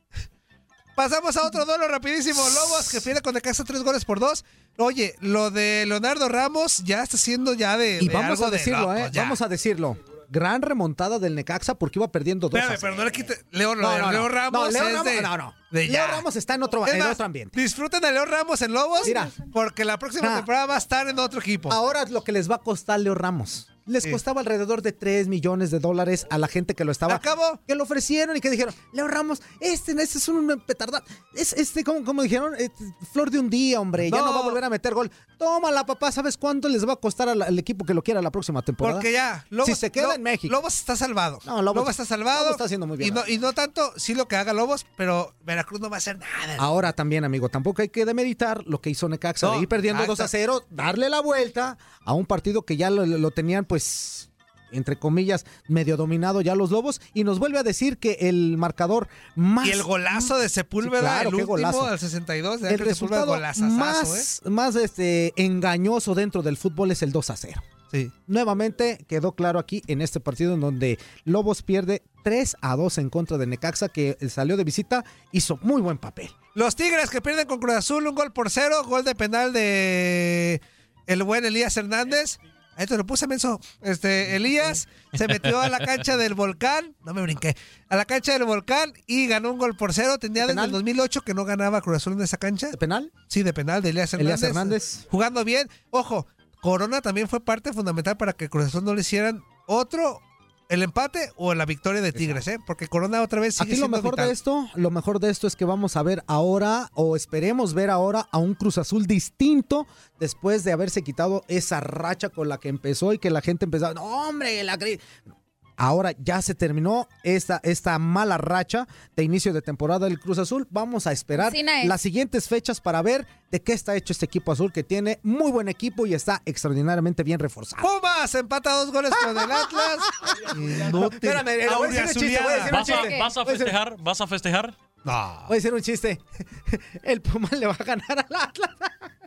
Speaker 7: Pasamos a otro duelo rapidísimo. Lobos que pierde con Necaxa tres goles por dos. Oye, lo de Leonardo Ramos ya está siendo ya de.
Speaker 4: Y
Speaker 7: de
Speaker 4: vamos
Speaker 7: algo
Speaker 4: a
Speaker 7: de
Speaker 4: decirlo,
Speaker 7: locos,
Speaker 4: ¿eh?
Speaker 7: ya.
Speaker 4: Vamos a decirlo. Gran remontada del Necaxa porque iba perdiendo dos.
Speaker 7: Espérame, pero no le quite. Leo, lo
Speaker 4: No,
Speaker 7: de
Speaker 4: no, no.
Speaker 7: Leo
Speaker 4: No,
Speaker 7: Ramos.
Speaker 4: Leo
Speaker 7: es
Speaker 4: Ramos-
Speaker 7: de-
Speaker 4: no, no.
Speaker 7: de
Speaker 4: Leo
Speaker 7: ya.
Speaker 4: Ramos está en otro-
Speaker 7: Es
Speaker 4: en
Speaker 7: más,
Speaker 4: otro ambiente.
Speaker 7: Disfruten a Leo Ramos en Lobos.
Speaker 4: Mira.
Speaker 7: Porque la próxima
Speaker 4: Ah.
Speaker 7: temporada va a estar en otro equipo.
Speaker 4: Ahora lo que les va a costar Leo Ramos. les sí. costaba alrededor de 3 millones de dólares a la gente que lo estaba.
Speaker 7: Acabó.
Speaker 4: Que lo ofrecieron y que dijeron, Leo Ramos, este, este es un petardad. Es, este, como, como dijeron, eh, flor de un día, hombre. No. Ya no va a volver a meter gol. Tómala, papá. ¿Sabes cuánto les va a costar al, al equipo que lo quiera la próxima temporada?
Speaker 7: Porque ya,
Speaker 4: Lobos, si se queda Lobos, en México.
Speaker 7: Lobos está salvado.
Speaker 4: No, Lobos,
Speaker 7: Lobos está salvado.
Speaker 4: Lobos está haciendo muy bien.
Speaker 7: Y no, y no tanto, sí lo que haga Lobos, pero Veracruz no va a hacer nada.
Speaker 4: Ahora también, amigo, tampoco hay que demeritar lo que hizo Necaxa no, de ir perdiendo exacto. 2 a 0, darle la vuelta a un partido que ya lo, lo tenían, pues, entre comillas, medio dominado ya los Lobos, y nos vuelve a decir que el marcador más...
Speaker 7: Y el golazo de Sepúlveda, sí, claro, el último golazo. al 62, de el resultado golazazo,
Speaker 4: más,
Speaker 7: eh.
Speaker 4: más este, engañoso dentro del fútbol es el 2 a 0.
Speaker 7: Sí.
Speaker 4: Nuevamente quedó claro aquí en este partido en donde Lobos pierde 3 a 2 en contra de Necaxa que eh, salió de visita, hizo muy buen papel.
Speaker 7: Los Tigres que pierden con Cruz Azul, un gol por cero, gol de penal de el buen Elías Hernández. Ahí te lo puse, menso. Este, Elías se metió a la cancha del volcán. No me brinqué. A la cancha del volcán y ganó un gol por cero. Tenía desde el 2008 que no ganaba Cruz Azul en esa cancha.
Speaker 4: ¿De penal?
Speaker 7: Sí, de penal, de Elías Hernández.
Speaker 4: Elías Hernández.
Speaker 7: Jugando bien. Ojo, Corona también fue parte fundamental para que Cruz Azul no le hicieran otro el empate o la victoria de Tigres, ¿eh? Porque Corona otra vez sigue
Speaker 4: Aquí lo mejor
Speaker 7: vital.
Speaker 4: de esto, lo mejor de esto es que vamos a ver ahora o esperemos ver ahora a un Cruz Azul distinto después de haberse quitado esa racha con la que empezó y que la gente empezaba, ¡No, (laughs) hombre, la Ahora ya se terminó esta, esta mala racha de inicio de temporada del Cruz Azul. Vamos a esperar
Speaker 6: sí,
Speaker 4: las siguientes fechas para ver de qué está hecho este equipo azul que tiene muy buen equipo y está extraordinariamente bien reforzado.
Speaker 7: Pumas empata dos goles con el Atlas.
Speaker 4: no te... Espérame, no, voy a decir un chiste, voy a decir
Speaker 5: ¿Vas,
Speaker 4: un chiste.
Speaker 5: A, ¿Vas a festejar? ¿Vas a festejar?
Speaker 4: No. Voy a decir un chiste. El Pumas le va a ganar al Atlas.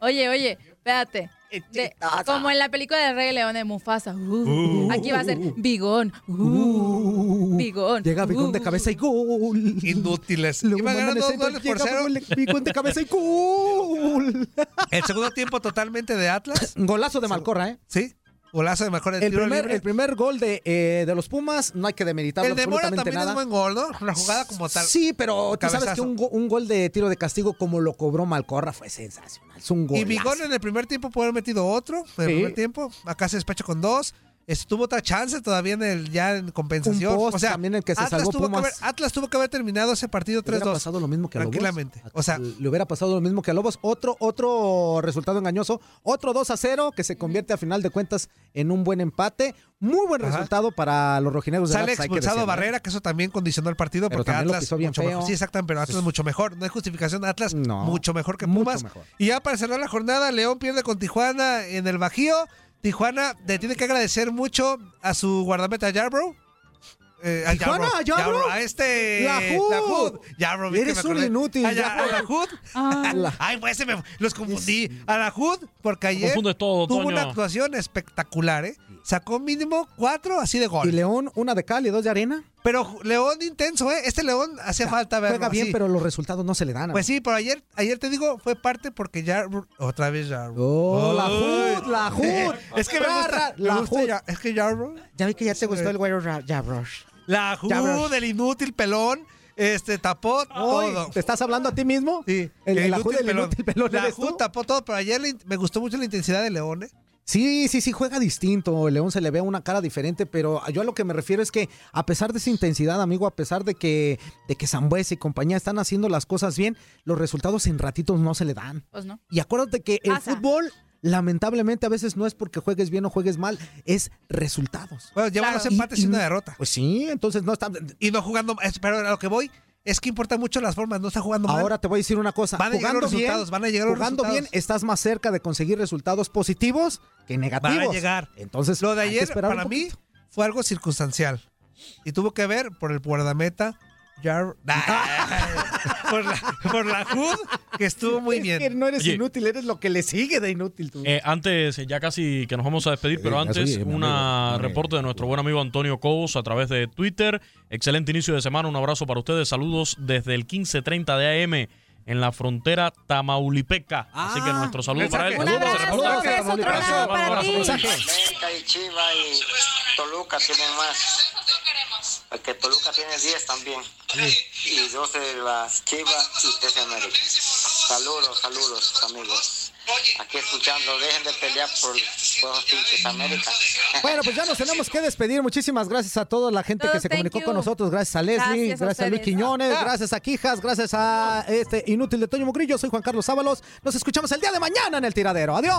Speaker 6: Oye, oye, espérate. De, como en la película del Rey León de Mufasa. Uh, uh, aquí va a ser Bigón. Uh, bigón.
Speaker 4: Llega Bigón de cabeza y gol.
Speaker 7: Inútiles.
Speaker 4: Luego mandan dos goles por cero. Bigón de cabeza y gol.
Speaker 7: El segundo tiempo totalmente de Atlas.
Speaker 4: (laughs) Golazo de Malcorra, ¿eh?
Speaker 7: Sí. Golazo de Malcorra.
Speaker 4: El, el, primer, el primer gol de, eh, de los Pumas, no hay que demeritarlo.
Speaker 7: El de Mora también
Speaker 4: nada.
Speaker 7: es buen gol, ¿no? La jugada como tal.
Speaker 4: Sí, pero tú cabezazo. sabes que un, un, gol de tiro de castigo como lo cobró Malcorra fue sensacional. Es un gol.
Speaker 7: Y Bigón en el primer tiempo puede haber metido otro. En sí. el primer tiempo, acá se despacha con dos. Estuvo otra chance todavía en el, ya en compensación.
Speaker 4: Un post,
Speaker 7: o sea,
Speaker 4: también el que se
Speaker 7: Atlas
Speaker 4: salvó
Speaker 7: tuvo
Speaker 4: Pumas.
Speaker 7: Que haber, Atlas tuvo que haber terminado ese partido 3-2. Le
Speaker 4: hubiera pasado lo mismo que a Lobos.
Speaker 7: Tranquilamente. O sea,
Speaker 4: le hubiera pasado lo mismo que a Lobos. Otro, otro resultado engañoso. Otro 2 a 0 que se convierte a final de cuentas en un buen empate. Muy buen Ajá. resultado para los rojinegros de
Speaker 7: Sale
Speaker 4: Atlas,
Speaker 7: expulsado
Speaker 4: que decir,
Speaker 7: Barrera,
Speaker 4: ¿eh?
Speaker 7: que eso también condicionó el partido
Speaker 4: pero
Speaker 7: porque Atlas
Speaker 4: bien
Speaker 7: mucho
Speaker 4: feo.
Speaker 7: mejor. Sí, exactamente, pero Atlas es... mucho mejor. No hay justificación Atlas,
Speaker 4: no,
Speaker 7: mucho mejor que Pumas.
Speaker 4: Mejor.
Speaker 7: Y ya para cerrar la jornada, León pierde con Tijuana en el Bajío. Tijuana le tiene que agradecer mucho a su guardameta Yarbrough.
Speaker 4: Eh, a Tijuana, Yarbrough, Yarbrough, Yarbrough,
Speaker 7: a este.
Speaker 4: La Hood.
Speaker 7: La Hood. Yarbrough,
Speaker 4: Eres un inútil.
Speaker 7: A, ya, a la Hood.
Speaker 4: Ah.
Speaker 7: Ay, pues se me, los confundí. A la Hood, porque ayer
Speaker 5: Confunde todo,
Speaker 7: tuvo
Speaker 5: Toño.
Speaker 7: una actuación espectacular, ¿eh? Sacó mínimo cuatro así de gol.
Speaker 4: Y León, una de cal y dos de arena.
Speaker 7: Pero León intenso, ¿eh? Este León hacía falta verlo.
Speaker 4: Juega bien,
Speaker 7: así.
Speaker 4: pero los resultados no se le dan.
Speaker 7: Pues sí, pero ayer, ayer te digo, fue parte porque ya. Otra vez ya.
Speaker 4: Oh, la Hood, la Hood.
Speaker 7: (laughs) es que me gusta.
Speaker 4: La
Speaker 7: me gusta
Speaker 4: Hood.
Speaker 7: ya- es que ya, bro.
Speaker 4: Ya vi que ya te gustó el güero Ra- Yarbrough.
Speaker 7: La Hood,
Speaker 4: Yabros.
Speaker 7: el inútil pelón. Este tapó
Speaker 4: Hoy,
Speaker 7: todo.
Speaker 4: ¿Te estás hablando a ti mismo?
Speaker 7: Sí,
Speaker 4: El, el, ajú del inútil pelón
Speaker 7: La
Speaker 4: eres tú.
Speaker 7: Hood tapó todo, pero ayer le- me gustó mucho la intensidad de León, ¿eh?
Speaker 4: Sí, sí, sí, juega distinto. El León se le ve una cara diferente, pero yo a lo que me refiero es que a pesar de esa intensidad, amigo, a pesar de que, de que Zambuesa y compañía están haciendo las cosas bien, los resultados en ratitos no se le dan.
Speaker 6: Pues no.
Speaker 4: Y acuérdate que el
Speaker 6: Pasa.
Speaker 4: fútbol, lamentablemente, a veces no es porque juegues bien o juegues mal, es resultados.
Speaker 7: Bueno, lleva
Speaker 4: Claro.
Speaker 7: dos empates y,
Speaker 4: Y- y-
Speaker 7: una derrota.
Speaker 4: Pues sí, entonces no está.
Speaker 7: Y no jugando, es- pero a lo que voy es que importan mucho las formas, no está jugando mal.
Speaker 4: Ahora te voy a decir una cosa.
Speaker 7: Van a llegar
Speaker 4: jugando
Speaker 7: los resultados,
Speaker 4: bien,
Speaker 7: van a llegar los
Speaker 4: jugando
Speaker 7: resultados.
Speaker 4: bien, estás más cerca de conseguir resultados positivos que negativos.
Speaker 7: Van a llegar.
Speaker 4: Entonces,
Speaker 7: lo de
Speaker 4: hay que
Speaker 7: ayer,
Speaker 4: esperar un
Speaker 7: para mí,
Speaker 4: poquito.
Speaker 7: fue algo circunstancial. Y tuvo que ver por el guardameta.
Speaker 4: (laughs)
Speaker 7: Jar- (laughs) por, la, por la HUD, que estuvo muy bien.
Speaker 4: Es que no eres
Speaker 5: Oye.
Speaker 4: inútil, eres lo que le sigue de inútil tú.
Speaker 5: Eh, antes, eh, ya casi que nos vamos a despedir, pero antes,
Speaker 4: oye, mi
Speaker 5: un
Speaker 4: amigo, hombre.
Speaker 5: reporte de nuestro buen amigo Antonio Cobos a través de Twitter. Excelente inicio de semana, un abrazo para ustedes. Saludos desde el 1530 de AM en la frontera tamaulipeca. Así que nuestro saludo para él.
Speaker 6: Un
Speaker 5: Saludos,
Speaker 6: abrazo,
Speaker 5: reporte.
Speaker 6: un beso, otro
Speaker 5: Gracias,
Speaker 6: lado
Speaker 5: hermano,
Speaker 6: para
Speaker 5: un abrazo,
Speaker 6: ti.
Speaker 5: mensaje.
Speaker 27: América y Chiva y Toluca tienen más. Porque Toluca tiene 10 también. Y 12 de las Chivas y 13 América. Saludos, saludos, amigos. Aquí escuchando, dejen de pelear por
Speaker 22: Juegos pinches América.
Speaker 4: Bueno, pues ya nos tenemos que despedir. Muchísimas gracias a toda la gente que se comunicó con nosotros. Gracias a Leslie,
Speaker 8: Gracias
Speaker 4: gracias
Speaker 8: a
Speaker 4: a, Luis
Speaker 8: ustedes. Ah.
Speaker 4: Quiñones, gracias a Quijas, gracias a este inútil de Toño Mugrillo. Soy Juan Carlos Ábalos. Nos escuchamos el día de mañana en el tiradero. ¡Adiós!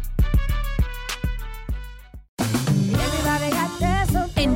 Speaker 32: En